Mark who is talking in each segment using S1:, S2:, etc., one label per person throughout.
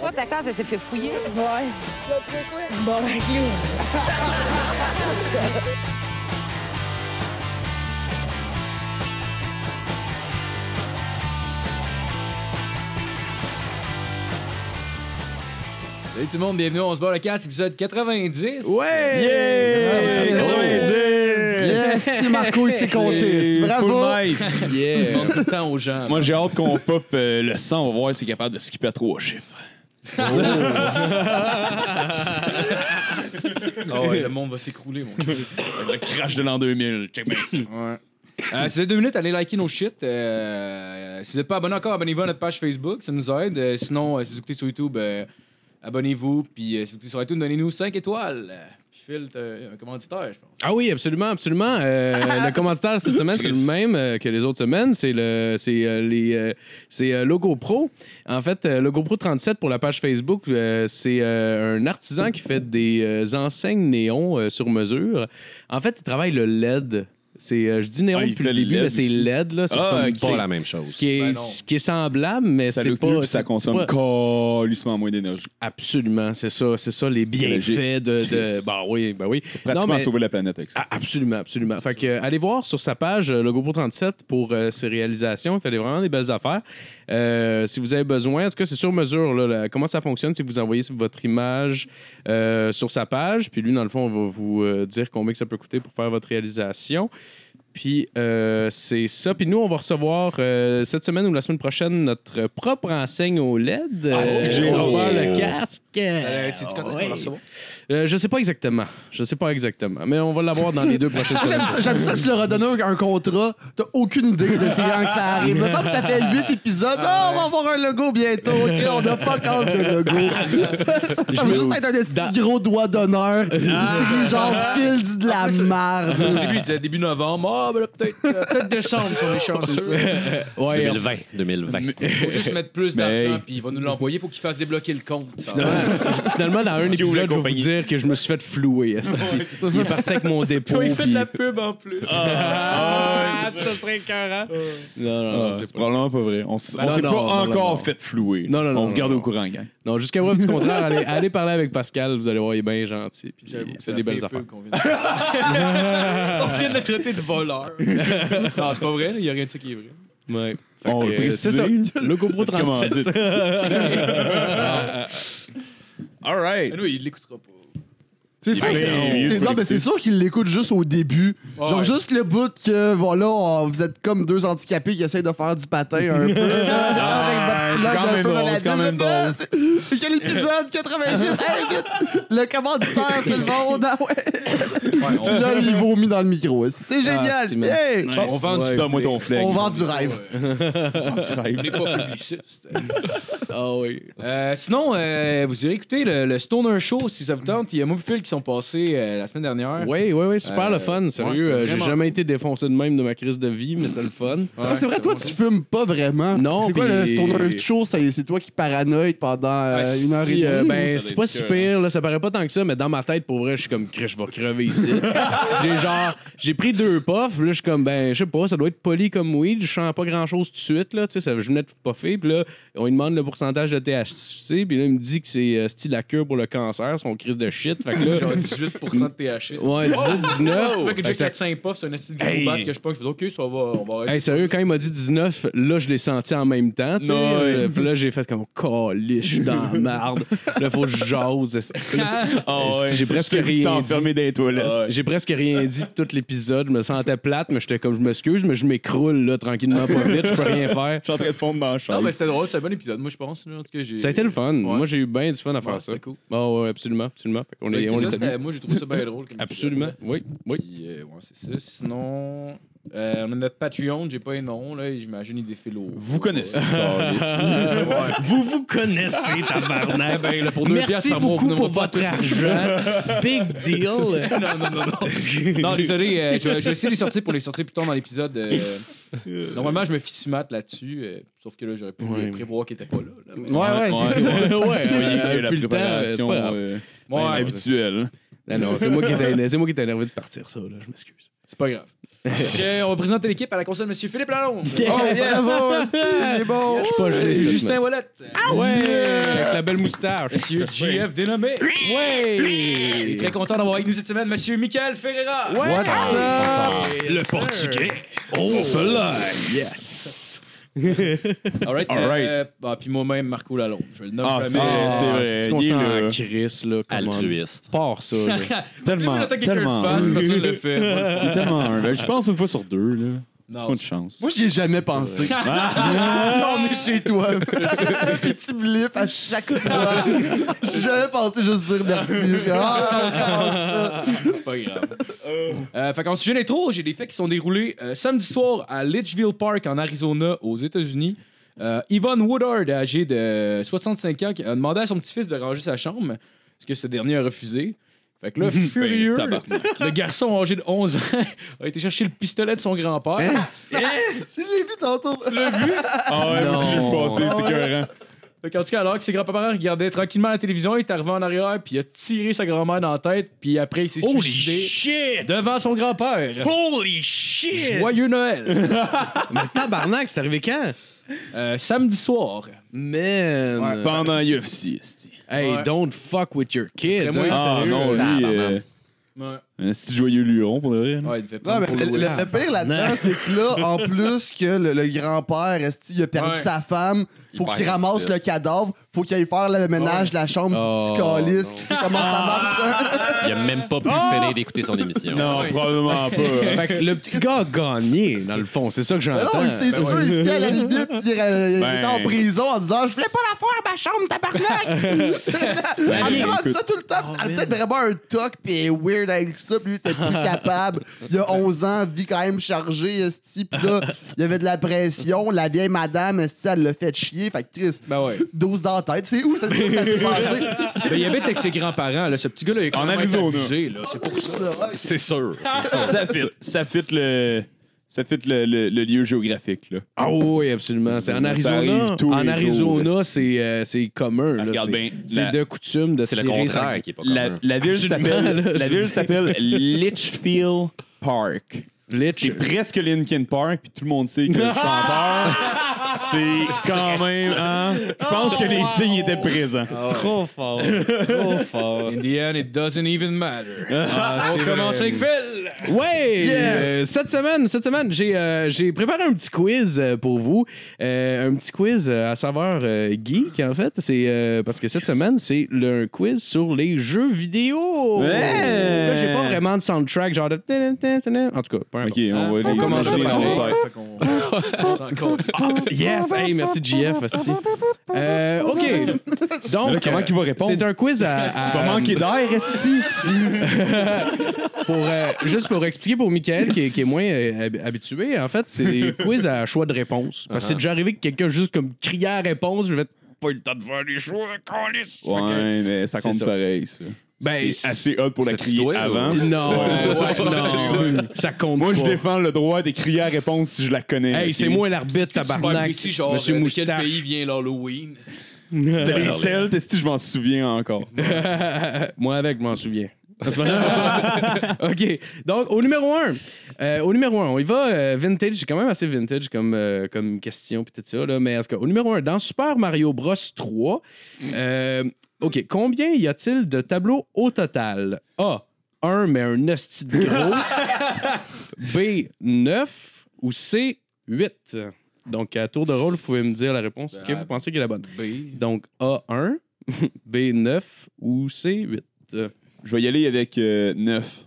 S1: Toi, ta case, elle s'est fait fouiller.
S2: Ouais. Bon, ben, clou.
S3: Salut tout le monde, bienvenue, on se bat le casse, épisode 90.
S4: Ouais!
S5: Yeah!
S4: Yeah! 90!
S5: Yes, si Marco, il s'est compté. Bravo!
S4: Full mice.
S3: Je demande tout le temps aux gens.
S4: Moi, j'ai hâte qu'on pop euh, le 100. On va voir s'il est capable de skipper à trois chiffres.
S3: Ah ouais, le monde va s'écrouler, mon chum.
S4: Avec Le crash de l'an 2000. Check bien ça.
S3: Euh, si vous avez deux minutes, allez liker nos shit. Euh, si vous n'êtes pas abonné encore, abonnez-vous à notre page Facebook, ça nous aide. Euh, sinon, euh, si vous écoutez sur YouTube, euh, abonnez-vous. Puis euh, si vous écoutez sur iTunes, donnez-nous 5 étoiles. Euh, Puis Phil, t'as un commanditaire, je pense.
S6: Ah oui, absolument, absolument. Euh, le commentaire cette semaine, c'est le même euh, que les autres semaines. C'est le, c'est euh, les, euh, c'est euh, Logo Pro. En fait, euh, Logo Pro 37 pour la page Facebook, euh, c'est euh, un artisan qui fait des euh, enseignes néons euh, sur mesure. En fait, il travaille le LED. C'est, euh, je dis néon
S4: Ah, il
S6: depuis
S4: fait
S6: le
S4: le
S6: début,
S4: LED
S6: mais c'est
S4: aussi.
S6: LED là. C'est
S4: Ah,
S6: comme-
S4: ok.
S6: c'est-
S5: Pas la même chose.
S6: Ce qui, est,
S3: Ben non.
S6: ce qui est semblable, mais
S4: Ça
S6: c'est
S4: look
S6: pas.
S4: mieux, puis
S6: c'est-
S4: ça
S6: c'est
S4: consomme
S6: pas-
S4: colissement moins d'énergie.
S6: Absolument, c'est ça, c'est ça les
S4: logique.
S6: bienfaits de, de.
S4: Chris.
S6: Bah oui, bah oui.
S4: Pratiquement
S6: Non, mais-
S4: sauver la planète avec ça.
S6: ah, absolument, absolument. Fait que, euh, allez voir sur sa page euh, Logo Pro 37 pour euh, ses réalisations. Il fait des- vraiment des belles affaires. Euh, si vous avez besoin, en tout cas, c'est sur mesure. là, là, comment ça fonctionne, c'est que vous envoyez votre image euh, sur sa page. Puis lui, dans le fond, on va vous euh, dire combien que ça peut coûter pour faire votre réalisation. Puis euh, c'est ça. Puis nous, on va recevoir euh, cette semaine ou la semaine prochaine notre propre enseigne au LED. Euh,
S3: Ah,
S4: c'est que j'ai hâte.
S6: on va avoir le casque.
S3: Euh, tu dis quand est-ce qu'on va
S6: Ouais.
S3: le recevoir?
S6: Euh, je sais pas exactement. Je sais pas exactement. Mais on va l'avoir dans les deux prochaines
S5: Ah, J'aime
S6: semaines.
S5: ça, j'aime ça que tu leur as donné un contrat. T'as aucune idée de c'est quand que ça arrive. Il me semble que ça fait 8 épisodes. Ah, on va avoir un logo bientôt. OK, on a fuck off de logo. Ça, ça, ça
S6: me-
S5: va juste être un esti de gros doigt d'honneur qui crie genre Phil dit de la merde.
S3: Au début, il disait début novembre. Ah, ben là, peut-être euh, peut-être décembre, si on est chanceux.
S6: Ouais,
S7: 2020. 2020.
S3: Faut juste mettre plus
S4: Mais-
S3: d'argent, puis il va nous l'envoyer. Faut qu'il fasse débloquer le compte. ça.
S6: finalement, dans un
S4: la
S6: épisode, je vais vous
S4: compagnie.
S6: dire que je me suis fait flouer. esti. Il est parti avec mon dépôt.
S3: il fait de la
S6: puis-
S3: pub en plus.
S6: Ah, ça serait écœurant. Non, non, non,
S4: Ah,
S6: c'est
S4: c'est
S6: pas.
S4: probablement pas vrai. On s- on
S6: non,
S4: s'est
S6: non,
S4: pas
S6: non,
S4: encore
S6: non.
S4: fait flouer.
S6: Non, non, non,
S4: On vous garde
S6: non,
S4: au courant, gang.
S6: Non, jusqu'à voir du contraire, allez, allez parler avec Pascal, vous allez voir, il est bien gentil. puis
S3: J'avoue que
S6: C'est des belles affaires.
S3: On vient de, on vient de le traiter de voleur. non, c'est pas vrai, là, il n'y a rien de ça qui est vrai.
S6: Ouais. Fait
S4: On
S6: que,
S4: le
S6: euh,
S4: précise.
S6: c'est ça. Le GoPro
S4: Comment
S6: 37.
S4: dit? All right.
S3: Mais nous, Ah, il l'écoutera pas.
S5: C'est sûr,
S4: Il
S5: c'est-
S4: est mieux
S5: c'est- non, mais
S4: collectif.
S5: c'est sûr qu'il l'écoute juste au début.
S3: Ouais.
S5: Genre juste le bout que voilà, on- vous êtes comme deux handicapés qui essayent de faire du patin un peu. Avec votre
S4: c'est
S5: langue
S4: quand
S5: un
S4: même
S5: peu
S4: drôle,
S5: maladie.
S4: c'est quand même
S5: Ah, c'est- C'est quel épisode 90 Hey, vite! Le commanditaire, tout le monde. Ah ouais. Puis là, il vomit dans le micro. C'est génial.
S6: c'est mal.
S5: Hey!
S4: Nice.
S5: Bon,
S4: Ah, On vend
S6: Ouais,
S4: du donne-moi ton flag.
S5: on vend du rêve.
S3: On n'est pas publiciste.
S6: Ah oui.
S3: Euh, sinon, euh, vous irez écouter le, le Stoner Show si ça vous tente. Il y a moi et Phil qui sont passés euh, la semaine dernière.
S6: Oui, oui, oui, super
S3: Euh,
S6: le fun, sérieux.
S3: ouais,
S6: euh,
S3: c'était
S6: J'ai jamais été défoncé de même de ma crise de vie, mais c'était le fun.
S3: Ouais,
S5: Ah, c'est vrai, toi, tu fumes pas vraiment.
S6: Non,
S5: C'est quoi
S6: puis-
S5: le stoner show? C'est c'est toi qui paranoïe pendant euh,
S6: Ah,
S5: une heure et
S6: si, euh,
S5: demie?
S6: ben, c'est pas si pire, là, ça paraît pas tant que ça, mais dans ma tête, pour vrai, je suis comme, Chris, je vais crever ici. j'ai genre, j'ai pris deux puffs, là, je suis comme, ben, je sais pas, ça doit être poli comme weed, je sens pas grand chose tout de suite, là, tu sais, ça- je venais de puffer, puis là, on lui demande le pourcentage de THC, puis là, il me dit que c'est euh, style la cure pour le cancer, son crise de shit, fait que là,
S3: Genre 18% de THC.
S6: ouais, 18,
S3: Tu fais
S6: 19.
S3: que
S6: fait que
S3: j'ai
S6: ça-
S3: 4-5 puffs, c'est un acide de gros bat que je pense que je fais, OK, ça va, on va arrêter.
S6: Hey, sérieux, quand il m'a dit 19, là, je l'ai senti en même temps. tu sais.
S4: Non,
S6: Euh, Puis là, j'ai fait comme, calice, je suis dans la merde. Là, faut que je jase. esti.
S3: Ah,
S6: Esti, J'ai presque rien dit.
S4: enfermé dans les toilettes.
S6: J'ai presque rien dit de tout l'épisode. Je me sentais plate, mais j'étais comme, je m'excuse, mais je m'écroule, là, tranquillement, pas vite, je peux rien faire.
S4: Je suis en train de fondre
S3: Non,
S4: ma
S3: mais
S4: chaise.
S3: c'était drôle, c'est un bon épisode, moi, je pense. là. En tout cas, j'ai-
S6: Ça a été le fun. Moi, j'ai eu bien du fun à
S3: Ouais,
S6: faire ça.
S3: c'était cool.
S6: Oh, ouais, absolument, absolument. Fait qu'on
S3: Ça a
S6: est-
S3: été
S6: on les
S3: ça,
S6: salue.
S3: c'était- Moi, j'ai trouvé ça bien drôle. comme
S6: Absolument,
S3: épisode.
S6: oui, oui.
S3: Puis, euh, ouais, c'est ça. Sinon, euh, on a notre Patreon, j'ai pas un nom, là, et j'imagine il défile au.
S4: Vous connaissez. Ah,
S6: Vous vous connaissez, tabarnak.
S3: Ben, pour deux piastres,
S6: Merci
S3: ça me
S6: beaucoup
S3: revenait
S6: pour
S3: pas.
S6: votre argent. Big deal.
S3: non, non, non, non. non, désolé, euh, je, vais- je vais essayer de les sortir pour les sortir plus tard dans l'épisode. euh, normalement, je me fiche mat là-dessus, euh, sauf que là, j'aurais pu
S6: Ouais.
S3: prévoir qu'il était pas là. là, mais-
S5: Ouais, ouais.
S6: ouais,
S4: Euh,
S6: la
S4: la préparation
S6: préparation.
S4: euh,
S3: Ouais, mais c'est-
S4: habituelle.
S6: Non, non, c'est moi qui étais c'est moi qui étais énervé de partir ça, là, je m'excuse.
S3: c'est pas grave. Ok, on va présenter l'équipe à la console, monsieur Philippe Lalonde.
S5: Oh, bravo, c'est bon.
S3: Yes.
S6: pas gelé
S3: Euh,
S6: cette
S3: Justin Wallet.
S6: Ouais.
S5: Yeah.
S6: ta belle moustache.
S3: Monsieur JF dénommé. Il est
S6: Ouais!
S3: très content d'avoir avec nous cette semaine Monsieur Michael Ferreira. Ouais.
S5: What's up?
S4: Le portugais. Oh là! Yes!
S3: All right.
S4: All right.
S3: euh, bah, puis moi-même, Marco Lalonde. Je vais le nomme
S4: Ah,
S3: jamais.
S4: c'est-
S3: Euh,
S4: c'est vrai,
S6: C'est qu'on
S4: il est
S6: s'en
S4: le-
S6: crisse, là. comment-
S4: Altruiste.
S6: Part ça, là.
S4: Tellement,
S3: J'ai
S4: tellement.
S3: Face, personne le
S4: Il
S3: fait.
S4: est tellement un, là. Je pense une fois sur deux, là. C'est
S3: Non,
S4: pas une chance.
S5: Moi, j'y ai jamais pensé. Là, on est chez toi. Petit blip à chaque fois. J'ai jamais pensé juste dire merci. J'ai- Ah, on pense ça.
S3: c'est pas grave. euh, fait qu'en sujet d'intro, j'ai des faits qui sont déroulés euh, samedi soir à Litchfield Park en Arizona, aux États-Unis. Euh, Yvonne Woodard, âgée de 65 ans, qui a demandé à son petit-fils de ranger sa chambre, ce que ce dernier a refusé. Fait que là, furieux,
S4: Ben, tabarnak.
S3: le garçon âgé de 11 ans a été chercher le pistolet de son grand-père.
S4: Hein?
S5: Je l'ai vu tantôt.
S4: Ah ouais, moi, je l'ai passé, c'était écœurant.
S3: Fait qu'en tout cas, alors que ses grands-parents regardaient tranquillement la télévision, il est arrivé en arrière, puis il a tiré sa grand-mère dans la tête, puis après, il s'est suicidé
S6: shit!
S3: devant son grand-père.
S6: Holy shit!
S3: Joyeux Noël!
S6: Mais tabarnak, c'est arrivé quand?
S3: Euh, samedi soir.
S6: Man!
S4: Pendant UFC, esti.
S6: Hey,
S3: Ouais.
S6: don't fuck with your kids.
S3: Après moi,
S6: hein.
S4: Ah
S3: sérieux,
S4: non,
S3: euh,
S4: lui, euh,
S3: Ouais.
S4: un petit joyeux luron, pour le vrai. là.
S3: Ouais, il devait
S5: Non,
S3: prendre
S5: mais
S3: pour
S5: le,
S3: Louis.
S5: le- le pire là-dedans, c'est que là, en plus que le, le grand-père, esti, il a perdu
S3: Ouais.
S5: sa femme, faut
S4: perd
S5: qu'il
S4: son
S5: ramasse
S4: fils.
S5: le cadavre, faut qu'il aille faire le ménage de la chambre du petit
S6: Oh,
S5: calice qui sait comment ça marche.
S1: Il a même pas pu finir d'écouter son émission.
S4: Non, probablement pas. hein.
S6: Fait que le petit gars a gagné, dans le fond, c'est ça que
S5: Mais
S6: j'entends.
S5: non, il s'est
S3: Ben
S5: tué
S3: ouais.
S5: ici, à la limite, il, euh, il
S4: Ben.
S5: était en prison en disant « Je voulais pas la faire, ma chambre, tabarnak! Elle me demande ça tout le temps, puis elle a peut-être vraiment un toc, puis elle est weird avec ça, puis lui, il était plus capable. Il a 11 ans, vie quand même chargée, esti, puis là, il y avait de la pression, la vieille madame, esti, elle l'a fait chier, fait que Chris,
S3: Ben ouais.
S5: 12 dans la tête, c'est où ça, c'est où ça s'est passé?
S3: Ben, il habite avec ses grands-parents, là. Ce petit gars-là, il est quand
S4: En
S3: même
S4: Arizona.
S3: abusé, là. C'est pour ça.
S5: Ça, ouais.
S1: C'est sûr.
S4: Ça fit. Ça fit le. Ça fit le, le- le lieu géographique, là.
S6: Ah oui, absolument. C'est en
S4: Ça
S6: Arizona.
S4: arrive tous
S6: En
S4: les
S6: Arizona,
S4: jours.
S6: c'est euh, c'est commun. là.
S1: regarde
S6: C'est-
S1: bien,
S6: C'est
S1: la-
S6: de coutume de
S1: C'est le
S6: tirer
S1: contraire
S6: sa-
S1: qui est pas
S4: La,
S1: commun.
S4: la ville
S6: Absolument,
S4: s'appelle
S6: là,
S4: la
S6: je
S4: ville
S6: dis.
S4: s'appelle Litchfield Park.
S6: Litch.
S4: C'est presque Linkin Park, puis tout le monde sait que le chanteur, c'est quand même. hein, Je pense que les signes étaient présents.
S6: Trop fort. Trop fort.
S3: In the end, it doesn't even matter.
S6: Ah,
S3: On
S6: c'est
S3: commence
S6: vrai.
S3: avec Phil!
S6: Ouais!
S4: Yes!
S6: Euh, cette semaine, cette semaine, j'ai euh, j'ai préparé un petit quiz euh, pour vous. Euh, un petit quiz euh, à savoir euh, geek, en fait. C'est euh, parce que cette semaine, c'est le un quiz sur les jeux vidéo.
S4: Ouais!
S6: Là, j'ai pas vraiment de soundtrack, genre de. En tout cas, pas
S4: Ok, on va les
S6: commence
S4: imaginer
S6: par
S4: dans nos
S6: là.
S4: têtes.
S3: Fait qu'on- on s'en compte.
S6: Yes! Hey, merci GF, asti. Euh, OK. Donc,
S4: Là, comment
S6: euh,
S4: qu'il va répondre?
S6: C'est un quiz à. à-
S4: Il va manquer d'air, Esti.
S6: pour, euh, juste pour expliquer pour Michael, qui, est- qui est moins euh, hab- habitué, en fait, c'est des quiz à choix de réponse. Parce que c'est
S4: Ah.
S6: déjà arrivé que quelqu'un juste comme criait à réponse, je vais pas eu le temps de faire les choix, câlisse. Fait que-
S4: Ouais, mais ça compte
S6: ça.
S4: pareil, ça.
S6: Ben,
S4: C'est assez hot pour la
S1: c'est-tu
S4: crier
S1: toi, là?
S4: avant.
S6: Non,
S4: Ouais,
S6: ça,
S4: ouais,
S6: non, ça compte
S4: Moi, je
S6: pas.
S4: défends le droit d'écrire à réponse si je la connais.
S6: Hey,
S4: ok?
S6: c'est moi l'arbitre, tabarnak.
S3: ici, genre, euh,
S6: Monsieur
S3: de quel
S6: Moustache.
S3: pays vient l'Halloween?
S4: C'était les Celtes, Esti, je m'en souviens encore.
S6: Moi avec, je m'en souviens. OK. Donc, au numéro 1. au numéro 1, on y va euh, vintage. C'est quand même assez vintage comme, euh, comme question, puis tout ça. Là, mais en tout cas, au numéro 1, dans Super Mario Bros 3, euh, OK, combien y a-t-il de tableaux au total? A, 1, mais un hostie de gros. B, 9. Ou C, 8. Donc, à tour de rôle, vous pouvez me dire la réponse que
S3: Ben,
S6: vous pensez qu'elle est la bonne.
S3: B.
S6: Donc, A, 1. B, 9. Ou C, 8.
S4: Je vais y aller avec 9.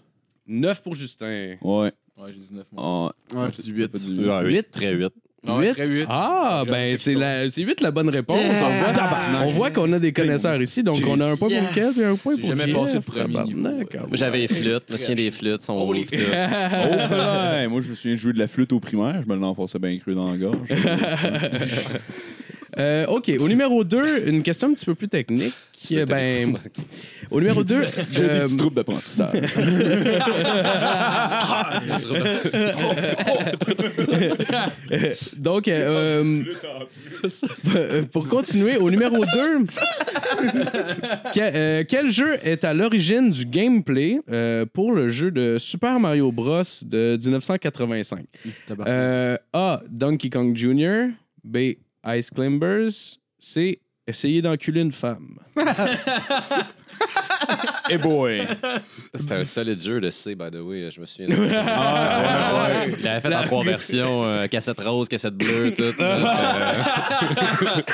S6: 9 pour Justin.
S4: Ouais.
S3: Ouais, j'ai 19 mois.
S4: Ah,
S5: Ouais, je dis huit.
S4: pas du- ah, oui.
S6: 8.
S1: Très vite.
S3: Ouais, très huit.
S6: Ah,
S3: J'aurais dit
S6: ben
S3: quelque
S6: c'est
S3: chose.
S6: la, c'est 8 la bonne réponse.
S5: Yeah.
S6: On voit-
S5: Tabarnak.
S6: On voit qu'on a des connaisseurs ici, donc on a un point pour
S5: Yes.
S6: Kev et un point
S3: J'ai
S6: pour
S3: jamais
S6: Jeff.
S3: passé le premier
S6: Tabarnak,
S3: niveau.
S6: quand même.
S1: J'avais les flûtes. Je me souviens des flûtes. Son
S3: Oh, les
S1: pis tout.
S4: Oh, ouais. Moi, je me souviens de jouer de la flûte au primaire. Je me l'enfonçais bien cru dans la gorge.
S6: Euh, OK, au numéro 2, une question un petit peu plus technique. qui est, ben, au numéro euh, 2,
S4: J'ai des petits troubles d'apprentissage.
S6: donc, euh, euh, euh, pour continuer, au numéro 2, quel jeu est à l'origine du gameplay euh, pour le jeu de Super Mario Bros. de 1985?
S5: Ah,
S6: Euh, A. Donkey Kong Jr. B. Ice Climbers. C. Essayez d'enculer une femme.
S4: Hey boy!
S1: C'était un solide jeu, le C, by the way, je me souviens. Ah, ouais, ouais. Il avait fait en trois versions euh, cassette rose, cassette bleue, tout. là,
S4: On
S1: C'était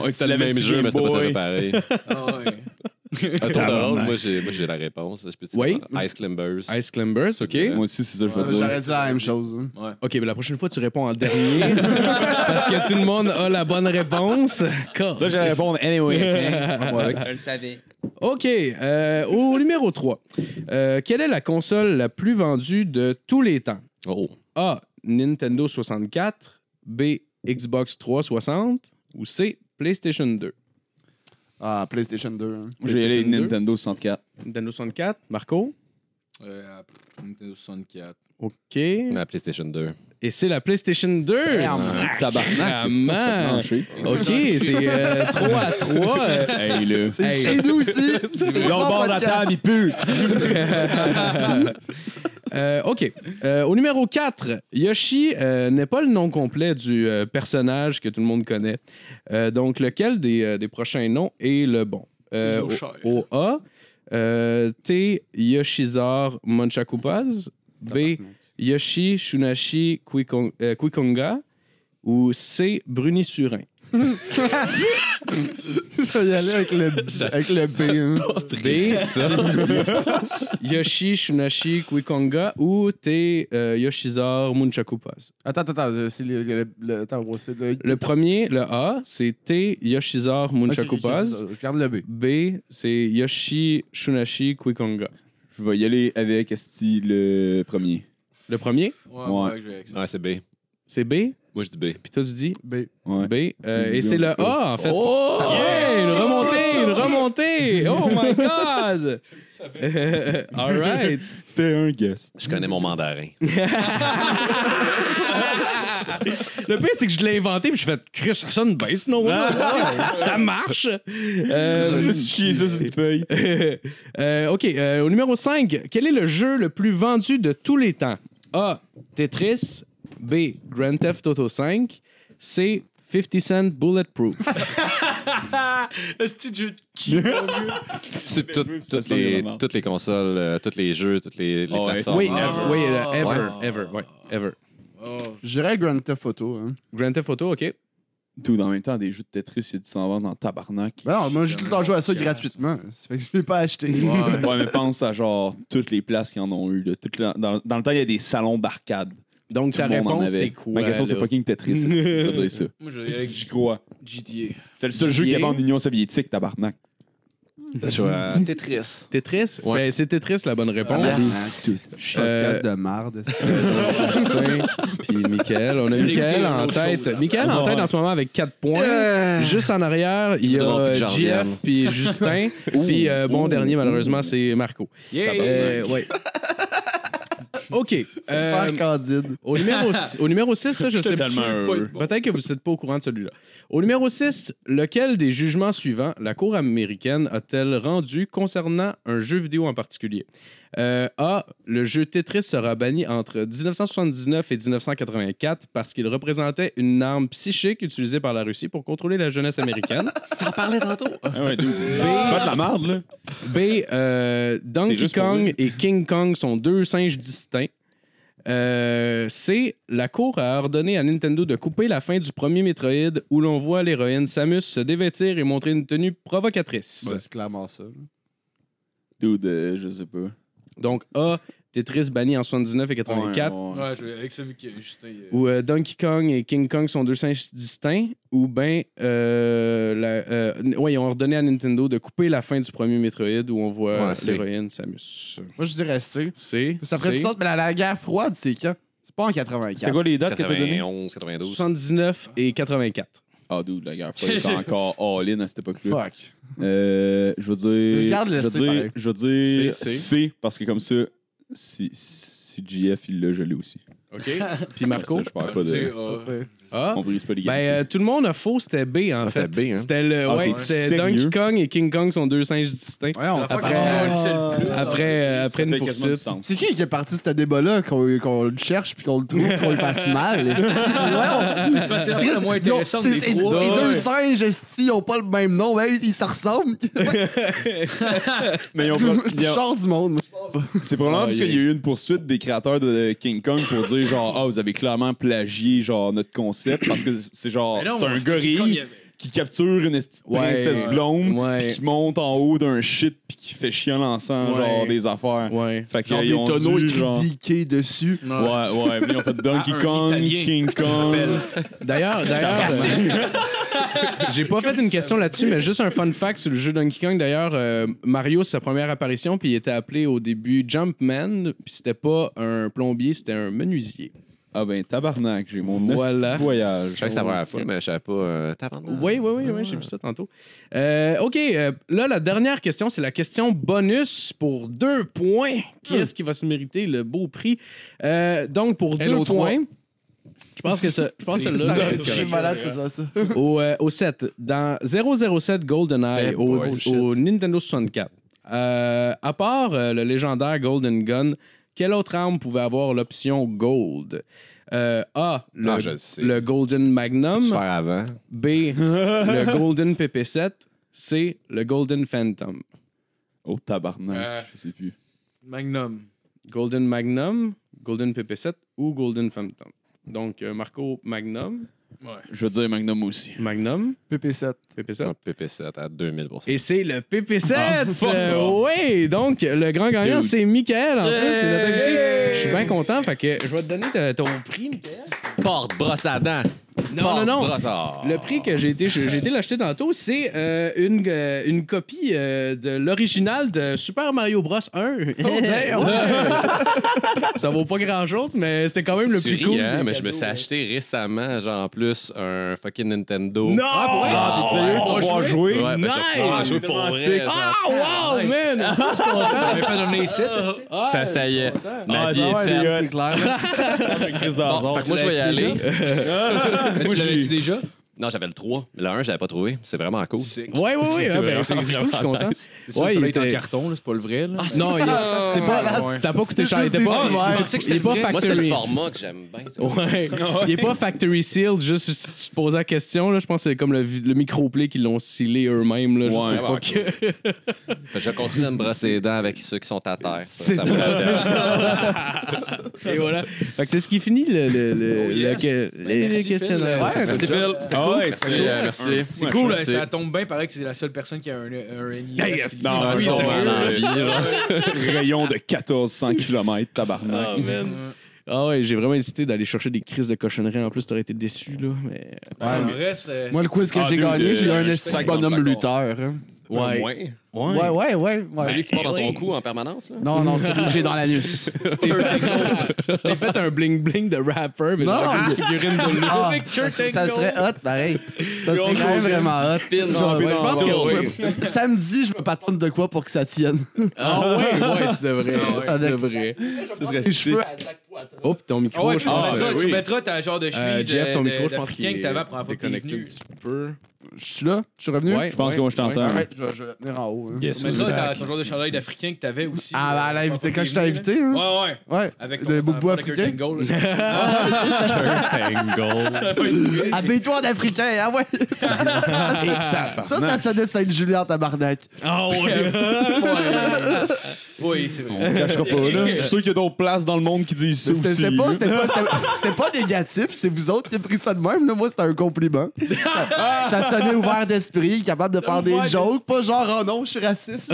S1: euh, c'était le même jeu, mais c'était pas tout réparé.
S3: Ah ouais.
S1: Un tour de rôle, moi j'ai moi, j'ai la réponse. Je peux te dire
S6: Oui.
S1: quoi? Ice Climbers.
S6: Ice Climbers, OK.
S1: Ouais.
S4: Moi aussi, c'est ça que je vais
S3: Ouais,
S4: dire.
S5: Euh, J'aurais dit la même chose. hein.
S6: OK, mais la prochaine fois, tu réponds en dernier. parce que tout le monde a la bonne réponse.
S4: Ça, j'allais répondre anyway.
S7: Je le savais.
S6: OK. euh, au numéro 3. quelle est la console la plus vendue de tous les temps?
S1: Oh.
S6: A. Nintendo 64. B. Xbox 360. Ou C. PlayStation 2.
S5: Ah, PlayStation 2. hein.
S4: Je vais aller
S6: PlayStation 2.
S4: Nintendo 64.
S6: Nintendo 64. Marco?
S3: Euh, Nintendo 64.
S6: OK.
S1: La PlayStation 2.
S6: Et c'est la PlayStation 2.
S4: Tabarnak, qu'est-ce que ça, ça fait
S6: Vraiment.
S4: plancher?
S6: OK, c'est euh, 3 à 3. euh,
S4: Hey, là.
S5: C'est
S6: Hey.
S5: chez nous ici.
S4: L'autre bord de la table, il pue.
S6: Euh, OK. Euh, au numéro 4, Yoshi euh, n'est pas le nom complet du euh, personnage que tout le monde connaît. Euh, donc, lequel des, euh, des prochains noms est le bon? Euh,
S3: C'est Yoshai.
S6: au, au A, euh, T, Yoshizar Monchakupaz. B, Yoshi Shunashi Kwikon- euh, Kwikonga. Ou C, Bruni Surin.
S5: Je vais y aller avec le, avec le B. hein.
S6: B, Yoshi Shunashi Kwikonga. Ou T, euh, Yoshizar Monchakupaz.
S5: Attends, attends, attends. C'est le, le, le- attends, ouais, c'est le-
S6: Le premier, le A, c'est T. Yoshizar Munchakupaz.
S5: Ok, ok, Je garde le B.
S6: B, c'est Yoshi Shunashi Kwikonga.
S4: Je vais y aller avec Esti le premier.
S6: Le premier,
S3: Ouais,
S4: Ouais.
S3: ouais, je vais avec ça.
S1: Ouais, Ah, c'est B.
S6: c'est B.
S1: Moi je dis B.
S6: Puis toi, tu dis
S5: B.
S4: Ouais.
S6: B. euh,
S4: Vas-y,
S6: et c'est
S4: on
S6: le
S4: dit pas.
S6: A, en fait. Oh! Yeah! Une remontée, une remontée! Oh my God! Euh, All right.
S4: C'était un guess.
S1: Je connais mon mandarin.
S6: Le pire, c'est que je l'ai inventé, puis je fais « Chris, ça sonne bien, ce
S4: Ah,
S6: nom-là. Ça marche!
S4: Je me
S6: Euh,
S4: suis chié ça sur une feuille.
S6: Euh, OK. euh, au numéro 5, quel est le jeu le plus vendu de tous les temps? A. Tetris. B. Grand Theft Auto 5. C. 50 Cent Bulletproof.
S3: C'est jeu
S1: C'est tout-
S4: joué, puis ça
S1: toutes,
S4: sonne
S1: les,
S4: vraiment.
S1: toutes les consoles, euh, tous les jeux, toutes les, les
S4: Ah ouais.
S1: plateformes.
S6: oui,
S3: Ah.
S6: oui, euh, ever,
S3: Ouais.
S6: ever, ouais, ever.
S5: J'irais Grand Theft Auto. Hein.
S6: Grand Theft Auto, OK.
S4: Tout en même temps, des jeux de Tetris, il y a du s'en vendre en tabarnak.
S5: Ben non, moi, j'ai tout le temps joué à ça gratuitement. Ça fait que je l'ai pas acheté.
S4: Ouais, mais pense à genre toutes les places qu'ils en ont eu. Là. Toutes les- dans, dans le temps, il y a des salons d'arcade.
S6: Donc,
S4: Tout
S6: ta
S4: le monde en
S6: réponse,
S4: avait.
S6: c'est quoi?
S4: Ma question, c'est
S6: là?
S4: fucking Tetris. c'est- Je vais dire ça.
S3: Moi, je vais avec
S4: J'y crois.
S3: GTA.
S4: C'est le seul jeu qu'il y avait en
S6: Bien.
S4: Union soviétique, tabarnak.
S1: Je vois, euh,
S3: Tetris.
S6: Tetris?
S1: Ouais.
S6: Ben, c'est Tetris, la bonne réponse.
S5: Ah,
S6: Euh,
S5: Podcast de marde.
S6: Justin, puis Mickaël. On a Mickaël
S3: Écoutez,
S6: en
S3: autre
S6: tête.
S3: chose.
S6: Mickaël en tête en ce moment avec 4 points.
S5: Euh.
S6: Juste en arrière, il y a
S1: Faudra plus que
S6: euh,
S1: j'en
S6: JF
S1: revienne.
S6: puis Justin. puis euh, bon dernier, malheureusement, c'est Marco. Euh, ouais. OK. euh,
S5: Super candide.
S6: au, numéro six- au numéro 6, ça, je sais pas.
S4: tellement heureux.
S6: Peut-être que vous n'êtes pas au courant de celui-là. Au numéro 6, lequel des jugements suivants la Cour américaine a-t-elle rendu concernant un jeu vidéo en particulier? Euh, A. Le jeu Tetris sera banni entre 1979 et 1984 parce qu'il représentait une arme psychique utilisée par la Russie pour contrôler la jeunesse américaine.
S4: Ah ouais, dude. C'est pas de la merde, là.
S6: B. euh, Donkey
S4: juste pour
S6: Kong
S4: rire.
S6: et King Kong sont deux singes distincts. Euh, C. La Cour a ordonné à Nintendo de couper la fin du premier Metroid où l'on voit l'héroïne Samus se dévêtir et montrer une tenue provocatrice.
S5: Ben, c'est clairement ça. là.
S4: Dude, euh, je sais pas.
S6: Donc A. Tetris banni en 79 et 84.
S4: Ouais, ouais.
S3: Ouais, je vais avec celui qui a Justin. euh,
S6: Ou euh, Donkey Kong et King Kong sont deux singes distincts. Ou bien, euh, ouais, ils ont ordonné à Nintendo de couper la fin du premier Metroid où on voit euh,
S1: Ouais, C.
S6: l'héroïne Samus.
S5: Moi, je dirais C.
S6: C.
S5: Ça ferait du
S6: C.
S5: sens, mais la, la guerre froide, c'est quand? C'est pas en 84.
S4: C'était quoi les dates que t'as données?
S1: 91, 92.
S6: 79 et 84.
S4: Ah, dude, la guerre froide était encore all-in à cette époque-là.
S5: Fuck.
S4: Euh, je veux dire.
S5: Je garde le
S4: je veux
S5: C,
S4: dire-
S5: pareil.
S4: Je veux dire
S6: C,
S4: C,
S6: C.
S4: parce que comme ça, si, si GF il l'a, je l'ai aussi.
S6: OK? Puis Marco?
S4: Ça, je parle pas de.
S5: Parfait.
S6: Ah.
S4: On brise pas les
S6: Ben, euh, tout le monde a faux, c'était B en
S1: Ah,
S6: fait.
S1: c'était B, hein?
S6: C'était le.
S4: Ah,
S6: ouais,
S4: t'es
S6: c'était
S4: sérieux?
S6: Donkey Kong et King Kong sont deux singes distincts.
S5: Ah,
S3: Après,
S6: après, euh, après une poursuite.
S5: C'est qui qui est parti de ce débat-là, qu'on qu'on le cherche, puis qu'on le trouve, qu'on le fasse mal? les- Ouais, on-
S3: parce que c'est la fois la moins
S5: Chris, ils ont-
S3: intéressante
S5: c'est-
S3: des
S5: c'est-
S3: trois.
S5: Ces
S3: Ouais.
S5: deux singes, esti, ils ont pas le même nom, mais ils se ressemblent.
S4: Mais ils ont pas- ils
S5: Je
S4: ont-
S5: sors du monde.
S4: C'est probablement
S6: Ah,
S4: parce
S6: yeah.
S4: qu'il y a eu une poursuite des créateurs de King Kong pour dire genre ah vous avez clairement plagié genre notre concept parce que c'est genre
S3: Mais non,
S4: c'est un
S3: King Kong, il y
S4: gorille
S3: avait-
S4: qui capture une esti-
S6: Ouais.
S4: princesse blonde
S6: Ouais.
S4: puis qui monte en haut d'un shit puis qui fait chier en lançant
S6: Ouais.
S4: genre des affaires.
S6: Ouais.
S4: Fait que
S5: Genre
S4: ils
S5: des
S4: ont
S5: tonneaux
S4: dû,
S5: écrits
S4: genre-
S5: DK dessus.
S4: Ouais ouais, mais ils ont fait Donkey
S3: Ah, un
S4: Kong,
S3: Italien.
S4: King Kong.
S6: D'ailleurs, d'ailleurs. euh, J'ai pas fait une question là-dessus, mais juste un fun fact sur le jeu Donkey Kong. D'ailleurs, euh, Mario, c'est sa première apparition, puis il était appelé au début Jumpman, puis c'était pas un plombier, c'était un menuisier.
S4: Ah ben tabarnak, j'ai mon
S6: Voilà.
S4: voilà. voyage.
S1: Je
S3: Euh.
S1: savais que c'était la première fois, mais je savais pas. euh, tabarnak.
S6: Oui, oui, oui, oui, j'ai vu ça tantôt. Euh, OK, euh, là, la dernière question, c'est la question bonus pour deux points. Qui
S1: Hmm.
S6: est-ce qui va se mériter le beau prix? Euh, donc, pour deux
S3: Hello, trois.
S6: points, je pense que, ce, je pense que
S5: Ça,
S6: là,
S5: je suis malade, ça, ça, ça.
S6: au, euh, au 7, dans 007 GoldenEye,
S1: Eh
S6: au,
S1: boy, shit.
S6: au Nintendo 64, euh, à part euh, le légendaire Golden Gun, quelle autre arme pouvait avoir l'option Gold? Euh, A, le,
S1: Ah, je le sais.
S6: le Golden Magnum.
S1: Tu faire avant.
S6: B, le Golden PP7. C, le Golden Phantom.
S4: Oh tabarnak,
S3: Euh.
S4: je sais plus.
S3: Magnum.
S6: Golden Magnum, Golden PP7 ou Golden Phantom. Donc, euh, Marco, Magnum,
S4: Je veux dire Magnum aussi.
S6: Magnum,
S5: PP7.
S6: PP7.
S1: Un PP7 à 2000
S6: Et c'est le PP7!
S4: Ah, fuck
S6: Euh,
S4: off.
S6: oui! Donc, le grand gagnant,
S4: Dude.
S6: c'est Michael. En plus, c'est notre invité.
S3: Yeah!
S6: Je suis bien content. Fait que je vais te donner ta- ton prix, Michael.
S1: Porte brosse à dents.
S6: Non, non, non. Le prix que j'ai été, j'ai j'ai été l'acheter tantôt, c'est euh, une, euh, une copie euh, de l'original de Super Mario Bros 1. ça vaut pas grand chose, mais c'était quand même le
S1: tu
S6: plus
S1: ris,
S6: cool.
S1: hein,
S6: des
S1: mais je me
S6: cadeaux,
S1: suis
S6: ouais.
S1: acheté récemment, genre en plus, un fucking Nintendo.
S6: Non!
S4: Ah, t'es sérieux, tu vas pouvoir jouer?
S1: Ouais, ben, je vais pouvoir
S6: Nice!
S1: jouer pour
S4: Ah,
S1: vrai, genre.
S6: Ah, wow, man!
S3: Ça m'avait fait donner ici. esti.
S1: Ça, ça y est. Ma
S4: Ah,
S1: vie est
S5: Ouais, c'est
S1: faite.
S5: clair.
S4: Chris
S1: Bon, fait que moi, je vais y
S3: Tu l'as-tu
S1: aller.
S3: Mais
S4: Ah, Moi,
S3: tu
S4: j'ai-
S3: l'avais-tu déjà?
S1: Non, j'avais le 3. mais Le 1, j'avais pas trouvé. C'est vraiment cool.
S6: Ouais, ouais, ouais. ah, ben, c'est
S1: vraiment
S6: cool, je suis content.
S3: C'est sûr, le
S6: Ouais, il
S3: soleil est en
S6: était-
S3: carton, là, c'est pas le vrai. là.
S6: Non, il a-
S5: Ah, ça,
S6: c'est pas-
S5: malade.
S3: Ah, Ouais.
S6: ça a pas coûté
S5: C'était
S6: cher. Il
S5: juste
S6: était
S5: des
S6: pas,
S5: souvenirs.
S6: il est-
S5: Je pensais
S3: que
S6: il
S3: c'était
S6: est pas
S3: vrai.
S1: Moi, c'est le
S6: factory.
S1: format que j'aime bien. ça.
S6: Ouais. Il est pas factory sealed, juste si tu te poses la question, là, je pense que c'est comme le, vi- le microplay qu'ils l'ont scellé eux-mêmes. Là,
S1: Ouais,
S6: juste pour
S1: ouais,
S6: pas que...
S1: Fait que Je continue de me brosser les dents avec ceux qui sont à terre.
S6: C'est
S1: vaut la peine.
S6: Et voilà. Fait que c'est ce qui finit le, le, le,
S3: Oh,
S6: le-
S3: yes.
S6: que- le- le
S3: merci,
S6: questionnaire.
S5: Phil. Ouais,
S6: C'est
S1: Merci,
S6: ça.
S1: Phil.
S4: Ah ouais,
S1: Merci. euh, Merci.
S3: C'est cool, hein,
S1: Merci.
S3: ça tombe bien, pareil que c'est la seule personne qui a un ennemi.
S4: Non,
S1: Ah,
S4: oui,
S1: sûrement,
S4: sérieux.
S1: dans la vie, là.
S4: rayon de 1400 km, tabarnak.
S6: Ah ouais, j'ai vraiment hésité d'aller chercher des crises de cochonnerie. En plus, t'aurais été déçu, là. Mais...
S5: Ouais, mais-
S3: reste. euh,
S5: Moi, le quiz que
S4: Ah,
S5: j'ai
S4: dude,
S5: gagné,
S4: euh,
S5: j'ai eu un
S4: je
S5: esti
S4: sais.
S5: de bonhomme lutteur. hein.
S6: Ouais.
S1: Ouais.
S6: Ouais.
S5: Ouais, ouais, ouais. ouais.
S1: Celui qui se porte dans ton cou en permanence, là.
S5: Non, non, c'est j'ai dans l'anus.
S6: T'as fait un bling-bling de rapper, mais
S5: Non.
S6: genre une figurine de loup.
S5: Ah,
S3: Avec
S5: ça,
S3: Kurt
S5: ça
S3: Angle.
S5: serait hot, pareil. Ça serait quand même vraiment hot.
S1: Spin,
S5: Genre,
S1: non,
S6: Ah Ouais, je pense
S1: non,
S6: que
S1: oui.
S6: oui.
S5: Samedi, je me patente de quoi pour que ça tienne.
S6: Ah ouais, ouais, tu devrais.
S3: Ah
S6: Tu
S5: ouais.
S6: devrais.
S5: Ça
S4: serait
S5: Les
S4: sick.
S5: cheveux à Zach Poitras.
S6: Oh, puis ton
S3: Ah
S6: micro,
S3: ouais,
S6: je
S3: tu
S6: pense.
S4: ah,
S3: mettras-
S4: ben
S3: tu
S4: oui.
S3: mettras ta genre de chemise.
S6: Euh, Jeff, ton
S3: euh,
S6: micro,
S3: de-
S6: je pense qu'il
S3: d'Africain que t'avais après la
S6: est
S3: fois que t'es
S6: déconnecté un
S3: venu.
S6: petit peu.
S5: Je suis là? Je suis revenu?
S6: Ouais,
S4: Je pense
S6: ouais,
S4: que moi, je t'entends.
S6: ouais.
S5: Alright, je, vais- je vais venir en haut. hein.
S1: Yes.
S3: Tu mettras ta- ton genre de chandail d'Africain que t'avais aussi.
S5: Ah, bah, à
S3: euh,
S5: l'invité, quand
S3: t'es
S5: je t'ai
S3: venu,
S5: invité, hein?
S3: là. Ouais, ouais.
S5: Ouais.
S3: Avec
S5: Le
S3: ton euh,
S5: boubou
S3: avec Kurt
S5: africain.
S3: Angle, là.
S5: Habille-toi en africain, ah ouais! ça, ça, ça sonnait Sainte-Julie en tabarnak.
S6: Ah ouais.
S3: Oui, c'est vrai.
S4: On cachera pas, là. Je suis sûr qu'il y a d'autres places dans le monde qui disent ça
S5: Mais
S4: aussi.
S5: C'était
S4: hein.
S5: c'était pas, c'était pas, c'était- c'était pas négatif, c'est vous autres qui avez pris ça de même. Là, moi, c'était un compliment. Ça, ça sonnait ouvert d'esprit, capable de faire des jokes, pas genre oh non, je suis raciste.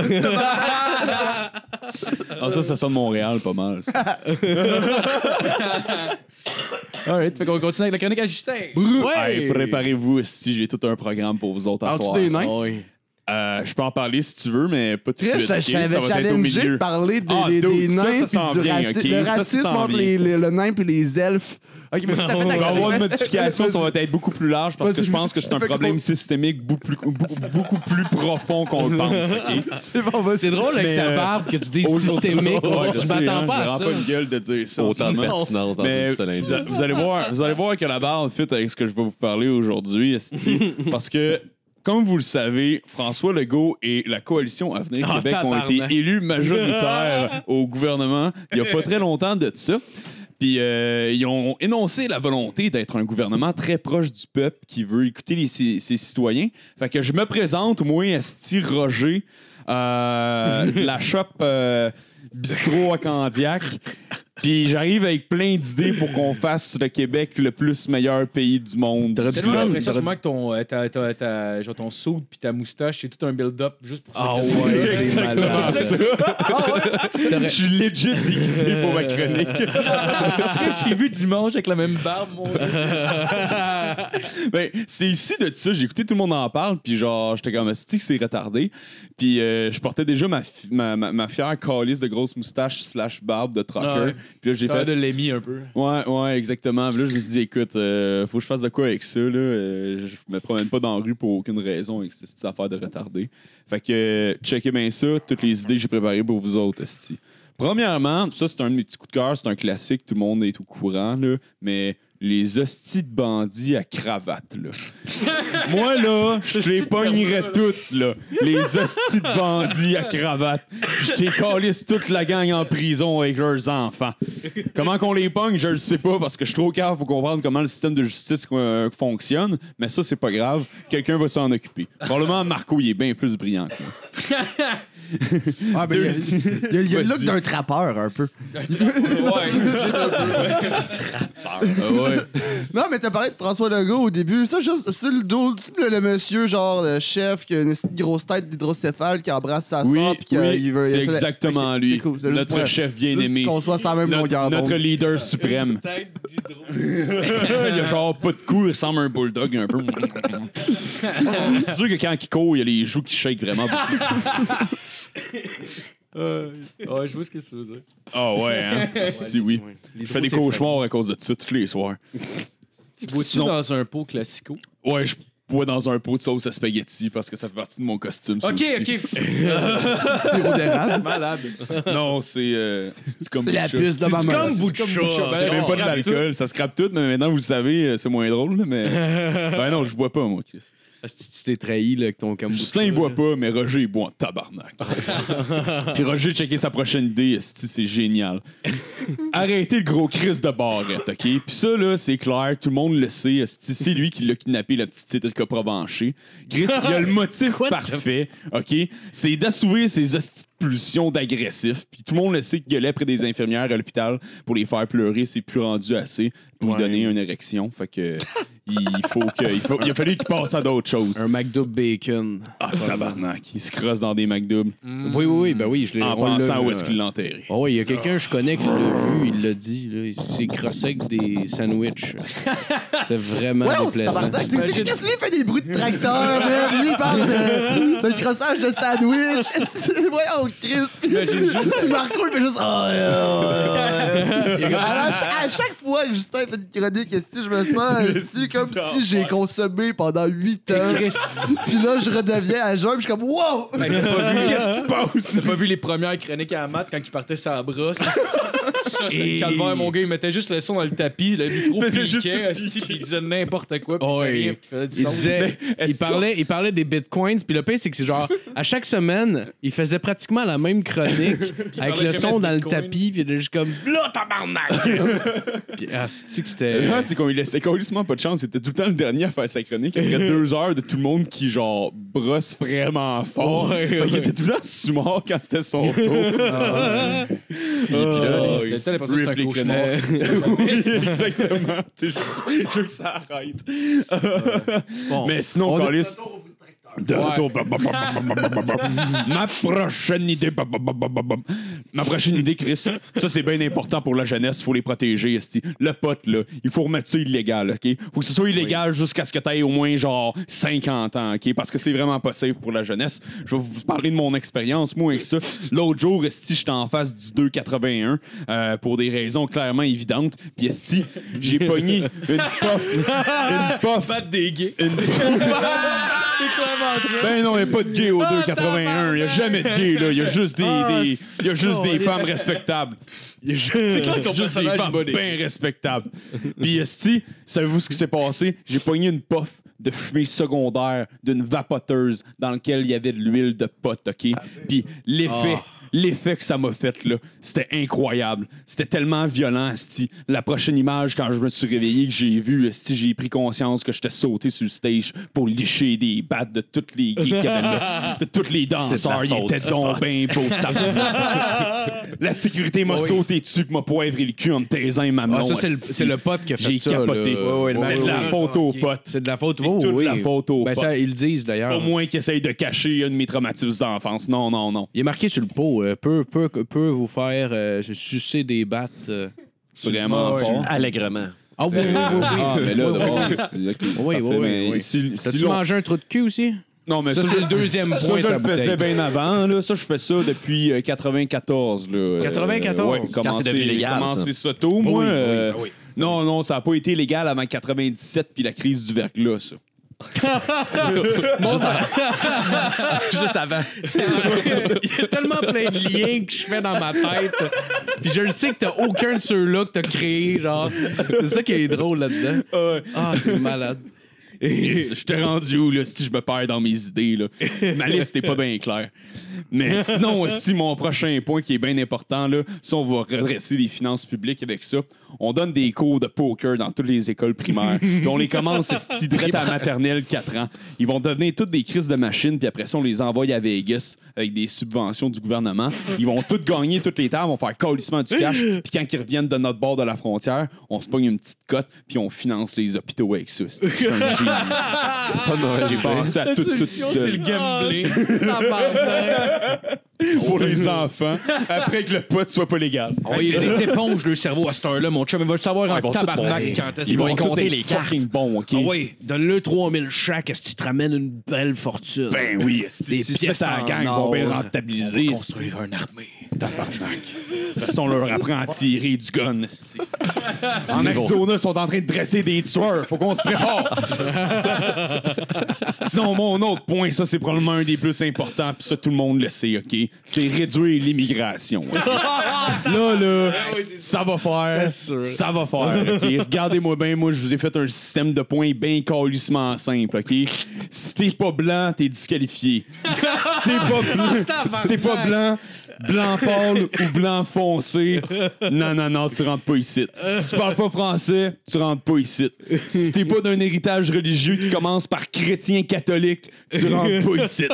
S4: Ah, ça, ça sonne Montréal pas mal. ça.
S3: Alright, fait qu'on continue avec la chronique à Justin.
S6: Ouais.
S4: Hey, préparez-vous si j'ai tout un programme pour vous autres à
S5: En dessous
S4: soir.
S5: des nains.
S6: Ah ouais.
S4: Euh, je peux en parler si tu veux, mais pas tout de
S5: Chris,
S4: suite.
S5: je-
S4: ok?
S5: je
S4: Ça
S5: t'avais
S4: va être au
S5: challengé de
S4: milieu.
S5: parler des,
S4: Ah,
S5: des- des
S4: dude, ça,
S5: nains
S4: ça
S5: puis
S4: s'en
S5: du
S4: vient,
S5: racisme.
S4: ok,
S5: le
S4: ça, ça
S5: racisme
S4: s'en
S5: entre
S4: vient.
S5: les, les- le nain puis les elfes. Ok, mais qu'est-ce que t'as fait
S4: On
S5: avec
S4: va
S5: la
S4: avoir une
S5: caméra?
S4: modification, ça va être beaucoup plus large parce que
S5: Vas-y,
S4: je pense que c'est un
S5: fais
S4: problème
S5: gros.
S4: systémique beaucoup plus, beaucoup, beaucoup plus profond qu'on le pense. ok?
S5: C'est bon, vas-y.
S6: C'est drôle avec
S4: Mais,
S6: ta
S4: euh,
S6: barbe que tu dis
S4: Aujourd'hui,
S6: systémique.
S4: ouais,
S6: je
S4: sais,
S6: m'attends
S4: hein,
S6: pas
S4: j'ai
S6: à ça.
S4: vraiment pas une gueule de dire ça.
S1: Autant de
S4: Non.
S1: pertinence dans
S4: Mais
S1: une
S4: Ben, vous,
S1: seule
S4: a-
S1: invite.
S4: vous allez voir, vous allez voir que la barre fit avec ce que je vais vous parler aujourd'hui, esti. parce que comme vous le savez, François Legault et la coalition Avenir
S6: Ah,
S4: Québec ont été
S6: tabarnak.
S4: élus majoritaires au gouvernement il n'y a pas très longtemps de ça. Puis euh, ils ont énoncé la volonté d'être un gouvernement très proche du peuple qui veut écouter les- ses, ses citoyens. Fait que je me présente, moi, Esti Roger, euh, de la shop euh, Bistrot à Candiac. Puis j'arrive avec plein d'idées pour qu'on fasse le Québec le plus meilleur pays du monde.
S3: C'est
S4: Puis là,
S3: vraiment l'impression sûrement que ton, euh, ta, ta, ta- genre ton soude puis ta moustache, c'est tout un build-up juste pour ça.
S6: Ah ouais,
S4: c'est
S6: c'est
S4: exactement
S6: malade.
S4: ça. Je suis legit déguisé pour ma chronique.
S3: Qu'est-ce que j'ai vu dimanche avec la même barbe, mon Dieu?
S4: Ben, c'est issu de ça. J'ai écouté tout le monde en parle, puis genre, j'étais comme, cest que c'est retardé? Puis euh, je portais déjà ma, fi- ma, ma, ma fière calice de grosse moustache slash barbe de trucker.
S3: Ah ouais.
S4: Puis là, j'ai
S3: J'ai
S4: fait...
S3: peur de l'émi un peu.
S4: Ouais, ouais, exactement. Puis Là, je me suis dit, écoute, euh, faut que je fasse de quoi avec ça. Là. Euh, je me promène pas dans la rue pour aucune raison avec cette, cette affaire de retardé. Fait que, euh, checkez bien ça, toutes les idées que j'ai préparées pour vous autres, esti. Premièrement, ça, c'est un de mes petits coups de cœur, c'est un classique, tout le monde est au courant, là, mais les hosties de bandits à cravate, là. Moi, là, je les pognerais toutes, là. Les hosties de bandits à cravate. Puis Je les calisse toute la gang en prison avec leurs enfants. Comment qu'on les pogne, je le sais pas, parce que je suis trop cave pour comprendre comment le système de justice euh, fonctionne, mais ça, c'est pas grave. Quelqu'un va s'en occuper. Probablement, Marco, il est bien plus brillant que moi.
S5: Ah, ben, il y a- il y a- il y a le look
S4: Vas-y.
S5: d'un trappeur, un peu. Non, mais t'as parlé de François Legault au début. Ça, juste, c'est le, dos- tu sais, le, le monsieur, genre, le chef, qui a une petite grosse tête d'hydrocéphale, qui embrasse sa
S4: Oui,
S5: soeur, puis qu'il
S4: oui,
S5: veut.
S4: c'est
S5: essaie de-
S4: exactement
S5: Ok,
S4: lui,
S5: c'est cool, c'est juste
S4: notre
S5: pour-
S4: chef bien-aimé,
S5: juste Qu'on soit sur la même
S4: notre,
S5: longueur d'onde.
S4: notre leader suprême. il a genre pas de cou, il ressemble à un bulldog un peu. c'est sûr que quand il court, il a les joues qui shake vraiment beaucoup.
S3: Ouais, je vois ce que tu veux dire.
S4: Ah ouais, hein? Si oui. Je fais des cauchemars à cause de ça tous les soirs.
S3: Tu bois-tu
S4: Sinon-
S3: dans un pot classico?
S4: Ouais, je bois dans un pot de sauce à spaghetti parce que ça fait partie de mon costume. ça
S3: Ok,
S4: aussi.
S3: ok.
S5: sirop d'érable.
S3: Malade.
S4: Non, c'est. euh, c'est comme
S5: C'est la
S4: Boucha.
S5: puce de ma mère.
S6: Comme bout de chat.
S3: Ben,
S4: C'est
S3: ça
S4: même pas de
S3: scrape
S4: l'alcool, ça scrape tout, mais maintenant vous le savez, euh, c'est moins drôle. là, Mais... ben non, je bois pas, moi, Chris.
S6: Si tu t'es trahi là, avec ton kombucha.
S4: Justin, il boit pas, mais Roger, il boit en tabarnak. Puis Roger, checker sa prochaine idée, esti, c'est génial. Arrêtez le gros Chris de barrette, OK? Puis ça, là, c'est clair, tout le monde le sait, esti, c'est lui qui l'a kidnappé, la petite Cédrica Provencher. Chris, il a le motif parfait, OK? C'est d'assouvir ses esti de pulsions d'agressif. Puis tout le monde le sait qu'il gueulait près des infirmières à l'hôpital pour les faire pleurer, c'est plus rendu assez pour
S6: Ouais.
S4: lui donner une érection. Fait que... Il faut que. Il, faut- il a fallu qu'il passe à d'autres choses.
S6: Un McDo bacon.
S4: Ah, tabarnak. Il se crosse dans des McDoubles
S6: Oui, oui, oui, ben oui, je l'ai
S4: en
S6: on l'a
S4: pensant
S6: vu,
S4: où est-ce
S6: là.
S4: qu'il l'a enterré.
S6: Ah oui, il y a quelqu'un je connais qui l'a vu, il l'a dit, là, il s'est crossé avec des sandwichs. C'est vraiment
S5: Wow,
S6: déplaisant.
S5: oh, tabarnak, c'est- c'est- Qu'est-ce que lui il fait des bruits de tracteur, man? Lui, il parle de, de crossage de sandwich. Voyons, Chris. Marco, il fait juste. Ah, ouais, ouais, ouais. Alors, à, cha- à chaque fois que Justin fait une chronique, est-ce que je me sens ici comme si j'ai consommé pendant 8 ans. Puis là, je redeviens à jeun, puis je suis comme, wow!
S3: Qu'est-ce qui se passe? T'as pas vu les premières chroniques à la mat quand ils partaient sa brosse? Ça, c'est le calvaire, mon gars. Il mettait juste le son dans le tapis, le micro
S4: Faisait juste
S3: piquait,
S4: tout
S3: esti, puis il disait n'importe quoi, puis
S6: Oh,
S3: ça
S6: oui.
S3: arrive, puis il faisait du
S6: Il
S3: son.
S6: disait, il parlait, il parlait des bitcoins, puis le pire, c'est que c'est genre, à chaque semaine, il faisait pratiquement la même chronique, avec
S3: parlait
S6: le
S3: jamais
S6: son
S3: de
S6: dans le
S3: Bitcoin.
S6: tapis, puis il était juste comme, là, tabarnak! puis asti que c'était.
S4: Là, Ah, c'est qu'on lui laissait complètement pas de chance. C'était tout le temps le dernier à faire sa chronique après deux heures de tout le monde qui, genre, brosse vraiment fort. Fait qu'il était tout le temps sous mort quand c'était son tour. Ah,
S3: Puis là, il était l'impression que c'était un
S4: Rip les
S3: cauchemar.
S6: Ah,
S4: oui, exactement. Tu sais, je, je veux que ça arrête. Mais sinon,
S5: On a-
S4: Calis, De
S3: Ouais.
S4: retour. Bam, bam, bam, bam, bam, bam, bam. Ma prochaine idée. bam, bam, bam, bam, bam. Ma prochaine idée, Chris. Ça, c'est bien important pour la jeunesse. faut les protéger. esti. Le pote, là, il faut remettre ça illégal. OK? faut que ce soit illégal jusqu'à ce que tu aies au moins genre 50 ans. OK? Parce que c'est vraiment pas safe pour la jeunesse. Je vais vous parler de mon expérience. Moi, avec ça, l'autre jour, esti, j'étais en face du 281 euh, pour des raisons clairement évidentes. Puis, esti, j'ai pogné une pof. Une pof.
S3: Battre des gays.
S4: Une pof.
S3: C'est clairement ça.
S4: Ben non, il n'y a pas de gay au 281. Il n'y a jamais de gay, là. Il y a juste des, des- il y a juste des femmes respectables. C'est
S3: clair que ton
S4: juste des
S3: personnage
S4: femmes
S3: bat des-
S4: bien respectables. Puis, Esti, savez-vous ce qui s'est passé? J'ai pogné une puff de fumée secondaire d'une vapoteuse dans laquelle il y avait de l'huile de pote, OK? Puis l'effet. L'effet que ça m'a fait, là, c'était incroyable. C'était tellement violent, Esti. La prochaine image, quand je me suis réveillé, que j'ai vu, Esti, j'ai pris conscience que j'étais sauté sur le stage pour licher des battes de toutes les geeks qu'il y avait là, de toutes les danseurs. Ils
S1: faute.
S4: étaient donc bien beaux. tabarnak. La sécurité m'a sauté dessus, pis m'a poivré le cul en me taisant et ma
S6: Ah,
S4: main.
S6: ça, c'est le, c'est le pote qui a fait
S4: J'ai
S6: ça.
S4: capoté.
S6: là. Ouais, ouais,
S4: C'était
S6: non,
S4: de
S6: oui,
S4: la
S6: oui.
S4: faute au pote.
S6: C'est de la faute
S4: C'est
S6: oh,
S4: toute
S6: oui.
S4: la faute au
S6: Ben,
S4: pote.
S6: ça, ils le disent
S4: Pas
S6: d'ailleurs.
S4: moi qui essaye de cacher un de mes traumatismes d'enfance. Non, non, non.
S6: Il est marqué sur le pot. euh, peut, peut, peut vous faire euh, sucer des battes. euh.
S4: Vraiment
S3: Ouais.
S4: fort.
S1: Allègrement.
S6: Ah oui, oui, oui. oui.
S4: Ah, mais là,
S6: Oui, oui.
S4: d'abord, c'est- ok,
S6: Oui,
S4: parfait,
S6: oui,
S4: mais
S6: oui.
S4: si- si
S6: T'as-tu
S4: l'on-
S6: mangé un trou de cul aussi?
S4: Non, mais
S6: Ça, c'est le deuxième
S4: ça,
S6: point,
S4: je le
S6: sa
S4: faisais
S6: bouteille.
S4: bien avant. Là. Ça, je fais ça depuis euh, 94. Là. Euh,
S6: 94?
S4: ouais,
S6: Quand
S1: c'est
S4: commencé-
S1: devenu légal,
S4: Commencé ça tôt, moi.
S6: oui,
S4: euh, Non, non, ça n'a pas été légal avant 97 puis la crise du verglas, ça.
S1: Juste avant.
S6: Il y a tellement plein de liens que je fais dans ma tête. Puis je le sais que t'as aucun de ceux-là que t'as créé, genre. C'est ça qui est drôle là-dedans. Ah, c'est malade.
S4: je t'ai rendu où, là, si je me perds dans mes idées, là. Ma liste n'est pas bien claire. Mais sinon, si mon prochain point qui est bien important, là, si on va redresser les finances publiques avec ça, on donne des cours de poker dans toutes les écoles primaires. Puis on les commence, esti, direct à maternelle, 4 ans. Ils vont devenir toutes des crises de machines, puis après ça, on les envoie à Vegas avec des subventions du gouvernement. Ils vont toutes gagner toutes les tables, vont faire calissement du cash, puis quand ils reviennent de notre bord de la frontière, on se pogne une petite cote, puis on finance les hôpitaux avec ça. esti. Je suis un génie. J'ai pensé à tout ça tout seul.
S6: gambling.
S4: Pour les enfants, après que le pote soit pas légal.
S3: Ben, c'est des éponges, le cerveau, à cette heure-là, mon chum. Il va le savoir
S4: ils
S3: en
S4: vont tout
S3: tabarnak
S4: monter.
S3: quand est-ce
S4: Ils
S3: qu'il
S4: vont
S3: va
S4: compter
S3: compter
S4: les fucking bons,
S3: Ah
S4: OK?
S6: Oui, donne-le 3000 chaque, est-ce qu'il te ramène une belle fortune?
S4: Ben oui, esti,
S6: Des
S4: si c'est
S6: pièces
S4: ça la
S6: en
S4: gang, ils vont bien
S6: or.
S4: rentabiliser. esti.
S3: Construire une armée.
S4: Tabarnak. De toute façon, on leur apprend à tirer du gun. esti. En Arizona, ils sont en train de dresser des tueurs. Faut qu'on se prépare. Sinon, mon autre point, ça, c'est probablement un des plus importants, puis ça, tout le monde le sait, OK? C'est réduire l'immigration. OK?
S3: Ah,
S4: là, là, ça va faire.
S6: sûr.
S4: Ça va faire. OK? Regardez-moi bien, moi, je vous ai fait un système de points bien calissement simple. OK? Si t'es pas blanc, t'es disqualifié. Si t'es pas blanc, si t'es pas blanc, blanc pâle ou blanc foncé, non, non, non, tu rentres pas ici. Si tu parles pas français, tu rentres pas ici. Si t'es pas d'un héritage religieux qui commence par chrétien catholique, tu rentres pas ici.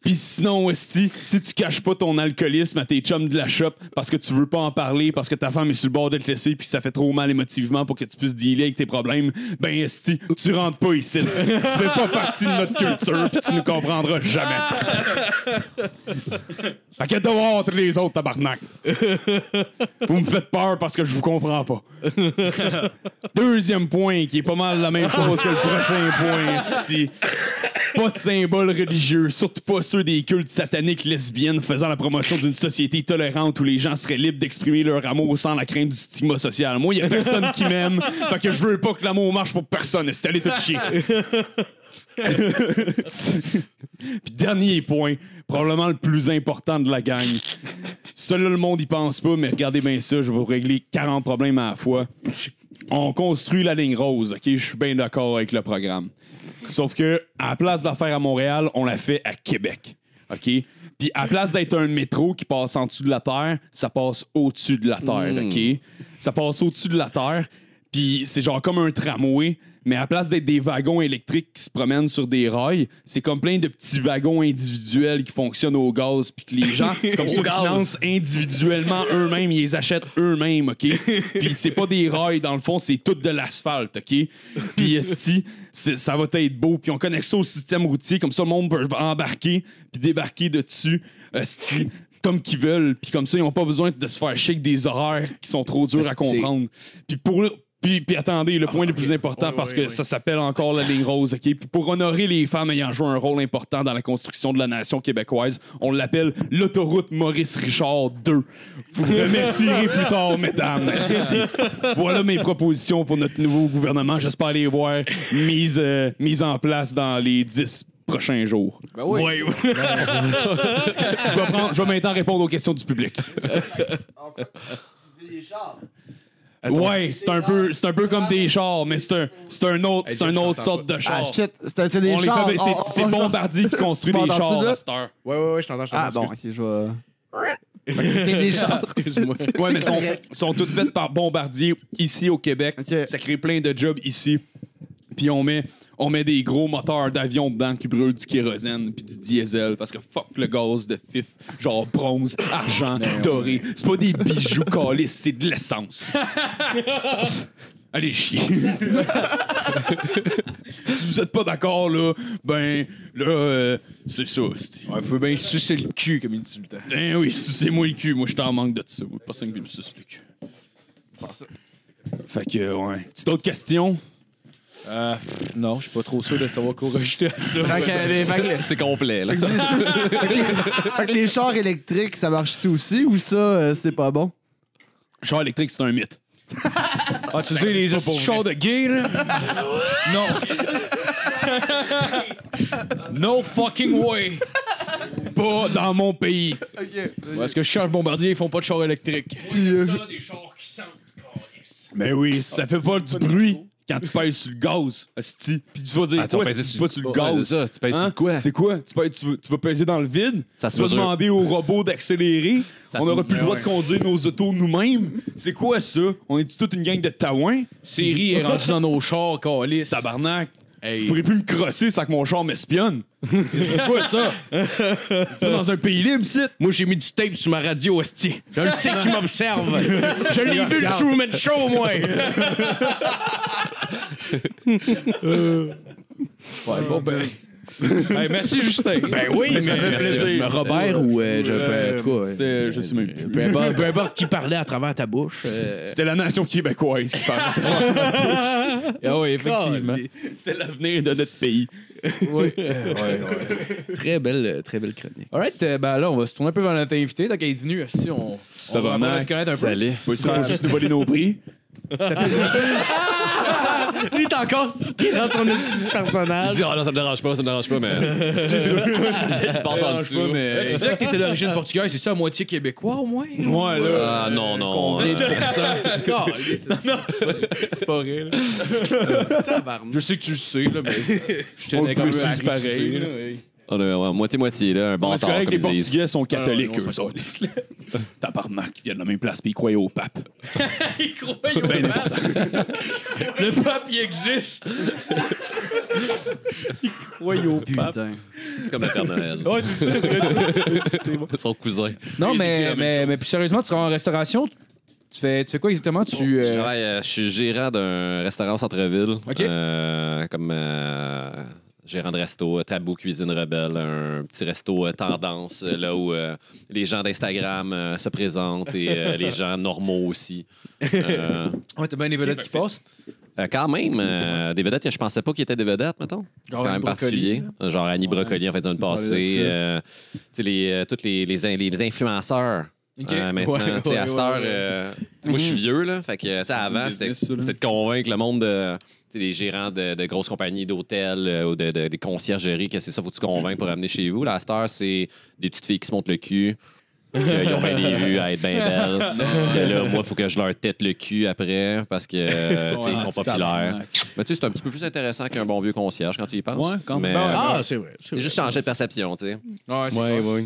S4: Puis sinon, Esti, si tu caches pas ton alcoolisme à tes chums de la shop parce que tu veux pas en parler, parce que ta femme est sur le bord de te laisser, puis ça fait trop mal émotivement pour que tu puisses dealer avec tes problèmes, ben Esti, tu rentres pas ici. tu fais pas partie de notre culture, puis tu nous comprendras jamais. fait que dehors entre les autres, tabarnak. vous me faites peur parce que je vous comprends pas. Deuxième point, qui est pas mal la même chose que le prochain point, Esti pas de symboles religieux, surtout pas ceux des cultes sataniques lesbiennes faisant la promotion d'une société tolérante où les gens seraient libres d'exprimer leur amour sans la crainte du stigma social. Moi, il a personne qui m'aime, fait que je veux pas que l'amour marche pour personne. C'est allé tout chier. Puis dernier point, probablement le plus important de la gang. Celui-là, le monde y pense pas, mais regardez bien ça, je vais vous régler 40 problèmes à la fois. On construit la ligne rose, ok? Je suis bien d'accord avec le programme. Sauf que, à la place de la faire à Montréal, on la fait à Québec. OK? Puis, à la place d'être un métro qui passe en dessous de la terre, ça passe au-dessus de la terre. OK? Ça passe au-dessus de la terre. Puis c'est genre comme un tramway, mais à place d'être des wagons électriques qui se promènent sur des rails, c'est comme plein de petits wagons individuels qui fonctionnent au gaz, puis que les gens, comme se financent individuellement eux-mêmes, ils les achètent eux-mêmes, OK? Puis c'est pas des rails, dans le fond, c'est tout de l'asphalte, OK? Puis esti, c'est- ça va être beau. Puis on connecte ça au système routier, comme ça le monde peut embarquer, puis débarquer de dessus, esti, comme qu'ils veulent. Puis comme ça, ils n'ont pas besoin de se faire chier avec des horaires qui sont trop durs à comprendre. Puis pour puis, puis attendez, le point le plus important,
S6: Ouais,
S4: parce
S6: ouais,
S4: que
S6: ouais.
S4: ça s'appelle encore la ligne rose, OK? Puis pour honorer les femmes ayant joué un rôle important dans la construction de la nation québécoise, on l'appelle l'autoroute Maurice Richard II. Vous me remercierez plus tard, mesdames. voilà mes propositions pour notre nouveau gouvernement. J'espère les voir mises, euh, mises en place dans les 10 prochains jours.
S3: Ben oui.
S4: Je vais, prendre- je vais maintenant répondre aux questions du public.
S5: En fait, c'est des chars.
S4: ouais, c'est un peu, c'est un peu comme des chars, mais c'est un, c'est un autre, c'est une autre sorte de
S5: Ah
S4: char.
S5: shit, c'est c'est des
S4: On les
S5: chars.
S4: fait- c'est-
S5: On- on-
S4: C'est
S5: on-
S4: Bombardier qui construit
S5: Tu
S4: des
S5: m'entends-tu,
S4: chars
S5: là?
S4: à cette heure.
S6: Ouais, ouais, ouais, je t'entends. je t'entends,
S5: Ah bon,
S6: excuse.
S5: ok, je vais. Fait que C'est des chars.
S6: Excuse-moi.
S4: Ouais, mais
S5: c'est
S4: sont,
S5: correct.
S4: sont toutes faites par Bombardier ici au Québec.
S5: Ok.
S4: Ça crée plein de jobs ici. Puis on met, on met des gros moteurs d'avion dedans qui brûlent du kérosène puis du diesel parce que fuck le gaz de fif, genre bronze, argent,
S5: Ben
S4: doré. C'est pas des bijoux calices, c'est de l'essence. Allez chier. si vous êtes pas d'accord, là, ben, là, euh, c'est ça. c'est-
S3: Ouais, faut bien sucer le cul comme il dit tout le temps.
S4: Ben oui, sucez-moi le cul. Moi, j'étais en manque de ça. Moi, Personne qui me suce le cul. Fait que, ouais. Petite autre question?
S3: Euh, non, je suis pas trop sûr de savoir quoi rejeter à ça.
S5: Fait que les- fait que les-
S1: C'est complet, là.
S5: fait que les- fait que les chars électriques, ça marche ça aussi ou ça, euh, c'est pas bon?
S4: Char électrique, c'est un mythe.
S3: Ah, tu sais, les
S4: pas
S3: chars de gay, là? non. no fucking way.
S4: Pas dans mon pays.
S5: Ok.
S3: Parce que je charge bombardier, ils font pas de chars électriques.
S5: euh,
S4: Mais oui, ça fait pas du bruit quand tu pèses sur le gaz, asti. Puis tu vas dire,
S1: Attends,
S4: quoi,
S1: peser
S4: si tu
S1: sur-
S4: pas sur le
S1: Ouais,
S4: gaz?
S1: c'est ça, tu pèses sur
S4: Hein?
S1: quoi?
S4: C'est quoi? Tu, pèses- tu veux- tu vas peser dans le vide?
S1: Ça se
S4: tu vas
S1: mesure.
S4: demander au robot d'accélérer?
S1: Ça
S4: On
S1: se-
S4: n'aura plus le droit de conduire nos autos nous-mêmes? C'est quoi ça? On est toute une gang de taouins?
S3: Siri est rendue dans nos chars, calice.
S4: Tabarnak! Je
S3: Hey.
S4: pourrais plus me crosser sans que mon char m'espionne. C'est quoi ça? Pas dans un pays libre, site.
S6: Moi, j'ai mis du tape sur ma radio, Esti. Je le sais qu'il m'observe. Ah, Je l'ai vu le Truman Show, moi.
S3: Ouais, bon, ben. Hey, merci, Justin.
S6: Ben oui, mais
S4: fait plaisir.
S6: Robert ou euh, je,
S3: Euh,
S6: en tout cas,
S4: C'était,
S6: euh,
S4: je sais même plus.
S6: Peu importe, peu importe qui parlait à travers ta bouche. euh,
S4: C'était la nation québécoise qui parlait.
S3: Ah oui, effectivement.
S4: C'est l'avenir de notre pays.
S3: Ouais. Euh, ouais, ouais.
S6: très belle, euh, très belle chronique.
S3: Alright, euh, ben là, on va se tourner un peu vers notre invité. Donc, il est venu, si on, on va
S4: Tabarnak.
S3: vraiment le connaître un peu.
S1: Salut.
S4: Ils se juste nous voler nos prix.
S6: Lui, est encore stické dans son petit
S1: Il
S6: personnage.
S1: dit, ah non, ça me dérange pas, ça me dérange pas, mais. euh, Il passe en dessous.
S3: Euh, tu disais que t'étais d'origine portugaise, c'est ça, à moitié québécois au moins?
S4: Moi, là.
S1: Ah non, non.
S3: C'est pas vrai, là. Je sais que tu le sais, là, mais je
S4: On
S3: tenais quand
S4: le
S3: même à
S4: précise pareil,
S3: préciser, là,
S4: là.
S3: et-
S1: On a Ah, ouais, moitié-moitié, là, un bon
S4: Parce que
S1: temps,
S4: les
S1: comme ils disent.
S4: Portugais sont catholiques,
S3: Ah, non, non,
S4: eux autres. Tabarnak, ils viennent de la même place, puis ils croient au pape.
S3: Ben, Le pape, il existe! Voyons, putain.
S1: C'est comme le Père Noël.
S3: Ouais, c'est ça, t'as dit.
S1: Son cousin.
S3: Non,
S4: Ils écrivent la
S3: mais,
S4: même
S3: mais, mais plus sérieusement, tu seras en restauration? Tu fais, tu fais quoi exactement? Tu.
S1: Je
S3: euh,
S1: travaille, euh, je suis gérant d'un restaurant au centre-ville.
S3: OK.
S1: Euh, comme euh, gérant de resto, euh, Tabou Cuisine Rebelle, un petit resto euh, tendance, euh, là où euh, les gens d'Instagram euh, se présentent et euh, les gens normaux aussi. Euh,
S3: Ouais, t'as bien des vedettes qui passent.
S1: euh, quand même, euh, des vedettes que je pensais pas qu'ils étaient des vedettes, mettons. C'est
S3: Genre
S1: quand même
S3: Annie
S1: particulier. Genre Annie Brocoli en fait d'une
S3: c'est pas
S1: passée.
S3: vrai, ça.
S1: euh, tu sais, les, euh, toutes les, les, in- les influenceurs.
S3: Ok.
S1: euh, maintenant,
S3: Ouais,
S1: tu sais, à
S3: ouais,
S1: cette
S3: ouais,
S1: heure,
S3: ouais.
S1: euh, moi je suis vieux, là. Fait que, ça, avant,
S4: du
S1: c'était
S4: business, ça, là.
S1: c'était de convaincre le monde de. tu sais, les gérants de, de grosses compagnies d'hôtels euh, ou de, de- des conciergeries, que c'est ça, faut que tu convainques pour amener chez vous. Là, à cette heure, c'est des petites filles qui se montent le cul, qu'ils ont bien des vues à être bien belles. que là, moi, faut que je leur tête le cul après parce que euh, tu sais, ils sont populaires. Mais tu sais, c'est un petit peu plus intéressant qu'un bon vieux concierge quand tu y penses.
S4: Ouais, quand même.
S1: Mais,
S4: Ben
S1: euh,
S6: Ah, c'est vrai.
S1: c'est juste changer de perception, tu sais.
S3: Ouais, c'est
S6: Ouais, ouais.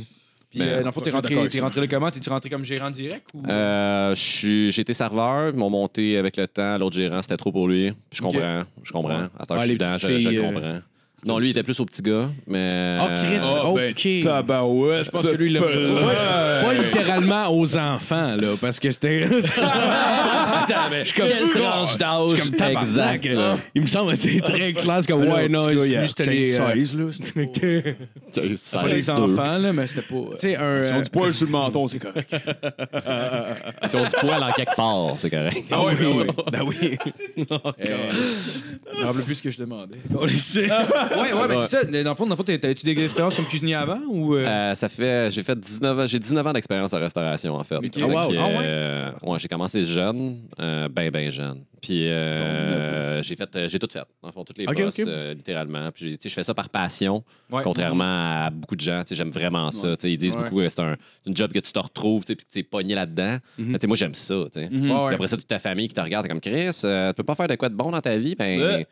S3: Puis,
S1: Mais-
S3: euh, dans le fond, t'es
S4: Je suis d'accord
S3: rentré,
S4: avec
S3: t'es
S4: ça.
S3: rentré là comment? T'es-tu rentré comme gérant direct? Ou...
S1: Euh, je suis- J'ai été serveur, ils m'ont monté avec le temps. L'autre gérant, c'était trop pour lui. Je
S3: Ok.
S1: comprends. Je comprends. À cette heure,
S6: Ouais,
S1: je suis
S6: les
S1: dedans,
S6: petites
S1: je, je
S6: filles,
S1: le
S6: euh,
S1: comprends. Non, lui, il était plus au petit gars, mais.
S6: Ah, Chris,
S1: euh,
S3: Oh,
S4: Ah, ben,
S6: ok.
S4: Tabarouette.
S6: Je pense que lui, il l'a- Pas, pas littéralement aux enfants, là, parce que c'était.
S1: Je suis comme
S6: Quelle
S1: tranche
S6: tranche
S1: d'âge. Exact. là.
S6: Il me semble que c'est très clair, c'est comme, ouais, non, c'est juste les. euh, que- Tu
S3: Pas les enfants, là,
S1: Ben,
S3: mais c'était pas. euh,
S6: sais, un.
S4: Ils ont
S6: euh,
S4: du poil sur le menton, c'est correct.
S1: Si on du poil en quelque part, c'est correct.
S3: Ah ouais, ben ouais.
S6: Ben oui.
S3: Euh, Je me rappelle plus ce que je demandais.
S6: On le sait.
S3: Ah, Ouais, ouais, mais c'est ça. Dans le fond, dans le fond, t'as- t'as-tu des expériences comme cuisinier avant ou. euh,
S1: Euh, ça fait, j'ai fait 19 ans, j'ai 19 ans d'expérience en restauration en fait.
S3: Ok.
S1: Fait
S3: Ah,
S6: wow.
S1: que,
S6: Ah, ouais?
S1: euh, ouais, j'ai commencé jeune, euh, ben ben jeune. Puis euh, j'ai fait, euh, j'ai tout fait, dans le fond, toutes les
S6: Ok,
S1: bosses,
S6: ok.
S1: euh, littéralement. Puis j'ai- tu sais, je fais ça par passion,
S6: Ah,
S3: Ouais.
S1: contrairement à beaucoup de gens. Tu sais, j'aime vraiment ça. Tu sais, Ils disent
S3: Ouais.
S1: beaucoup que c'est un, c'est une job que tu te retrouves, tu sais, puis que t'es pogné là-dedans. Mais tu sais, moi j'aime ça. tu sais.
S3: Mm-hmm. Mhm. Ouais, ouais.
S1: Puis après ça, toute ta famille qui te regarde, t'es comme Chris, euh, tu peux pas faire de quoi de bon dans ta vie, ben
S4: Ouais.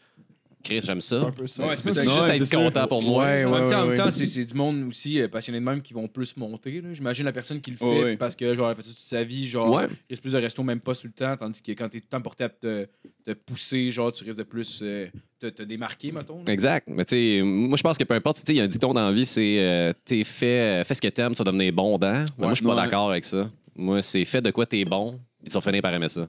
S1: Chris, j'aime ça.
S3: Ouais,
S1: Tu peux
S3: c'est
S1: juste
S4: Ouais,
S1: être
S4: c'est
S1: content
S4: sûr.
S1: pour moi.
S6: Ouais,
S3: en même temps, en même
S6: ouais.
S3: temps, c'est- c'est du monde aussi euh, passionné de même qui vont plus monter. là. J'imagine la personne qui le fait
S4: Ouais, ouais.
S3: parce que genre elle fait ça toute sa vie, genre
S1: Ouais.
S3: il risque plus de resto même pas sous le temps, tandis que quand t'es tout le temps porté à te, te pousser, genre tu risques de plus euh, te, te démarquer, mettons. là.
S1: Exact. Mais tu sais, moi, je pense que peu importe, tu sais, il y a un dicton dans la vie, c'est euh, t'es fait, euh, fais ce que t'aimes, tu vas devenir bon dans. Mais moi, je suis pas
S4: Ouais.
S1: d'accord avec ça. Moi, c'est fait de quoi t'es bon, puis tu vas finir par aimer ça.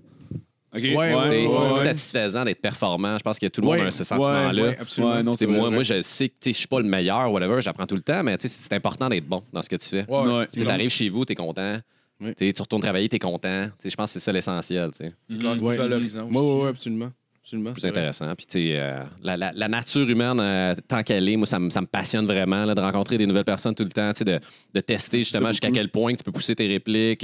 S4: Ok.
S6: Ouais, ouais,
S1: T'sais, c'est
S6: ouais,
S1: plus
S6: ouais.
S1: satisfaisant d'être performant. Je pense que tout le monde
S6: Ouais,
S1: a ce sentiment-là.
S6: ouais, absolument.
S4: Ouais, non,
S1: T'sais,
S4: c'est
S1: moi,
S4: vrai.
S1: moi, je sais que t'sais, je suis pas le meilleur, whatever, j'apprends tout le temps, mais t'sais, c'est important d'être bon dans ce que tu fais.
S3: Ouais, ouais.
S4: Ouais.
S1: Tu arrives chez vous, t'es content.
S6: Ouais.
S1: T'sais, tu retournes travailler, t'es content. T'sais, Je pense que c'est ça l'essentiel. t'sais.
S3: Tu te lances
S6: Ouais.
S3: plus à l'horizon
S6: Ouais,
S3: aussi.
S6: ouais, ouais, absolument. Absolument.
S1: plus
S6: c'est vrai.
S1: intéressant. Puis, tu sais, euh, la, la- la nature humaine, euh, tant qu'elle est, moi, ça, me- ça me passionne vraiment là, de rencontrer des nouvelles personnes tout le temps, tu sais, de, de tester justement jusqu'à quel point que tu peux pousser tes répliques,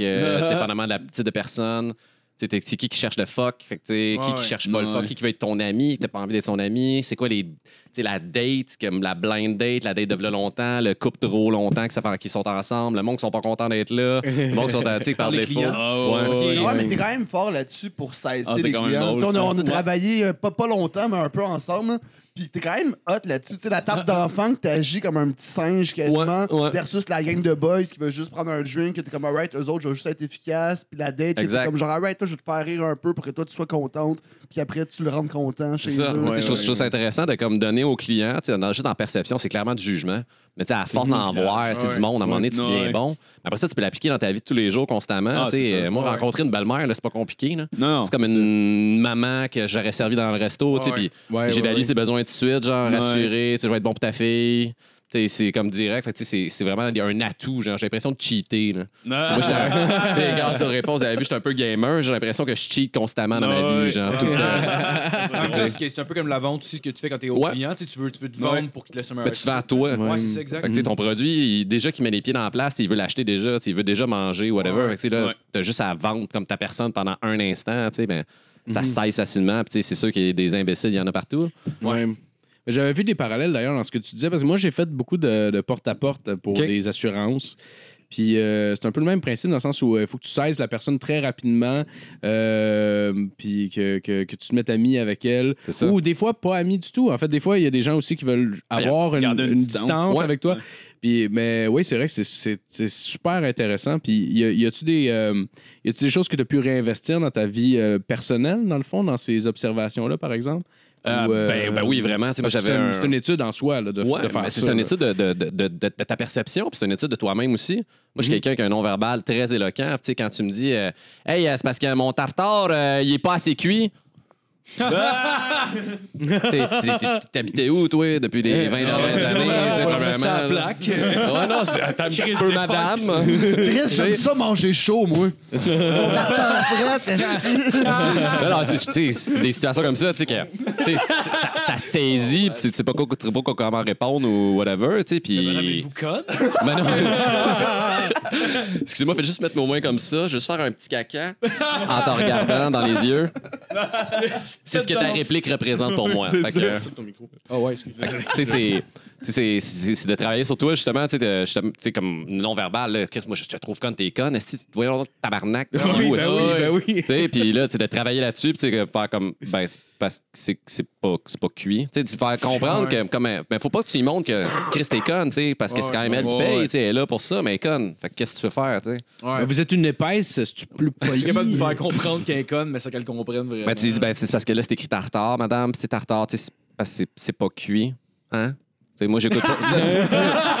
S1: euh, dépendamment de la petite de personne. Tu sais, t'es- C'est qui qui cherche le fuck, fait que, tu sais, qui
S3: Ouais,
S1: qui
S3: ouais.
S1: cherche pas le
S4: Ouais.
S1: fuck, qui qui veut être ton ami, qui t'as pas envie d'être son ami, c'est quoi les, tu sais, la date, comme la blind date, la date de v'là longtemps, le couple trop longtemps que ça fait qu'ils sont ensemble, le monde qui sont pas contents d'être là, le monde qui sont, à- tu sais, par
S3: les
S1: défaut.
S3: clients.
S1: Ah, Ouais.
S4: ouais,
S5: Ouais,
S4: ouais.
S5: mais t'es quand même fort là-dessus pour cesser
S4: Euh, Ah, c'est
S5: les
S4: quand même drôle,
S5: clients. Tu sais, on a,
S4: ça.
S5: on a
S4: Ouais.
S5: travaillé euh, pas, pas longtemps, mais un peu ensemble. hein. Puis t'es quand même hot là-dessus. Tu sais, la table d'enfant que t'agis comme un petit singe quasiment,
S1: Ouais, ouais.
S5: versus la gang de boys qui veut juste prendre un drink, que t'es comme alright, eux autres, je vais juste être efficace. Puis la date, que t'es
S1: Exact.
S5: comme genre alright, toi, je vais te faire rire un peu pour que toi, tu sois contente. Puis après, tu le rendes content chez
S1: C'est ça.
S5: eux.
S1: Tu sais, je trouve
S4: ouais,
S1: je trouve ça intéressant de comme donner aux clients, tu sais, dans- juste en perception, c'est clairement du jugement. Mais tu sais, à force d'en voir, tu sais, du
S3: Ouais.
S1: monde, à un moment donné, tu
S4: Ouais.
S1: deviens bon. Mais Après ça, tu peux l'appliquer dans ta vie de tous les jours constamment.
S4: Ah,
S1: tu sais,
S4: c'est ça.
S1: euh, moi,
S3: Ouais.
S1: rencontrer une belle-mère, là, c'est pas compliqué. là.
S4: Non, non,
S1: C'est comme une maman que j'aurais servi dans le resto, tu sais,
S3: Ouais.
S1: puis
S6: Ouais,
S1: j'évalue
S6: ouais, ouais.
S1: ses besoins tout de suite, genre
S4: Ouais.
S1: assuré, tu sais, je vais être bon pour ta fille. Tu sais, C'est comme direct, Fait que, tu sais, c'est c'est vraiment un atout. genre, J'ai l'impression de cheater. là. Moi, j'étais un- tu sais, regarde, sur réponse, vous avez vu, je suis un peu gamer. J'ai l'impression que je cheat constamment dans ma vie.
S4: Ouais.
S1: Genre, tout le temps.
S3: En même temps, c'est c'est un peu comme la vente aussi, ce que tu fais quand t'es au
S1: Ouais.
S3: client. Tu, sais, tu veux, tu veux te vendre
S4: Ouais.
S3: pour qu'il te laisse un meilleur
S1: Mais tu vas à
S3: accès.
S1: toi.
S3: Ouais, c'est ça,
S1: Fait
S3: exact.
S6: Mm.
S1: que, tu sais, ton produit, il- déjà qu'il met les pieds dans la place, il veut l'acheter déjà, tu sais, il veut déjà manger, whatever.
S3: Ouais.
S1: Fait que, tu sais, là,
S4: Ouais.
S1: t'as juste à vendre comme ta personne pendant un instant, tu sais, ben,
S6: Mm-hmm.
S1: ça cesse facilement. Puis, tu sais, c'est sûr qu'il y a des imbéciles, il y en a partout.
S6: Ouais. Mais J'avais vu des parallèles d'ailleurs dans ce que tu disais, parce que moi j'ai fait beaucoup de de porte-à-porte pour
S1: Ok.
S6: des assurances. Puis euh, c'est un peu le même principe dans le sens où il faut que tu cesses la personne très rapidement, euh, puis que, que- que tu te mettes ami avec elle.
S1: C'est ça. Ah,
S6: Ou des fois pas ami du tout. En fait, des fois il y a des gens aussi qui veulent avoir une,
S4: garder une
S6: une
S4: distance.
S6: distance,
S1: Ouais.
S6: avec toi.
S4: Ouais.
S6: Puis, mais oui, c'est vrai que c'est- c'est c'est super intéressant. Puis y a- y a-tu des, euh, y a-tu des choses que tu as pu réinvestir dans ta vie euh, personnelle, dans le fond, dans ces observations-là, par exemple?
S1: Euh,
S6: Ou, euh,
S1: ben, ben oui, vraiment. tu sais, Moi,
S6: parce que
S1: j'avais
S6: C'est un-
S1: un-
S6: c'est une étude en soi là, de,
S1: Ouais,
S6: de faire
S1: mais
S6: ça.
S1: C'est une
S6: là.
S1: étude de, de- de- de- de ta perception, puis c'est une étude de toi-même aussi. Moi, je suis
S6: Mhm.
S1: quelqu'un qui a un non-verbal très éloquent. Puis, tu sais, quand tu me dis euh, Hey, euh, c'est parce que mon tartare, euh, il est pas assez cuit. Bah! T'es- t'es- t'es- T'habitais où, toi, depuis les 20 dernières années?
S3: c'est
S1: tu sais,
S3: on va mettre ça à la
S1: probablement, là.
S3: plaque.
S1: Ouais, non, c'est attends un petit peu, madame.
S5: Chris, j'aime ça manger chaud, moi. Tartare frette, esti.
S1: Non, non, c'est- tu sais, c'est des situations comme ça, tu sais, que tu sais, ça, ça saisit, puis tu sais pas, quoi- tu sais pas quoi- comment répondre ou whatever, tu sais, puis...
S3: Vous conne?
S1: Ben non. Excusez-moi, faites juste mettre mes mains comme ça, juste faire un petit caca en te regardant dans les yeux. C'est ce que ta réplique représente pour moi. Fait que,
S3: Ah ouais, excusez.
S1: tu sais, c'est- tu Tu sais, C'est c'est- c'est de travailler sur toi, justement, tu sais, de- justement, tu sais, comme non-verbal. là. Chris, moi, je te trouve con, t'es con. Est-ce que tu voyons donc, tabarnak? tu sais,
S6: oui,
S1: où
S6: ben
S1: est-ce
S6: oui,
S1: que-
S6: ben oui.
S1: tu sais, puis là, tu sais, de travailler là-dessus, puis tu sais, de faire comme, ben, c'est parce que c'est c'est pas, c'est pas cuit. Tu sais, de faire comprendre que, comme, ben, faut pas que tu lui montres que Chris t'es conne, tu sais, parce que c'est quand même elle qui
S3: Ouais, ouais.
S1: paye, tu sais, elle est là pour ça, mais elle est conne. Fait que qu'est-ce que tu veux faire, tu sais?
S3: Ouais.
S6: Mais Vous êtes une épaisse, c'est-tu plus
S3: Je
S6: poli?
S3: suis capable de faire comprendre qu'elle est conne, mais sans qu'elle comprenne vraiment.
S1: Ben, tu lui dis, ben, c'est parce que là, c'est écrit en retard, madame, pis c'est en retard, tu sais, c'est parce que c'est- c'est pas cuit. Hein? Tu sais, moi, j'écoute pas.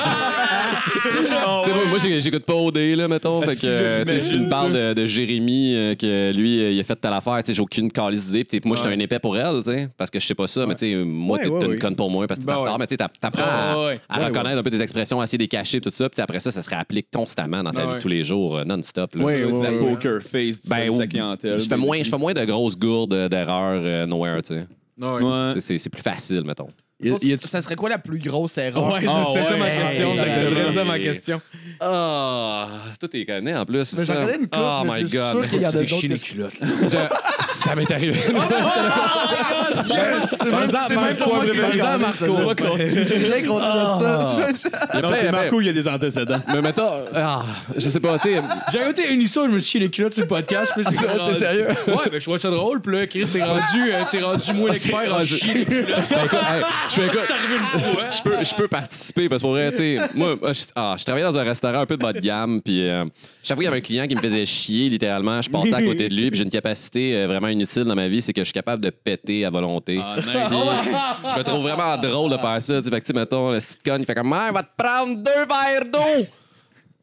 S1: Tu sais, moi, moi, j'ai- j'écoute pas OD, là, mettons. Fait que, euh, tu sais, si tu me parles de, de Jérémy, euh, que lui, euh, il a fait telle affaire, tu sais, j'ai aucune calice d'idée. Puis, tu sais, moi, j'étais un épais pour elle, tu sais, parce que je sais pas ça, mais tu sais, moi,
S6: Ouais,
S1: t'es
S6: ouais,
S1: t'es
S6: ouais. Ah,
S1: une conne pour moi parce que t'es
S3: Ben
S1: en retard,
S3: ouais.
S1: mais tu sais, t'app- t'apprends
S3: Ouais,
S1: à,
S3: ouais.
S1: à
S6: Ouais,
S1: reconnaître un peu tes expressions, à essayer de les cacher, tout ça. Puis après ça, ça se réapplique constamment dans ta
S3: Ouais,
S1: vie
S3: ouais.
S1: tous les jours, euh, non-stop. là.
S6: Ouais,
S4: Ça doit être
S6: ouais,
S4: la
S6: ouais.
S4: poker face du
S1: Ben,
S4: service à
S1: ou-
S4: clientèle.
S1: Je fais, moins, je fais moins de grosses gourdes euh, d'erreurs euh, nowhere, tu sais.
S3: Ouais.
S4: Ouais.
S1: C'est- C'est c'est plus facile, mettons.
S6: Y a- y a-
S5: Ça serait quoi la plus grosse erreur?
S6: Ouais,
S4: Ah,
S6: c'était ça ma
S4: ouais.
S6: question.
S5: Hey.
S6: C'était ça ma question.
S1: Ah, toi, t'es connu en plus. c'est
S5: Mais j'en
S1: ça?
S5: connais une couple,
S1: Oh
S5: mais
S1: my
S5: c'est
S1: god.
S5: sûr qu'il y en a
S3: Tu fais
S5: d'autres.
S3: chier mes
S5: que-
S3: culottes.
S1: Je- ça m'est arrivé.
S5: C'est même-
S6: Par
S5: c'est même
S6: exemple,
S5: pas moi qui l'ai
S6: par exemple,
S5: regardé,
S6: Marco,
S5: ça, là.
S6: Marco.
S5: J'ai rien contre ça. Je- je-
S1: Il y a plein- plein-
S4: il y a des antécédents.
S1: Mais mettons, ah, je sais pas, tu sais.
S3: J'ai raconté une histoire, je me suis chié les culottes sur le podcast. puis c'est
S1: Ah,
S3: rendu-
S1: t'es sérieux?
S3: Ouais, ben je trouvais ça drôle. Puis là, Chris s'est rendu, euh, s'est rendu
S1: Ah,
S3: moins l'expert en chier les culottes.
S1: Ben, écoute, hey, je fais écoute,
S3: C'est arrivé une fois.
S1: je peux, je peux participer parce que pour vrai, tu sais, moi, moi, je, ah, je travaillais dans un restaurant un peu de bas de gamme, puis euh, chaque fois qu'il y avait un client qui me faisait chier, littéralement, je passais à côté de lui, puis j'ai une capacité euh, vraiment inutile dans ma vie, c'est que je suis capable de péter à volonté. Puis, je me trouve vraiment drôle de faire ça. tu sais. Fait que, tu sais, mettons, le petit con, il fait comme, Mère, va te prendre deux verres d'eau.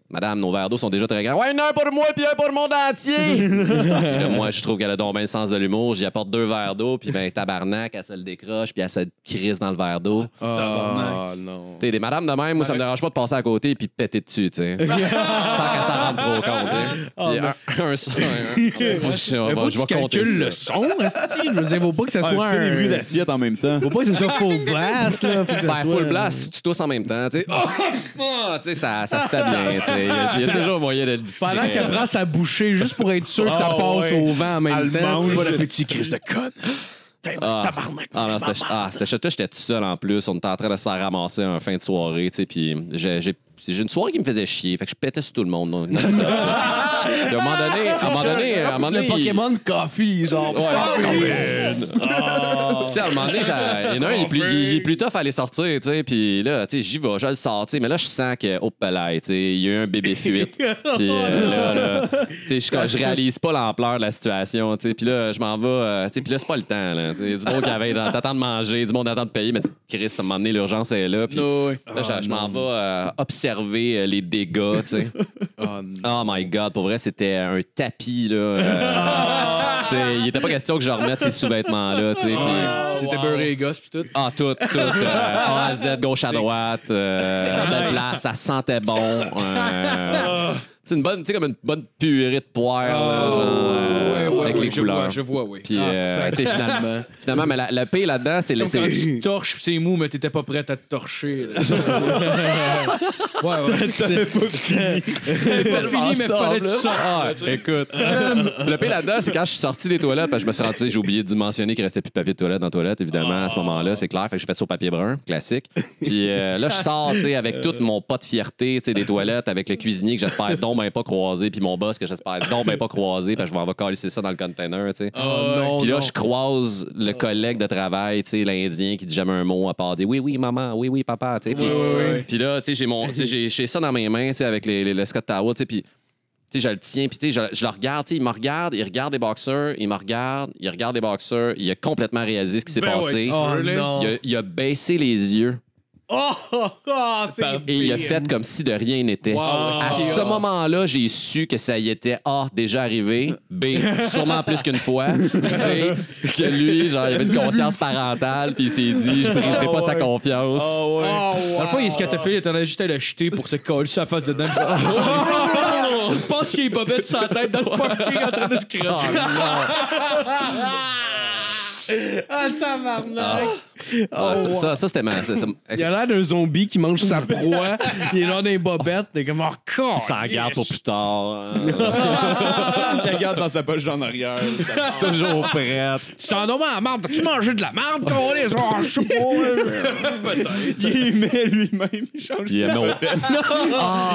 S1: Madame, nos verres d'eau sont déjà très grands. Ouais, un pour moi puis un pour le monde entier. Puis là, Euh, moi, je trouve qu'elle a donc bien le sens de l'humour. J'y apporte deux verres d'eau, puis ben, tabarnak, elle se le décroche, puis elle se le crisse dans le verre d'eau.
S6: Ah non.
S1: Tu sais, des madames de même, moi, ça me dérange pas de passer à côté et puis de péter dessus, tu sais. Sans qu'elles s'en rendent trop compte, tu sais. Puis un, un son, un-
S6: Ah,
S1: on va- je
S6: Mais
S1: vais-
S6: faut que
S1: je vais
S6: tu
S1: compter
S6: calcules
S1: ça.
S6: le son, esti. Je veux dire, faut pas que ça
S1: Ah,
S4: Tu
S6: soit
S4: fais des bruits
S6: un...
S4: d'assiette en même temps.
S6: Faut pas que ce soit full blast, là. Faut que ça
S1: Ben,
S6: soit-
S1: full blast, tu tousses en même temps, tu sais. Oh, oh, tu sais, ça, ça se fait bien, tu sais. Il y a- Il y, a toujours moyen de le dire.
S6: Pendant qu'elle prend sa bouchée, juste pour être sûr que ça
S4: Ah,
S6: passe
S4: ouais.
S6: au vent en même temps. tu sais.
S4: petite crise de conne.
S1: Ah, ah non, c'était ah, c'était chouette. J'étais tout seul en plus. On était en train de se faire ramasser un fin de soirée, tu sais. Puis j'ai j'ai- j'ai une soirée qui me faisait chier. Fait que je pétais sur tout le monde. non- non-stop, tu sais. Puis à un moment donné, à un moment donné, à un moment
S5: Le
S1: donné, il-
S5: Pokémon Coffee, genre.
S1: Oh, Ouais,
S5: Coffee.
S1: Tu sais, à un moment donné, ça- il y en a un, il est, plus, il- il est plus tough à aller sortir, tu sais. Puis là, tu sais, j'y vais, je le sors, tu sais. Mais là, je sens que, oh, palais, tu sais, il y a eu un bébé fuite. Puis euh, là, là, tu sais, je, je réalise pas l'ampleur de la situation, tu sais. Puis là, je m'en vais, euh, tu sais. Puis là, c'est pas le temps, là. Tu sais, Il y a du monde qui avait, t'attends de manger, du monde attend de payer, mais Chris, à un moment donné, l'urgence est là. Puis là, je- je m'en vais euh, observer euh, les dégâts, tu sais. Oh my god, pour vrai, c'était un tapis, là. euh, tu sais, il était pas question que je remette ces sous-vêtements-là, tu sais. puis-
S3: T'étais beurré les gosses, pis tout.
S1: Ah, tout, tout. euh, A à Z, gauche à droite. euh, de place, ça sentait bon.
S3: Ah.
S1: euh, c'est une bonne, tu sais, comme une bonne purée de poire, là, genre, euh,
S3: Ouais, ouais,
S1: Ah, avec
S3: ouais,
S1: les
S3: je
S1: couleurs.
S3: Vois, je vois, oui.
S1: Puis, euh, tu sais, finalement, finalement, mais la, la paix là-dedans, c'est
S3: Comme quand
S1: laisser.
S3: tu torches, pis c'est mou, mais t'étais pas prête à te torcher. là. ouais, ouais. C'était pas fini, mais fallait que tu sortes.
S1: Ah, écoute. le pire là-dedans, c'est quand je suis sorti des toilettes, parce que je me suis rendu, j'ai oublié de mentionner qu'il restait plus de papier de toilette dans la toilette, évidemment, à ce moment-là, c'est clair. Fait que j'ai fait ça au papier brun, classique. Puis euh, là, je sors, tu sais, avec tout mon pas de fierté, tu sais, des toilettes, avec le cuisinier que j'espère donc ben pas croiser, puis mon boss que j'espère donc ben pas croiser, parce que je vais en coller ça dans le container, tu sais.
S3: Oh
S6: non,
S1: Puis là, je croise le collègue de travail, tu sais, l'Indien, qui dit jamais un mot à part des oui, oui, maman, oui, oui, papa, tu sais. Puis puis là, tu sais, j'ai mon- tu sais, j'ai j'ai ça dans mes mains, tu sais, avec les, les, le Scott Tower, tu sais, puis tu sais, je le tiens, puis tu sais, je, je le regarde, tu sais, il me regarde, il regarde les boxeurs, il me regarde, il regarde les boxeurs, il a complètement réalisé ce qui s'est
S3: Ben ouais, Oh,
S1: passé.
S3: tu
S6: Oh,
S3: veux, là.
S1: il, a, il a baissé les yeux
S3: oh,
S1: et il a fait comme si de rien n'était. À ce moment-là, j'ai su que ça y était A, déjà arrivé, B, sûrement plus qu'une fois, C, que lui, genre, il avait une conscience parentale, puis il s'est dit, je briserai pas
S3: Oh,
S1: sa confiance.
S3: Dans le fond, il est scatophile, il était en train juste à le jeter pour se coller sur la face dedans. pis- Tu me penses qu'il est bobette sur la tête dans le parking en train de se crosser.
S6: Ah, tabarnak! Oh,
S1: Ah, ça, ça, ça, c'était ma. ça- ça-
S6: Il a l'air d'un zombie qui mange sa proie. il est là dans les bobettes. T'es comme, oh, con!
S1: Il s'en garde pour plus tard.
S4: Il regarde dans sa poche d'en arrière. ça-
S1: toujours prête.
S6: Tu t'en donnes à la marde. T'as-tu mangé de la marde, con? les Oh, je sais pas.
S4: Il met lui-même, il change
S1: Il
S4: sa
S1: est mort.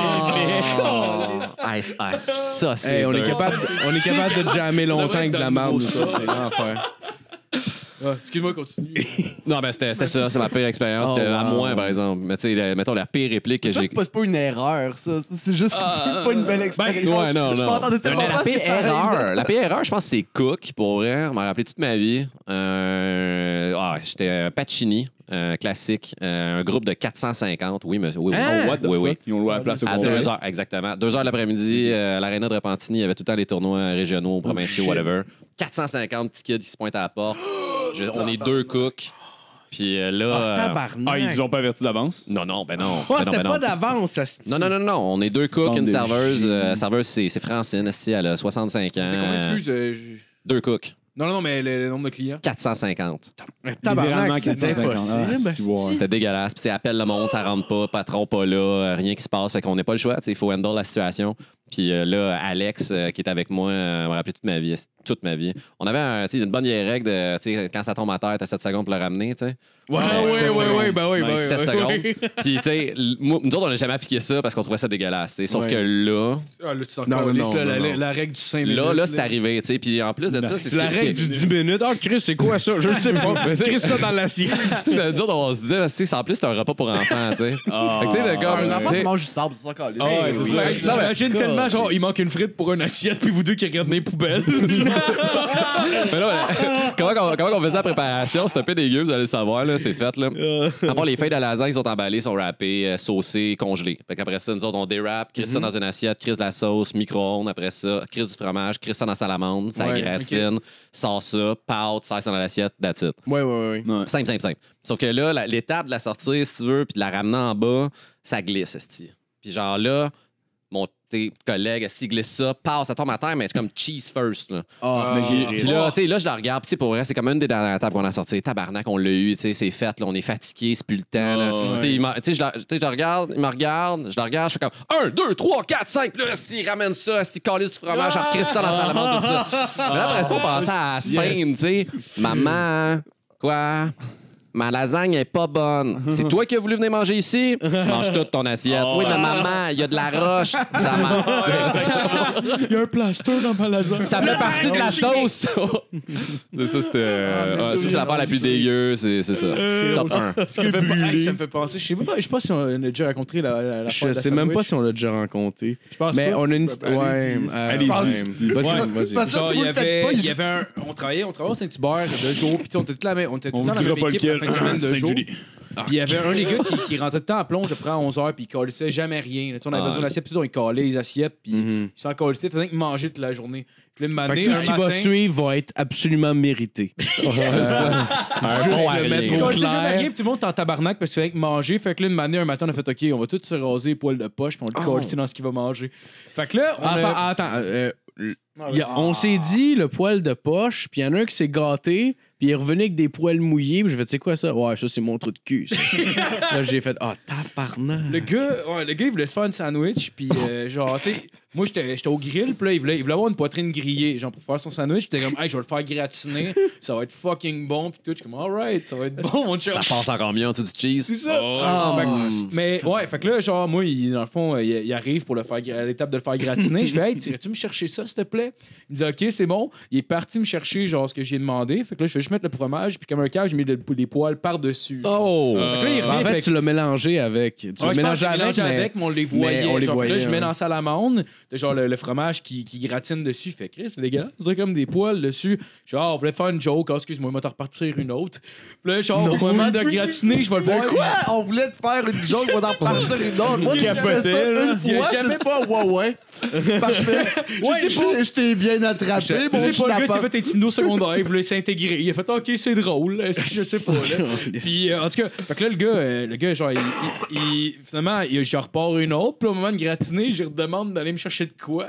S6: Oh.
S1: Ah, c'est- ah, ça, c'est.
S6: Hey, on, est
S1: dur.
S6: capable, on est capable de jammer longtemps avec de la marde.
S4: Ça
S6: ça,
S4: devrait
S6: C'est l'enfer.
S3: Ah, Excuse-moi, continue.
S6: Euh.
S1: Non, ben, c'était c'était ça. C'est ma pire expérience.
S6: Oh,
S1: C'était à
S6: wow.
S1: moi, par exemple. Mais tu sais, la- mettons la pire réplique que
S5: Ça,
S1: j'ai.
S5: c'est pas, c'est pas une erreur, ça. C'est c'est juste pas une belle
S6: Ben,
S5: expérience.
S1: ouais, non,
S5: Je
S1: non.
S5: m'entendais tellement
S1: Mais
S5: pas
S1: la
S5: à ce que
S1: pire
S5: ça arrive.
S1: erreur, la pire erreur, je pense que c'est Cook, pour vrai. On m'a rappelé toute ma vie. Euh, ah, J'étais euh, Pacini, euh, classique. Euh, un groupe de 450. Oui, monsieur. Oui, oui.
S6: Hein?
S1: Oh, what the
S4: Oui,
S1: fuck?
S4: oui. Ils ont loué la place au
S1: À
S4: complet.
S1: 2 heures, exactement. 2 heures de l'après-midi, euh, à l'aréna de Repentigny, il y avait tout le temps les tournois euh, régionaux, provinciaux,
S6: shit.
S1: whatever. 450 petits kids qui se pointent à la porte. Je- on est deux cooks. Puis euh,
S6: Ah,
S1: là. euh,
S6: tabarnak.
S4: Ah, ils nous ont pas averti d'avance?
S1: non, non, ben non.
S6: Oh,
S1: ben non,
S6: c'était
S1: ben non.
S6: pas d'avance, ça se dit.
S1: Non, non, non, non. On est deux cooks,
S4: bande
S1: une
S4: de
S1: serveuse.
S4: génies.
S1: Euh, serveuse, c'est c'est Francine, esti, elle a 65 ans.
S3: Comment excuse? euh, je-
S1: Deux cooks.
S3: Non, non, non, mais le, le nombre de clients.
S1: 450.
S6: Tabarnak,
S4: Littéralement
S6: c'était
S4: 450.
S6: impossible.
S4: Ah, si, ouais.
S6: asti.
S1: C'était dégueulasse. Puis, tu sais, appelle le monde, ça rentre pas, patron pas là, euh, rien qui se passe. Fait qu'on n'a pas le choix. tu sais, Il faut handle la situation. Puis euh, là, Alex, euh, qui est avec moi, euh, m'a rappelé toute ma vie. c'est- Toute ma vie. On avait un, tu sais, une bonne vieille règle de tu sais, quand ça tombe à terre, t'as 7 secondes pour le ramener. tu sais.
S6: Ouais,
S3: Ah,
S1: Ouais,
S6: ouais,
S1: sept
S6: ouais, ouais,
S1: secondes.
S6: ben oui,
S1: Ouais,
S6: ben oui.
S1: sept
S6: ben oui.
S1: Puis, tu sais, l- moi- nous autres, on n'a jamais appliqué ça parce qu'on trouvait ça dégueulasse. tu sais. Sauf
S3: Ouais.
S1: que là,
S3: Ah, là, tu t'en
S6: Non,
S3: calais,
S6: non,
S3: là,
S6: non,
S3: la,
S6: non.
S3: la- la règle du 5
S1: là, là, c'est arrivé. tu sais. Puis en plus de ça, c'est
S6: C'est Ben, la
S1: ce qui-
S6: règle du 10 minutes. Ah, Chris, c'est quoi ça? Je sais pas. Chris, ça dans l'assiette.
S1: Tu sais, ça veut dire, on se disait, tu sais, c'est- en plus, c'est un repas pour enfants, tu sais.
S4: Ah.
S1: Fait que, tu sais, le gars,
S5: Un enfant
S1: tu
S5: se
S1: sais,
S5: mange du sable, c'est ça, câlisse.
S4: Ah, ouais,
S5: Hey,
S4: c'est
S5: oui.
S4: ça.
S3: Ouais,
S1: Non, mais-
S3: J'imagine tellement, genre, il manque une frite pour une assiette, puis vous deux qui regardez les poubelles.
S1: mais là, mais- comment, on, comment on faisait la préparation? C'est un peu dégueu, vous allez le savoir, là, c'est fait, là. Avant, les feuilles de lasagne sont emballées, sont râpées, euh, saucées, congelées. Fait qu'après ça, nous autres, on dérape, crisse ça dans une assiette, crisse de la sauce, micro-ondes, après ça, crisse du fromage, crisse ça dans la salamande, ça
S3: Ouais,
S1: gratine, sort ça, pâte, sert ça dans l'assiette, that's it.
S6: Ouais, ouais, ouais.
S4: Ouais.
S1: Simple, simple, simple. Sauf que là, la- l'étape de la sortie, si tu veux, puis de la ramener en bas, ça glisse, esti. Puis genre là, mon tes collègue, esti, glisse ça, passe, ça tombe à terre, mais c'est comme cheese first, là.
S4: Ah, mais
S1: Puis
S4: il-
S1: là, tu sais, là, je la regarde, puis c'est pour vrai, c'est comme une des dernières tables qu'on a sorties. Tabarnak, on l'a eu, tu sais, c'est fait, là, on est fatigué, c'est plus le temps, là.
S4: Ah, ouais.
S1: Tu sais, il m'a- tu sais, je la- tu sais, je la regarde, il me regarde, je la regarde, je suis comme 1, 2, 3, 4, 5, puis là, esti, il ramène ça, esti, calisse du fromage, je recrisse ça dans la salamande, tout ça. Mais là, après ça, on passait à
S4: Ah.
S1: la scène, tu sais. Maman, quoi? Ma lasagne est pas bonne. C'est toi qui as voulu venir manger ici? Tu manges toute ton assiette. oui, mais maman, il y a de la roche. Ça man-
S3: Il y a un plaster dans ma lasagne.
S1: ça fait partie de la sauce. C'est ça, c'était. euh, ouais, ça, c'est la part la plus dégueu. C'est c'est ça.
S6: Euh, Ah,
S1: Top 1.
S3: Ça me, fait pas- hey, ça me fait penser, je sais pas, je sais pas si on a déjà rencontré la, la, la
S6: Je sais même pas si on l'a déjà rencontré.
S3: je pense
S6: Mais
S3: pas.
S6: on a une.
S5: ben,
S6: Ouais.
S5: allez-y.
S6: euh,
S5: Allez-y.
S6: Vas-y,
S5: Ouais. Parce
S6: vas-y.
S5: que
S3: Genre,
S5: là, si
S3: il
S5: vous
S3: y
S5: le faites
S3: avait,
S5: pas,
S3: il
S5: il
S3: y avait un, on travaillait, on travaillait au Saint-Hubert deux jours, puis tu sais, on était toute la même, on était tout
S4: On
S3: le temps
S4: vous
S3: dans la
S4: dira
S3: même
S4: pas Ah.
S3: équipe, la
S4: lequel.
S3: fin de
S6: Ah,
S3: semaine de jour.
S4: Saint-Julie.
S3: Puis il y avait un des gars qui, qui rentrait tout le temps à plonge après à 11h, puis il calissait jamais rien. là. Tu sais, on avait
S1: Ah,
S3: besoin
S1: ouais.
S3: d'assiettes, puis tout, on il calait les assiettes, puis
S6: Mhm.
S3: il s'en calissait, il faisait que manger toute la journée. Puis là, une
S6: Fait
S3: matinée,
S6: que tout
S3: un
S6: ce qui va
S3: matin,
S6: suivre va être absolument mérité.
S1: Un
S6: Juste
S1: bon à
S6: le
S1: rien.
S6: mettre
S3: Il
S6: au-
S3: calissait jamais
S6: clair.
S3: rien, puis tout le monde était en tabarnak parce qu'il fallait que manger. Fait que là, une matinée, un matin, on a fait OK, on va tous se raser les poils de poche, puis on le calissait dans ce qu'il va manger. Fait que là, Oh. on a-
S6: Ah, Enfin, attends. euh,
S3: Ah,
S6: il y a- on s'est dit le poil de poche, puis il y en a un qui s'est gâté, puis il est revenu avec des poils mouillés, puis je vais tu sais quoi ça? Ouais, ça c'est mon trou de cul. ça. Là, j'ai fait, ah, tabarnak.
S3: Le gars, ouais, le gars, il voulait se faire une sandwich, puis euh, genre, tu sais, moi, j'étais j'étais au grill, puis là, il voulait, il voulait avoir une poitrine grillée, genre, pour faire son sandwich. J'étais comme, hey, je vais le faire gratiner, ça va être fucking bon, puis tout. J'étais comme, alright, ça va être bon, mon
S1: Ça
S3: chat.
S1: passe encore mieux en dessous du
S3: C'est
S1: cheese.
S3: ça.
S1: Oh.
S3: Fait que-
S1: Mm.
S3: Ah, mais ouais, fait que là, genre, moi, il- dans le fond, euh, il, il arrive pour le faire, gra- à l'étape de le faire gratiner. je fais, hey, irais-tu me chercher ça, s'il te plaît? Il me dit, OK, c'est bon. Il est parti me chercher, genre, ce que j'ai demandé. Fait que là, je vais juste mettre le fromage, puis comme un cage, j'ai mis le- les poils par-dessus.
S6: Oh!
S3: Fait que là, il
S6: en
S3: revient,
S6: fait,
S3: fait
S6: tu l'as mélangé avec. Tu l'as
S3: Ouais, je pense
S6: mélangé
S3: que
S6: avec,
S3: mélange
S6: mais-
S3: avec, mais on les voyait.
S6: mais on les
S3: Genre,
S6: voyait,
S3: là, je mets
S6: ouais.
S3: dans salamande, de genre le, le fromage qui, qui gratine dessus. Fait Chris, c'est dégueulasse. On dirait comme des poils dessus. Genre, on voulait faire une joke. Ah, excuse-moi, on va te repartir une autre. Puis là, genre, au moment de gratiner, je vais le voir.
S5: De quoi? On voulait te faire une joke, on va en partir une autre. Moi, tu fais
S4: capotais,
S5: ça
S4: là.
S5: une
S3: Il a
S5: fois,
S3: jamais-
S5: je dis pas ouais, ouais. Parfait.
S3: Ouais, je-
S5: Je sais pas, je t'ai bien attrapé, mon
S3: C'est pas le gars, c'est
S5: schnappant.
S3: fait tes timnos secondaires, il voulait s'intégrer. Il a fait OK, c'est drôle, est-ce que je sais pas. Là.
S6: Oh,
S3: Puis euh, en tout cas, fait que là, le gars, euh, le gars genre, il, il- il- finalement, il, je repars une autre. Puis là, au moment de gratiner, je lui redemande d'aller me chercher de quoi.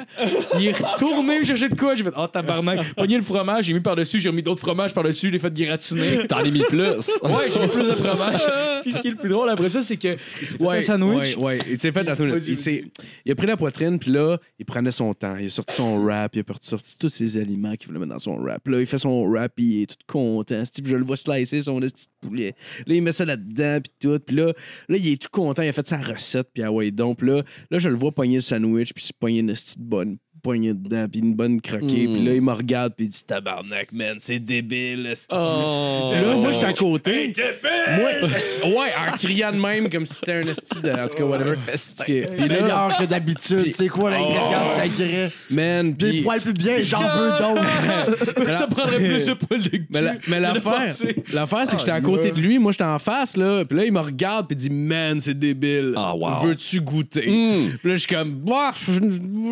S3: Il est retourné me chercher de quoi. J'ai fait, oh tabarnak. Pogné le fromage, j'ai mis par-dessus, j'ai remis d'autres fromages par-dessus, je l'ai fait gratiner.
S1: T'en as mis plus.
S3: Ouais, j'ai mis plus de fromage. Puis ce qui est le plus drôle après ça, c'est que. c'est un sandwich.
S6: Ouais, ouais. Il s'est fait attends,
S3: Vas-y,
S6: il, s'est- il a pris la poitrine, puis là, il prenait son temps. Il a sorti son rap, il a parti- sorti tous ses aliments qu'il voulait mettre dans son rap. Là, il fait son rap, puis il est tout content. Steve, je le vois slicer son petit poulet. Là, il met ça là-dedans, puis tout. Puis là, là, il est tout content. Il a fait sa recette, puis ah ouais, donc. Puis là, là, je le vois pogner le sandwich, puis se pogner une petite bonne poignée dedans, puis une bonne croquée.
S1: Mm.
S6: Puis là, il me regarde, puis il dit Tabarnak, man, c'est débile, esti.
S3: Oh.
S1: C'est
S6: Là, moi,
S1: vrai, ça.
S6: j'étais à côté. Moi, ouais, en criant de même comme si c'était un esti de. En tout cas, whatever. Parce que- Puis là,
S5: Meilleur que d'habitude. C'est quoi l'ingrédient sacré?
S6: man,
S5: Des
S6: puis.
S5: poils plus bien, j'en veux d'autres.
S3: Ça prendrait plus de poil de cul.
S6: Mais la- mais l'affaire, l'affaire, c'est que
S1: Ah,
S6: j'étais à côté de lui, moi j'étais en face, là. Puis là, il me regarde, puis il dit, man, c'est débile.
S1: Ah, wow. Mm.
S6: Veux-tu goûter?
S1: Hmm.
S6: Puis là, je suis comme, bah,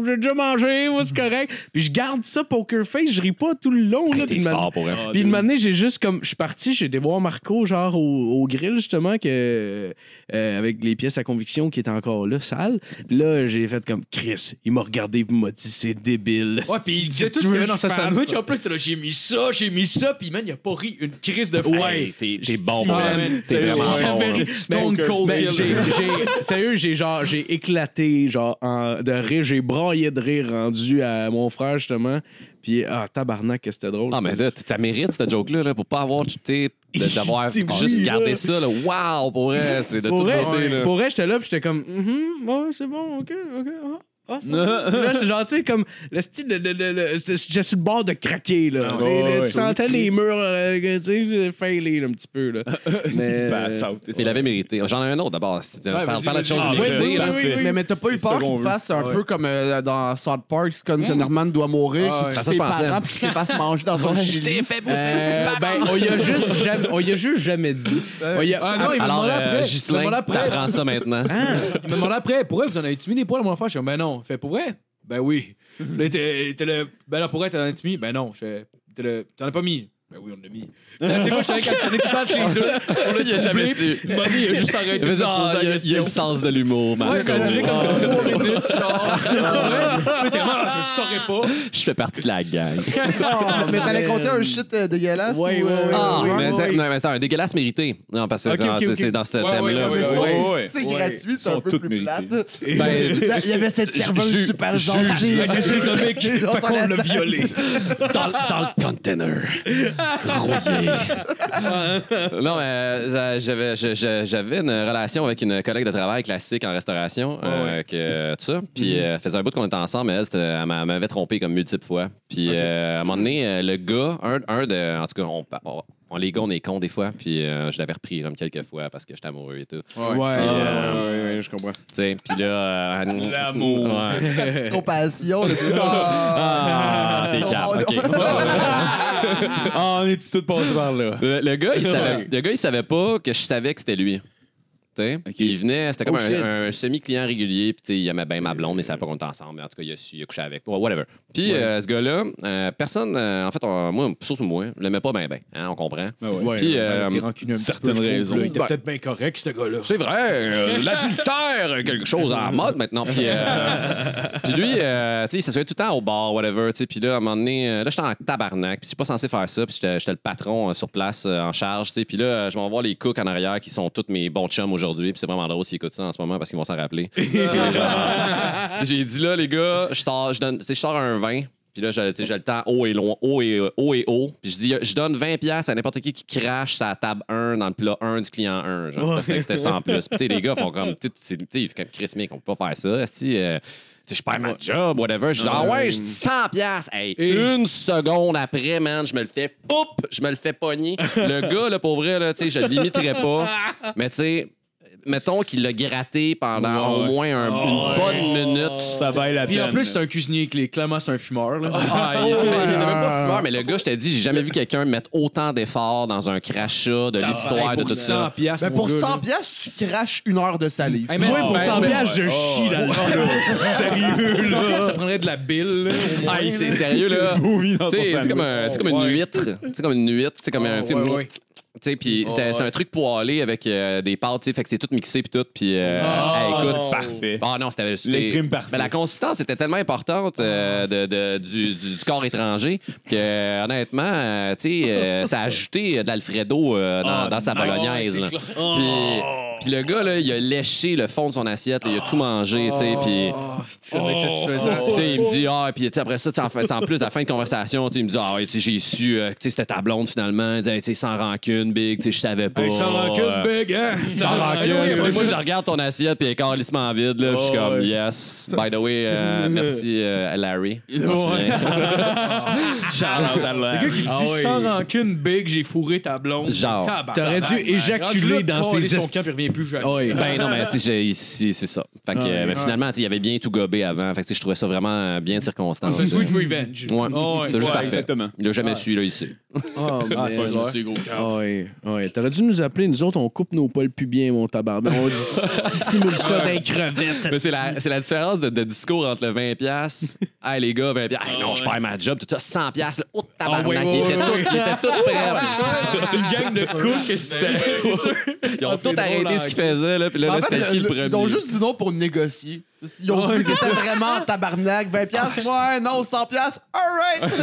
S6: j'ai déjà mangé, moi c'est correct. Puis je garde ça poker face, je ris pas tout le long, là. Puis
S1: T'es
S6: il m'a-
S1: fort pour
S3: Ah,
S1: elle.
S6: Puis une matinée, j'ai juste comme. Je suis parti, j'ai été voir Marco, genre au, au grill, justement, que, euh, avec les pièces à conviction qui étaient encore là, sales. Puis là, j'ai fait comme Chris. Il m'a regardé, puis il m'a dit, c'est débile.
S3: Ouais, puis il disait
S6: Qu'est-ce
S3: tout ce
S6: que tu
S3: qu'il y
S6: veux
S3: avait
S6: que
S3: dans sa
S6: je fasse?
S3: sandwich. En plus, t'es là, j'ai mis ça, j'ai mis ça, puis man, il a pas ri une crise de faim.
S1: Ouais, t'es t'es bon,
S3: Ouais,
S1: pour
S3: man,
S1: elle. T'es
S3: sérieux,
S1: vraiment
S3: j'avais
S1: bon. là.
S3: ri. Stone Cold
S6: Ben,
S3: Killer.
S6: j'ai, j'ai- sérieux, j'ai genre j'ai éclaté genre en- de rire, j'ai braillé de rire rendu à mon frère justement. Puis ah tabarnak que c'était drôle.
S1: Ah, mais
S6: C'était-
S1: là, t- ça mérite, cette joke-là, là, pour pas avoir cheaté, de- d'avoir
S6: C'est
S1: juste
S6: vrai,
S1: gardé
S6: là.
S1: ça, là. Wow, pour vrai, c'est de
S6: pour
S1: tout
S6: vrai,
S1: beauté, là.
S6: pour vrai, j'étais là, puis j'étais comme, Mhm, ouais, c'est bon, ok, ok, ah, ah. c'est bon. Puis là, j'étais genre, tu sais, comme, le style de. de, de, de- c'était- j'étais sur le bord de craquer,
S1: Ah,
S6: là. Tu sais,
S4: ouais,
S6: là,
S4: ouais.
S6: tu sentais les murs, euh, que, tu sais, fêlés, là, un petit peu, là.
S1: Ah,
S6: Mais.
S4: Pass out,
S1: Mais il avait mérité. J'en ai un autre d'abord. si tu- Parle
S3: vas-y,
S1: parle de
S3: vas-y,
S1: choses
S3: vas-y.
S1: méritées,
S6: oui,
S1: là.
S6: oui, oui, oui.
S5: Mais, mais t'as pas eu
S4: ça
S5: peur
S4: qu'on
S5: qu'il
S4: veut.
S5: fasse un peu comme euh, dans South Park, c'est comme que Norman doit mourir,
S3: Ah, ouais.
S5: qu'il
S1: Ça,
S5: tue
S1: ça,
S5: ses
S1: je pensais.
S5: parents, puis qu'il les fasse manger dans son
S1: Je
S5: chili.
S1: t'ai fait bouffer.
S6: Euh, ben, on y a juste jamais, on y a juste jamais dit. On y a-
S3: Ah, non, il m'a
S1: Alors,
S3: demandé
S1: euh,
S3: après. Il m'a
S1: Ghislain,
S3: demandé après.
S1: t'apprends ça maintenant.
S3: Il m'a demandé après, pour vrai, vous en avez-tu mis des poils à mon frère? Je dis, ben non. Il Fait, pour vrai? Ben oui. Là, il était il était le. Ben là, pour vrai, t'en as-tu mis? Ben non. Je fais, t'es le. T'en as pas mis? Ben oui, on l'a mis. Là, moi, j'étais avec un hôpital chez les deux. On l'a jamais su. Money, il a juste arrêté.
S1: Il veut
S3: de
S1: dire,
S3: poser
S1: Ah,
S3: la
S1: il y a- il y
S3: question.
S1: a le sens de l'humour,
S3: Ouais, ça a duré
S1: Marco.
S3: comme trois minutes, genre. Ouais, t'es mort, je le saurais pas.
S1: Je fais partie de la gang.
S6: Ah,
S5: Ah, Mais t'allais compter un shit euh, dégueulasse?
S6: Ouais,
S5: ou,
S6: ouais,
S5: euh,
S6: ouais,
S1: Ah,
S6: ouais,
S1: mais
S6: ouais,
S1: c'est
S6: ouais.
S1: non, mais c'est un dégueulasse mérité. Non, parce que
S6: Ok,
S1: c'est-
S6: ok,
S1: c'est
S6: ok.
S1: c'est dans ce
S3: Ouais, ouais,
S1: thème-là.
S5: Mais
S3: ouais,
S5: sinon,
S3: ouais,
S5: si
S4: ouais.
S5: c'est
S4: Ouais.
S5: gratuit, c'est
S4: Ils
S5: un
S4: sont
S5: peu
S4: toutes
S5: plus
S4: méritées.
S5: plate.
S1: Ben,
S5: Là, Il y avait cette serveuse
S1: Juge-
S5: super
S1: juge-
S5: gentille.
S3: J'ai chez Ah, ce mec,
S5: J'ai
S3: fait qu'on l'a violé.
S1: dans, dans le container. Rouillé. non, mais euh, j'a- j'avais, je- je- j'avais une relation avec une collègue de travail classique en restauration. euh, que, euh, tout ça. Puis,
S3: Mm-hmm.
S1: euh, elle faisait un bout qu'on était ensemble, mais elle, c'était- elle m'a- elle m'avait trompé comme multiples fois. Puis, euh, à un moment donné, euh, le gars, un, un de. En tout cas, on. on- on- les gars, on est cons des fois, puis euh, je l'avais repris comme quelques fois parce que j'étais amoureux et tout. euh,
S3: Ouais,
S6: je comprends.
S1: Tu sais, puis là. euh,
S4: L'amour.
S1: Ouais.
S5: Trop passion, le petit. Ah,
S1: Ah, t'es calme, ok.
S4: Ah, on est tout passé par là.
S1: Le, le gars, il savait, le gars, il savait pas que je savais que c'était lui. Tu sais, Il venait, c'était comme
S6: Oh,
S1: un-
S6: shit.
S1: un, semi-client régulier, puis tu sais, il aimait bien ma blonde, mais ça savait pas qu'on était ensemble. Mais en tout cas, il a su, il a couché avec, Ouais, whatever. Puis euh, ce gars-là, euh, personne, euh, en fait, on- moi, surtout moi, je l'aimais pas bien, bien, hein, on comprend.
S4: Ah
S1: Puis, euh,
S3: T'es rancunier un petit
S4: certaines
S3: peu, je trouve,
S4: raisons.
S3: là. Il était
S1: Ouais.
S3: peut-être bien correct, ce gars-là.
S1: C'est vrai, euh, l'adultère, quelque chose en mode maintenant. Puis, euh, puis lui, euh, tu sais, il s'assoyait tout le temps au bar, whatever. tu sais. Puis là, à un moment donné, euh, là, j'étais en tabarnak. Puis je suis pas censé faire ça. Puis j'étais j'étais le patron euh, sur place, euh, en charge. tu sais. Puis là, euh, je m'en vais voir les cooks en arrière qui sont tous mes bons chums aujourd'hui. Puis c'est vraiment drôle s'ils écoutent ça en ce moment parce qu'ils vont s'en rappeler. Puis, genre, J'ai dit là, les gars, je sors, je donne, tu sais, je sors un vin. Puis là, j'ai tu sais, j'ai le temps haut et loin, haut et euh, haut. Et haut. Puis je dis, je donne 20$ piastres à n'importe qui qui crache sa table 1 dans le plat 1 du client 1. Genre, parce que c'était 100 plus. Puis tu sais, les gars font comme, tu sais, tu sais, tu sais, ils font comme Chris Mick, on peut pas faire ça. Esti, euh, tu sais, je perds ma job, whatever. Je dis, ah ouais, je dis 100 piastres. Hey, une seconde après, man, je me le fais, poup, je me le fais pogner. Le gars, là, pour vrai, là, tu sais, je le limiterai pas. Mais tu sais, mettons qu'il l'a gratté pendant
S4: Ouais.
S1: au moins un- une bonne minute.
S4: Ça vaille la
S3: Puis
S4: peine.
S3: en plus, c'est un cuisinier clé. Clairement, c'est un fumeur. Là.
S1: Ah, il était il était même pas fumeur, mais le gars, je t'ai dit, j'ai jamais vu quelqu'un mettre autant d'efforts dans un crachat de l'histoire de
S3: pour
S1: tout
S3: 100
S1: ça.
S3: piastres,
S5: Mais
S3: mon
S5: Ben, pour
S3: gars, là.
S5: 100 piastres, tu craches une heure de salive.
S3: Hey, man,
S6: Moi, pour
S3: ben,
S6: 100
S3: ben,
S6: piastres, je
S1: Ah,
S6: chie Ah, dans le Sérieux,
S3: pour 100
S6: là.
S3: piastres, ça prendrait de la bille. là, au moins,
S1: Aïe,
S3: là.
S1: c'est Ah, sérieux, là.
S4: vomis dans
S1: Tu sais, C'est comme, un- c'est comme une huître. C'est comme une huître. C'est comme un.
S3: Ouais,
S1: tu sais,
S3: ouais, ouais.
S1: Tu sais, puis c'était c'est un truc poêlé avec euh, des pâtes, tu sais, fait que c'est tout mixé puis tout, puis euh, hey, écoute,
S4: Oh.
S7: parfait.
S1: Ah non, c'était c'était-
S7: Les Ah, crimes parfaits.
S1: Mais la consistance était tellement importante euh, de- de- du, du- du corps étranger que euh, honnêtement, euh, tu sais, euh, ça a ajouté euh, de l'Alfredo euh, dans,
S7: Ah,
S1: dans sa
S7: nice.
S1: bolognaise. là. Puis,
S7: Oh.
S1: puis le gars, là, il a léché le fond de son assiette, là, il a tout mangé, tu sais, puis.
S3: Oh, c'est vrai que ça, tu fais
S7: Oh.
S3: ça.
S1: Puis, tu sais, il me dit, ah, puis tu sais, après ça, tu sais, en, fait- en plus, à la fin de conversation, tu sais, il me dit, ah, ouais, tu sais, j'ai su, euh, tu sais, c'était ta blonde finalement, il dit, Hey, tu sais, sans rancune, big, tu sais, je savais pas.
S7: Hey, sans rancune,
S1: Euh,
S3: Big, hein?
S1: sans rancune.
S7: oui,
S1: Tu sais,
S7: oui,
S1: moi,
S7: oui.
S1: je regarde ton assiette, puis elle est carrément vide, là, puis je suis comme, yes. By the way, euh, merci euh, à Larry. Je m'en souviens.
S7: Charles
S3: Le gars qui me dit sans rancune, Big, j'ai fourré ta blonde.
S1: Ah, Genre.
S3: Tabarnak.
S6: T'aurais dû
S3: Rendu
S6: éjaculer
S3: là,
S6: dans
S3: coller
S6: ses
S3: son
S6: esti-
S3: camp, il revient plus jamais.
S6: Ouais.
S1: Ben non, mais tu sais, j'ai- ici, c'est ça. Fait que,
S6: Ah,
S1: euh,
S6: ouais.
S1: mais finalement, tu sais, il avait bien tout gobé avant. Fait que, tu sais, je trouvais ça vraiment euh, bien de circonstance.
S3: C'est un
S1: Ouais.
S3: sweet revenge.
S1: Ah, Ouais.
S3: Oh, ouais.
S1: C'est juste
S3: Ouais,
S1: parfait.
S4: exactement.
S1: Il a jamais su, là, ici.
S6: Oh,
S3: Ah, c'est vrai.
S4: gros
S6: ouais, ouais. T'aurais dû nous appeler, nous autres, on coupe nos poils plus bien, mon tabarnak. On dissimule ça d'un crevette.
S1: Mais c'est la, c'est la différence de, de discours entre le 20$, piastres, hey les gars, 20$, hey, non, je perds ma job, tout ça, 100$, piastres, là, oh tabarnak,
S6: Ah ouais, ouais,
S1: ils
S6: ouais,
S1: étaient
S6: ouais.
S1: tous- ils étaient tous prêts.
S7: Une gang de coups, qu'est-ce que c'est?
S1: Ils ont tous arrêté ce qu'ils faisaient, là, puis là,
S5: En
S1: là,
S5: fait,
S1: c'était qui euh, le
S5: le-
S1: premier?
S5: ils ont juste dit non pour négocier. Ils ont vu que c'était vraiment en tabarnak. 20$, piastres,
S1: Ah,
S5: ouais, non, 100$, piastres, alright!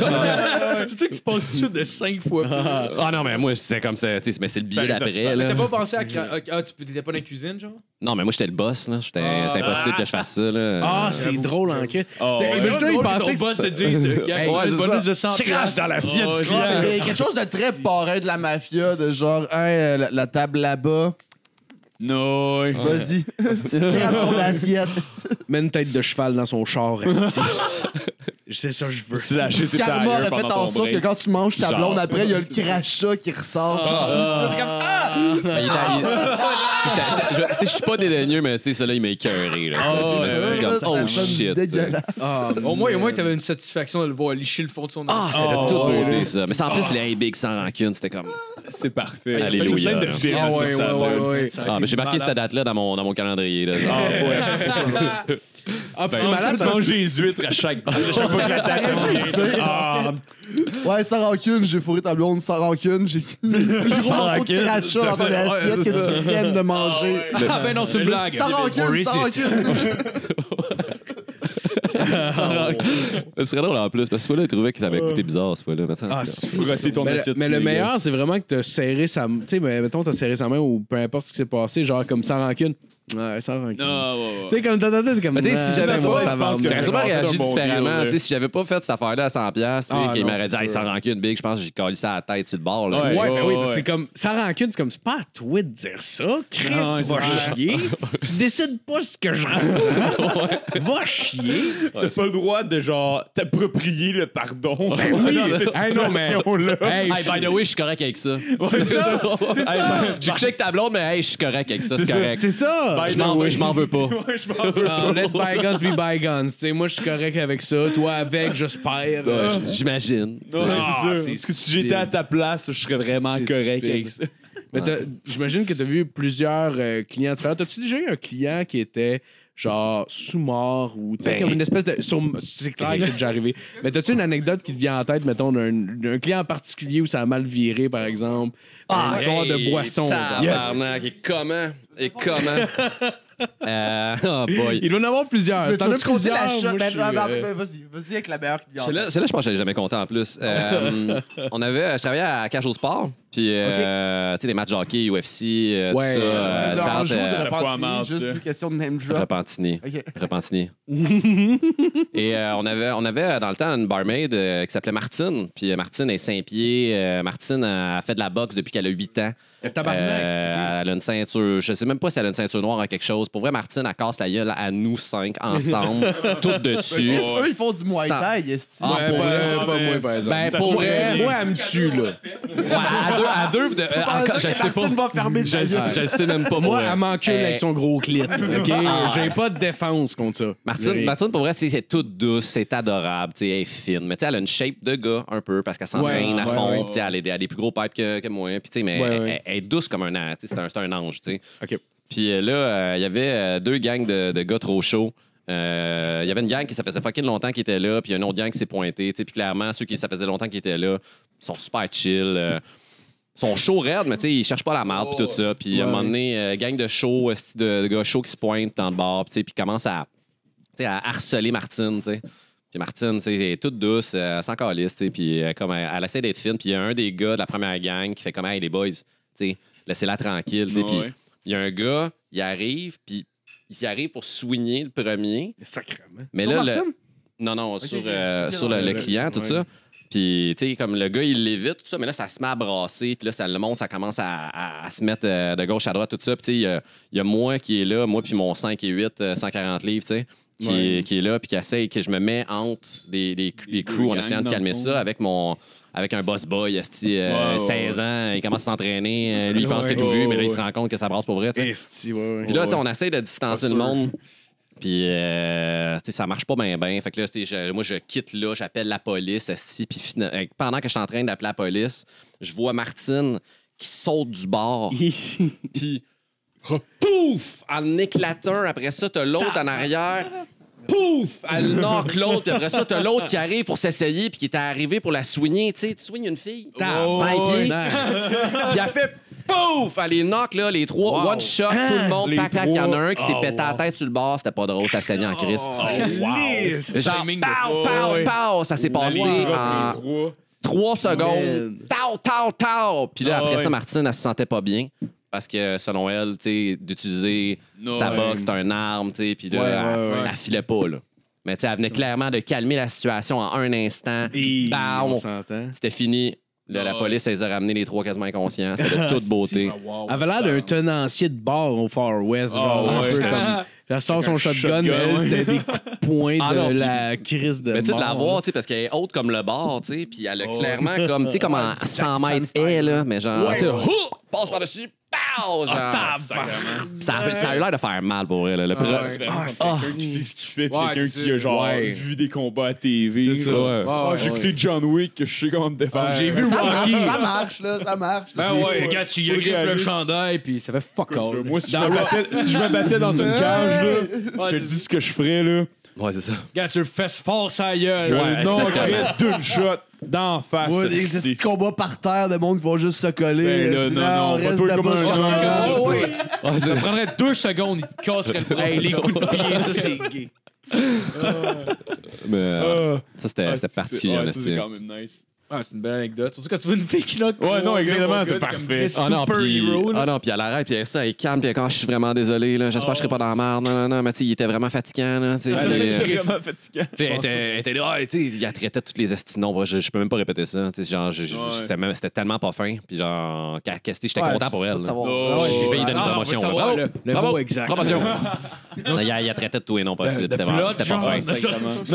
S7: Tu sais que tu passes dessus de 5 fois plus.
S1: Ah non, mais moi, c'était comme ça, tu sais, mais c'était le billet
S7: Ben, ça se
S1: d'après,
S7: passe.
S1: là.
S3: T'as pas pensé à. cra- Ah, tu t'étais pas dans la cuisine, genre?
S4: Oh,
S1: Non, mais moi, j'étais le boss, là. J'étais- C'était impossible que je fasse ça, là.
S6: Ah, c'est drôle, en cas.
S4: Oh,
S7: Ouais,
S6: Imagine-toi,
S7: c'est
S6: il
S7: drôle que
S6: pensait
S7: ton
S6: que
S7: boss te
S6: c'est-
S7: dise, euh, gars,
S1: Hey,
S7: on a
S1: ouais,
S7: une
S1: c'est
S7: bonus de 100
S1: Crache dans l'assiette
S3: Oh,
S1: du
S5: Ouais, mais- mais quelque chose de très pareil de la mafia, de genre, hey, la, la table là-bas,
S4: Non.
S5: vas-y, scrape son assiette.
S6: Mets une tête de cheval dans son char, esti. C'est ça que je veux.
S4: Tu lâches ses
S5: Karma
S4: tailleurs
S5: aurait fait
S4: pendant ton
S5: en sorte que
S4: break.
S5: quand tu manges ta
S4: Genre.
S5: blonde, après, il y a le crachat qui ressort. C'est comme, ah!
S1: Ben, Il était- il- J'étais- j'étais- je- tu sais, je suis pas dédaigneux, mais tu sais, ça, là, il m'a écœuré,
S5: C'est
S1: là. C'est- c'est
S5: sûr,
S1: comme,
S5: là, Ah, ça
S1: oh
S5: sonne
S1: shit.
S5: dégueulasse.
S3: Au moins, au moins, t'avais une satisfaction de le voir licher le fond de son
S1: Ah,
S3: assiette.
S1: c'était de
S4: Oh,
S1: toute
S4: ouais,
S1: beauté,
S4: là.
S1: ça. Mais ça, en plus, les Hey Big sans rancune, c'était comme.
S4: C'est parfait.
S1: Alléluia.
S4: C'est une scène de film,
S3: Ah,
S4: ça,
S3: ouais,
S4: ça
S3: ouais,
S4: donne.
S3: ouais, ouais.
S1: Ah, mais j'ai marqué cette date-là dans mon, dans mon calendrier, là. genre.
S4: Ah, ouais.
S6: Ah,
S4: C'est malade, tu manges les huîtres à chaque
S5: T'aurais dû le dire.
S4: Ah,
S5: Ouais, sans rancune, j'ai fourré ta blonde, sans rancune, j'ai le gros morceau de crachat dans ton assiette que tu viens de manger.
S3: Ah, ben non, c'est une blague.
S5: Sans rancune, sans rancune.
S1: Ce serait drôle en plus, parce que ce fois-là, il trouvait que ça avait goûté bizarre, ce fois-là. Mais ça, en tout cas.
S4: frotter ton
S6: Mais, le-
S4: assiette.
S6: mais
S4: sur
S6: le
S4: les
S6: meilleur,
S4: gosses.
S6: c'est vraiment que t'as serré sa main. Tu sais, ben, mettons, t'as serré sa main ou peu importe ce qui s'est passé, genre comme sans rancune. Ouais, sans rancune.
S4: Ah, ouais, ouais.
S6: Tu sais, comme t'as t'as- t'as- comme.
S1: Mais tu sais,
S6: Ah,
S1: si j'avais
S6: mon
S1: pas-
S4: je
S6: tabarnak.
S4: pense que-
S1: J'aurais sûrement
S4: J'aurais
S1: réagi
S4: fait un bon
S1: différemment.
S4: deal,
S1: tu sais, si j'avais pas fait cette affaire-là à 100$, piastres, tu sais,
S6: Ah,
S1: qu'il
S6: non,
S1: m'aurait dit
S6: c'est
S1: Hey,
S6: sûr.
S1: sans rancune, Big, je pense que j'ai collé ça à la tête sur le bord. Là,
S4: Ouais.
S1: Tu sais.
S6: Ouais, ben oui, mais
S4: ouais.
S6: c'est comme. Sans rancune, c'est comme, c'est pas à toi de dire ça. Chris,
S4: Ah, ouais,
S6: va
S4: c'est
S6: chier. tu décides pas ce que je ressens. va chier.
S4: T'as pas le droit de genre t'approprier le pardon. Ah,
S6: oui.
S4: Dans cette
S6: Hey, non, mais-
S4: situation-là.
S6: Hey,
S1: Hey, by the way, Ben je suis correct avec ça. Hey, ben, J'ai couché avec ta blonde, mais hey, je suis correct avec ça, c'est correct.
S6: C'est ça.
S1: Je m'en veux- je m'en veux pas.
S4: Ouais, je m'en veux.
S6: Ah, let bygones be bygones. Tu sais, moi, je suis correct avec ça. Toi, avec, j'espère. Euh,
S1: Ouais, j- J'imagine.
S4: Ah,
S6: c'est
S4: c'est
S6: sûr.
S4: sûr. Parce que si j'étais à ta place, je serais vraiment
S6: C'est
S4: correct
S6: stupide.
S4: avec ça.
S6: Mais t'as- j'imagine que tu as vu plusieurs euh, clients différents. T'as-tu déjà eu un client qui était genre sous-mort ou tu sais,
S1: Ben.
S6: comme une espèce de. sur- C'est clair que c'est déjà arrivé. Mais t'as-tu une anecdote qui te vient en tête, mettons, d'un d'un client en particulier où ça a mal viré, par exemple? une histoire de boisson. genre.
S1: Ah, Tabarnak, et comment? Et comment? Euh, oh boy.
S6: Il doit en avoir plusieurs.
S5: Mais
S6: T'en as
S5: tu comptes
S6: plusieurs.
S5: la shot?
S6: Moi,
S5: Ben,
S6: je
S5: ah,
S6: suis,
S5: ben,
S6: euh,
S5: ben, Vas-y, vas-y avec la meilleure cliente.
S1: Celle-là, celle-là, je pense que j'étais jamais content en plus. Euh, on avait, je travaillais à Cage au Sport, puis euh, tu sais, les matchs de hockey, UFC, euh,
S6: Ouais,
S1: tout ça.
S6: c'est
S1: euh,
S5: C'est dans le
S1: différentes,
S5: jour
S1: euh,
S5: de
S4: chaque fois en marde,
S5: Repentini, juste
S4: ça.
S5: des questions de name drop.
S1: Repentigny.
S5: Ok.
S1: Repentigny. Et euh, on, avait, on avait euh, dans le temps une barmaid euh, qui s'appelait Martine. Puis euh, Martine est Saint-Pied. Martine a, a fait de la boxe depuis qu'elle a 8 ans.
S6: Tabarnak.
S1: Euh, Elle a une ceinture. Je sais même pas si elle a une ceinture noire ou quelque chose. Pour vrai, Martine, elle casse la gueule à nous cinq ensemble, toutes dessus.
S5: Chris, eux, ils font du Muay
S1: Ça-
S5: Thai, esti.
S1: Ah,
S6: Ben,
S1: pour
S6: pas,
S4: euh,
S1: vrai.
S6: pas moi, par exemple.
S1: Ben,
S4: Ça
S1: pour
S4: se
S1: vrai,
S4: pourrait.
S1: moi,
S6: moi, elle me tue, là.
S1: ouais, à deux, à deux de- euh,
S5: Ah,
S1: encore- je
S5: que
S1: sais pas.
S5: Martine va fermer
S1: Je,
S5: sa gueule.
S1: je le sais même
S6: Moi,
S1: pas, moi.
S6: elle m'encule
S1: Euh,
S6: avec son gros clit. OK? J'ai pas de défense contre ça.
S1: Martine,
S6: J'ai-
S1: Martine, pour vrai, c'est c'est toute douce, c'est adorable, tu sais, elle est fine. Mais tu sais, elle a une shape de gars un peu parce qu'elle s'entraîne
S6: Ouais,
S1: à
S6: ouais,
S1: fond.
S6: ouais.
S1: puis tu sais, elle, a des- elle a des plus gros pipes que, que moi. Puis tu sais, mais
S6: Ouais,
S1: elle,
S6: ouais.
S1: elle est douce comme un, an, tu sais, c'est un, c'est un ange. tu sais.
S6: OK.
S1: Puis euh, là, euh, il y avait euh, deux gangs de, de gars trop chauds. Euh, Il y avait une gang qui ça faisait fucking longtemps qui était là, puis il y a une autre gang qui s'est pointée. tu sais, Puis clairement, ceux qui ça faisait longtemps qui étaient là sont super chill. euh, sont chauds raides, mais tu sais, ils cherchent pas la marde puis tout ça. Puis à un
S3: Ouais.
S1: moment donné, euh, gang de chauds, euh, sti- de, de gars chauds qui se pointent dans le bar, puis tu sais, puis commencent à, tu sais, à harceler Martine, tu sais. Puis Martine, tu sais, elle est toute douce, euh, elle s'en calisse, tu sais, puis euh, comme elle, elle essaie d'être fine. Puis il y a un des gars de la première gang qui fait comme « Hey, les boys, tu sais, laissez-la tranquille, tu sais. Puis
S4: Ouais.
S1: il y a un gars, il arrive, puis il y arrive pour soigner le premier.
S6: Sacrement.
S1: Mais
S5: Sur
S1: là, le-
S5: Martine?
S1: non, non, sur, euh,
S5: Ok,
S1: sur le,
S5: ouais,
S1: le
S5: ouais.
S1: client, tout ça. Puis, tu sais, comme le gars, il l'évite, tout ça, mais là, ça se met à brasser, puis là, ça le monte, ça commence à, à- à se mettre euh, de gauche à droite, tout ça. Puis, tu sais, il y a- il y, a moi qui est là, moi, puis mon 5 et 8, euh, 140 livres, tu sais, qui, est- qui est là, puis qui essaye que je me mets entre des, des, des
S4: Des
S1: crews en
S4: gangs,
S1: essayant de
S4: dans le
S1: calmer
S4: fond.
S1: ça avec mon. Avec un boss boy, esti,
S4: Ouais,
S1: euh,
S4: ouais,
S1: 16 ans, il commence à s'entraîner, euh, lui, il pense
S6: Ouais,
S1: qu'il a tout
S6: ouais,
S1: vu, mais là, il
S6: ouais.
S1: se rend compte que ça brasse pour vrai, tu sais.
S6: Esti, ouais, ouais.
S1: Puis là, tu sais, on essaie de distancer le monde. Puis, euh, tu sais, ça marche pas bien, bien. Fait que là, tu sais, je- moi, je quitte là, j'appelle la police, esti. Puis fina- euh, pendant que je suis en train d'appeler la police, je vois Martine qui saute du bord. Puis, pouf! En éclatant, après ça, t'as l'autre en arrière. Pouf! Elle knock l'autre, puis après ça, t'as l'autre qui arrive pour s'essayer, puis qui est arrivé pour la soigner. Tu sais, tu soignes une fille, t'as
S3: Oh,
S6: ouais,
S1: puis elle fait pouf! Elle les knock, là, les trois, one shot,
S3: Hein?
S1: tout le monde, pac, pac, il y en a un
S3: Ah,
S1: qui s'est pété la tête sur le bord, c'était pas drôle, ça saignait en crise. Genre,
S3: Timing Oh, de
S1: pow,
S3: fois.
S1: pow,
S3: Ouais.
S1: pow, ça s'est passé en trois secondes. Tao, tao, tao! Puis
S3: Ah,
S1: là, après ça, Martine, elle se sentait pas bien. Parce que selon elle, tu sais, d'utiliser sa boxe, c'est un arme, tu sais, puis là,
S3: Ouais,
S1: elle,
S3: ouais, ouais.
S1: elle filait pas, là. Mais tu sais, elle venait clairement de calmer la situation en un instant. Bam!
S6: on s'entend.
S1: C'était fini. Là,
S4: Ah
S1: la police, elle les a ramenés les trois quasiment inconscients. C'était de toute beauté.
S3: Ah,
S6: Elle avait l'air d'un tenancier de bar au Far West. genre, Ah, un peu comme. Elle sort son shotgun, mais elle, c'était des coups de poing
S1: Ah
S6: de
S1: non, puis-
S6: la crise de.
S1: Mais tu sais, de
S6: mort,
S1: la voir, tu sais, parce qu'elle est haute comme le bar, tu sais, puis elle
S4: Oh.
S1: a clairement comme, tu sais, comme en 100 mètres est, là, mais genre, tu sais, hou, passe par-dessus,
S4: Ah,
S1: pow, genre. ça, a fait- ça a eu l'air de faire mal pour elle, là. Le pre-
S3: ouais.
S4: Ah, c'est
S1: Ah.
S4: quelqu'un qui sait ce qu'il fait, puis
S3: Ouais,
S4: quelqu'un
S3: c'est
S4: qui a
S3: ça.
S4: genre
S3: Ouais.
S4: vu des combats à TV.
S6: C'est ça.
S4: là.
S1: Ouais.
S4: Ah, j'ai écouté John Wick, je sais comment me défendre.
S3: Ouais.
S4: J'ai vu
S5: Ça marche,
S4: Rocky.
S5: ça marche, là, ça marche. là.
S3: Ben ouais, regarde, tu y
S4: Faut
S3: agrippes le
S4: réaliser.
S3: chandail, puis ça fait fuck all.
S4: Euh, Moi, si je,
S3: Dans
S4: me battais, si je me battais dans une cage, là, je te dis ce que je ferais, là.
S1: Ouais, c'est ça.
S3: Regarde, tu le fesses fort sa gueule.
S4: Je
S1: Ouais,
S4: le knockerais
S1: exactement.
S4: d'une shot d'en face.
S5: Ouais, des
S4: Ah, C'est-
S5: petits combats par terre de monde qui vont juste se coller.
S4: Ben là,
S5: euh,
S4: non,
S5: sinon,
S4: non,
S5: on
S4: pas
S5: reste
S4: toi
S5: debout
S4: comme un
S5: jusqu'à
S4: homme.
S5: la
S3: Ah
S5: gueule.
S3: ouais. Ça prendrait deux secondes, il te casserait le bras. les coups de pied, ça c'est gay.
S1: Mais, euh,
S4: Ah.
S1: ça, c'était
S4: Ah,
S1: c'était
S4: c'est-
S1: particulier,
S4: ouais,
S1: en
S4: ça, c'est
S1: esti.
S4: quand même nice.
S3: Ah, c'est une belle anecdote. Surtout quand tu vois une fille qui knock.
S4: Ouais, non,
S3: trois,
S4: exactement,
S3: quatre,
S4: c'est
S3: comme
S4: parfait.
S3: Chris
S1: Ah non, puis
S3: Superhero, là.
S1: ah non, puis elle arrête, puis elle, ça, elle calme, puis elle, quand je suis vraiment désolé, là, j'espère que je serai pas dans la merde, non, non, non, mais tu sais, il était vraiment fatigant, là,
S3: ben,
S1: tu sais,
S4: Ah,
S1: puis, euh,
S4: c'est vraiment fatigant.
S1: Tu sais, elle était- elle était là, ah, tu sais, il traitait toutes les estinons. Moi, Je, je peux même pas répéter ça. Tu sais, genre, je- je-
S4: Ouais.
S1: c'était même- c'était tellement pas fin. Puis genre, qu'à- qu'est-ce que j'étais
S5: Ouais,
S1: content pour
S5: c'est
S1: elle.
S5: de
S1: là.
S5: savoir.
S4: Non.
S5: Ah ouais,
S1: Je vais lui
S5: c'est
S1: donner une
S5: clair.
S3: Ah, on
S1: promotion.
S3: veut savoir
S1: Bravo.
S3: le- le
S1: Bravo.
S3: mot exact.
S1: Promotion. Non, il, il a traité de tous les noms possibles. C'était vraiment- c'était pas fin.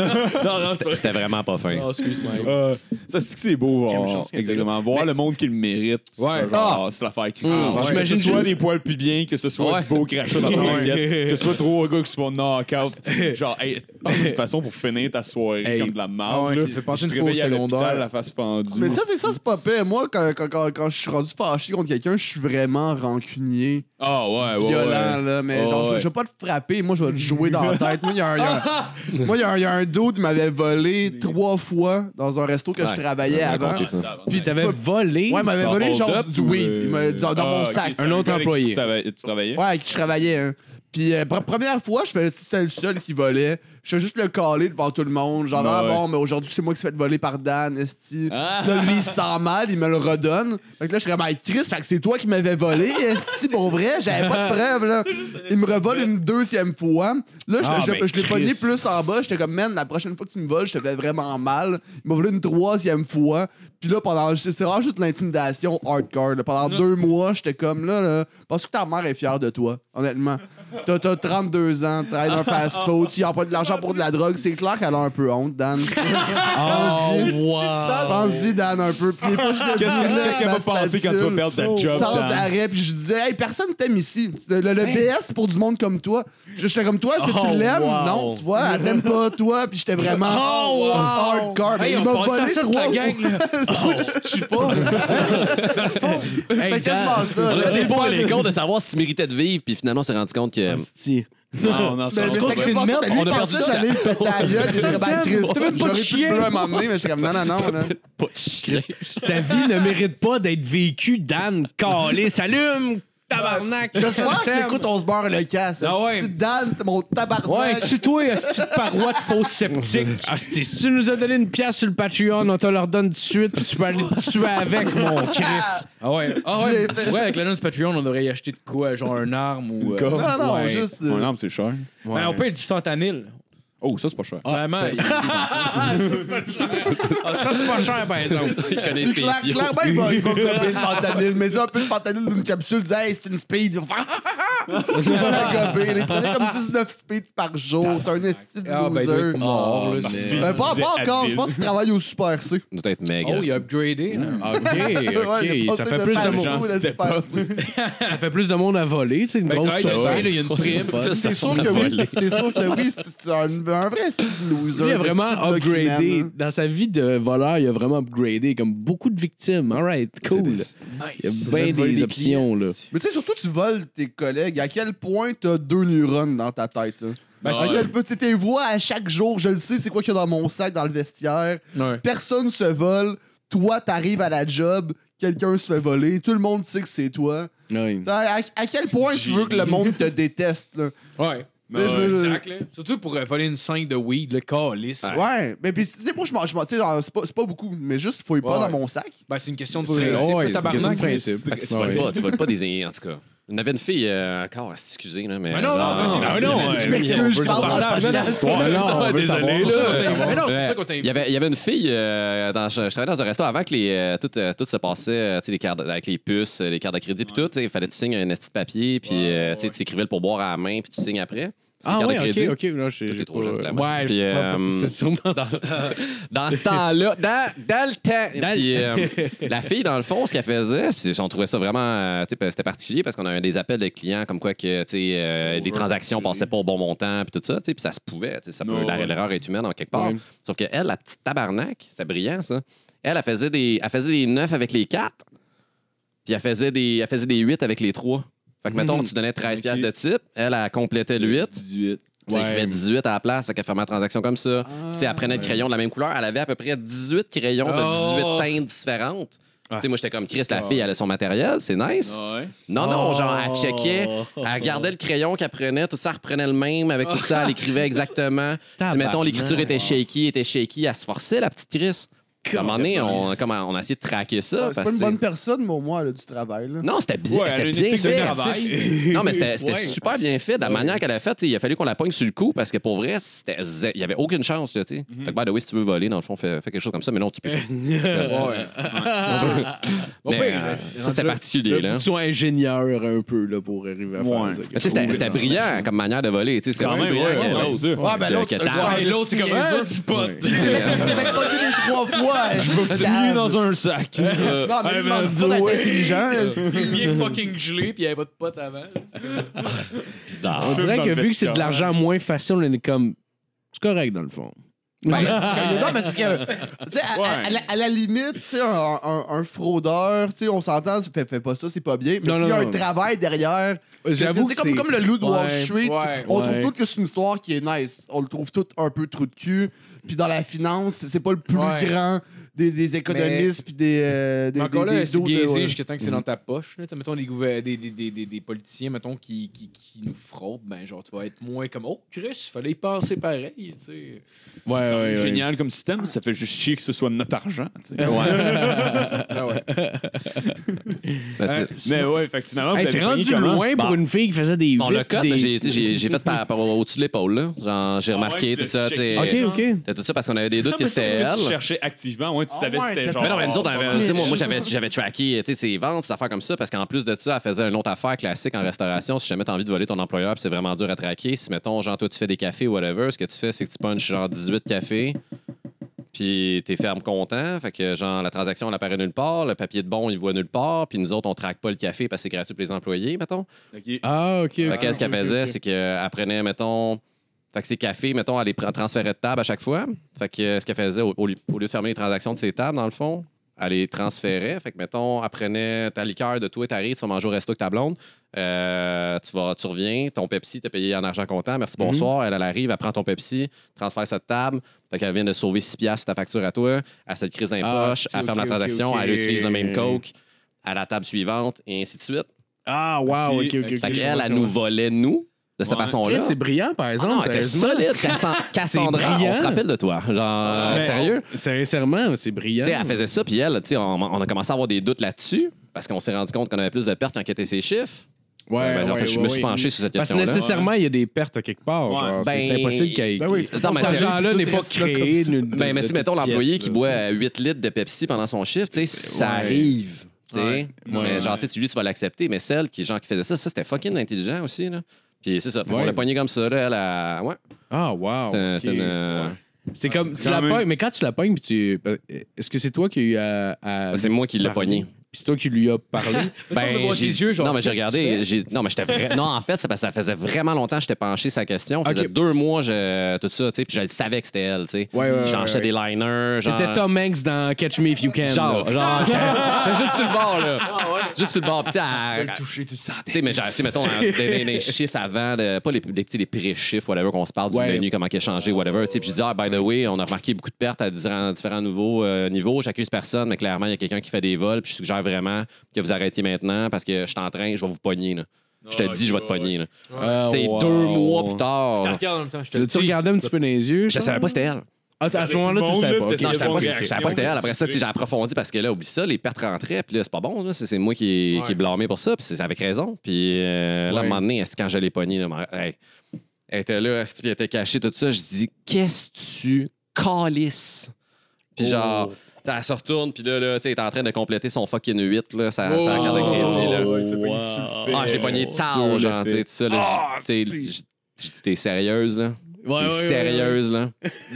S7: Non, non, c'est pas-
S1: C'était vraiment pas fin.
S3: Ah, excuse-moi.
S4: Euh, ça, c'est que c'est beau voir.
S1: chance qu'elle
S4: Exactement. Voir le monde qui le mérite.
S3: Ouais.
S4: ça, genre, C'est l'affaire qui
S1: Ah, ouais.
S4: J'imagine que ce soit des poils plus bien, que ce soit
S1: Ouais.
S4: du beau crachat dans ton assiette, que ce soit trois gars qui se font knock-out. Genre, hey, ah, de toute façon, pour finir ta soirée
S3: Hey.
S4: comme de la
S3: Ah ouais,
S4: merde, là,
S3: ça fait penser
S4: tu te
S3: une fois au
S4: réveilles à l'hôpital,
S3: secondaire.
S4: la face pendue.
S5: Mais ça, c'est ça, c'est pas pire. Moi, quand, quand, quand, quand je suis rendu fâché contre quelqu'un, je suis vraiment rancunier,
S4: Ah ouais, ouais,
S5: violent,
S4: ouais.
S5: là. Mais
S4: Ouais,
S5: genre, je-
S4: ouais.
S5: je vais pas te frapper. Moi, je vais te jouer dans la tête. Moi, il y a un- il y a un- moi, il y, a un- il y a un dos qui m'avait volé trois fois dans un resto que
S1: Ouais,
S5: je travaillais
S1: j'avais
S5: avant.
S1: compté ça.
S6: Puis t'avais volé.
S5: Ouais, il m'avait volé genre du du weed. Il m'a- dans dans
S4: Ah,
S5: mon sac.
S6: Un autre employé.
S4: Tu travaillais- tu travaillais?
S5: Ouais, avec qui je travaillais. hein. Puis, euh, pre- première fois, je faisais c'était le seul qui volait. Je fais juste le caler devant tout le monde. Genre,
S4: Ouais,
S5: ah
S4: ouais.
S5: bon, mais aujourd'hui, c'est moi qui se fait voler par Dan, Esti.
S4: Ah!
S5: Là, lui, il se sent mal, il me le redonne. Fait que là, je suis comme, Hey, Chris, fait que c'est toi qui m'avais volé, Esti, pour vrai. J'avais pas de preuve, là. Il me revole une deuxième fois. Là, je,
S6: Ah,
S5: je-
S6: mais
S5: je l'ai pogné
S6: Chris.
S5: plus en bas. J'étais comme, man, la prochaine fois que tu me voles, je te fais vraiment mal. Il m'a volé une troisième fois. Puis là, pendant. C'était vraiment juste l'intimidation hardcore. là. Pendant deux mois, j'étais comme, là, là, pense que ta mère est fière de toi, honnêtement. T'as t'as 32 ans, t'as un fast-food, tu envoies de l'argent pour de la drogue. C'est clair qu'elle a un peu honte, Dan. Pense-y. Pense-y, Dan, un peu. Puis des fois, je me brûlais,
S4: Oh, Qu'est-ce qu'elle va
S5: ma
S4: penser quand tu vas
S5: spatule
S4: perdre ta
S3: Oh,
S4: job?
S5: sans
S4: Dan?
S5: arrêt. Puis je disais, hey, personne t'aime ici. Le, le- le BS, c'est pour du monde comme toi. Je- J'étais comme toi, est-ce que
S4: Oh,
S5: tu l'aimes? Non, tu vois, elle t'aime pas, toi. Puis j'étais vraiment
S4: Oh,
S5: hardcore. Mais
S3: Hey,
S5: il
S3: on
S5: m'a
S3: pensait à
S5: volé
S3: ça de la
S5: trois.
S3: gang, là.
S5: C'était
S4: Oh,
S6: Hey, Dan.
S5: quasiment ça.
S1: On a
S5: là.
S1: fait les bons et les cons de savoir si tu méritais de vivre, puis finalement, on s'est rendu compte que
S6: Asti.
S3: Ah,
S4: Non, non, ça
S5: Mais, mais
S4: va
S5: c'était
S4: pas.
S5: quasiment
S7: une
S5: ça.
S7: merde,
S5: Mais lui,
S7: on
S5: il
S7: a
S5: pensait que
S7: perdu
S5: j'allais le péter à la gueule. C'était bien triste.
S3: C'était même pas
S5: J'aurais pu
S3: chien.
S5: le bleu à un moment donné, mais j'étais comme non, non, non. là.
S1: Pas de chien.
S7: Ta vie ne mérite pas d'être vécue, Dan. Calé, s'allume, tabarnak.
S5: J'espère
S7: T'aimes.
S5: qu'écoute, on se barre le casse.
S3: Ah ouais.
S5: Tu Dan, mon
S7: Ouais,
S5: tabarnak.
S7: tue-toi, cette paroi de faux sceptique.
S6: Ah, si si tu nous as donné une pièce sur le Patreon, on te leur donne tout de suite, puis tu peux aller te tuer avec, mon Chris.
S3: Ah ouais, ah ouais, ouais avec l'annonce Patreon, on aurait acheté de quoi Genre un arme ou. euh,
S4: corde.
S5: Non, non,
S3: ouais.
S5: juste.
S4: Mon
S5: euh,
S4: arme, c'est cher.
S3: Ben, on paye du fentanyl.
S4: Oh, ça, c'est pas cher.
S3: Vraiment. Ah,
S6: Ah, ça, c'est pas cher, par exemple.
S1: Il connaît les
S5: Puis clair-
S1: spéciaux.
S5: clairement, il va, il va copier le fentanyl. Mais ça, un peu le fentanyl d'une capsule, disait, hey, c'est une speed. Il va faire, ah, ah, ah. Il va la gober. Il prenait comme 19 speeds par jour. C'est un esti de
S3: Ah, ben, il doit
S5: loser.
S3: être mort, là.
S4: Ah,
S3: c'est-
S4: ben,
S5: Ben, pas,
S4: Vous
S5: pas
S4: êtes
S5: encore. Je
S4: habile.
S5: pense qu'il travaille au Super C.
S1: Il doit être méga.
S3: Oh, il a upgradé. là.
S6: OK,
S5: Ouais,
S6: OK.
S5: le
S6: ça,
S5: passé
S6: fait plus de
S5: Super
S6: monde,
S5: C,
S4: gens,
S5: le
S4: c'était
S5: Super
S4: pas-
S5: C.
S6: ça fait plus de monde à voler, tu sais, une
S3: Ben,
S6: grosse
S3: travaille de
S6: surface.
S3: faire, là, il y a une prime.
S1: Ça,
S5: C'est sûr que oui. C'est sûr que oui. c'est- C'est un, un vrai esti de loser.
S6: Lui, il a
S5: un esti
S6: vraiment
S5: de document,
S6: upgradé.
S5: hein.
S6: Dans sa vie de voleur, il a vraiment upgradé comme beaucoup de victimes. All right, cool. Il y a bien des, options, là.
S5: Mais tu sais, surtout, tu voles tes collègues. À quel point t'as deux neurones dans ta tête? Là?
S3: Ben, Ah
S5: à quel point t'es- t'es voix à chaque jour. Je le sais, c'est quoi qu'il y a dans mon sac, dans le vestiaire.
S3: Ouais.
S5: personne se vole, toi t'arrives à la job, quelqu'un se fait voler, tout le monde sait que c'est toi.
S6: Ouais.
S5: T'sais, À, à quel point tu veux que le monde te déteste là?
S3: Ouais.
S5: T'sais, je veux-
S3: Exact, là. Surtout pour euh, voler une 5 de weed, le calice.
S5: Ouais, mais puis tu sais moi je m'en- je m'en tu sais, genre, c'est pas c'est pas beaucoup, mais juste faut pas
S3: Ouais.
S5: dans mon sac.
S3: Ben, c'est une question de
S6: C'est- ouais,
S3: principe,
S6: c'est
S3: le
S6: une
S3: tabarnak.
S6: question de principe.
S1: Ah, tu voles pas, tu voles pas des Indiens, en tout cas. On avait une fille euh, encore, excusez, là, mais.
S3: Mais non, non,
S1: genre-
S3: non,
S6: Ah, non, ouais.
S5: Je
S6: oui, on
S5: m'excuse,
S6: veut
S5: je parle
S6: savoir.
S5: sur la
S3: Non, non,
S5: page
S3: non,
S5: d'histoire.
S6: non,
S3: ça,
S6: on
S3: ouais,
S6: veut
S3: désolé,
S6: savoir,
S3: là.
S6: on veut
S3: Mais non, c'est pour
S1: Ouais.
S3: ça qu'on t'a
S1: Il y, avait, il y avait une fille, euh, dans, je, je travaillais dans un restaurant avant que les, euh, tout, euh, tout se passait euh, tu sais, les cartes, avec les puces, euh, les cartes de crédit, puis tout. tu sais, Il fallait que tu signes un petit de papier, puis euh, tu sais, tu écrivais le pourboire à la main, puis tu signes après. C'est des
S6: Ah
S1: cartes
S6: ouais,
S1: de crédit.
S6: ok, ok. Là, j'ai
S1: Toi,
S6: j'ai
S1: t'es trop
S6: pas-
S1: jeune, clairement.
S6: Ouais,
S1: Puis,
S6: je comprends.
S1: euh,
S6: c'est sûrement dans
S1: Dans ce temps-là, dans, dans le temps.
S6: Dans
S1: Puis,
S6: le-
S1: euh, la fille, dans le fond, ce qu'elle faisait, puis j'en trouvais ça vraiment. euh, tu sais, c'était particulier parce qu'on avait des appels de clients comme quoi que, tu sais, euh,
S4: C'était
S1: des
S4: over,
S1: transactions
S4: c'est vrai.
S1: passaient pas au bon montant, puis tout ça, tu sais, puis ça se pouvait. tu sais, Ça peut,
S4: Non,
S1: la-
S4: ouais.
S1: L'erreur est humaine en quelque part.
S6: Ouais.
S1: Sauf que elle, la petite tabarnak, c'est brillant, ça. Elle, elle faisait des, elle faisait des 9 avec les 4, puis elle faisait des, elle faisait des 8 avec les 3. Fait que, mettons, tu donnais 13 piastres de type, elle, elle complétait le 8.
S4: 18.
S1: Puis ça écrivait
S6: Ouais.
S1: 18 à la place, fait qu'elle fermait la transaction comme ça. Puis tu sais, elle prenait le crayon de la même couleur. Elle avait à peu près 18 crayons
S3: Oh!
S1: de 18 teintes différentes.
S6: Ah,
S1: tu sais, moi, j'étais comme Chris, la fille, elle a son matériel, c'est nice.
S4: Ouais.
S1: Non, non, genre, elle
S6: Oh.
S1: checkait, elle gardait le crayon qu'elle prenait, tout ça, elle reprenait le même, avec tout ça, elle écrivait exactement. si,
S6: Tabarnak.
S1: mettons, l'écriture était shaky, était shaky, elle se forçait, la petite Chris. Puis À un moment donné, on, comme, on a essayé de traquer ça.
S5: C'est
S1: parce
S5: pas une
S1: que-
S5: bonne personne, mais au moins elle a du travail. là.
S1: Non, c'était bizarre.
S4: Ouais, elle a une
S1: c'était
S4: éthique de
S1: bien fait.
S4: travail.
S1: Non, mais c'était c'était
S6: Ouais.
S1: super bien fait. De la manière qu'elle a faite, t'sais, il a fallu qu'on la pogne sur le coup parce que pour vrai, c'était zé- il n'y avait aucune chance. Là, t'sais.
S4: Mhm.
S1: Fait que, by the way, si tu veux voler, dans le fond, fais, fais quelque chose comme ça, mais non, tu peux pas.
S3: Ouais. Bon, ben,
S1: Mais, euh,
S3: rendu
S1: ça, c'était
S3: là,
S1: particulier. Là.
S6: Ils sont ingénieurs un peu là, pour arriver à
S4: Ouais.
S6: faire ça.
S1: Mais t'sais, C'était c'était brillant comme manière de voler. t'sais, C'est
S4: Quand
S1: moins
S4: même,
S1: brillant
S4: ouais,
S1: que
S4: ouais,
S1: l'autre.
S4: c'est ça.
S5: Ouais, ben
S1: que-
S5: l'autre,
S1: que
S5: c'est
S1: t'as-
S5: quoi,
S3: Ouais, l'autre, c'est comme ah,
S5: hein?
S3: un petit pote.
S5: Il s'est fait- il s'est fait fucker les trois fois. Je veux
S4: Mis dans un sac. Euh,
S5: Non, mais
S4: hey,
S5: il
S4: man,
S5: demande pas
S4: do
S5: d'être
S4: it.
S5: intelligent. esti.
S3: Il est fucking gelé, puis il n'y avait pas de pote avant.
S1: bizarre.
S6: On dirait
S4: Dans
S6: que
S4: le
S6: vu que c'est de
S4: vestiaire.
S6: l'argent moins facile, on est comme. C'est correct dans le fond.
S5: Ben, non, mais c'est parce que, tu sais, à- à, à la- à la limite, tu sais, un, un, un fraudeur, tu sais, on s'entend, fait, fait pas ça, c'est pas bien. Mais
S6: Non,
S5: s'il y
S6: non,
S5: a
S6: non.
S5: un travail derrière,
S6: J'avoue
S5: tu sais,
S6: que
S5: comme,
S6: c'est-
S5: comme le loup de Wall
S6: Ouais,
S5: Street,
S3: ouais,
S5: on
S6: ouais.
S5: trouve tout que c'est une histoire qui est nice. On le trouve tout un peu trou de cul. Puis dans la finance, c'est- c'est pas le plus
S3: Ouais.
S5: grand des, des économistes, puis des, euh, des,
S3: Mais encore
S5: des-
S3: là,
S5: des
S3: c'est
S5: dos de-
S3: biaisé
S5: ouais.
S3: jusqu'à temps
S1: Mm-hmm.
S3: que c'est dans ta poche. Là. T'sais, Mettons des, gouver- des, des, des, des, des politiciens mettons, qui, qui, qui nous fraudent, ben genre tu vas être moins comme Oh Chris, fallait y penser pareil. T'sais.
S6: Ouais,
S1: Ah
S4: C'est
S6: ouais, ouais.
S4: génial comme système, ça fait juste chier que ce soit notre argent. tu sais.
S3: Ah ouais.
S1: Ben, c'est-
S4: Mais ouais, fait que finalement,
S6: Hey,
S4: vous
S6: c'est
S4: avez
S6: rendu
S4: pris comment?
S6: loin pour
S1: Bon.
S6: une fille qui faisait des.
S1: Bon, le
S6: huit,
S1: code,
S6: des-
S1: j'ai t'sais, j'ai- j'ai fait par, par- au-dessus de l'épaule. là. Genre, j'ai
S4: Ah ouais,
S1: remarqué
S4: tu
S1: tout ça.
S4: l'as checké.
S1: t'sais.
S6: Ok, ok.
S1: T'as tout ça parce qu'on avait des doutes
S4: Non,
S1: que
S4: mais c'est
S1: c'était
S4: parce que Tu
S1: elle.
S4: cherchais activement, ouais, tu
S5: Ah
S4: savais
S5: ouais,
S4: c'était
S5: t'as-
S4: genre.
S1: Mais non, mais nous autres, on avait-
S5: Ah,
S1: tu sais, moi, moi,
S5: je-
S1: j'avais, j'avais traqué euh, tu sais, ses ventes, ses affaires comme ça, parce qu'en plus de ça, elle faisait une autre affaire classique en restauration. Si jamais t'as envie de voler ton employeur, puis c'est vraiment dur à traquer, si mettons, genre, toi, tu fais des cafés ou whatever, ce que tu fais, c'est que tu punches genre 18 cafés, puis t'es ferme content. Fait que, genre, la transaction, elle apparaît nulle part, le papier de bon, il voit nulle part, puis nous autres, on traque pas le café parce que c'est gratuit pour les employés, mettons.
S6: Ah, ok.
S1: Fait que, ce qu'elle faisait, c'est qu'elle prenait, mettons, fait que ses cafés, mettons, elle les pr- transférait de table à chaque fois. Fait que euh, ce qu'elle faisait, au, au lieu au lieu de fermer les transactions de ses tables, dans le fond, elle les transférait. Fait que, mettons, elle prenait ta liqueur de toi, t'arrives, tu vas manger au resto avec ta blonde. Euh, tu, vas, tu reviens, ton Pepsi, t'es payé en argent comptant. Merci,
S6: Mhm.
S1: bonsoir. Elle, elle arrive, elle prend ton Pepsi, transfère cette table. Fait qu'elle vient de sauver 6 piastres sur ta facture à toi. Elle se le crise dans
S6: Ah,
S1: les poches,
S6: c'est-
S1: elle ferme la
S6: ok, ok,
S1: transaction,
S6: ok.
S1: elle utilise le même coke à la table suivante, et ainsi de suite.
S6: Ah, wow, ok, ok, ok.
S1: Fait
S6: je
S1: qu'elle,
S6: vois,
S1: elle
S6: je
S1: nous
S6: vois.
S1: volait, nous, de cette
S4: Ouais.
S1: façon-là.
S6: Chris, C'est brillant, par
S1: Ah
S6: exemple.
S1: non, elle était
S6: sérieusement.
S1: solide, Cassan- Cassandra.
S6: brillant.
S1: On se rappelle de toi. Genre, euh,
S6: Ben,
S1: sérieux?
S6: Sincèrement, c'est brillant.
S1: Tu sais, elle faisait ça, puis elle, tu sais, on, on a commencé à avoir des doutes là-dessus, parce qu'on s'est rendu compte qu'on avait plus de pertes qu'enquêter ses chiffres.
S6: Ouais,
S1: Ben, en fait,
S6: ouais,
S1: je
S6: ouais,
S1: me suis
S6: ouais.
S1: penché sur cette
S6: Parce que
S1: question-là.
S6: nécessairement, il y a des pertes à quelque part.
S4: Ouais.
S6: genre, c'est-
S1: Ben,
S6: c'est impossible qu'il y ait.
S5: Ben oui, tu
S1: Attends,
S5: penses
S1: mais
S5: que
S1: c'est-
S6: Cet
S5: l'argent,
S6: argent-là
S5: tout
S6: n'est
S5: est
S6: pas
S5: resté là comme
S6: créé.
S5: ça.
S6: d'une-
S1: Ben, mais
S6: de-
S1: si,
S6: de
S1: mettons,
S6: toute
S1: l'employé
S6: pièce,
S1: qui
S6: là,
S1: boit
S6: c'est-
S1: euh, 8 litres de Pepsi pendant son shift, tu sais, ça arrive. tu sais.
S3: Ouais.
S1: Mais
S6: Ouais.
S1: genre, tu sais, tu- lui, tu vas l'accepter, mais celle qui, genre, qui faisait ça, ça, c'était fucking intelligent aussi, là. Puis c'est ça, on
S6: Ouais.
S1: l'a pogné comme ça, là, elle, a... ouais.
S6: Ah, wow.
S1: c'est un-
S6: ok.
S1: c'est une, euh,
S6: C'est comme. Tu
S4: quand
S6: la
S4: même-
S6: pognes, mais quand tu la pognes, puis tu. euh, Est-ce que c'est toi qui as eu à. à-
S1: C'est moi qui l'ai
S6: parler?
S1: pogné.
S6: Puis c'est toi qui lui as parlé.
S3: Ben, voir
S1: j'ai-
S3: ses yeux, genre,
S1: non, mais j'ai
S3: qu'est-ce que tu
S1: regardé.
S3: fais?
S1: j'ai- Non, mais j'étais vra- non, en fait, c'est parce que ça faisait vraiment longtemps que j'étais penché sa question. Ça faisait
S6: Ok.
S1: deux mois, je... tout ça, tu sais, puis je le savais que c'était elle, tu sais.
S6: Ouais, ouais,
S1: J'en
S6: ouais,
S1: achetais
S6: ouais.
S1: des liners. Genre...
S6: C'était Tom Hanks dans Catch Me If You Can.
S1: Genre,
S6: là. Ah,
S1: genre, j'étais j'étais juste sur le bord, là.
S3: Ah,
S1: Juste sur le bord, puis tu sais, elle-
S3: Le toucher, tu le sentais.
S1: Tu sais, mais genre, tu sais, mettons, hein, des, des- des chiffres avant, de- pas les, les petits, les pré-chiffres, whatever, qu'on se parle du
S6: Ouais.
S1: menu, comment qu'est changé, whatever. Tu sais, puis je dis, ah, by the way, on a remarqué beaucoup de pertes à différents, différents nouveaux, euh, niveaux. J'accuse personne, mais clairement, il y a quelqu'un qui fait des vols, puis je suggère vraiment que vous arrêtiez maintenant parce que je suis en train, je vais vous pogner, là. Je te
S4: Ah,
S1: dis, je vais te
S4: ouais,
S1: pogner, là.
S6: Ah,
S1: C'est
S6: wow.
S1: deux mois plus
S3: Je te
S1: tard.
S3: regarde en même temps, je te
S6: Tu
S3: le
S6: l'as-tu
S3: dis.
S6: regardé un petit peu dans les yeux?
S1: Je
S6: genre?
S1: savais pas c'était elle.
S6: Ah, à ce moment-là, tu le savais pas. ok.
S1: Non, je savais pas,
S4: bonne
S1: je savais pas que c'était elle. Après ça, tu sais, j'ai approfondi parce que là, oublie ça, les pertes rentraient, puis là, c'est pas bon. là. C'est c'est moi qui,
S3: Ouais.
S1: qui est blâmé pour ça, puis c'est avec raison. Puis euh, là, à un
S6: Ouais.
S1: moment donné, est-ce que quand j'allais pogner, là, ma- hey, elle était là, est-ce qu'elle était cachée, tout ça, je dis, qu'est-ce que tu calisses? Puis genre, tu sais, elle se retourne, puis là, là tu sais, elle est en train de compléter son fucking 8, là,
S3: Ah,
S1: sa, sa carte de
S3: Oh,
S1: crédit. Là. Ah, j'ai pogné tard, genre, tu sais, tout ça. là, j'ai- tu sais, j'ai- j'ai dit, t'es sérieuse, là?
S6: Ouais,
S1: T'es
S6: Ah ouais, ouais, ouais.
S1: sérieuse, là?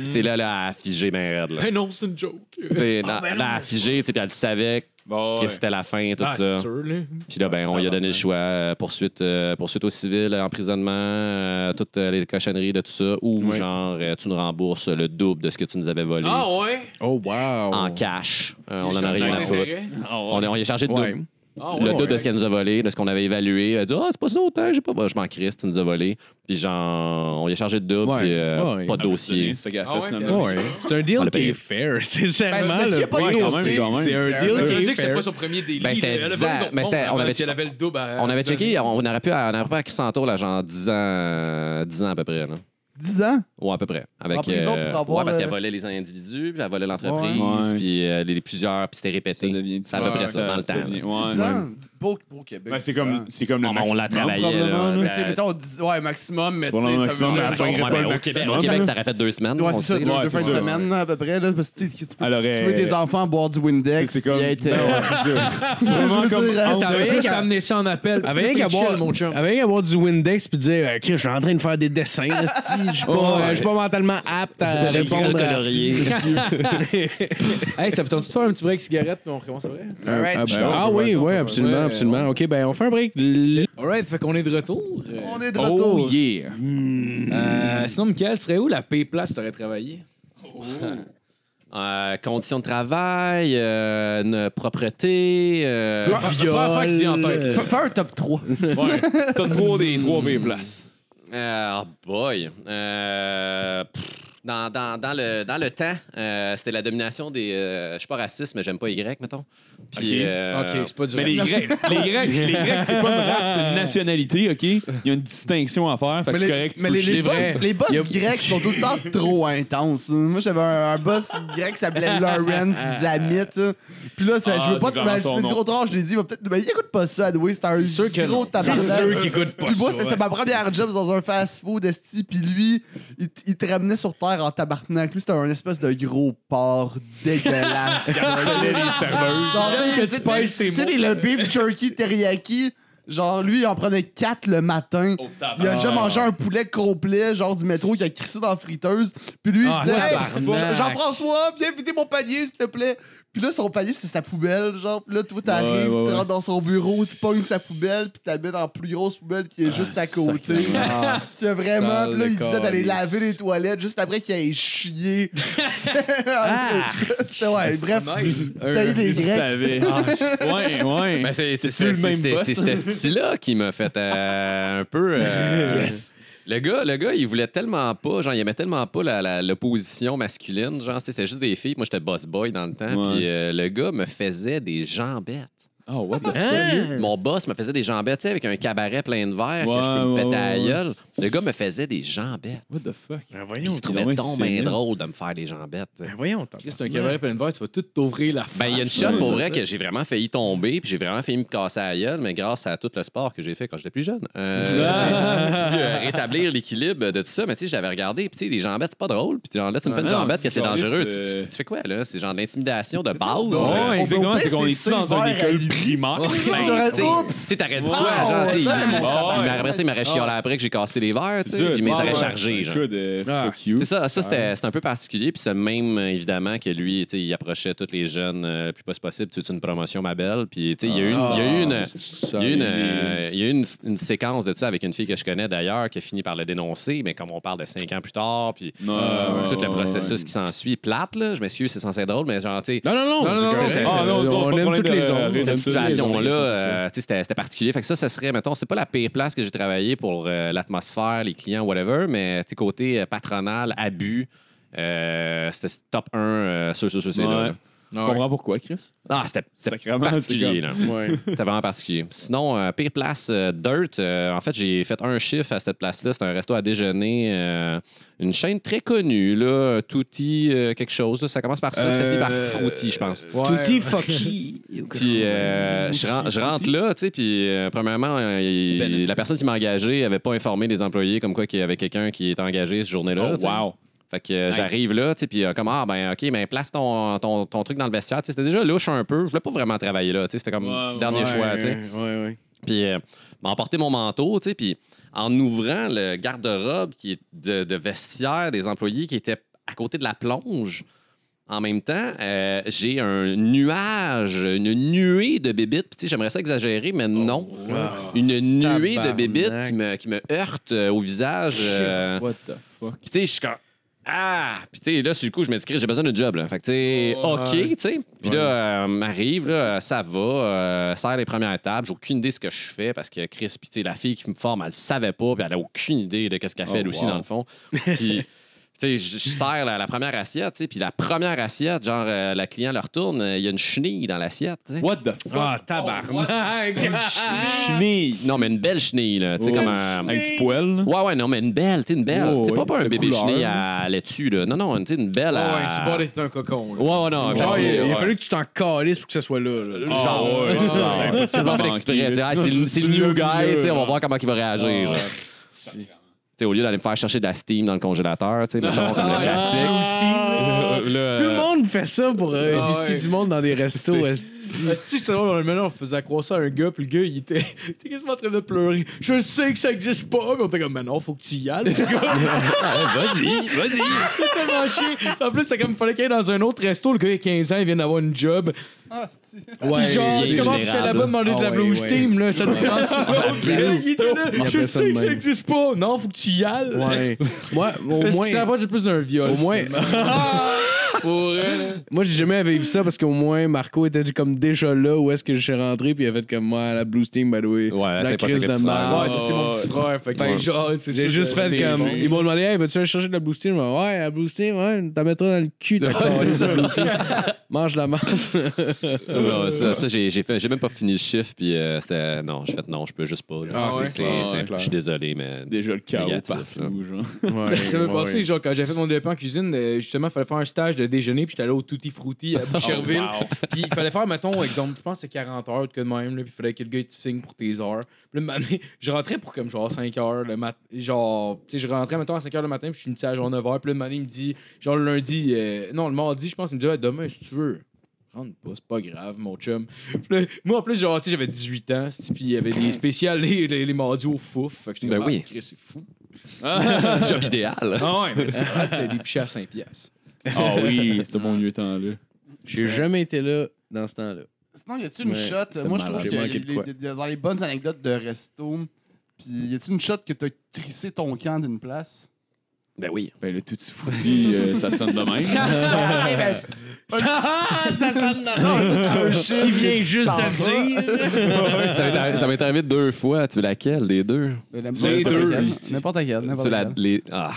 S1: Tu sais, là, là, elle a figé ben raide, là.
S3: Hey, non, c'est une joke.
S1: T'sais, là, là, elle a figé, t'sais, puis elle savait que c'était la fin, tout
S3: Ah, c'est
S1: ça.
S3: sûr, là.
S1: Puis là, ben, on lui a donné le choix euh, poursuite, euh, poursuite au civil, euh, emprisonnement, euh, toutes euh, les cochonneries de tout ça, ou
S6: Ouais.
S1: genre, euh, tu nous rembourses le double de ce que tu nous avais volé
S3: Ah, ouais.
S6: Oh, wow.
S1: en cash. Euh, on en a
S3: J'ai
S1: rien à
S3: des
S1: foutre.
S3: intérêts.
S1: On, est- on y a chargé de
S6: Ouais.
S1: double.
S3: Ah,
S1: le
S3: ouais,
S1: double de
S3: ouais.
S1: ce qu'elle nous a volé, de ce qu'on avait évalué. Elle a dit Ah, c'est pas si longtemps, j'ai pas. Bah, je m'en crisse, tu nous as volé. Puis genre, on y a chargé de double,
S6: Ouais.
S1: puis euh,
S6: Ouais.
S1: pas de dossier.
S4: ben, C'est ça qu'elle a
S3: Ah
S4: fait,
S3: ouais,
S4: finalement.
S6: Ouais. C'est un
S1: On
S6: deal
S1: l'a
S6: qui
S1: payé.
S6: est fair. C'est
S5: Ben,
S6: sincèrement
S5: c'est- s'il y a
S6: le
S5: pas de
S6: point.
S5: dossier,
S4: quand même, quand même.
S6: C'est un
S5: fair.
S3: Ça
S6: deal
S3: veut
S6: qui
S3: dire
S6: est
S3: que c'était
S6: fair.
S3: pas son premier délit.
S1: Ben, c'était
S3: là. Elle a volé
S1: dix ans.
S3: d'autres
S1: Mais
S3: mondes
S1: c'était-
S3: avant
S1: on avait-
S3: si elle avait le double à-
S1: On
S3: à
S1: avait
S3: donner.
S1: checké, on on aurait pu, à- on aurait pu à Kisanto, là, genre 10 ans, 10 ans à peu près. Là.
S5: 10 ans?
S1: Ouais, à peu près. Avec,
S5: En prison Ah, pour avoir,
S1: ouais, parce qu'elle
S5: euh,
S1: volait les individus, puis elle volait l'entreprise,
S4: Ouais. Ouais.
S1: puis euh, les, les plusieurs, puis c'était
S4: Ça
S1: répété.
S4: devient
S1: C'est à peu près ça, dans le temps, là.
S5: Dix ans? Beau, beau Québec.
S4: Ben, c'est
S5: dix ans.
S4: comme, c'est comme le
S1: Ah, mais on
S4: maximum,
S1: l'a travaillé,
S4: probablement,
S1: là.
S4: là.
S5: Mais tu sais, mettons, dix- ouais, maximum, mais
S4: C'est pas
S5: tu sais,
S4: le
S5: ça
S4: Ben, maximum,
S5: veut
S4: mais
S5: dire...
S4: après,
S5: genre,
S4: il
S1: Ouais,
S4: reste
S5: ouais,
S1: mais
S4: le
S1: au,
S4: maximum.
S1: Québec, au Québec, ça aurait fait deux semaines.
S5: Ouais,
S1: on
S5: c'est ça,
S1: sait,
S5: deux,
S1: là.
S5: deux
S4: Ouais,
S5: fins de
S4: c'est ça.
S5: semaine, là, à peu près. Là, parce que tu sais, tu peux
S4: Alors, euh,
S5: tuer des enfants, boire du Windex,
S4: c'est
S5: puis
S4: comme-
S5: être...
S4: Ben,
S5: euh,
S4: C'est vraiment
S5: Je veux
S4: comme.
S5: dire,
S4: Ah,
S5: ça
S4: ouais.
S3: J'avais juste amené ça en appel.
S6: Avec rien
S3: Tout
S6: qu'à
S3: est chill,
S6: boire,
S3: mon chum.
S6: avec avoir du Windex puis dire ok je suis en train de faire des dessins, esti, je suis pas, euh, je suis pas mentalement apte à
S1: J'aime ça,
S6: répondre
S1: le
S6: à
S1: colorier.
S3: Hey, ça vous tente de faire un petit break cigarette, puis on recommence après?
S5: Alright.
S6: Ah, ben, ah oui, oui, absolument,
S3: Ouais,
S6: absolument. Ok, ben on fait un break. L-
S3: Alright, fait qu'on est de retour. Euh,
S5: On est de retour.
S4: Oh yeah!
S1: Hmm.
S3: euh, sinon, Michael, serait où la paye place que t'aurais travaillé?
S1: Euh, conditions de travail, euh, une propreté. euh,
S3: Toi, Première fois qu'il dit en tête.
S5: Fais fais un top 3.
S4: Ouais. Top 3 des 3 B places.
S1: Euh, oh boy. Euh, pff, dans, dans- dans le, dans le temps, euh, c'était la domination des. euh, je suis pas raciste, mais j'aime pas Y, mettons. Puis, euh,
S3: ok, c'est pas du
S4: Mais les
S3: racisme.
S4: Grecs, les Grecs, les Grecs, c'est pas une race, c'est une nationalité, OK? Il y a une distinction à faire, fait que
S5: Mais
S4: c'est
S5: les-
S4: correct. tu
S5: mais
S4: peux
S5: les,
S4: chier.
S5: les boss, les boss
S6: Il y a-
S5: grecs sont tout le temps trop intenses. Moi, j'avais un, un boss grec qui s'appelait Lawrence Zamit. hein. Puis là, ça,
S4: Ah,
S5: je veux pas
S4: c'est
S5: te
S4: vraiment
S5: ben,
S4: son
S5: c'est
S4: nom.
S5: trop tard, je l'ai dit. Mais peut-être, ben, il écoute pas ça, Adway. C'était un
S3: sûr que non.
S5: gros tabarnak.
S6: écoute pas
S5: Puis moi, c'était c'était ma première job dans un fast-food, esti. Puis lui, il, t- il te ramenait sur terre en tabarnak. Lui, c'était un espèce de gros porc dégueulasse. Genre, tu sais, tu sais, tu sais, le beef jerky teriyaki, genre, lui, il en prenait 4 le matin. Il a déjà mangé un poulet complet, genre du métro, qu'il a crissé dans la friteuse. Puis lui, il
S6: Ah,
S5: disait Hey,
S6: tabarnak.
S5: Jean- Jean-François, viens vider mon panier, s'il te plaît. Puis là, son panier, c'est sa poubelle, genre. Puis là, toi, t'arrives,
S4: Ouais, ouais,
S5: tu
S4: ouais.
S5: rentres dans son bureau, tu pognes sa poubelle, puis t'as mis dans la plus grosse poubelle qui est juste à côté.
S4: Ah,
S5: C'était vraiment. Puis là, il disait d'aller laver les toilettes juste après qu'il ait chié. C'était. C'était- ouais, bref, t'as eu des
S4: Il
S5: grecs.
S4: savait.
S1: Ah,
S4: ouais, ouais.
S1: Ben, c'est c'est-
S4: C'est-tu le
S1: c'est-
S4: même
S1: c'est-
S4: boss?
S1: c'est ce style-là qui m'a fait euh, un peu. euh, Le gars, le gars, il voulait tellement pas, genre, il aimait tellement pas la- la- l'opposition masculine, genre, tu sais, c'était juste des filles. Moi, j'étais boss boy dans le temps,
S4: Ouais.
S1: puis euh, le gars me faisait des jambettes.
S4: oh, what the
S1: Mon boss me faisait des jambettes, tu sais, avec un cabaret plein de verre que je peux me
S4: Ouais, ouais,
S1: péter à la
S4: ouais.
S1: gueule. Le gars me faisait des jambettes.
S4: What the fuck?
S1: Puis il se
S4: t'es
S1: trouvait
S4: donc
S1: donc
S4: bien
S1: bien
S4: sénile.
S1: drôle de me faire des jambettes. tu sais.
S6: Ben voyons, t'as.
S3: Chris, c'est un cabaret plein de verre, tu vas tout t'ouvrir la face.
S1: Ben, il y a une shot
S4: ouais,
S1: pour
S4: ouais.
S1: vrai que j'ai vraiment failli tomber, puis j'ai vraiment failli me casser la gueule, mais grâce à tout le sport que j'ai fait quand j'étais plus jeune, euh,
S4: Ah!
S1: j'ai pu euh, rétablir l'équilibre de tout ça. Mais tu sais, j'avais regardé, puis tu sais, les jambettes, c'est pas drôle. Puis genre, là, tu me fais une
S4: Ah non,
S1: jambette, que
S4: c'est
S1: c'est dangereux. Tu,
S4: c'est-
S1: tu- tu fais quoi, là? C'est genre de l'intimidation de base.
S5: non,
S1: là.
S5: ouais, exactement, c'est qu'on est dans une école
S4: primaire?
S1: Ben,
S5: J'aurais-
S1: tu sais,
S5: Oups!
S1: tu sais, t'aurais dit
S5: Ouais,
S1: quoi, genre,
S5: ouais,
S1: tu sais, il-
S5: ouais, mon
S1: il-
S4: tabarnak.
S1: mais après ça, il m'aurait chiolé après que j'ai cassé les verres, tu sais, puis il m'aurait chargé, genre.
S6: Ah,
S4: euh, fuck you.
S1: C'est ça, ça c'était c'était un peu particulier. Puis c'est même, euh, évidemment, que lui, tu sais, il approchait tous les jeunes, euh, puis pas possible, tu veux une promotion, ma belle. Puis, tu sais, il y a eu une- il y a eu
S4: Ah,
S1: une. Il y a eu une, euh, il y a eu une, une séquence de ça avec une fille que je connais d'ailleurs qui a fini par le dénoncer, mais comme on parle de cinq ans plus tard, puis
S4: Ouais,
S1: euh,
S4: Ah, ouais,
S1: tout le
S4: ouais,
S1: processus
S4: ouais.
S1: qui s'ensuit, plate, là, je m'excuse, c'est censé être drôle, mais genre, tu sais,
S6: Non, non, non,
S3: Non, non, non,
S6: correct.
S1: c'est-
S6: Ah,
S1: c'est-
S4: c'est-
S6: non, on
S4: c'est-
S6: aime
S4: c'est-
S6: toutes les
S4: c'est-
S6: autres.
S4: c'est-
S1: cette
S4: c'est- c'est-
S1: situation-là, euh, tu sais, c'était c'était particulier. Fait que ça, ça serait, mettons, c'est pas la pire place que j'ai travaillé pour euh, l'atmosphère, les clients, whatever, mais tu sais, côté euh, patronal, abus, euh, c'était top 1 euh, sur, sur, sur ces
S4: Ouais.
S1: là, là.
S4: Je comprends pourquoi, Chris?
S1: Ah, c'était c'était
S4: Sacrément,
S1: particulier,
S4: c'est
S1: là.
S6: Ouais.
S1: C'était vraiment particulier. Sinon, euh, pire place, euh, Dirt. euh, en fait, j'ai fait un chiffre à cette place-là. C'est un resto à déjeuner. euh, une chaîne très connue, là. Tutti, euh, quelque chose. là. Ça commence par ça, puis ça finit par
S6: Euh,
S1: Fruity, je pense.
S3: Tutti
S7: fucky.
S1: Puis euh, je, ren- je rentre là, tu sais, puis euh, premièrement, euh, il-
S4: Ben.
S1: la personne qui m'a engagé n'avait pas informé les employés comme quoi qu'il y avait quelqu'un qui était engagé cette journée-là. tu sais.
S4: Oh, wow.
S1: Fait que euh, j'arrive là, tu sais, puis euh, comme, ah, ben, OK, ben, place ton, ton, ton truc dans le vestiaire. Tu sais, C'était déjà louche un peu. Je voulais pas vraiment travailler là, tu sais. C'était comme
S4: Ouais,
S1: dernier
S6: Ouais,
S1: choix, tu sais.
S6: Ouais, ouais.
S1: Puis euh, m'a emporté mon manteau, tu sais, puis en ouvrant le garde-robe qui est de, de vestiaire des employés qui était à côté de la plonge. En même temps, euh, j'ai un nuage, une nuée de bébites. Puis, tu sais, j'aimerais ça exagérer, mais non.
S6: Ah,
S1: Une nuée de
S6: tabarnak.
S1: bébites qui me, qui me heurte euh, au visage. euh,
S4: What the fuck?
S1: puis tu sais, je suis comme. Ah! Puis tu sais, là, sur le coup, je me dis, Chris, j'ai besoin de job, là. Fait que tu sais, OK, tu sais. Puis là, euh, m'arrive, là, ça va, euh, serre les premières tables. J'ai aucune idée de ce que je fais parce que Chris, puis tu sais, la fille qui me forme, elle savait pas, puis elle a aucune idée de qu'est-ce qu'elle fait,
S4: Oh,
S1: elle aussi,
S4: wow.
S1: dans le fond. Puis. Tu sais, je je serre la, la première assiette, tu sais, puis la première assiette, genre, euh, la client leur tourne, euh, il y a une chenille dans l'assiette. tu sais.
S4: What the fuck?
S6: Ah, tabarnak.
S4: Chenille.
S1: Non, mais une belle chenille, là, tu sais,
S4: Oh.
S1: comme un, Ah,
S4: Un petit poil, là.
S1: Ouais, ouais, non, mais une belle, tu sais, une belle.
S4: Hein? Oh,
S1: Tu sais, pas,
S4: oui,
S1: pas un
S4: de
S1: bébé
S4: couleur,
S1: chenille
S4: là.
S1: à laitue, là. Non, non, tu sais, une belle.
S3: Ah
S1: à-
S3: ouais, c'est pas d'être un cocon. là.
S1: Ouais, ouais, non.
S6: Genre,
S1: ouais,
S6: il, il
S1: ouais.
S6: a fallu que tu t'en calisses pour que ça soit là. là.
S4: Ah,
S1: Genre,
S4: ouais,
S1: ouais,
S4: c'est
S1: genre.
S4: impossible
S1: C'est pas
S4: à
S1: fait
S4: manquer,
S1: exprès.
S4: là.
S1: C'est, ah, c'est- c'est le new guy, tu sais, on va voir comment il va réagir. genre.
S4: Ouais.
S1: Tu sais, au lieu d'aller me faire chercher de la steam dans le congélateur, tu sais, mettons, comme le classique.
S6: Ah,
S1: Là, euh,
S6: Tout le monde fait ça pour euh,
S3: Ah
S6: initier
S3: ouais.
S6: du monde dans des restos.
S3: C'est-
S6: esti.
S3: Asti, c'est drôle, dans le menu, on faisait croire ça à un gars, puis le gars, il était, il était quasiment en train de pleurer. Je sais que ça existe pas, mais on était comme, mais non, faut que tu y ailles. le gars.
S6: Ah,
S1: Vas-y, vas-y.
S3: C'est tellement chier. En plus, c'est comme, il fallait qu'il aille dans un autre resto. Le gars, il a 15 ans, il vient d'avoir une job.
S5: Ah, c'est-
S3: Puis genre,
S1: il est
S3: tu commences
S1: vulnérable.
S3: à là-bas demander de la
S6: Ah ouais,
S3: blues
S6: ouais.
S3: team, là, ça te prend ça. Il était là,
S6: Il
S3: Je
S6: appelle ça
S3: sais
S6: de
S3: que ça
S6: même.
S3: existe pas. Non, faut que tu y ailles.
S6: Ouais. Moi, au
S3: C'est ce qui
S6: moins.
S3: s'approche le plus d'un viol.
S6: Au moins,
S3: Pour elle, là.
S6: moi j'ai jamais vécu ça parce qu'au moins Marco était comme déjà là où est-ce que je suis rentré puis il a fait comme moi la Blues Team by the way.
S1: Ouais,
S6: la
S1: c'est pas ça
S6: crise
S1: que
S6: de
S1: tu
S6: merde.
S1: fais.
S3: Ouais, ça, c'est mon petit frère. Fait que,
S6: Ben,
S3: genre, c'est
S6: Ah, J'ai
S3: sûr
S6: juste
S3: que-
S6: fait comme. Ils m'ont demandé, hey, veux-tu aller chercher de la Blue Steam? Ouais, la Blue Steam, ouais, t'en mettras dans le cul, ta
S3: Ouais, c'est
S6: calice de
S3: ça.
S6: Blue Steam. Mange la merde.
S1: Non, ça, ça, j'ai, j'ai fait, j'ai même pas fini le chiffre, puis euh, c'était. Non, j'ai fait non, je peux juste pas. là.
S3: Ah,
S1: C'est-
S3: ouais.
S1: c'est-
S4: Ah,
S1: c'est-
S4: ouais,
S1: Je suis désolé, mais.
S4: C'est déjà le chaos
S1: euh, Négatif, Oh,
S4: partout, genre.
S1: Ah,
S3: Ça m'est passé, genre, quand j'ai fait mon DEP en cuisine, euh, justement, il fallait faire un stage de déjeuner, puis j'étais allé au Tutti Frutti
S1: Oh,
S3: à Boucherville. Puis il fallait faire, mettons, exemple, je pense que c'est 40 heures, tout de même, là, puis il fallait que le gars il te signe pour tes heures. Puis là, une matinée, je rentrais pour comme genre 5 heures le matin. Genre, tu sais, je rentrais, mettons, à 5 heures le matin, puis je finissais à genre 9 heures. Puis là, une matinée, il me dit, genre le lundi, euh, non, le mardi, je pense, il me dit, Ah, demain, si tu veux. Rentre pas, c'est pas grave, mon chum. Puis là, moi, en plus, genre, tu sais, j'avais 18 ans, c'est- puis il y avait des spéciales, les, les, les mardis au fouf. Fait que j'étais
S1: Ben
S3: comme,
S1: oui.
S3: Ah, Chris, c'est fou.
S1: Job idéal.
S3: Ah ouais, mais c'est vrai, t'as des pichets à 5 piastres.
S4: Ah oui, c'était mon mieux temps, là.
S6: J'ai jamais été là dans ce temps-là.
S5: Sinon, y a-tu une
S6: Ouais,
S5: shot?
S6: c'était
S5: Moi, je
S6: malade.
S5: trouve que
S6: J'ai manqué de
S5: les-
S6: quoi.
S5: les- dans les bonnes anecdotes de resto, puis y a-tu une shot que t'as crissé ton camp d'une place?
S1: Ben oui.
S4: Ben, le tout foutu, euh, ça sonne de même.
S5: Ah, ok, ben,
S7: ça sonne
S5: non, ça, c'est un shit.
S7: Ce qui vient juste
S5: t'en
S7: de dire.
S1: ça m'est arri- ça m'est arrivé deux fois. Tu veux laquelle des deux?
S5: Les
S1: deux.
S5: N'importe quelle.
S1: Tu
S5: N'importe
S1: la,
S5: quelle.
S1: les... Ah.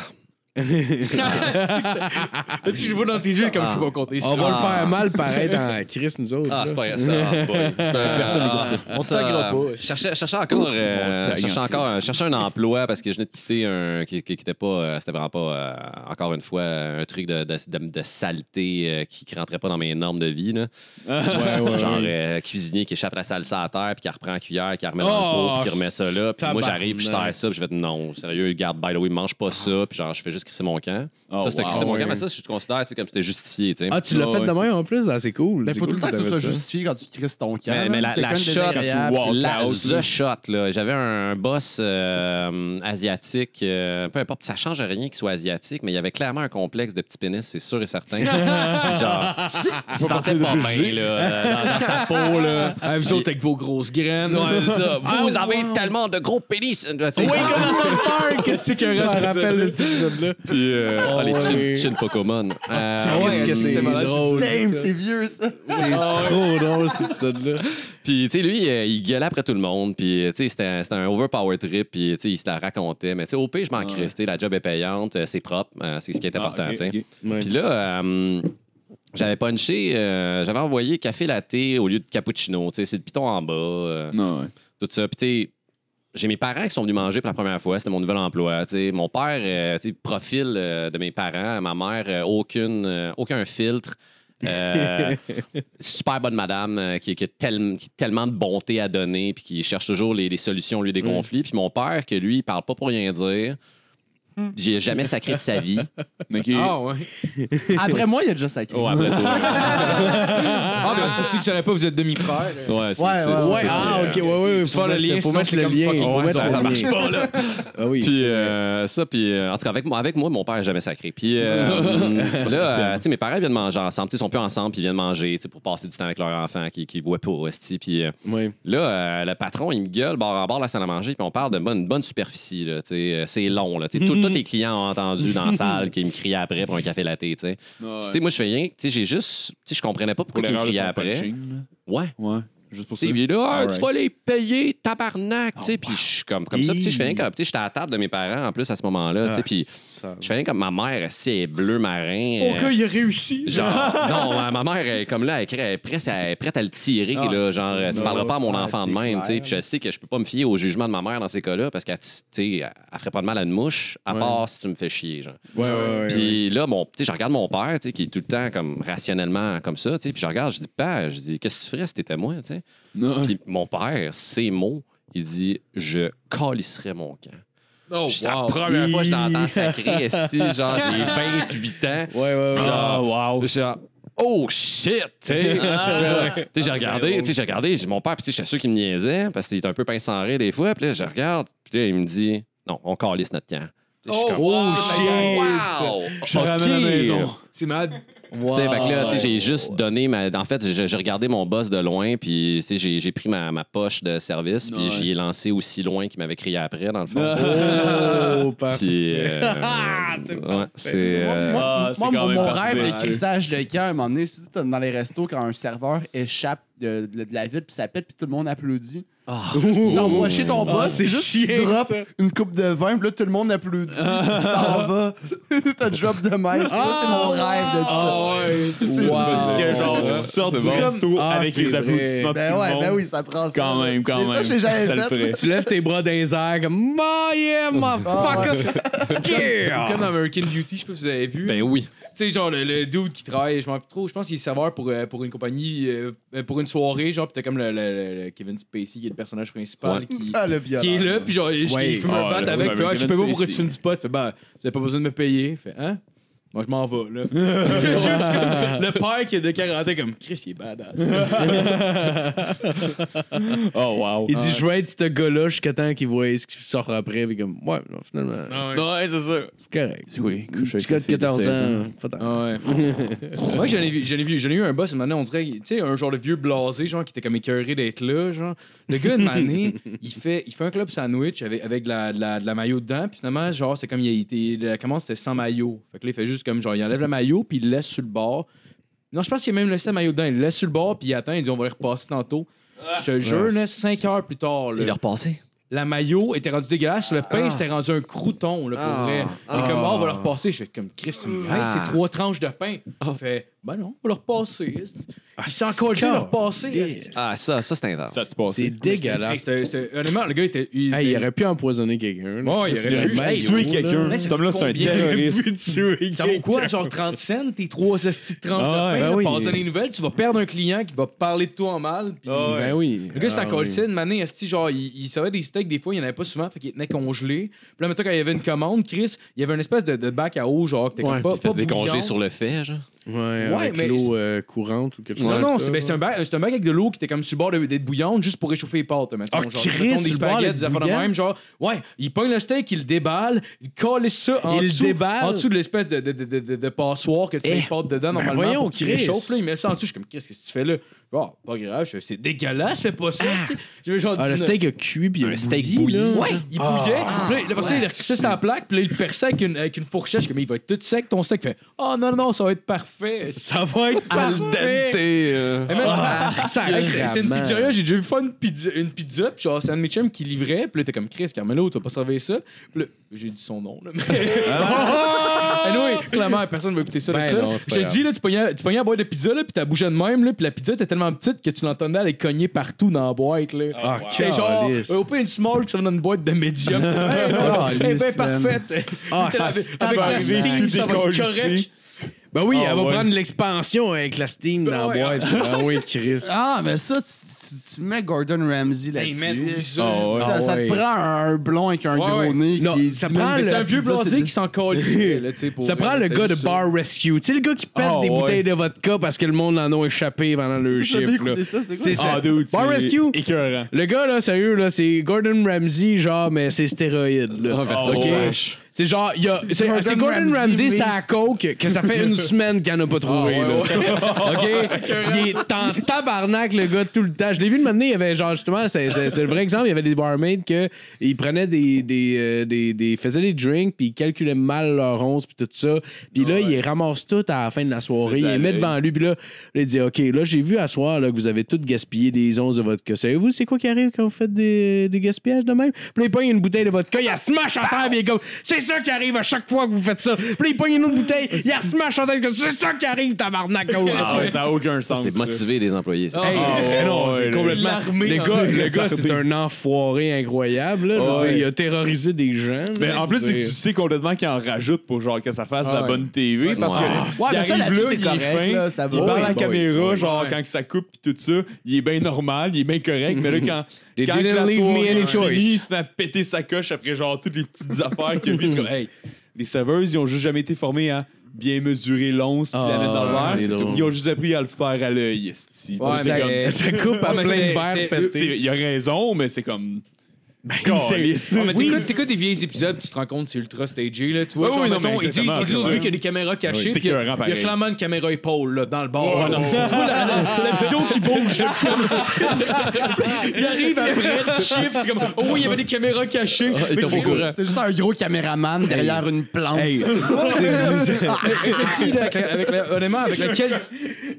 S3: Si je vois dans tes yeux, comme je peux pas compter ça.
S6: On va le
S1: Ah.
S6: faire mal pareil dans Chris, nous autres.
S1: Ah,
S6: là.
S1: c'est pas grave, ça. Ah, boy. C'est un-
S4: Personne
S1: ah,
S4: n'écoute ça.
S1: On se taguera pas. Cherchais, cherchais encore, euh,
S4: On tague
S1: cherchais
S4: en
S1: encore
S4: crise.
S1: euh, cherchais un emploi parce que je venais de quitter un qui, qui, qui était pas, euh, c'était vraiment pas, euh, encore une fois, euh, un truc de, de, de- de saleté euh, qui, qui rentrait pas dans mes normes de vie. Là.
S4: Ah,
S1: Genre euh, cuisinier qui échappe la salsa à terre, puis qui reprend la cuillère, qui la remet dans le pot,
S6: Oh,
S1: puis qui remet ça là. Puis moi,
S6: tabarnak.
S1: j'arrive, puis je sers ça, puis je fais non, sérieux, garde, by the way, mange pas ça, puis genre, je fais juste crisser mon camp. ça, c'était crisser mon camp, mais ça, je considère tu sais, comme c'était justifié, tu sais.
S6: Oh, Ah, tu l'as
S4: Ouais,
S6: fait
S4: ouais.
S6: demain en plus? Ah, c'est cool.
S5: Ben,
S6: C'est
S5: faut tout le
S6: cool
S5: temps que ce
S6: t'avais
S5: soit
S6: ça.
S5: justifié quand tu crisses ton camp.
S1: Mais-
S5: là,
S1: mais la-
S5: si quelqu'un
S1: la
S5: de
S1: shot,
S5: désagréable,
S4: tu walk
S1: La
S4: out, là.
S1: The Shot, là. J'avais un boss euh, asiatique, euh, peu importe, ça change rien qu'il soit asiatique, mais il y avait clairement un complexe de petit pénis, c'est sûr et certain. Genre, il se sentait pas bien, là, euh, dans, dans sa peau, là.
S3: Ah, vous autres avec vos grosses graines.
S1: Ouais, c'est ça. Vous avez tellement de gros pénis. Oui, comme
S6: Qu'est-ce que je me rappelle de cet épisode-là?
S1: Puis, euh,
S6: Oh,
S1: ah, les
S6: ouais.
S1: chin, chin Pokémon. Euh,
S3: ouais, qu'est-ce que c'était malade,
S6: drôle,
S5: Damn,
S6: ça.
S5: c'est vieux, ça.
S6: C'est trop drôle cet épisode-là.
S1: Puis, tu sais, lui, euh, il gueulait après tout le monde. Puis, euh, tu sais, c'était un, c'était un overpower trip. Puis, tu sais, il se la racontait. Mais, tu sais, au pire, je m'en crisse. Tu sais, La job est payante. euh, C'est propre. euh, c'est ce qui est important, tu sais. Puis là, euh, j'avais punché, euh, j'avais envoyé café latte au lieu de cappuccino. Tu sais, c'est le piton en bas, euh,
S4: Non, ouais.
S1: tout ça. Puis tu sais, j'ai mes parents qui sont venus manger pour la première fois. C'était mon nouvel emploi. tu sais. Mon père, euh, tu sais, profil euh, de mes parents, ma mère, euh, aucune, euh, aucun filtre. Euh, super bonne madame euh, qui, qui a tel- qui a tellement de bonté à donner puis qui cherche toujours les, les solutions au lieu des conflits. Puis mon père, que lui, il parle pas pour rien dire. J'y ai jamais sacré de sa vie.
S4: Ok.
S3: Ah, ouais.
S5: Après moi, il y a déjà sacré.
S1: Ouais, après toi.
S3: Ah, ben, c'est pour ça que je saurais pas, vous êtes demi-frère.
S1: Ouais, c'est-
S5: Ouais,
S1: c'est-
S5: ouais,
S1: c'est-
S5: ouais.
S1: c'est-
S6: ah, ok, ouais, ouais.
S3: Faut faire le lien,
S6: Faut
S3: sinon
S6: mettre
S3: c'est
S6: le
S3: comme
S6: lien.
S3: fucking
S6: faut
S3: ouais,
S6: mettre
S1: ça
S6: le
S1: marche
S6: lien.
S1: pas, là.
S6: Ah oui.
S1: Puis, euh, ça, puis, euh, en tout cas, avec, moi- avec moi, mon père n'a jamais sacré. Puis, euh, là, euh, tu sais, mes parents viennent manger ensemble. Tu sais, Ils sont plus ensemble, puis ils viennent manger tu sais, pour passer du temps avec leur enfant qui ne voient pas hostie. Puis, euh,
S6: Ouais.
S1: là, euh, le patron, il me gueule bord en bord la salle à manger, puis on parle de bonne, bonne superficie. là, tu sais. Euh, C'est long. Là, tu sais. Tout- Tous les clients ont entendu dans la salle qui me criaient après pour un café latte. tu sais. Puis, tu sais, Moi, je fais rien. tu sais, J'ai juste. tu sais, Je comprenais pas pourquoi ils me criaient après. Ouais.
S4: Ouais. Juste pour ça.
S1: T'sais, il est là, Ah,
S4: Alright.
S1: tu vas les payer, tabarnak. tu sais, Puis je suis comme, comme ça. Puis tu sais, je fais rien comme. tu sais, J'étais à la table de mes parents en plus à ce moment-là. tu
S6: Ah,
S1: sais, Puis je fais rien comme ma mère, esti, elle est bleue marin. euh,
S6: il a réussi.
S1: Genre, non, ma- ma mère, elle est comme là, elle, cra- elle est prête à, elle est prête à le tirer. là, genre, tu parleras pas à mon
S5: Ah,
S1: enfant de
S5: c'est
S1: même. tu sais.
S5: clair.
S1: Puis je sais que je peux pas me fier au jugement de ma mère dans ces cas-là parce qu'elle tu sais, elle- elle ferait pas de mal à une mouche, à
S6: Ouais.
S1: part si tu me fais chier. Genre.
S6: Ouais, ouais, ouais. ouais.
S1: Puis là, mon, tu sais, je regarde mon père, tu sais, qui est tout le temps comme rationnellement comme ça, tu sais, puis je regarde, je dis, père, je dis, qu'est-ce que tu ferais si t'étais moi, tu sais?
S4: Non.
S1: Puis mon père, ses mots, il dit Je calisserai mon camp.
S3: Oh,
S1: C'est la première fois que je t'entends sacré, esti, genre j'ai 28 ans.
S6: Ouais, ouais, ouais.
S4: Ah,
S1: Genre,
S6: wow.
S1: Je suis genre, Oh shit! Tu sais,
S6: Ah,
S1: Là, tu sais, j'ai regardé, tu sais, j'ai regardé, j'ai- mon père, puis tu sais, j'étais sûr qu'il me niaisait, parce qu'il était un peu pince sans rire des fois, puis là, je regarde, puis là, il me dit Non, on calisse notre camp. Je suis comme,
S6: Oh, shit!
S1: Wow!
S6: Je ramène à la maison.
S3: C'est malade.
S6: Wow.
S1: Tu sais, fait que là, tu sais, j'ai juste donné ma. En fait, j'ai j'ai regardé mon boss de loin, puis tu sais, j'ai j'ai pris ma, ma poche de service, puis
S4: Ouais. Ah.
S1: j'y ai lancé aussi loin qu'il m'avait crié après, dans le fond.
S6: Oh,
S1: Puis. euh,
S6: C'est parfait.
S1: ouais, c'est. euh,
S4: Ah, c'est
S5: Moi,
S4: quand
S5: mon,
S4: même
S5: mon
S4: parfait,
S5: rêve de
S4: ça.
S5: crissage de camp, à un moment donné, c'est dans les restos quand un serveur échappe de, de- de la ville, puis ça pète, puis tout le monde applaudit. T'envoies chez ton boss, c'est juste tu
S6: chiant,
S5: drop
S6: ça.
S5: une coupe de vin, puis là, tout le monde applaudit. Tu T'en vas. T'as drop de même. Là, c'est mon rêve de
S3: Ah,
S5: ça.
S6: ouais.
S5: C'est- c'est-
S6: Wow.
S5: c'est-
S4: Que genre, tu sors du
S6: C'est bon.
S4: resto
S6: Ah,
S4: avec
S6: c'est
S4: les
S6: vrai.
S4: applaudissements de tout
S5: Ben
S4: le
S5: ouais,
S4: monde.
S5: ben oui, ça prend ça.
S4: Quand même, quand
S5: C'est
S4: même.
S5: ça, j'ai jamais
S4: Ça le
S5: fait.
S4: ferait.
S6: Tu lèves tes bras dans les airs comme My yeah,
S5: Ah, ouais.
S6: motherfucker! Yeah!
S3: Comme dans American Beauty, je sais pas si vous avez vu.
S1: ben oui.
S3: Tu sais, genre, le, le dude qui travaille, je m'en rappelle trop, je pense qu'il est serveur pour, euh, pour une compagnie, euh, euh, pour une soirée, genre, pis t'as comme le, le- le- le Kevin Spacey qui est le personnage principal
S1: Ouais.
S3: qui,
S5: Ah, le
S3: qui est
S5: violent.
S3: là, pis genre, il-
S6: Ouais.
S3: il fume un
S4: Ah,
S3: bat
S4: le-
S3: avec,
S4: le
S3: fait, ah, je sais pas
S4: Kevin
S3: pourquoi tu
S4: Spacey.
S3: fumes du pot, fait, bah, vous avez pas besoin de me payer, fait, hein? Moi, je m'en vais, là. T'as juste comme le père qui est de 40 ans, comme Chris, il est badass.
S4: Oh, wow.
S6: Il dit Je vais être ce gars-là jusqu'à temps qu'il voit ce qui sort après. Puis comme, ouais, non, finalement,
S3: Ah ouais.
S4: Ouais, c'est ça.
S6: c'est correct.
S4: Oui, couche avec
S6: Petit gars
S4: sa
S6: de
S4: fille
S6: 14
S4: 16
S6: ans. pas tant.
S3: Ah ouais. Moi, j'en ai, vu- j'en ai vu, j'en ai eu un boss une année, on dirait, tu sais, un genre de vieux blasé, genre, qui était comme écœuré d'être là, genre. Le gars, une année, il fait, il fait un club sandwich avec, avec de la, de la, de la maillot dedans, puis finalement, genre, c'est comme, il a été, la commande, c'était sans maillot. Fait que là, il fait juste comme, genre, il enlève le maillot, puis il le laisse sur le bord. Non, je pense qu'il a même laissé le maillot dedans. Il le laisse sur le bord, puis il attend, il dit, on va le repasser tantôt. Je te jure, là, 5 heures plus tard, là,
S1: Il est repassé.
S3: la maillot était rendue dégueulasse, le
S6: Ah.
S3: pain c'était rendu un crouton, là, pour vrai. Il est comme, Ah, on va le repasser. Je fais comme, Chris, c'est une
S6: Ah.
S3: graisse, c'est trois tranches de pain. Il fait, ben non, on va le repasser. Il s'est encore dit de le repasser.
S1: Ah, ça, ça c'est intense.
S4: Ça hein. a-tu passé?
S6: C'est dégueulasse.
S3: C'était- c'était- Honnêtement, le gars était. Il,
S6: Hey, il aurait pu empoisonner quelqu'un. là.
S3: Ouais, il
S6: C'est
S3: aurait
S6: le
S3: pu.
S6: maillot,
S3: Hey,
S4: tuer
S6: là.
S4: Ben, quelqu'un.
S3: Mais
S4: Cet homme-là, c'est un
S3: combien il aurait
S4: terroriste.
S3: Ça vaut quoi, genre 30 cents, tes trois hosties de tranches
S6: Ah,
S3: de
S6: ben
S3: pain,
S6: oui.
S3: là, passer des nouvelles, tu vas perdre un client qui va parler de toi en mal. puis-
S6: Ben oui.
S3: Le gars, c'est
S6: Ah,
S3: un call
S6: oui.
S3: center. Une année, esti, genre, il, il servait des steaks, des fois, il n'y en avait pas souvent, fait qu'il tenait congelé. Puis là, mettons, quand il y avait une commande, Chris, il y avait une espèce de, de bac à eau, genre, que t'es comme
S6: Ouais,
S3: pas.
S6: puis
S3: pas
S1: Fait décongeler
S3: bouillon.
S1: sur le fait, genre.
S6: Ouais, avec
S3: mais
S6: l'eau euh, courante ou quelque chose
S3: Non,
S6: comme
S3: non,
S6: ça,
S3: c'est ben, c'est
S6: là.
S3: un, bac- c'est un bac avec de l'eau qui était comme sur le bord de- d'être bouillante juste pour réchauffer les pâtes, mettons.
S6: Ah,
S3: genre,
S6: Chris,
S3: mettons des
S6: sur le bord,
S3: spaghettis,
S6: d'être
S3: des affaires de
S6: bouillant.
S3: même, genre, ouais, il pogne le steak, il le déballe, il colle ça en,
S6: Il le
S3: dessous,
S6: déballe? Eh, ben
S3: en dessous de l'espèce de, de, de, de- de- de passoire que tu mets les pâtes dedans normalement.
S6: voyons,
S3: pour qu'il
S6: Chris.
S3: réchauffe, là, il met ça en dessous, je suis comme, Chris, qu'est-ce que tu fais là? Oh, pas grave, je fais, c'est dégueulasse, fais pas ça, tu sais. Je veux genre
S6: Ah, le
S3: dix-neuf.
S6: steak a cuit puis il a
S1: Un steak
S6: bouilli, là. Ah.
S1: bouilli.
S3: Ouais, il bouillait. Puis là, il- après ça, il ressait sa plaque, puis là, il perçait avec une, avec une fourchette. Je suis comme, il va être tout sec, ton steak. Fait, oh non, non, ça va être parfait.
S6: Ça va être parfait.
S3: Et même-
S6: euh. Ah, sacrément.
S3: Eh, Hey, C'était c'était une pizzeria, j'ai déjà vu faire une pizza, une pizza puis genre, c'est un de mes chums qui livrait, puis là, t'es comme Chris Carmelo, tu vas pas servir ça. Puis là, j'ai dit son nom, là. Mais... anyway, clairement, personne va écouter ça. là,
S6: Ah! Ben
S3: tout ça.
S6: non, c'est pas
S3: je te
S6: grave.
S3: dis, là, tu pognais, tu pognais à boire de pizza, là, puis t'as bougé de même, là, puis la pizza était tellement petite que tu l'entendais aller cogner partout dans la boîte, là.
S6: Ah,
S3: Fait genre,
S6: calice.
S3: euh, au pire, une small qui s'en dans une boîte de médium. hey, non,
S5: Calice,
S3: hey, ben,
S5: man.
S3: parfaite.
S6: Ah,
S3: Avec-
S6: ça,
S3: avec la
S6: tabarnak.
S3: steam, ça va être
S4: Tout
S3: correct.
S4: décollissé.
S6: Ben oui,
S4: Ah,
S6: elle va
S4: ouais.
S6: prendre l'expansion avec la Steam dans
S3: Ouais.
S6: la boîte. Ah oui, Chris.
S5: Ah, mais ça, tu, tu- tu mets Gordon Ramsay
S3: Hey,
S5: là-dessus.
S3: man, oublie ça.
S5: ça,
S6: Ah ouais.
S5: ça
S6: Ah ouais.
S5: te prend un blond avec un
S3: Ouais,
S5: gros
S3: ouais.
S5: nez
S6: Non,
S5: qui
S6: ça
S5: dit, mais
S6: prend le-
S3: C'est
S5: la
S3: un vieux
S5: pizza, c'est
S3: blasé qui s'en calissait, là, tu sais, pour
S6: Ça
S3: vrai,
S6: prend
S3: là,
S6: le
S3: c'était
S6: gars de
S3: juste ça.
S6: Bar Rescue. Tu sais, le gars qui pète
S4: Ah,
S6: des
S4: ouais.
S6: bouteilles de vodka parce que le monde en a échappé pendant le
S5: J'ai
S6: chiffre.
S5: jamais
S6: là.
S5: écouté ça, c'est quoi?
S6: C'est ça.
S4: Ah, dude,
S6: Bar
S4: c'est
S6: Rescue.
S4: Écœurant.
S6: Le gars, là, sérieux, là, c'est Gordon Ramsay, genre, mais c'est stéroïde. Là. Ah,
S1: version
S6: Ok?
S1: vache.
S6: C'est genre, il y a. C'est
S5: Gordon
S6: c'est Gordon
S5: Ramsay,
S6: Ramsay,
S5: mais-
S6: ça à coke que ça fait une semaine qu'il n'en a pas trouvé. là. OK? Il est en tabarnak, le gars, tout le temps. Je l'ai vu le matin, il y avait genre, justement, c'est c'est- c'est le vrai exemple, il y avait des barmaids que ils prenaient des. des, euh, des, des- faisaient des drinks, puis ils calculaient mal leur once, puis tout ça. Puis là, ils ramassent tout à la fin de la soirée, ils les mettent devant lui, puis là, il dit OK, là, j'ai vu à soir là, que vous avez tout gaspillé des onces de vodka. Savez-vous, c'est quoi qui arrive quand vous faites des, des gaspillages de même? Puis là, il pogne une bouteille de vodka, il la smash en terre, puis il est comme C'est ça qui arrive à chaque fois que vous faites ça. Puis là, il pogne une autre bouteille, il la smash en terre, comme C'est ça qui arrive, tabarnak. gros.
S4: Ah, ouais, ça n'a aucun sens.
S1: C'est
S4: ça.
S1: motivé des employés. ça.
S3: Ah,
S6: Hey,
S4: ouais,
S6: non, c'est
S4: ouais,
S6: complètement.
S3: l'armée,
S6: Le
S3: hein.
S6: gars, le gars,
S4: L'armée.
S6: c'est un enfoiré incroyable. là. Je veux
S4: Ouais.
S6: dire, il a terrorisé des gens.
S4: Mais
S6: là.
S4: en plus, c'est que tu
S6: Je veux dire,
S4: sais complètement qu'il en rajoute pour genre que ça fasse la
S3: ouais.
S4: bonne TV. Parce que
S1: Ouais.
S3: Ah,
S5: Ouais,
S4: il
S5: mais ça,
S4: arrive
S5: là-dessus,
S4: là,
S5: c'est
S4: il est
S5: correct,
S4: fin,
S5: là, ça
S4: il
S5: va.
S4: parle
S5: Ouais,
S4: à la
S5: ouais,
S4: caméra,
S3: ouais.
S4: genre
S3: Ouais.
S4: quand ça coupe pis tout ça, il est bien normal, il est bien correct. mais là, quand,
S6: They
S4: quand
S6: didn't
S4: la
S6: leave me
S4: soirée
S6: any
S4: est
S6: choice.
S4: finie, il se met à péter sa coche après genre toutes les petites affaires qu'il a vues. C'est comme, hey, les serveuses, ils ont juste jamais été formés à bien mesurer l'once puis la
S6: Ah,
S4: mettre dans le verre.
S6: c'est
S4: c'est tout.
S6: drôle.
S4: Ils ont juste appris à le faire à l'œil, esti.
S3: Ouais,
S4: C'est
S3: mais-
S4: comme-
S3: sais-
S6: Ça coupe à
S3: Ouais, mais
S6: plein
S3: c'est-
S6: de verres
S3: c'est-
S4: c'est-
S6: pétés.
S4: Il a raison, mais c'est comme.
S6: c'est-
S3: Non, mais
S4: Oui,
S3: t'écoutes, t'écoutes des vieilles épisodes, tu te rends compte, c'est ultra stagé, là. Tu vois,
S4: Oui,
S3: genre,
S4: oui, non,
S3: mettons,
S4: mais
S3: ils disent,
S4: exactement,
S3: ils disent au
S4: c'est
S3: début
S4: vrai.
S3: qu'il y a des caméras cachées,
S4: Oui,
S3: puis il y
S4: c'était
S3: a-
S4: écœurant,
S3: il y a
S4: pareil.
S3: clairement une caméra épaule, là, dans le bar.
S4: Oh, non, c'est-
S3: Tu vois la, la- la vision qui bouge, là, c'est comme- Il arrive après, le chiffre, c'est comme, oh oui, il y avait des caméras cachées. Mais
S1: était
S3: qui-
S1: au courant.
S5: T'es Ah, juste un gros caméraman derrière une plante.
S6: Hey.
S3: Mais- mais je te dis, là, avec la- avec la- honnêtement, avec la qualité.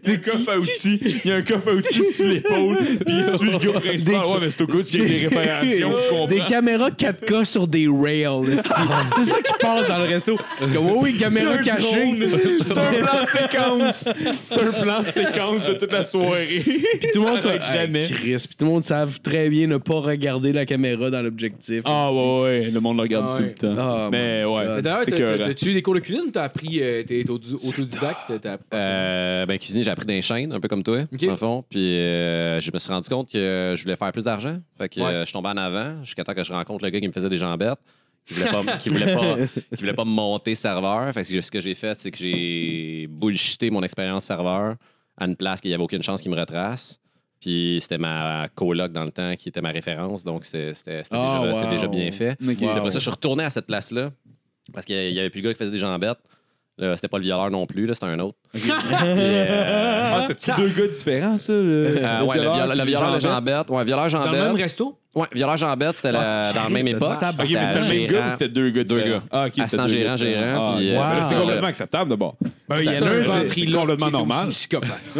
S4: Il y a un coffre à outils, il y a un coffre à outils sur l'épaule, puis il suit le gars principal.
S6: Des-
S4: Ouais, mais c'est au gars qui a des réparations, tu comprends?
S6: Des caméras 4K sur des rails. esti.
S1: Ah,
S6: C'est ça qui passe dans le resto. Comme, oui, oui, caméra
S4: Un
S6: cachée.
S4: drone. C'est un plan séquence. C'est un plan séquence de toute la soirée. Puis
S6: Tout le monde
S4: s'arrête
S6: sa-
S4: jamais.
S6: Hey, Chris, puis tout le monde savent très bien ne pas regarder la caméra dans l'objectif.
S4: Ah
S6: esti.
S4: ouais, ouais, le monde le regarde
S3: Ah
S4: tout
S3: ouais.
S4: le temps.
S6: Ah,
S4: mais ouais,
S6: God.
S3: D'ailleurs,
S4: c'était
S3: t'as- t'as-
S4: écœurant.
S3: t'as-tu eu des cours de cuisine ou t'as appris, euh, t'es auto- autodidacte? t'as-
S1: Euh, ben, cuisiner, j'ai appris d'un chaîne, un peu comme toi,
S3: Ok.
S1: dans le fond. Puis euh, je me suis rendu compte que je voulais faire plus d'argent. Fait que
S3: Ouais.
S1: euh, je tombais en avant jusqu'à temps que je rencontre le gars qui me faisait des jambettes. qui voulait pas, qui voulait pas, qui voulait pas me monter serveur. Fait que ce que j'ai fait, c'est que j'ai bullshité mon expérience serveur à une place qu'il n'y avait aucune chance qu'il me retrace. Puis c'était ma coloc dans le temps qui était ma référence, donc c'est- c'était c'était
S6: Ah,
S1: déjà, c'était
S6: wow.
S1: déjà bien fait.
S4: Ok. Ah,
S1: Puis Après ça, je suis retourné à cette place-là parce qu'il y avait plus le gars qui faisait des jambettes. Là, C'était pas le violeur non plus, là, c'était un autre.
S4: Ah, c'est-tu deux gars différents, ça? Le,
S1: Euh, ouais, le violeur, le violeur de jambette. Ouais, violeur
S3: Dans le même
S1: jambette.
S3: resto?
S1: Ouais, violeur jambette, c'était la- dans la même époque.
S4: Ok, mais c'était le même gars ou c'était deux gars
S1: Deux
S4: différents?
S1: gars.
S4: Ah, ok. c'était
S1: Assistant
S4: deux
S1: gérant,
S4: gars différents.
S1: gérant,
S4: Ah,
S1: puis,
S4: ouais. Mais
S1: euh,
S4: là, C'est
S1: wow.
S4: complètement acceptable d'abord.
S6: Ben, il y en
S1: C'est
S6: a
S1: un
S6: un,
S1: ventre-
S6: c'est-
S4: C'est complètement normal.
S3: Psychopathe.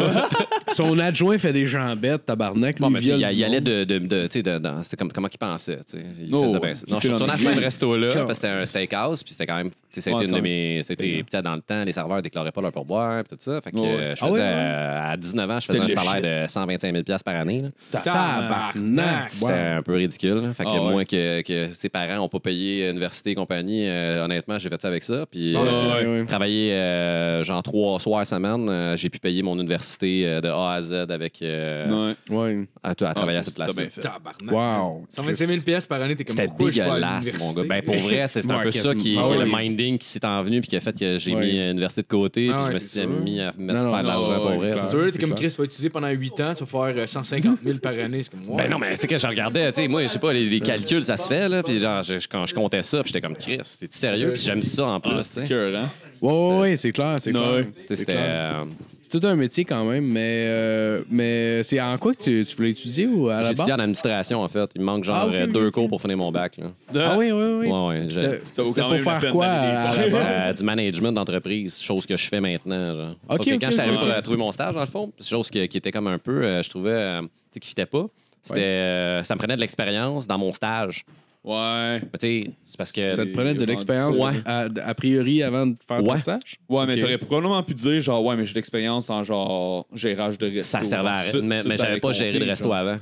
S6: son adjoint fait des jambettes, tabarnak.
S1: Bon,
S6: lui,
S1: mais tu sais,
S6: viole
S1: il, y-
S6: du
S1: il allait
S6: monde.
S1: de. de, de- tu sais, de- dans- c'était comme, comment il pensait. tu sais. Il
S4: Oh,
S1: faisait bien ça.
S4: il
S1: Non, je
S4: fait
S1: suis retourné à ce
S4: dans
S1: même
S4: le
S1: resto-là,
S4: steakhouse.
S1: parce que c'était un steakhouse, puis c'était quand même. tu sais, Ça a
S4: Ouais,
S1: été une
S4: ça.
S1: de mes. C'était puis, dans le temps, les serveurs déclaraient pas leur pourboire, puis tout ça. Fait que
S4: Ouais.
S1: euh, je
S6: Ah ouais,
S1: faisais,
S6: ouais.
S1: euh, à 19 ans, je faisais un
S4: C'était le
S1: salaire de 125 000 par année. là.
S3: Tabarnak.
S1: C'était un peu ridicule. là. Fait que
S4: Ah
S1: moi,
S4: ouais.
S1: que, que ses parents n'ont pas payé université et compagnie, euh, honnêtement, j'ai fait ça avec ça. Puis
S4: Ah
S1: euh,
S4: ouais,
S6: ouais.
S1: travailler euh, genre trois soirs semaine, euh, j'ai pu payer mon université euh, de A à Z avec euh,
S4: Ouais.
S6: Ouais.
S1: à, à travailler
S4: Ah,
S1: à cette
S4: t'as
S1: place.
S4: bien fait.
S3: Tabarnak.
S6: Wow.
S3: 125 000 pièces par année, t'es comme
S1: C'était
S3: pourquoi je vais à
S1: dégueulasse, mon gars. Ben,
S3: l'université?
S1: pour vrai, c'est c'est un
S6: Ouais,
S1: peu ça
S6: quasiment.
S1: qui,
S6: Ah
S1: qui est
S6: ouais.
S1: le minding qui s'est envenu puis qui a fait que j'ai
S6: Ouais.
S1: mis l'université de côté
S3: Ah
S1: puis
S3: ouais,
S1: je me
S3: c'est
S1: suis
S3: sûr.
S1: mis à me
S6: Non, non,
S1: faire de
S6: non,
S1: l'argent
S6: ouais,
S1: pour
S6: ouais,
S1: vrai.
S6: clair.
S1: là.
S3: C'est sûr,
S6: C'est
S3: t'es comme
S6: clair.
S3: Chris, tu vas étudier pendant 8 ans, tu vas faire euh, 150 000 par année. C'est comme wow.
S1: Ben non, mais c'est que je regardais, tu sais, moi, je sais pas, les, les calculs, ça se fait, là, puis genre, je, je- quand je comptais ça, puis j'étais comme, Chris, t'es sérieux, puis j'aime ça en plus, tu sais.
S4: Cœur, hein?
S6: Ouais, ouais, ouais, c'est clair, c'est
S4: Non,
S6: clair.
S4: ouais.
S1: Tu sais, C'était.
S6: clair.
S1: euh,
S6: C'est tout un métier quand même, mais, euh, mais c'est en quoi que tu, tu voulais étudier ou à la
S1: J'ai
S6: base?
S1: étudié en administration, en fait. Il me manque genre
S6: Ah, ok,
S1: euh,
S6: ok,
S1: deux
S6: ok.
S1: cours pour finir mon bac, là.
S6: Ah oui, oui, oui.
S1: Ouais, ouais. j'ai-
S6: C'était
S4: Ça vaut
S6: c'était
S4: quand
S6: pour
S4: même la
S6: faire
S4: peine
S6: quoi
S4: d'aller les
S6: à
S4: faire.
S6: la base?
S1: Euh, du management d'entreprise, chose que je fais maintenant. Genre. Sauf
S6: Ok,
S1: que
S6: ok,
S1: quand j'étais arrivé
S4: ok.
S1: pour euh, trouver mon stage, dans le fond, c'est chose que- qui était comme un peu, euh, je trouvais, euh, tu sais, qui fitait pas. C'était, euh, ça me prenait de l'expérience dans mon stage.
S4: Ouais.
S1: Mais tu sais, c'est parce que.
S6: Ça te prenait de l'expérience
S1: Ouais.
S6: à- a priori avant de faire ton
S1: Ouais.
S6: stage?
S4: Ouais, mais
S6: Ok.
S4: t'aurais probablement pu dire, genre, ouais, mais j'ai de l'expérience en genre gérage de resto.
S1: Ça servait à
S4: Ça,
S1: rien. Mais,
S4: ça,
S1: mais
S4: ça
S1: j'avais pas
S4: avait
S1: géré de
S4: compté,
S1: resto
S4: genre.
S1: avant.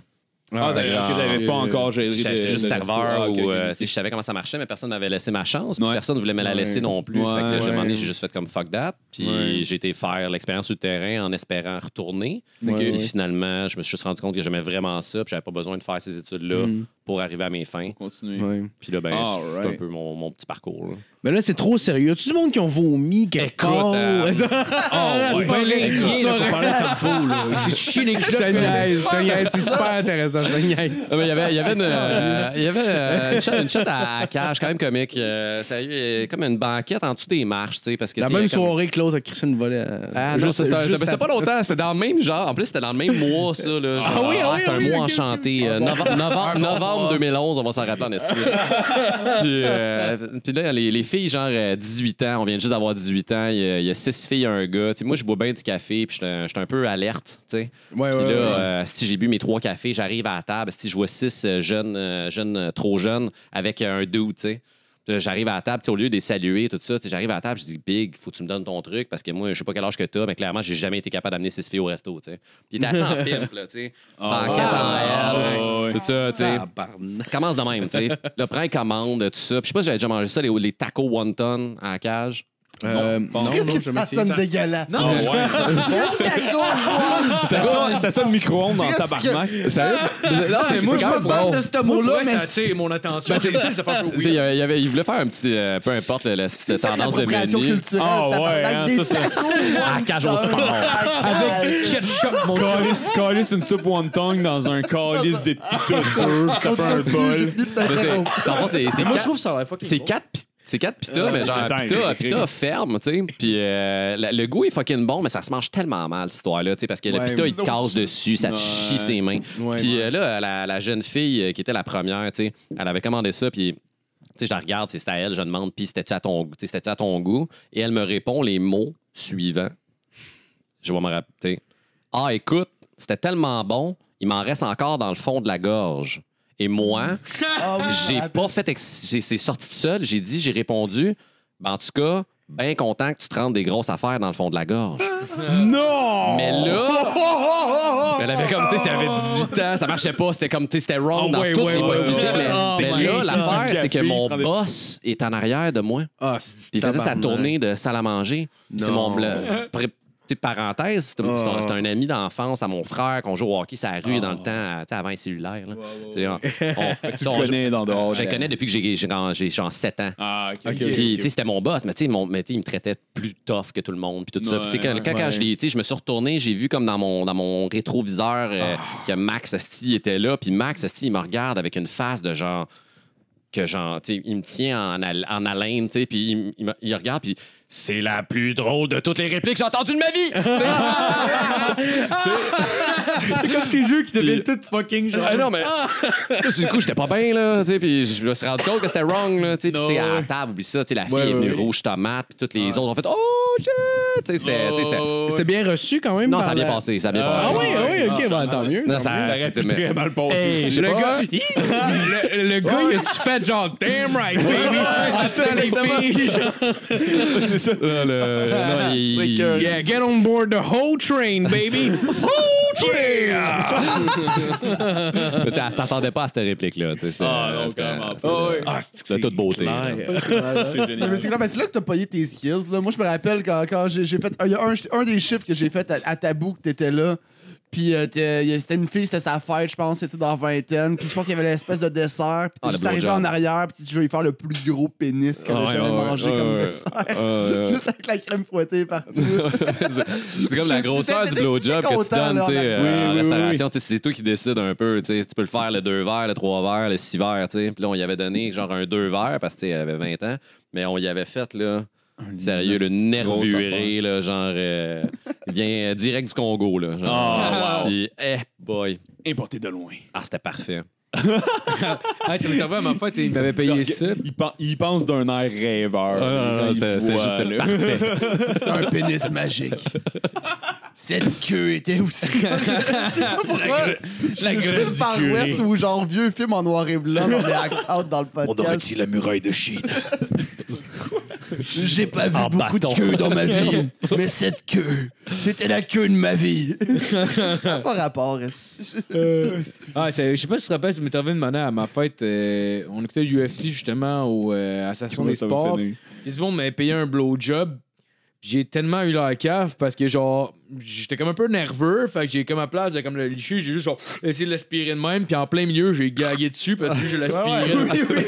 S4: Ah,
S1: ouais,
S4: d'accord,
S1: genre,
S4: ok, t'avais pas encore géré de
S1: J'étais juste
S4: de resto.
S1: serveur
S4: Ah, ok,
S1: ou
S4: ok,
S1: euh,
S4: ok.
S1: tu sais, je savais comment ça marchait, mais personne m'avait laissé ma chance. puis
S4: Ouais.
S1: Personne ne voulait me la laisser
S6: Ouais.
S1: non plus.
S4: Ouais,
S1: fait que là, j'ai
S6: ouais.
S1: demandé, j'ai juste fait comme fuck that. Puis
S4: Ouais.
S1: j'ai été faire l'expérience sur le terrain en espérant retourner.
S6: Ouais,
S1: Puis
S6: ouais.
S1: finalement, je me suis juste rendu compte que j'aimais vraiment ça. Puis j'avais pas besoin de faire ces études-là
S6: Mm.
S1: pour arriver à mes fins.
S4: Continue.
S6: Ouais.
S1: Puis là, ben,
S4: All
S1: c'est
S4: right.
S1: un peu mon, mon petit parcours. là.
S6: Mais là, c'est trop sérieux. Tu du monde qui ont vomi quelque
S1: Écoute, euh,
S6: oh,
S3: Ben, l'Indien, là, pour parler comme trop, là. Il s'est chié les
S6: Je te
S3: culottes.
S6: niaise, je te niaise. C'est super intéressant, je te niaise.
S1: Ah, mais Il y avait, il y avait une, euh, il y avait, euh, une shot- une shot à, à cash, quand même comique. Euh, sérieux, euh, comme une banquette en dessous des marches. tu sais, Parce que,
S6: La
S1: tu sais, il y
S6: même
S1: a comme-
S6: soirée que l'autre a crissé une volée. à-
S1: Ah, non,
S6: Euh, juste-
S1: ça, c'était-
S6: juste
S1: c'était c'était pas
S6: après.
S1: longtemps, c'était dans le même genre. En plus, c'était dans le même mois, ça. Là, genre,
S6: Ah oui, ah oui,
S1: C'était un
S6: oui,
S1: mois
S6: ok,
S1: enchanté. Euh, novembre, novembre, novembre 2011, on va s'en rappeler en estime. puis, euh, puis là, les, les filles, genre euh, 18 ans, on vient juste d'avoir 18 ans, il y, a, il y a six filles, un gars. Tu sais, moi, je bois bien du café, puis j'étais j'étais un peu alerte, tu sais.
S6: Ouais,
S1: Puis
S6: ouais, ouais.
S1: là, euh, si j'ai bu mes trois cafés, j'arrive à la table. Si je vois six euh, jeunes, euh, jeunes euh, trop jeunes, avec euh, un dude, tu sais. Puis là, J'arrive à la table, tu sais, au lieu de les saluer, tout ça, tu sais, j'arrive à la table, je dis Big, faut que tu me donnes ton truc parce que moi, je sais pas quel âge que t'as, mais clairement, j'ai jamais été capable d'amener six filles au resto, tu sais. Puis il était à 100 pimpes, là, tu sais. Banquette en L, tout ça, tu sais. Commence de même, tu sais. Le prends une commande, tout ça. Puis je sais pas si j'avais déjà mangé ça, les, les tacos one ton en cage.
S6: Euh, non, non,
S4: Ah,
S5: Qu'est-ce que
S6: jamais
S5: ça
S6: essayé.
S5: sonne dégueulasse?
S3: Non, mais
S4: Ça sonne- Ça sonne micro-ondes dans
S5: Qu'est-ce
S4: tabarnak.
S1: Non,
S5: C'est moi, je me parle de ce mot-là,
S3: Moi,
S5: mais
S3: ça attire mon attention.
S1: Ben,
S3: c'est
S1: c'est-
S3: ça, ça fait un peu
S1: Tu sais, il, y
S3: weird.
S1: avait- il y avait- il voulait faire un petit. euh, peu importe le- le-
S5: c'est
S1: cette
S5: ça
S1: tendance de
S5: l'appropriation
S1: menu.
S5: culturelle.
S4: Ah, ouais,
S5: tabarnak,
S4: hein,
S5: des
S4: ça, c'est-
S5: tacos,
S1: À cage au sport.
S5: Avec
S3: Ah,
S5: du
S3: Ketchup, mon Dieu.
S4: Calice- Calice une soupe wonton dans un calice de pita dure, ça fait un bol.
S1: Mais c'est- ça, en fait, c'est-
S3: Ah,
S1: c'est
S3: Moi, je
S1: quatre-
S3: trouve ça a l'air fucking
S1: C'est
S3: bon.
S1: quatre, pi- c'est quatre pitas, mais genre
S4: Attends,
S1: pita,
S4: écrit.
S1: pita ferme, tu sais. Puis euh, la- le goût est fucking bon, mais ça se mange tellement mal, cette histoire-là, tu sais, parce que le
S6: Ouais.
S1: pita, il te casse dessus, ça te
S4: Ouais.
S1: chie ses mains.
S6: Ouais,
S1: puis euh, là, la, la jeune fille euh, qui était la première, tu sais, elle avait commandé ça, puis. Tu sais, je la regarde, c'est à elle, je demande, puis c'était-tu à, ton- tu sais, c'était-tu à ton goût? Et elle me répond les mots suivants. Je vais me rappeler. Ah, écoute, c'était tellement bon, il m'en reste encore dans le fond de la gorge. Et moi,
S5: Ah,
S1: j'ai pas fait. ex- j'ai- C'est sorti tout seul. J'ai dit, j'ai répondu. Ben, en tout cas, bien content que tu te rendes des grosses affaires dans le fond de la gorge. non! Mais là. Elle avait comme, tu sais, si elle avait 18 ans, ça marchait pas. C'était comme, tu sais, c'était wrong
S6: Ah
S1: dans
S6: ouais,
S1: toutes
S6: ouais,
S1: les
S6: ouais,
S1: possibilités.
S4: ouais,
S1: mais
S4: ouais.
S6: Ah,
S1: mais
S6: my
S1: là,
S6: God.
S1: l'affaire, c'est que
S4: Café,
S1: mon
S4: il se rendait-
S1: boss est en arrière de moi.
S6: Ah, c'est
S1: Puis il faisait sa tournée de salle à manger. Puis C'est
S6: Non.
S1: mon. le- pré- tu sais, parenthèse, c'est un-
S6: Ah.
S1: c'est un, c'est un ami d'enfance à mon frère qu'on joue au hockey sur la rue dans le temps, à- tu sais, avant les cellulaires. Là. Tu sais, on- on-
S4: Tu
S1: on-
S4: le connais dans dehors.
S1: je le connais depuis que j'ai- j'ai genre j'ai genre 7 ans.
S4: Ah, ok.
S1: Puis, tu sais, c'était mon boss, mais tu sais, mon- mais tu sais, il me traitait plus tough que tout le monde. Puis tout ça. Puis, tu sais, quand,
S4: Ouais,
S1: quand- quand
S4: ouais.
S1: je l'ai- tu sais, je me suis retourné, j'ai vu comme dans mon, dans mon rétroviseur euh,
S4: Ah.
S1: que Max Asti était là. Puis Max Asti, il me regarde avec une face de genre. Que genre, tu sais, il me tient en, al- en haleine, tu sais, puis il, me- il me- il regarde, puis c'est la plus drôle de toutes les répliques que j'ai entendues de ma vie!
S3: C'est comme tes yeux qui deviennent
S1: deviennent
S3: tout fucking genre.
S1: Ah non, mais. Là, sur le coup, j'étais pas bien, là. tu sais, Puis je me suis rendu compte que c'était wrong, là. tu sais, Puis c'était à la table, oublie ça. tu sais, La fille
S4: Ouais,
S1: est venue
S4: ouais, ouais.
S1: rouge tomate, puis toutes les autres ont fait Oh shit! Tu sais, c'était- tu sais, c'était-
S6: C'était bien reçu quand même.
S1: Non,
S6: par
S1: ça a bien
S6: la-
S1: passé, ça a bien
S4: Ah,
S1: passé.
S6: Ah oui, ah oui, ok,
S3: Ah,
S6: bah, tant mieux.
S1: Non, ça,
S4: Ça aurait
S1: c'était-
S4: pu très mal passer.
S6: Hey,
S1: je sais
S6: le,
S1: pas.
S6: gars, le, le gars, il a-tu fait genre damn right, baby? Ah, C'est ça, les filles. Ah,
S4: C'est ça.
S1: Non, il-
S6: Yeah, get on board the whole train, baby. Whole train!
S1: Mais tu sais, elle s'attendait pas à cette réplique-là. tu sais, c'est-
S4: Ah, non,
S1: c'était-
S4: clairement pas.
S1: c'était-
S4: Ah, ouais.
S6: Ah, c'est que
S1: De
S6: c'est
S1: toute beauté,
S6: clair.
S4: C'est
S5: Mais
S4: génial.
S5: c'est là, mais c'est là que t'as payé tes skills. Là. Moi, je me rappelle quand, quand j'ai j'ai fait. Il y a un, un des chiffres que j'ai fait à, à Tabou que t'étais là. Puis euh, t'es- il y a- c'était une fille, c'était sa fête, je pense, c'était dans la vingtaine. Puis je pense qu'il y avait l'espèce de dessert. Puis t'es
S1: Ah, le
S5: juste arrivé
S1: blowjob.
S5: en arrière, puis tu veux lui faire le plus gros pénis qu'elle
S1: Ah,
S5: a
S1: ouais,
S5: jamais
S1: ouais,
S5: mangé
S1: ouais,
S5: comme
S1: ouais.
S5: dessert.
S1: Ah, ouais.
S5: Juste avec la crème fouettée partout.
S1: c'est comme la grosseur du
S5: J'étais
S1: blowjob que tu
S5: content,
S1: donnes
S5: là,
S1: tu sais,
S5: en
S1: euh,
S4: Oui,
S1: en
S4: oui,
S1: restauration. Tu sais, C'est toi qui décides un peu. tu sais. Tu peux le faire le 2 verres, le 3 verres, le 6 verres. tu sais. Puis là, on y avait donné genre un 2 verres parce qu'elle avait 20 ans. Mais on y avait fait, là, sérieux, le
S4: immense petite grosse
S1: nervuré, là, genre, euh, il vient euh, direct du Congo. Là, genre.
S4: Ah, wow.
S1: Puis, eh, boy.
S4: Importé de loin.
S1: Ah, c'était parfait.
S3: Ah, ça m'est arrivé à ma fête et il m'avait payé ça.
S4: Il, pen- il pense d'un air rêveur.
S1: Ah,
S4: Quand il
S1: c'était- c'était
S4: voit,
S1: juste
S4: là.
S1: parfait.
S5: C'est un pénis magique. Cette queue était aussi. Je sais pas pourquoi. La
S4: gueule du
S5: par
S4: curé.
S5: ouest ou genre vieux film en noir et blanc dans les act-out dans le podcast.
S4: la muraille de Chine.
S5: J'ai pas vu
S1: En
S5: beaucoup
S1: bâton.
S5: de queues dans ma vie, mais cette queue, c'était la queue de ma vie. Ça n'a pas rapport. esti.
S3: Ah, c'est- je sais pas si tu te rappelles, ça m'est arrivé de manière à ma fête. euh, on écoutait l'UFC justement au euh, Assassin des Sports. Puis du monde m'avait payé un blowjob. Puis j'ai tellement eu la cave parce que genre j'étais comme un peu nerveux, fait que j'ai comme à place de comme le licher, j'ai juste genre essayé de l'aspirer de même, puis en plein milieu, j'ai gagué dessus parce que je
S5: Ouais, ouais,
S3: l'aspirais.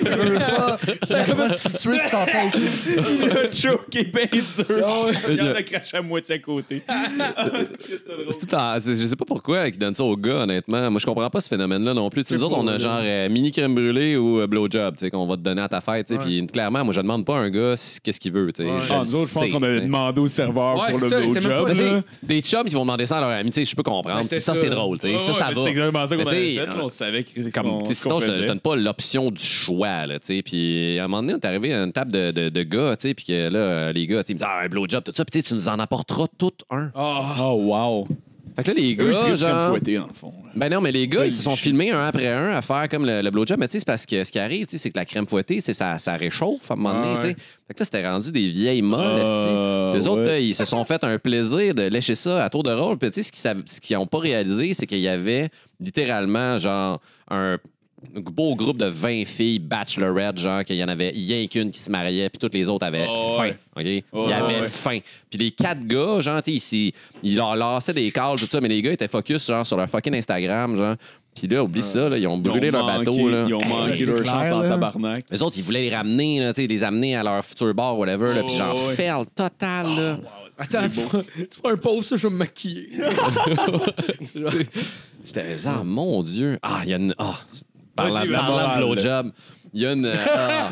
S4: Ah,
S5: oui, oui, ça veut pas. La prostituée s'en passe.
S4: Il a choqué bien dur. Il en a craché à moitié à côté.
S1: C'est tout en- c'est- Je sais pas pourquoi qu'ils donnent ça aux gars, honnêtement. Moi, je comprends pas ce phénomène-là non plus. Tu sais, Nous autres, on a genre euh, mini crème brûlée ou euh, blowjob, tu sais, qu'on va te donner à ta fête. tu sais. Puis clairement, moi, je demande pas à un gars si- qu'est-ce qu'il veut. tu sais.
S3: Ouais.
S1: Je
S4: Ah,
S1: le
S4: nous autres, je pense
S1: sais,
S4: qu'on
S1: tu
S4: avait
S1: sais.
S4: demandé au serveur
S3: Ouais,
S4: pour le
S3: ça, c'est même
S4: blowjob.
S3: pas-
S1: Mais tu
S4: là.
S1: sais, Des chums qui vont demander ça à leur ami, tu sais, je peux comprendre.
S3: Ben, c'était
S1: C'est ça,
S3: ça.
S1: c'est drôle. tu sais.
S4: Ouais,
S1: ça,
S4: ouais,
S1: ça
S4: mais
S1: va.
S4: C'est exactement ça qu'on
S1: Mais tu
S4: avait
S1: sais,
S4: fait. là,
S1: euh,
S4: On savait que c'est
S1: Comme, tu sais, sinon, je, je donne pas l'option du choix, là, tu sais. Puis, à un moment donné, on est arrivé à une table de, de, de gars, tu sais, puis que là, euh, les gars, tu sais, ils me disent, ah, un blowjob, tout ça, puis tu sais, tu nous en apporteras tout un.
S3: Ah,
S4: Oh, wow.
S1: Fait que là, les
S4: Eux,
S1: gars,
S4: ils
S1: genre.
S4: fouetté, dans le fond. là.
S1: Ben non, mais les gars,
S4: Ouais,
S1: ils se
S4: ils
S1: sont
S4: chient
S1: filmés
S4: dessus.
S1: un après un à faire comme le, le blowjob. Mais tu sais, c'est parce que ce qui arrive, tu sais, c'est que la crème fouettée, c'est ça, ça réchauffe à un moment donné.
S4: Ah
S1: tu sais. Fait que là, c'était rendu des vieilles molles.
S4: Ah,
S1: les autres,
S4: ouais.
S1: là, ils se sont fait un plaisir de lécher ça à tour de rôle. Puis tu sais, ce qu'ils sav- ce qu'ils n'ont pas réalisé, c'est qu'il y avait littéralement, genre, un beau groupe de 20 filles bachelorette, genre, qu'il y en avait rien qu'une qui se mariait, puis toutes les autres avaient
S4: Ah,
S1: faim.
S4: ouais.
S1: OK?
S4: Ouais,
S1: Il y
S4: ouais,
S1: avait
S4: ouais.
S1: faim. Puis les quatre gars, genre, tu sais, ici, ils leur lançaient des calls, tout ça, mais les gars étaient focus, genre, sur leur fucking Instagram, genre. Puis là, oublie ça, là, ils
S4: Ils
S1: ont
S4: ont
S1: brûlé leur
S4: manqué-
S1: bateau, là.
S4: Ils ont manqué
S5: c'est
S4: leur
S5: clair,
S4: chance en
S5: là.
S4: tabarnak.
S1: Eux autres, ils voulaient les ramener, là, tu sais, les amener à leur futur bar, whatever, là, puis genre,
S4: Oh, ouais. Oh,
S1: faire le total, là.
S3: attends, tu feras, tu feras un pause, ça, je vais me maquiller.
S1: J'étais genre, mon Dieu. Ah, il y a une. Ah, parlant,
S4: Vas-y, vas-y.
S1: parlant de
S4: Morale.
S1: blowjob, il y a une. euh, ah,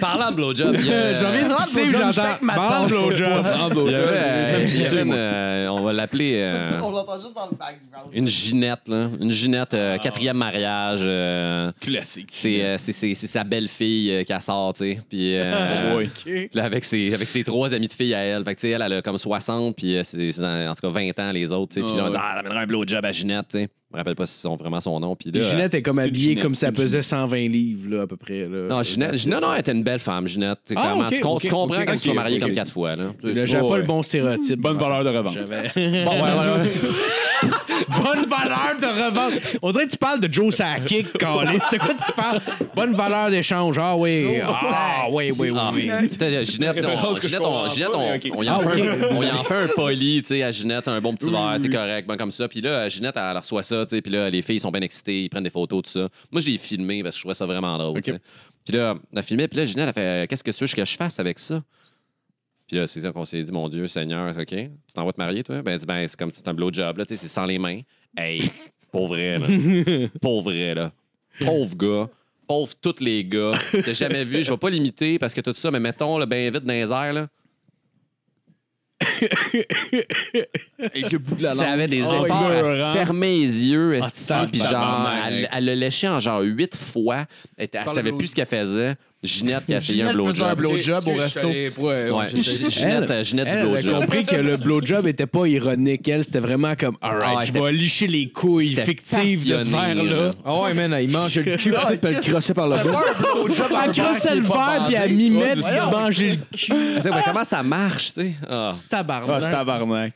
S1: parlant de blowjob, il y a. euh,
S6: J'en viens de
S5: Parle
S6: pisser,
S5: blowjob,
S6: j'entends.
S5: je fais que ma
S6: Parle
S5: tante
S6: blowjob. Parle
S1: il y
S6: blowjob.
S1: avait, euh,
S6: J'aime
S1: il y
S6: ça,
S1: avait une,
S6: moi.
S1: euh, on va l'appeler. euh,
S5: On l'entend juste dans le background.
S1: Une Ginette, là. Une Ginette, euh, quatrième mariage. euh,
S4: Ah. Classique.
S1: c'est, euh, c'est, c'est, c'est sa belle-fille euh, qu'elle sort, tu sais. Puis
S6: Ah,
S1: euh,
S4: Ouais.
S1: puis là, avec ses, avec ses trois amis de filles à elle. Fait que, tu sais, elle, elle a comme 60, puis euh, c'est, c'est en, en tout cas 20 ans, les autres, tu sais. Puis
S4: Ah,
S1: là, on dit,
S4: ouais.
S1: ah, t'amèneras un blowjob à Ginette, tu sais. Je me rappelle pas si c'est son- vraiment son nom. Puis là, euh,
S6: Ginette est comme
S4: c'est une
S6: habillée
S4: Ginette,
S6: comme
S4: c'est
S6: ça
S4: une
S6: pesait 120 livres, là, à peu près. là.
S1: Non, Ginette, Ginette, non, elle était une belle femme, Ginette.
S6: Ah,
S1: clairement,
S6: ok,
S1: tu, com-
S6: ok,
S1: tu comprends
S6: ok,
S1: qu'elle se soit
S6: ok,
S1: mariée
S6: ok.
S1: comme quatre fois, là. Tu sais,
S6: Là, J'avais
S4: Ouais,
S6: pas
S4: ouais.
S6: le bon stéréotype.
S4: Bonne valeur de revente.
S6: J'avais-
S1: Bon, ouais, ouais, ouais.
S6: Bonne valeur de revente. On dirait que tu parles de Joe Sakic, Calis. De quoi tu parles? Bonne valeur d'échange. Ah oui. Ah oui, oui, oui.
S1: Ah, mais, putain, Ginette, on,
S4: référence que je
S1: Ginette, on,
S4: comprends
S1: Ginette,
S4: pas,
S1: on,
S4: mais ok.
S1: on y en fait, un- on y en fait un poli, tu sais, à Ginette, un bon petit verre, tu sais, correct, ben comme ça. Puis là, Ginette, elle, elle reçoit ça, tu sais, puis là, les filles sont bien excitées, ils prennent des photos, tout ça. Moi, j'ai filmé parce que je trouvais ça vraiment drôle, tu sais. Puis là, on a filmé, puis là, Ginette, elle fait « Qu'est-ce que tu veux que je fasse avec ça? » Puis là, c'est ça qu'on s'est dit, mon Dieu, Seigneur, OK, tu t'en vas te marier, toi? Ben, elle dit, ben, c'est comme si c'était un blowjob, là, tu sais, c'est sans les mains. Hey, pour vrai, là. pour vrai, là. Pauvre gars. Pauvre tous les gars. T'as jamais vu, je vais pas l'imiter parce que tout ça, mais mettons, là, ben vite dans les airs, là.
S4: Avec le bout de la
S1: Ça avait des efforts à se fermer les yeux, esti,
S4: tabarnak.
S1: puis genre, elle, elle le léchait en genre huit fois. Elle, était- elle
S3: parles
S1: savait
S3: de
S1: plus ce qu'elle faisait. Ginette qui a essayé un
S5: Ginette faisait un
S1: blowjob.
S5: blowjob au resto.
S1: Ouais, Ginette, euh, Ginette du
S6: Elle a
S1: blowjob.
S6: compris que le blowjob était pas ironique. Elle, c'était vraiment comme, alright,
S1: Ah,
S6: je
S1: c'était-
S6: vais licher les couilles
S1: c'était
S6: fictives de ce
S1: passionné,
S6: verre-là.
S1: là.
S3: Ah ouais, man, il mange le cul, puis tout, peut le crosser par le
S5: C'est
S3: bas.
S5: pas un blowjob à un
S6: Elle
S5: verre qui
S6: crossait
S5: est
S6: le
S5: pas
S6: verre, puis
S5: bandé.
S6: elle mimait,
S5: Ouais,
S6: puis
S5: voyons.
S6: elle mangeait le cul.
S1: Elle disait, Ouais, comment ça marche, tu sais? Ah.
S4: Ah,
S6: Tabarnak.
S4: tabarnak.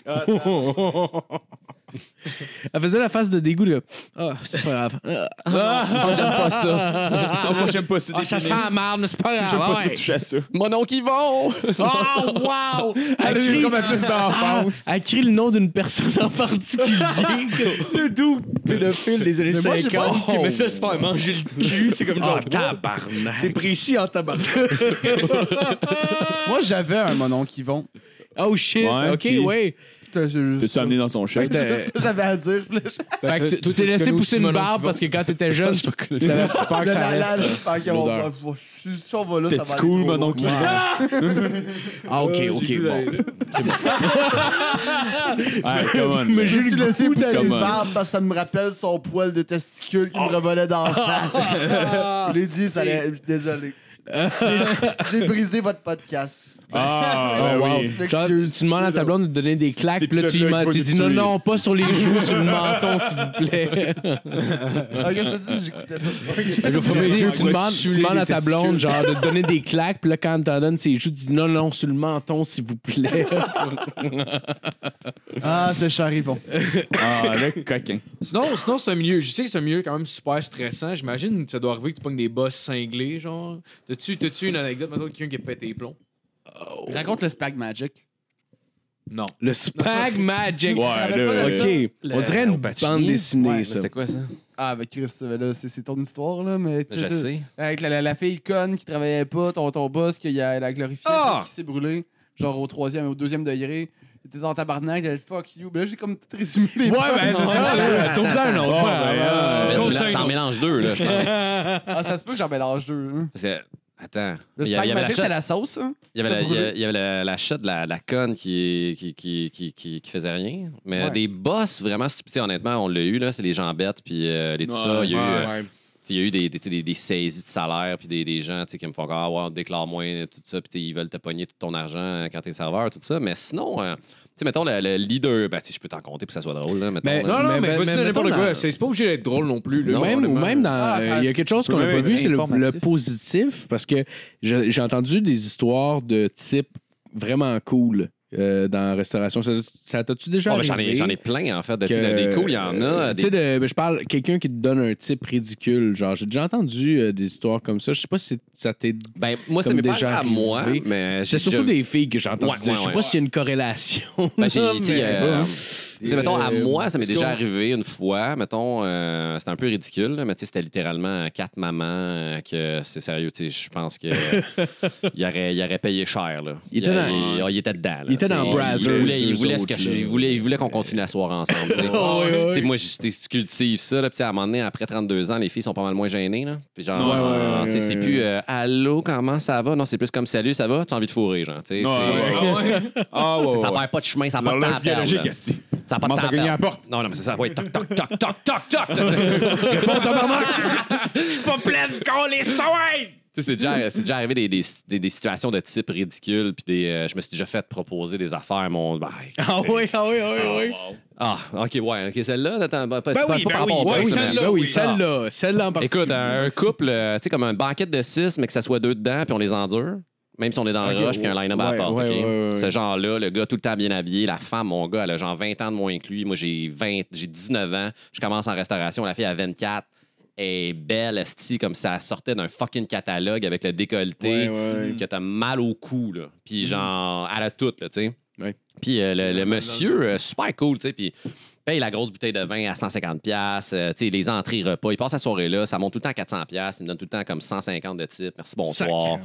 S6: Elle faisait la face de dégoût, là. Ah, c'est pas grave. Ah,
S1: Moi, j'aime pas ça.
S4: Ah, moi, j'aime pas ça. des
S6: ça sent
S4: pénis.
S6: la marde, mais c'est pas grave.
S4: J'aime pas ça
S6: ouais.
S4: toucher à ça.
S1: Mon oncle Yvon!
S6: Oh, wow! Elle
S4: eu
S6: crie,
S4: comme un fils d'enfance.
S6: Ah, elle crie le nom d'une personne en particulier.
S8: C'est doux pédophile des années
S5: Mais moi, j'ai
S8: 50
S5: pas-
S8: qui met ça se faire manger le cul. C'est comme genre.
S6: Oh, tabarnak!
S8: C'est précis en tabac.
S5: Moi, j'avais un monon qui vont.
S6: Oh shit!
S4: Ouais,
S6: ok,
S4: puis-
S6: ouais.
S4: T'es-tu amené dans son chèque?
S5: C'est ça que j'avais à dire. puis là, je-
S6: Fait que tu- tu t'es laissé pousser une barbe parce que quand t'étais jeune, tu t'avais peur que ça
S5: La- la-
S6: reste.
S5: la- fait qu'on va- va- Si si on va là, ça va
S4: T'es-tu
S5: aller
S4: cool,
S5: trop
S4: mon
S5: loin.
S4: oncle?
S6: Ah, ok, ok, bon.
S4: Ah, come on.
S6: Mais
S5: Je me
S6: j'ai
S5: suis
S6: le
S5: laissé
S6: goût
S5: pousser
S4: d'aller
S5: une
S4: mal.
S5: barbe parce que ça me rappelle son poil de testicule qui me revolait dans la face. Je l'ai dit, ça allait... Désolé. J'ai- J'ai brisé votre podcast.
S4: Ah, ben
S6: Oh, wow.
S4: oui.
S6: Genre,
S5: Excuse.
S6: tu demandes à ta blonde de te donner des claques,
S4: Cet
S6: puis là, tu,
S4: épisode-là, il
S6: demandes-
S4: faut
S6: tu
S4: que
S6: dis
S4: tu
S6: non,
S4: tues.
S6: non, pas sur les joues, sur le menton, s'il vous plaît.
S5: Ah, Qu'est-ce que t'as dit? J'écoutais
S6: Je
S5: pas.
S6: vais faire
S8: dire,
S6: dire,
S8: tu
S6: tu
S8: vas
S6: demandes,
S8: tuer
S6: tu demandes
S8: les
S6: à ta
S8: testicules.
S6: blonde genre, de te donner des claques, puis là, quand elle t'en donne ses joues, tu dis non, non, sur le menton, s'il vous plaît.
S5: Ah, c'est Charivon.
S4: Ah, le coquin.
S3: Sinon, sinon c'est un milieu. Je sais que c'est un milieu quand même super stressant. J'imagine que ça doit arriver que tu pognes des boss cinglés, genre. T'as-tu t'as-tu une anecdote, maintenant quelqu'un qui a pété les plombs?
S5: Raconte le Spag Magic.
S3: Non.
S6: Le Spag Magic.
S4: Ouais, là.
S5: Ok.
S4: euh,
S6: OK, on dirait une bande dessinée,
S5: Ouais, mais
S6: ça.
S1: quoi ça?
S5: Ah, ben Chris, ben là, c'est c'est ton histoire, là, mais...
S1: Je le sais.
S5: Avec la, la, la fille conne qui travaillait pas, ton, ton boss qui a la glorifié,
S1: Ah!
S5: qui s'est brûlé, genre au troisième, au deuxième degré. Il était dans tabarnak, il a dit fuck you. Mais là, j'ai comme tout résumé les
S6: Ouais,
S5: points.
S6: ben c'est ça, là. Trouve-en un autre.
S4: Oh,
S6: Ouais,
S4: ben,
S6: ouais.
S1: Mais
S4: euh,
S1: tu
S8: Compte
S1: me l'as-
S8: cinq
S1: T'en
S8: autres.
S1: mélanges deux, là, je pense.
S5: Ah, ça se peut que j'en mélange deux. hein.
S1: Parce que- Attends.
S5: Le
S1: Il y avait-
S5: Spag
S1: il y avait la
S5: Magic,
S1: chatte-
S5: c'est la sauce, hein?
S1: Il y avait, la,
S5: T'as
S1: il y
S5: brûlé.
S1: a- il y avait la, la shot de la, la conne qui, qui, qui, qui, qui, qui faisait rien. Mais
S5: Ouais.
S1: des boss vraiment stupides, honnêtement, on l'a eu, là, c'est les gens bêtes, puis euh, les tout
S4: Ouais,
S1: ça. Il y a eu, euh,
S8: ouais.
S1: tu sais, il y a eu des, des, des- des saisies de salaire, puis des, des gens tu sais, qui me font comme, ah ouais, on te déclare moins, tout ça, puis tu sais, ils veulent te pogner tout ton argent euh, quand t'es serveur, tout ça. Mais sinon, euh, tu sais, mettons le, le leader, ben, tu sais, je peux t'en compter pour que ça soit drôle, là, mettons.
S6: Mais-
S1: là.
S3: Non, non,
S8: Mais-
S3: mais
S8: mais-
S3: vas-y,
S8: mais
S3: n'importe
S8: mettons
S3: quoi.
S8: dans-
S3: C'est c'est pas obligé d'être drôle non plus. là,
S6: Ou même, ou
S3: honnêtement.
S6: même dans.
S5: Ah,
S6: euh, Il
S5: ça-
S6: y a quelque chose
S5: ça
S6: qu'on n'a
S5: peut
S6: pas
S5: même
S6: vu,
S5: être
S6: c'est le, le
S5: informatif.
S6: positif, parce que je- j'ai entendu des histoires de type vraiment cool euh, dans la restauration. Ça, ça t'as-tu déjà
S1: Oh, ben,
S6: arrivé?
S1: J'en ai, j'en ai plein, en fait. De, tu sais,
S6: que-
S1: des coups, il y en a.
S6: euh, Tu sais,
S1: Des...
S6: de- ben, je parle quelqu'un qui te donne un type ridicule. Genre, j'ai déjà entendu euh, des histoires comme ça. Je sais pas si ça t'est.
S1: Ben, moi, ça
S6: comme
S1: m'est
S6: des
S1: pas
S6: gens
S1: arrivé à moi,
S6: arrivés.
S1: mais
S6: C'est
S1: j'ai
S6: surtout
S1: déjà-
S6: des filles que j'ai entendu
S1: Ouais,
S6: dire.
S1: ouais,
S6: je sais
S1: ouais.
S6: pas s'il y a une corrélation.
S1: Ben, j'ai,
S6: là,
S1: tu sais,
S6: mais-
S1: euh, tu sais, mettons, à
S6: Euh,
S1: moi, ça m'est
S6: parce
S1: déjà
S6: qu'on-
S1: arrivé une fois. Mettons, euh, c'était un peu ridicule, là, mais tu sais, c'était littéralement quatre mamans euh, que c'est sérieux. tu sais, Je pense que il aurait, il aurait payé cher. Là.
S6: Il était dans-
S1: il, il était dedans. là,
S6: Il était
S1: tu sais.
S6: dans Brazzers,
S1: Il voulait, il
S6: eux
S1: voulait se
S6: autres,
S1: cacher.
S6: là.
S1: Il voulait, il voulait qu'on continue la soirée ensemble. tu sais.
S6: Oh, ouais, ouais.
S1: Tu sais, moi, j'étais si tu cultives ça. Là, puis, tu sais, à un moment donné, après 32 ans, les filles sont pas mal moins gênées. Là. Puis genre,
S4: Ouais, ouais,
S1: euh,
S6: ouais,
S1: tu sais,
S6: ouais,
S1: c'est
S6: ouais.
S1: plus euh, Allô, comment ça va? Non, c'est plus comme Salut, ça va? Tu as envie de fourrer, genre. tu sais,
S4: Ah,
S1: c'est-
S4: ouais.
S8: Ah ouais.
S4: Ah, ouais.
S1: Ça
S4: ouais.
S1: perd pas de chemin, ça n'a pas de temps à
S4: L'horloge
S1: perdre,
S4: biologique,
S1: là.
S4: esti.
S1: Ça n'a pas de
S4: Commence
S1: temps
S4: à
S1: à
S4: cogner à
S1: perdre.
S4: la porte.
S1: Non, non, mais c'est ça. Ouais, toc, toc, toc, toc, toc, toc, toc. Réponds, tabarnak. Je suis pas pleine qu'on les soigne. Tu sais, c'est déjà, c'est déjà arrivé des, des, des, des situations de type ridicule, puis des, euh, je me suis déjà fait proposer des affaires, mon. ben,
S6: Ah oui, ah oui, ah oui, ah oui.
S1: ah, ok, ouais, ok, celle-là, attends, ben, pas, c'est pas- c'est pas par rapport au ben
S6: ouais,
S1: personnel.
S6: celle-là, oui, celle-là, celle-là en particulier.
S1: Écoute, un couple, euh, tu sais, comme un banquette de six, mais que ça soit deux dedans, puis on les endure. Même si on est dans le rush puis un line-up à la
S6: ouais,
S1: porte.
S6: ouais,
S1: ok?
S6: ouais, ouais, ouais.
S1: Ce genre-là, le gars tout le temps bien habillé, la femme, mon gars, elle a genre 20 ans de moins que lui. Moi, j'ai 20, j'ai 19 ans. Je commence en restauration. La fille a 24. Elle est belle, esti, comme ça sortait d'un fucking catalogue avec le
S6: Ouais,
S1: décolleté,
S6: ouais. Mm.
S1: que t'as mal au cou, là. Puis genre, elle a tout, là, tu sais.
S6: Ouais.
S1: Puis euh, le, le monsieur, euh, super cool, tu sais. Puis paye la grosse bouteille de vin à 150 pièces euh, tu sais les entrées repas il passe la soirée là ça monte tout le temps à 400 pièces il me donne tout le temps comme 150 de type merci bonsoir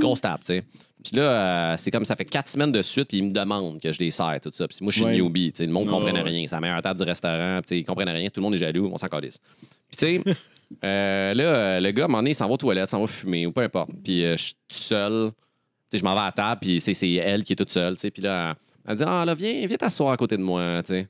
S1: grosse tape tu sais puis là euh, c'est comme ça fait 4 semaines de suite puis il me demande que je les sers tout ça puis moi je suis
S4: Ouais.
S1: newbie tu sais le monde
S4: Ouais,
S1: comprenait
S4: ouais.
S1: rien c'est la meilleure table du restaurant tu sais ils comprennent rien tout le monde est jaloux on s'en calisse puis tu sais euh, là euh, le gars à un moment donné il s'en va aux toilettes s'en va fumer ou peu importe puis euh, je suis tout seul tu sais, je m'en vais à la table, puis c'est c'est elle qui est toute seule, tu sais. Puis là, elle dit, ah, là, viens, viens t'asseoir à côté de moi, tu sais.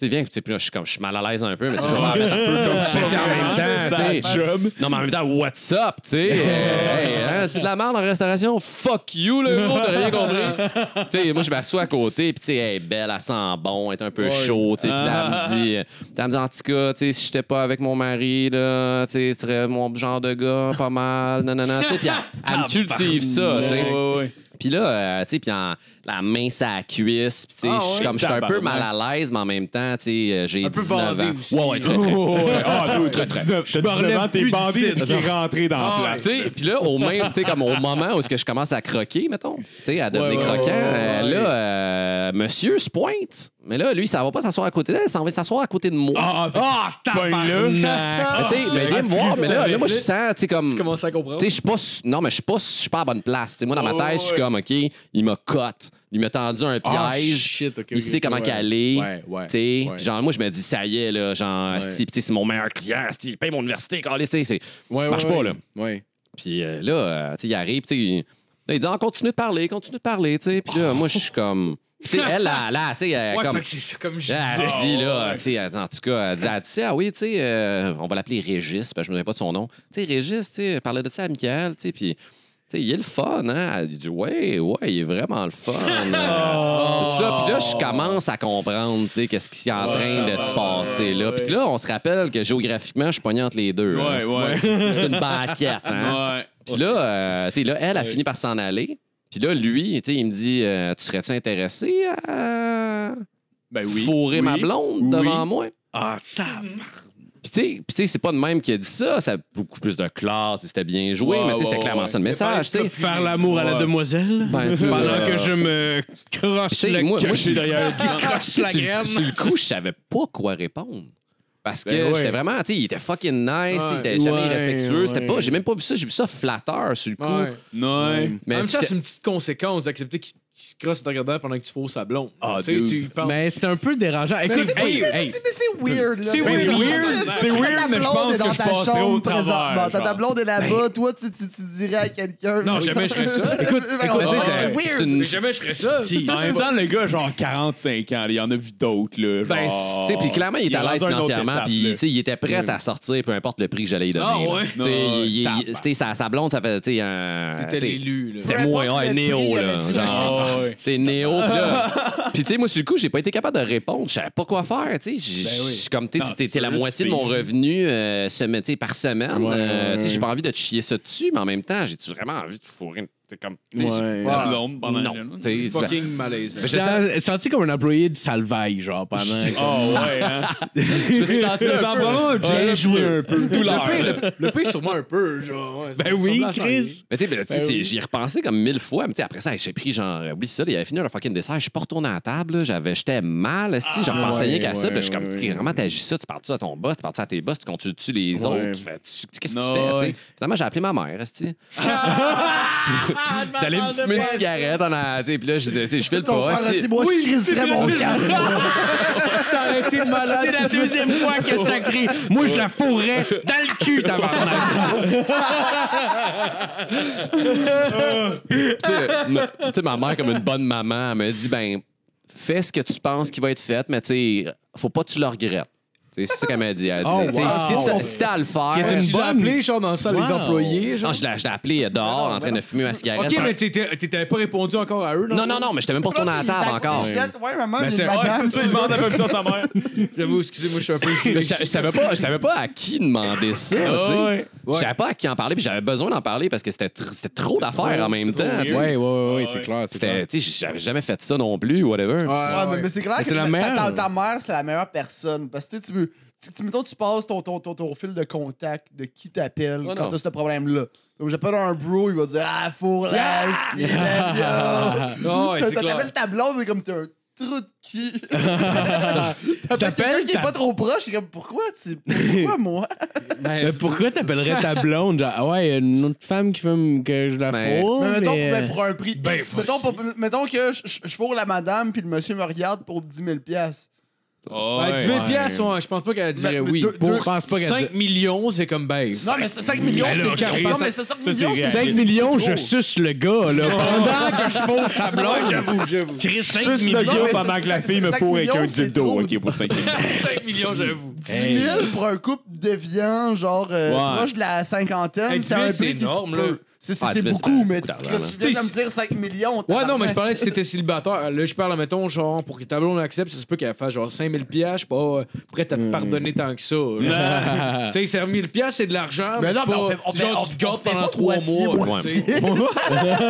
S1: Tu sais, viens, tu sais, puis là, je suis comme, je suis mal à l'aise un peu, mais c'est genre, Ah, ben, je peux comme je fais en même temps, tu sais. Non, mais en même temps, what's up, tu sais. Hey, hein, c'est de la merde en restauration, fuck you, le gros, t'as rien compris. tu sais, moi, je m'assois à côté, puis tu sais, elle est belle, elle sent bon, elle est un peu chaud, tu sais. Puis là,
S3: Ah.
S1: elle me dit, elle me dit, en tout cas, tu sais, si j'étais pas avec mon mari, là, tu sais, tu serais mon genre de gars, pas mal, nanana, tu sais. Puis elle, elle me cultive ça, tu sais. Puis là, euh, tu sais, puis en- la main sa cuisse, puis tu sais,
S3: Ah
S1: je suis
S3: ouais?
S1: comme je suis un peu
S4: Tabarnak.
S1: mal à l'aise, mais en même temps, tu sais, euh, j'ai
S3: Un peu
S1: 19
S3: bandé
S1: ans.
S3: aussi.
S1: Ouais, ouais, très, très.
S4: Ah, oui, t'as 19, t'as 19 ans, t'es bandé, t'es rentré dans la
S1: Ah,
S4: place.
S1: tu sais, puis là, au même, tu sais, comme au moment où est-ce que je commence à croquer, mettons, tu sais, à devenir
S3: ouais,
S1: croquant,
S3: ouais,
S1: euh,
S3: ouais.
S1: là, euh, monsieur se pointe. Mais là, lui, ça va pas s'asseoir à côté d'elle, il s'en va s'asseoir à côté de moi.
S4: Ah, ah, tabarnak!
S1: Mais tu sais, mais viens me voir, mais là, là, moi, je sens, tu sais, comme.
S3: Tu commences à comprendre.
S1: Tu sais, je suis pas. su- Non, mais je suis pas, su- je suis pas à bonne place. Tu sais, moi, dans ma
S4: Ouais,
S1: tête, je suis
S4: ouais.
S1: comme, OK, il m'a cote. Il m'a tendu un piège.
S6: Ah, shit, ok.
S1: Ah, il
S6: ok,
S1: sait
S6: ok,
S1: comment
S6: ouais.
S1: caler.
S6: Ouais, ouais.
S1: Tu sais, puis genre, moi, je me dis, ça y est, là, genre, asti, puis tu sais, c'est mon meilleur client, asti, il paye mon université, câlisse, tu sais, c'est-
S6: Ouais,
S1: marche
S6: ouais,
S1: pas,
S6: ouais.
S1: là.
S6: Ouais.
S1: Puis euh, là, euh, tu sais, il arrive, tu sais, il- là, il dit, Ah, continue de parler, continue de parler, tu sais. Puis là, moi, je suis comme, tu sais, elle, là, là, tu sais, elle,
S3: Ouais,
S1: comme.
S3: fait que c'est ça, comme je
S1: Là,
S3: disais.
S1: elle dit, là, tu sais, elle- en tout cas, elle dit, elle dit, ah oui, tu sais, euh, on va l'appeler Régis, parce que je me souviens pas de son nom. Tu sais, Régis, tu sais, elle parlait de ça à Michael, tu sais, puis, tu sais, il est le fun, hein. Elle dit, ouais, ouais, il est vraiment le fun. euh,
S3: Oh.
S1: tout ça. Puis là,
S4: Oh.
S1: je commence à comprendre, tu sais, qu'est-ce qui est en train de se passer, là. Puis là, on se rappelle que géographiquement, je suis pogné entre les deux. hein.
S4: Ouais, ouais.
S1: C'est une banquette, hein.
S4: Ouais.
S1: Puis là, euh, tu sais, là, elle a fini par s'en aller. Puis là, lui, tu sais, il me dit, euh, tu serais-tu intéressé à
S4: Ben oui.
S1: fourrer
S4: Oui.
S1: ma blonde
S4: Oui.
S1: devant moi? Puis tu sais- puis tu sais, c'est pas de même qu'il a dit ça. Ça a beaucoup plus de classe et c'était bien joué.
S4: Ouais,
S1: mais tu sais,
S4: ouais,
S1: c'était clairement
S4: ouais.
S1: ça le
S4: Mais
S1: message, tu sais.
S6: Faire l'amour à la
S4: Ouais.
S6: demoiselle
S1: Ben, tu-
S6: pendant
S1: euh,
S6: que je me crosse
S1: tu sais,
S6: le
S1: moi- moi,
S6: cul.
S1: je suis
S4: derrière
S6: Crosse
S1: sur,
S6: la graine.
S1: le- sur le coup, je savais pas quoi répondre. Parce que
S4: Ben ouais.
S1: j'étais vraiment, tu sais, il était fucking nice, tu sais, il était jamais
S6: Ouais,
S1: irrespectueux. C'était pas,
S6: ouais.
S1: j'ai même pas vu ça, j'ai vu ça flatteur sur le coup.
S3: Ouais.
S4: Ouais.
S1: Mais
S3: en même temps,
S1: c'était-
S3: c'est une petite conséquence d'accepter qu'il qu'il se crosse en te regardant pendant que tu fausses sa blonde.
S4: Ah,
S3: tu sais,
S4: dude.
S3: tu y penses.
S6: Mais Ben, c'est un peu dérangeant.
S5: Mais
S6: Écoute,
S5: c'est
S6: hey,
S5: mais
S6: hey.
S5: c'est- mais c'est weird, là.
S3: C'est
S5: Mais
S3: weird.
S4: C'est weird, mais je pense que je passerais au travers,
S5: présentement. T'as
S4: genre.
S5: ta blonde est là-bas, toi, tu, tu, tu dirais à quelqu'un. Ben,
S6: Non, jamais je ferais ça.
S5: Écoute,
S1: Mais Ben,
S4: Ah,
S1: tu sais, c'est- c'est une-
S3: Mais jamais je ferais ça. Ah,
S6: Si.
S4: En même temps, Ben, le gars, genre 45 ans, là, il y en a vu d'autres. Là, genre...
S1: Ben, c'est- tu sais, puis clairement, il était
S4: est
S1: à l'aise
S4: rendu à une autre
S1: financièrement,
S4: étape,
S1: puis
S4: là.
S1: tu sais, il était prêt à sortir, peu importe le prix que j'allais lui donner.
S3: Ah,
S1: là.
S3: ouais?
S1: Tu sais,
S4: Non,
S1: il- il-
S4: tabarnak.
S1: tu sais, sa, sa blonde, ça fait, tu sais, un.
S3: T'étais
S1: tu sais,
S3: l'élu. là.
S1: C'était moi, ouais, Néo, là. Genre,
S4: Ah, ouais.
S1: c'est Néo, pis là. Puis, tu sais, moi, sur le coup, j'ai pas été capable de répondre. Je savais pas quoi faire, tu sais. J- j- Comme, tu
S4: Ben
S1: sais,
S4: Non,
S1: t'es-
S4: c'est
S1: t'es la
S4: sûr, tu
S1: moitié de mon
S4: piges.
S1: revenu euh, semaine, tu sais, par semaine.
S6: Ouais,
S1: Euh,
S6: ouais,
S1: tu sais, j'ai
S6: ouais.
S1: pas envie de te chier ça dessus, mais en même temps, j'ai-tu vraiment envie de fourrer une. t'sais, comme. tu sais,
S6: Ouais.
S4: Ouais. L'ombre pendant
S1: Non,
S4: la lune.
S1: tu sais,
S3: Fucking malaise.
S6: Je me senti comme un employé de salvaille, genre, pendant.
S4: Oh, ouais, hein.
S3: Je me suis senti dans le
S6: Bien joué un peu.
S3: Le pire, le- le pire, sûrement un peu. Genre, ouais,
S6: Ben
S3: ça me
S6: oui,
S3: semble à
S6: Chris.
S1: Mais tu sais, ben, tu sais, tu sais, j'y ai repensé comme mille fois. Mais tu sais, après ça, hey, j'ai pris genre, oublie ça, là, il avait fini le fucking dessert. Je suis pas retourné à la table, là, j'avais, j'étais mal. Si, j'en repensais rien qu'à ça.
S6: ouais,
S1: puis Je suis comme,
S6: ouais,
S1: tu sais, vraiment, t'agis ça, tu parles ça à ton boss, tu parles ça à tes boss, tu continues-tu les autres, tu fais, tu- qu'est-ce que tu
S4: Non,
S1: fais, tu sais?
S4: ouais.
S1: Finalement, j'ai appelé ma mère, esti. D'aller me fumer une cigarette en allant, tu sais, puis là, je disais, je file
S5: Ton
S1: pas.
S5: père a
S1: esti.
S5: dit, moi, je crisserais mon casque.
S3: ça. S'arrêter de malade.
S6: C'est la deuxième fois que ça crie. Moi, je la fourrais dans le cul, tabarnak.
S1: Tu sais, ma- tu sais, ma mère, comme une bonne maman, elle me dit, ben, fais ce que tu penses qui va être fait, mais tu sais, faut pas que tu le regrettes. Tu C'est ça qu'elle m'a dit. Elle dit
S6: Oh,
S1: tu sais,
S6: wow.
S1: si tu- si t'as à le faire.
S3: Ah,
S6: était
S3: Tu
S6: une
S3: l'as
S6: bonne-
S3: appelé, genre, dans la salle des
S6: Wow.
S3: employés, genre.
S1: Non, je l'ai je l'ai appelée dehors en train de fumer ma cigarette.
S3: Ok, mais t'étais t'étais pas répondu encore à eux, non?
S1: Non, non, non, mais j'étais même pas retourné à la table encore.
S5: Ouais, maman,
S3: Mais
S5: il y a
S3: c'est-
S5: une madame.
S4: demande la même chose à sa mère.
S3: J'avoue, excusez-moi, je suis un peu
S1: Mais
S3: gelé.
S1: Je, je savais pas, je savais pas à qui demander ça.
S4: Ah,
S1: tu sais. Je savais pas à qui en parler, puis j'avais besoin d'en parler parce que c'était tr- c'était trop d'affaires en même temps. tu sais.
S6: Ouais, ouais, ouais,
S4: Ouais.
S6: c'est clair. c'est clair.
S1: C'était- tu sais, J'avais jamais fait ça non plus, whatever.
S3: Ah,
S5: Ouais, mais, mais c'est clair
S6: Mais
S5: que
S6: c'est la
S5: ta-
S6: meilleure.
S5: ta, ta mère, c'est la meilleure personne. Parce que tu sais, tu veux. Tu, tu- mettons, tu passes ton, ton, ton, ton fil de contact de qui t'appelle
S1: Ouais,
S5: quand
S1: non.
S5: t'as ce problème-là. Donc, j'appelle un bro, il va dire Ah, fourre là, si, là, yo.
S3: Ah, ouais,
S5: T'as-
S3: c'est clair.
S5: T'appelles ta blonde, mais comme t'es un trou de cul. T'appelles quelqu'un qui est
S6: ta-
S5: pas trop proche, il est comme Pourquoi tu. Pourquoi moi
S6: Mais pourquoi t'appellerais ta blonde? Genre, ah ouais, une autre femme qui fume que je la
S1: Mais-
S6: fourre.
S5: Mais mettons,
S6: mais- ben,
S5: pour- pour un prix. X, mettons, pour- mettons que je- je je fourre la madame, puis le monsieur me regarde pour 10 000 piastres.
S4: Ah,
S3: Ben, 10 000 piastres, ouais, Ben, je pense pas qu'elle dirait
S5: Mais- mais
S3: oui.
S5: deux-
S6: Pour-
S5: deux-
S6: je pense pas qu'elle
S3: 5 millions, c'est comme baisse.
S5: Non, mais c'est 5 millions, c'est
S6: là,
S5: carré.
S6: Chris,
S5: Non, mais c'est 5
S4: ça, c'est
S5: millions, c'est
S4: réel.
S6: 5 millions, je suce le gars, là. Pendant que je fausse sa blonde.
S4: J'avoue, j'avoue.
S6: Chris, 5
S5: Suce le
S6: millions.
S5: gars.
S4: Pas pendant que la fille me fourre avec un dildo. Ok, pour 5 millions.
S3: 5 millions, j'avoue.
S5: 10 000 pour un couple déviant, genre euh,
S4: Ouais.
S5: proche de la
S3: Hey,
S5: cinquantaine,
S3: 10
S5: c'est
S3: 000,
S5: un
S3: c'est
S5: prix qui
S3: énorme,
S5: se
S3: là.
S5: peut. C'est c'est-
S1: Ah,
S5: c'est
S1: 10 000,
S5: beaucoup,
S1: c'est
S5: mais tu
S1: beaucoup
S5: tu
S1: d'argent,
S5: viens de me dire 5 millions.
S3: Ouais, non, mais je
S5: tabarnak.
S3: parlais si c'était célibataire. Là, je parle, mettons, genre, pour que ta blonde accepte, ça se peut qu'elle fasse genre 5000 piastres. Je suis pas euh, prête à
S6: Hmm.
S3: te pardonner tant que ça. genre. tu sais, 5000 piastres, c'est de l'argent.
S5: Mais
S3: Mais
S5: non,
S3: c'est
S5: mais on
S3: pas-
S5: fait- on
S3: c'est
S5: fait- on-
S3: genre, tu te
S5: on
S3: gâtes
S5: fait
S3: pendant
S5: pas
S3: 3
S5: moitié,
S3: mois.
S5: moitié.
S3: tu sais.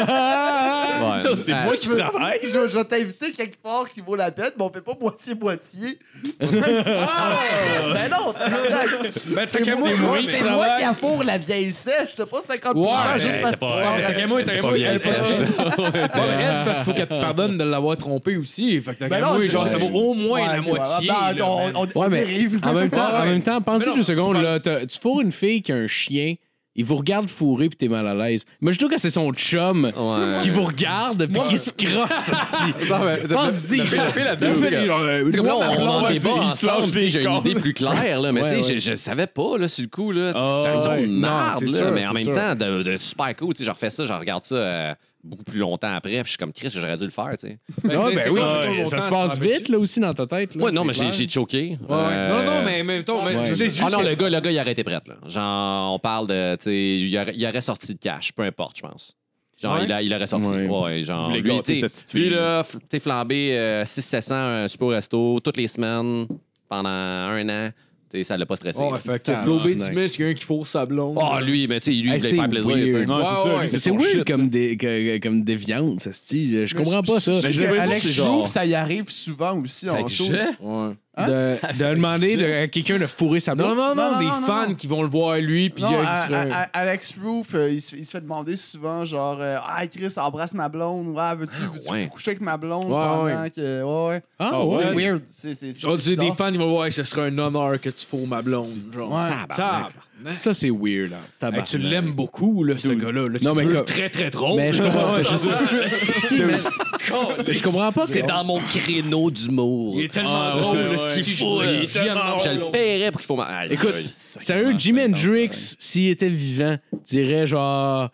S1: Ouais.
S4: C'est
S1: Ah,
S4: moi qui travaille.
S5: Je, je vais t'inviter quelque part qui vaut la peine, mais on fait pas moitié-moitié. Ah!
S3: Ah!
S5: ben non, tabarnak.
S3: Ben,
S5: c'est moi, c'est moi qui affoure la vieille sèche. T'as pas 50%
S3: Ouais,
S5: juste
S3: mais
S5: parce que
S4: t'as
S5: tu
S4: pas-
S5: sors
S4: t'as
S5: avec-
S3: T'as qu'à moi, t'as qu'à moi,
S4: pas bien
S3: elle,
S4: sèche.
S3: pas- Ouais, mais elle, c'est parce qu'il faut qu'elle te pardonne de l'avoir trompée aussi. Fait que t'as
S5: Ben
S3: qu'à
S5: non,
S3: moi,
S5: je-
S3: genre, ça vaut au moins
S5: Ouais,
S3: la
S5: ok,
S3: moitié.
S5: voilà.
S3: là,
S5: Non,
S3: man.
S5: on- on-
S6: Ouais,
S5: on
S6: mais
S5: dérive.
S6: En même temps,
S3: Ouais, ouais.
S6: en même temps, pensez
S3: Mais non,
S6: deux
S3: tu
S6: secondes.
S3: parles-
S6: Là, t'as- tu fourres une fille qui a un chien, il vous regarde fourrer puis t'es mal à l'aise. Mais je trouve que c'est son chum
S1: Ouais.
S6: qui vous regarde puis qui se crosse. hostie.
S1: Non, mais-
S6: Pense-y.
S1: Le pire- le pire là-dedans, c'est
S6: ben
S1: que-
S4: Tu
S6: euh,
S1: Tu sais, comme là, on- on en
S4: va
S1: débat
S4: dire, il se lâche
S1: ensemble. tu sais,
S4: des
S1: J'ai une
S4: cornes.
S1: idée plus claire, là, mais
S6: Ouais,
S1: tu sais,
S6: ouais.
S1: je- je savais pas, là, sur le coup. là.
S4: Ah,
S1: C'est une zone
S4: ouais.
S1: de
S6: Non,
S1: marde,
S6: c'est
S1: là,
S6: sûr,
S1: mais en
S6: c'est sûr.
S1: même temps, de, de super cool. tu sais, Je refais ça, je regarde ça euh, beaucoup plus longtemps après, puis je suis comme Chris, j'aurais dû le faire. tu sais.
S3: Ben,
S6: Ah,
S3: c'est-
S6: ben
S3: c'est
S6: oui,
S3: quoi, mettons,
S6: ouais,
S3: longtemps,
S6: ça se
S3: tu
S6: passe
S3: t'en
S6: vite
S3: rappelles-tu?
S6: là aussi dans ta tête. Là,
S1: Ouais, non,
S6: c'est
S1: mais j'ai
S6: clair.
S1: j'ai choqué.
S3: Ouais, ouais. Non,
S1: Euh,
S3: non, mais mettons, mais
S6: Ouais.
S3: je sais juste
S1: Ah non,
S3: que-
S1: le gars, le gars, il aurait été prêt. Là. Genre, on parle de. tu sais, Il aurait, il aurait sorti de cash, peu importe, je pense. Genre,
S6: Ouais.
S1: il, a, il aurait sorti.
S4: Ouais.
S1: Ouais, genre.
S4: Vous voulez
S1: lui,
S4: gâter
S1: t'sais,
S4: sa petite
S1: lui,
S4: fille.
S1: là, f- t'es flambé euh, 600-700 un super resto toutes les semaines pendant un an. T'sais, ça l'a pas stressé.
S3: Oh,
S1: Oh,
S3: fait que Flo B, tu mets, il y a un qui fourre sa blonde.
S1: Ah, lui, mais tu sais, lui, il
S6: Hey,
S1: voulait
S6: c'est
S1: faire plaisir. t'sais.
S6: weird.
S4: Non,
S3: Ouais,
S4: c'est ça,
S3: ouais.
S4: lui, c'est
S6: C'est
S4: son
S6: weird
S4: shit, là.
S6: comme, des, que- que- comme des viandes, ça Je, je comprends pas ça.
S4: je-
S5: Mais
S4: Mais
S5: Alex
S4: c'est
S5: Jouve,
S4: genre-
S5: ça y arrive souvent aussi en
S1: Fait que
S5: show.
S1: je-
S6: Ah, De, de demander de- à quelqu'un de fourrer sa
S3: Non,
S6: blonde.
S3: non, non,
S5: Non, non,
S3: des
S5: non,
S3: fans
S5: non.
S3: qui vont le voir lui, puis
S5: Non,
S3: euh,
S5: à-
S3: qui seraient-
S5: à- à- Alex Roof, euh, il, se, il se fait demander souvent genre euh, Ah Chris, embrasse ma blonde, ouais, veux-tu veux-tu
S1: ouais.
S5: coucher avec ma blonde
S3: Ouais,
S5: pendant
S3: ouais.
S5: que. Ouais, ouais.
S6: Ah
S4: Oh,
S6: ouais.
S5: C'est weird. C'est c'est- c'est
S3: Genre, tu sais, des
S5: bizarre.
S3: fans qui vont voir, Hey, ce serait un honneur que tu fourres ma blonde. Genre,
S5: Ouais.
S3: tabarnak.
S6: Ça, c'est weird. hein.
S3: Hey,
S6: Tabarnak.
S3: tu l'aimes beaucoup, là, ce gars-là. là. tu
S6: Non, mais
S3: le
S6: comme-
S3: très, très drôle.
S6: Mais je
S3: là.
S6: comprends pas.
S3: Ça
S6: je
S3: sent-
S6: sais- Steve, man, Je comprends pas.
S1: C'est
S6: que-
S1: dans mon créneau d'humour.
S3: Il est tellement
S4: Ah, ouais,
S3: drôle,
S4: ouais,
S3: là, ce
S4: ouais.
S3: qu'il
S1: Il
S3: faut.
S1: faut,
S3: là.
S1: il est
S3: Viens,
S1: Je le paierais pour qu'il faut. ma- Aïe,
S6: Écoute,
S1: aïe,
S6: Sérieux,
S1: sacrément,
S6: Jimi
S1: ça me tente,
S6: Hendrix,
S1: pareil.
S6: s'il était vivant, dirait genre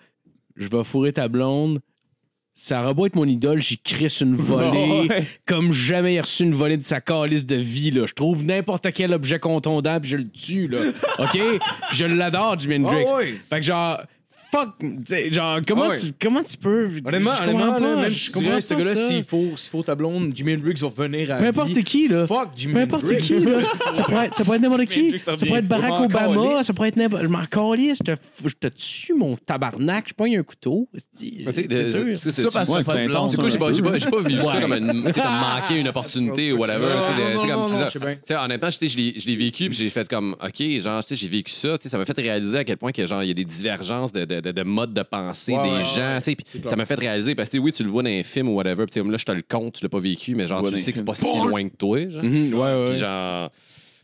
S6: Je vais fourrer ta blonde. Ça aurait beau être mon idole, j'y crisse une volée.
S4: Ouais.
S6: Comme jamais il a reçu une volée de sa calice de vie. Là. Je trouve n'importe quel objet contondant puis je le tue. Là. OK? Puis je l'adore, Jimi Hendrix.
S3: Ah ouais.
S6: Fait que genre, fuck. tu sais, Genre, comment,
S3: Ah ouais.
S6: tu, comment tu peux.
S3: Honnêtement,
S6: je comprends
S3: honnêtement, là,
S6: pas,
S3: même
S6: je
S3: si tu dirais,
S6: comprends
S3: ce
S6: pas
S3: gars-là,
S6: ça.
S3: s'il faut, s'il faut ta blonde, Jimi Hendrix va revenir à
S6: Peu importe
S3: vie.
S6: c'est qui, là.
S3: Fuck Jimi
S6: Peu importe c'est
S3: Hendrix.
S6: qui, là. Ça pourrait être, ça pourrait être n'importe qui.
S4: Hendrix
S6: Ça
S4: revient.
S6: pourrait être Barack
S3: Je m'en
S6: Obama.
S3: calisse.
S6: Ça pourrait être n'importe. Je m'en calisse. Je te, f- je te tue, mon tabarnak. Je pogne un couteau. esti.
S1: Mais tu sais, de-
S6: C'est sûr.
S1: tu sais,
S5: Ça, parce que
S4: Ouais,
S5: c'est pas
S4: c'est
S5: de blonde.
S4: intense,
S1: Du coup, j'ai pas, j'ai pas, j'ai pas vu ça comme, une, tu sais, comme manquer une opportunité ou whatever.
S3: Non,
S1: tu sais,
S3: non,
S1: tu sais,
S3: non,
S1: comme
S3: non,
S1: c'est
S3: je
S1: ça.
S3: sais bien.
S1: Tu sais, honnêtement, je t'ai- je l'ai je l'ai vécu, puis j'ai fait comme, OK, genre, tu sais, j'ai vécu ça. tu sais, Ça m'a fait réaliser à quel point que, genre, il y a des divergences de, de, de, de mode de pensée
S3: Ouais,
S1: des
S3: ouais,
S1: gens. tu sais, puis ça m'a fait réaliser parce que, tu sais, oui, tu le vois dans un film ou whatever. puis tu sais, comme là, je te le compte, tu l'as pas vécu, mais genre,
S4: Ouais,
S1: tu
S4: dans
S1: sais que c'est
S4: les
S1: pas si loin que toi. Genre.
S6: Mhm, ouais, ouais.
S1: Puis genre. tu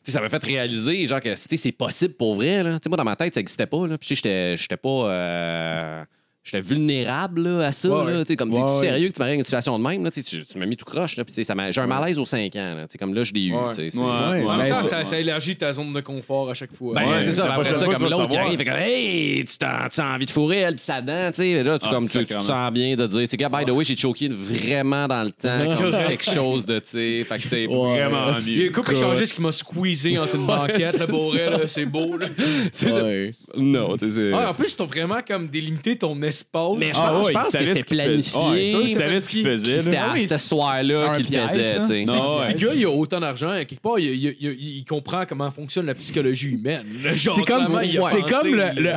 S1: sais, ça m'a fait réaliser genre que tu sais, c'est possible pour vrai. Là. Tu sais, Moi, dans ma tête, ça n'existait pas. Là. Puis tu sais, j'étais j'étais pas. euh, J'étais vulnérable là, à ça.
S3: Ouais,
S1: là,
S3: ouais.
S1: tu sais, comme,
S3: Ouais,
S1: t'es-tu
S3: ouais.
S1: sérieux que tu m'arrives à une situation de même? Là, tu sais, tu tu m'as mis tout croche. là, puis c'est- ça m'a- J'ai un malaise aux 5 ans. Là, tu sais, comme là, je l'ai eu.
S3: Ouais.
S1: tu sais, c'est-
S4: Ouais,
S3: En même
S4: ouais,
S3: temps,
S4: ouais.
S3: ça, ça élargit ta zone de confort à chaque fois.
S1: Ben,
S4: Ouais,
S1: c'est ça,
S4: la
S1: ben,
S4: prochaine
S1: après ça,
S4: fois, tu
S1: comme
S4: vas
S1: l'autre,
S4: le
S1: il
S4: savoir.
S1: arrive, fait comme, hey, tu t'en- tu as envie de fourrer, elle, pis sa dent, tu sais. Là, tu,
S4: Ah,
S1: comme, tu, tu te
S4: sacrément.
S1: sens bien de dire, tu sais, gars, by the way, j'ai choqué vraiment dans le temps, comme quelque chose de, tu sais, fait que, tu sais,
S4: Vraiment
S3: Il y a
S4: mieux.
S3: une couple échangiste qui m'a squeezé en toute banquette, le bourré, là, c'est beau. Là.
S1: c'est- Non, tu sais, c'est-
S3: Ah, en plus, ils ont vraiment comme délimité ton espace.
S1: Mais je
S4: Ah
S1: pense,
S4: ouais,
S1: je pense
S4: il savait
S1: que c'était
S4: ce qu'il faisait. Ouais,
S1: planifié.
S4: ça, il savait ce qu'il faisait,
S1: C'était
S4: là.
S1: à
S4: Oui,
S1: ce
S5: c'était un
S1: soir-là qu'il le
S5: piège,
S1: faisait,
S5: là.
S1: tu sais.
S4: Non,
S3: Ce
S4: ouais.
S3: gars, il a autant d'argent, à quelque part, il, il- il- il comprend comment fonctionne la psychologie humaine. là. Genre,
S7: C'est comme,
S3: clairement, il a
S7: c'est
S3: pensé,
S7: comme le, le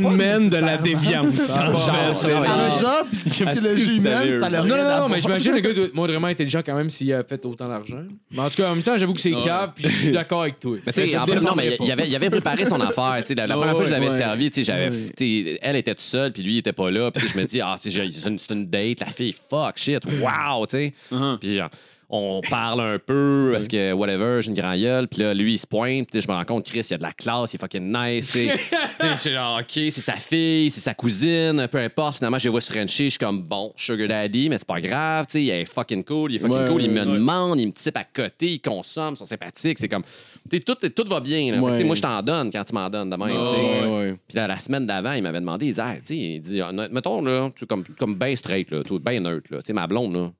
S7: Iron Man de la déviance. en fait.
S1: Genre,
S4: c'est-
S1: ouais.
S5: Ah, Argent, puis psychologie humaine, ça l'a
S3: Non,
S5: rien
S3: non,
S5: à
S3: non,
S5: voir.
S3: mais j'imagine le gars doit être modérément intelligent quand même s'il a fait autant d'argent. Mais en tout cas, en même temps, j'avoue que c'est cave, puis je suis d'accord avec toi.
S1: Mais tu sais,
S3: Ça
S1: en
S3: se
S1: plus, non, mais
S3: défendrait
S1: il avait, il avait préparé son affaire. tu sais, La, la première fois que je l'avais servi, tu sais, j'avais, tu sais, elle était toute seule, puis lui, il était pas là. Puis tu sais, je me dis, ah, tu sais, j'ai- c'est une, c'est une date, la fille, fuck, shit, wow, tu sais.
S4: Uh-huh.
S1: Puis genre, on parle un peu, parce que, whatever, j'ai une grand gueule. Puis là, lui, il se pointe, puis tu sais, je me rends compte, Chris, il a de la classe, il est fucking nice, tu sais. Tu sais, Je suis genre, OK, c'est sa fille, c'est sa cousine, peu importe. Finalement, je les vois se frencher, je suis comme, bon, sugar daddy, mais c'est pas grave, tu sais, il est fucking cool, il est fucking
S4: Ouais,
S1: cool, il me
S4: ouais.
S1: demande, il me type à côté, il consomme, ils sont sympathiques, c'est comme... Tu sais, tout, tout va bien. Là. Fait que, tu sais, moi, je t'en donne quand tu m'en donnes de même. tu sais. Puis là, la semaine d'avant, il m'avait demandé, il dit, Hey, tu sais, il dit, honnête- mettons, là, tu sais, comme, comme bien straight, là, tout bien neutre, là, tu sais, ma blonde, là.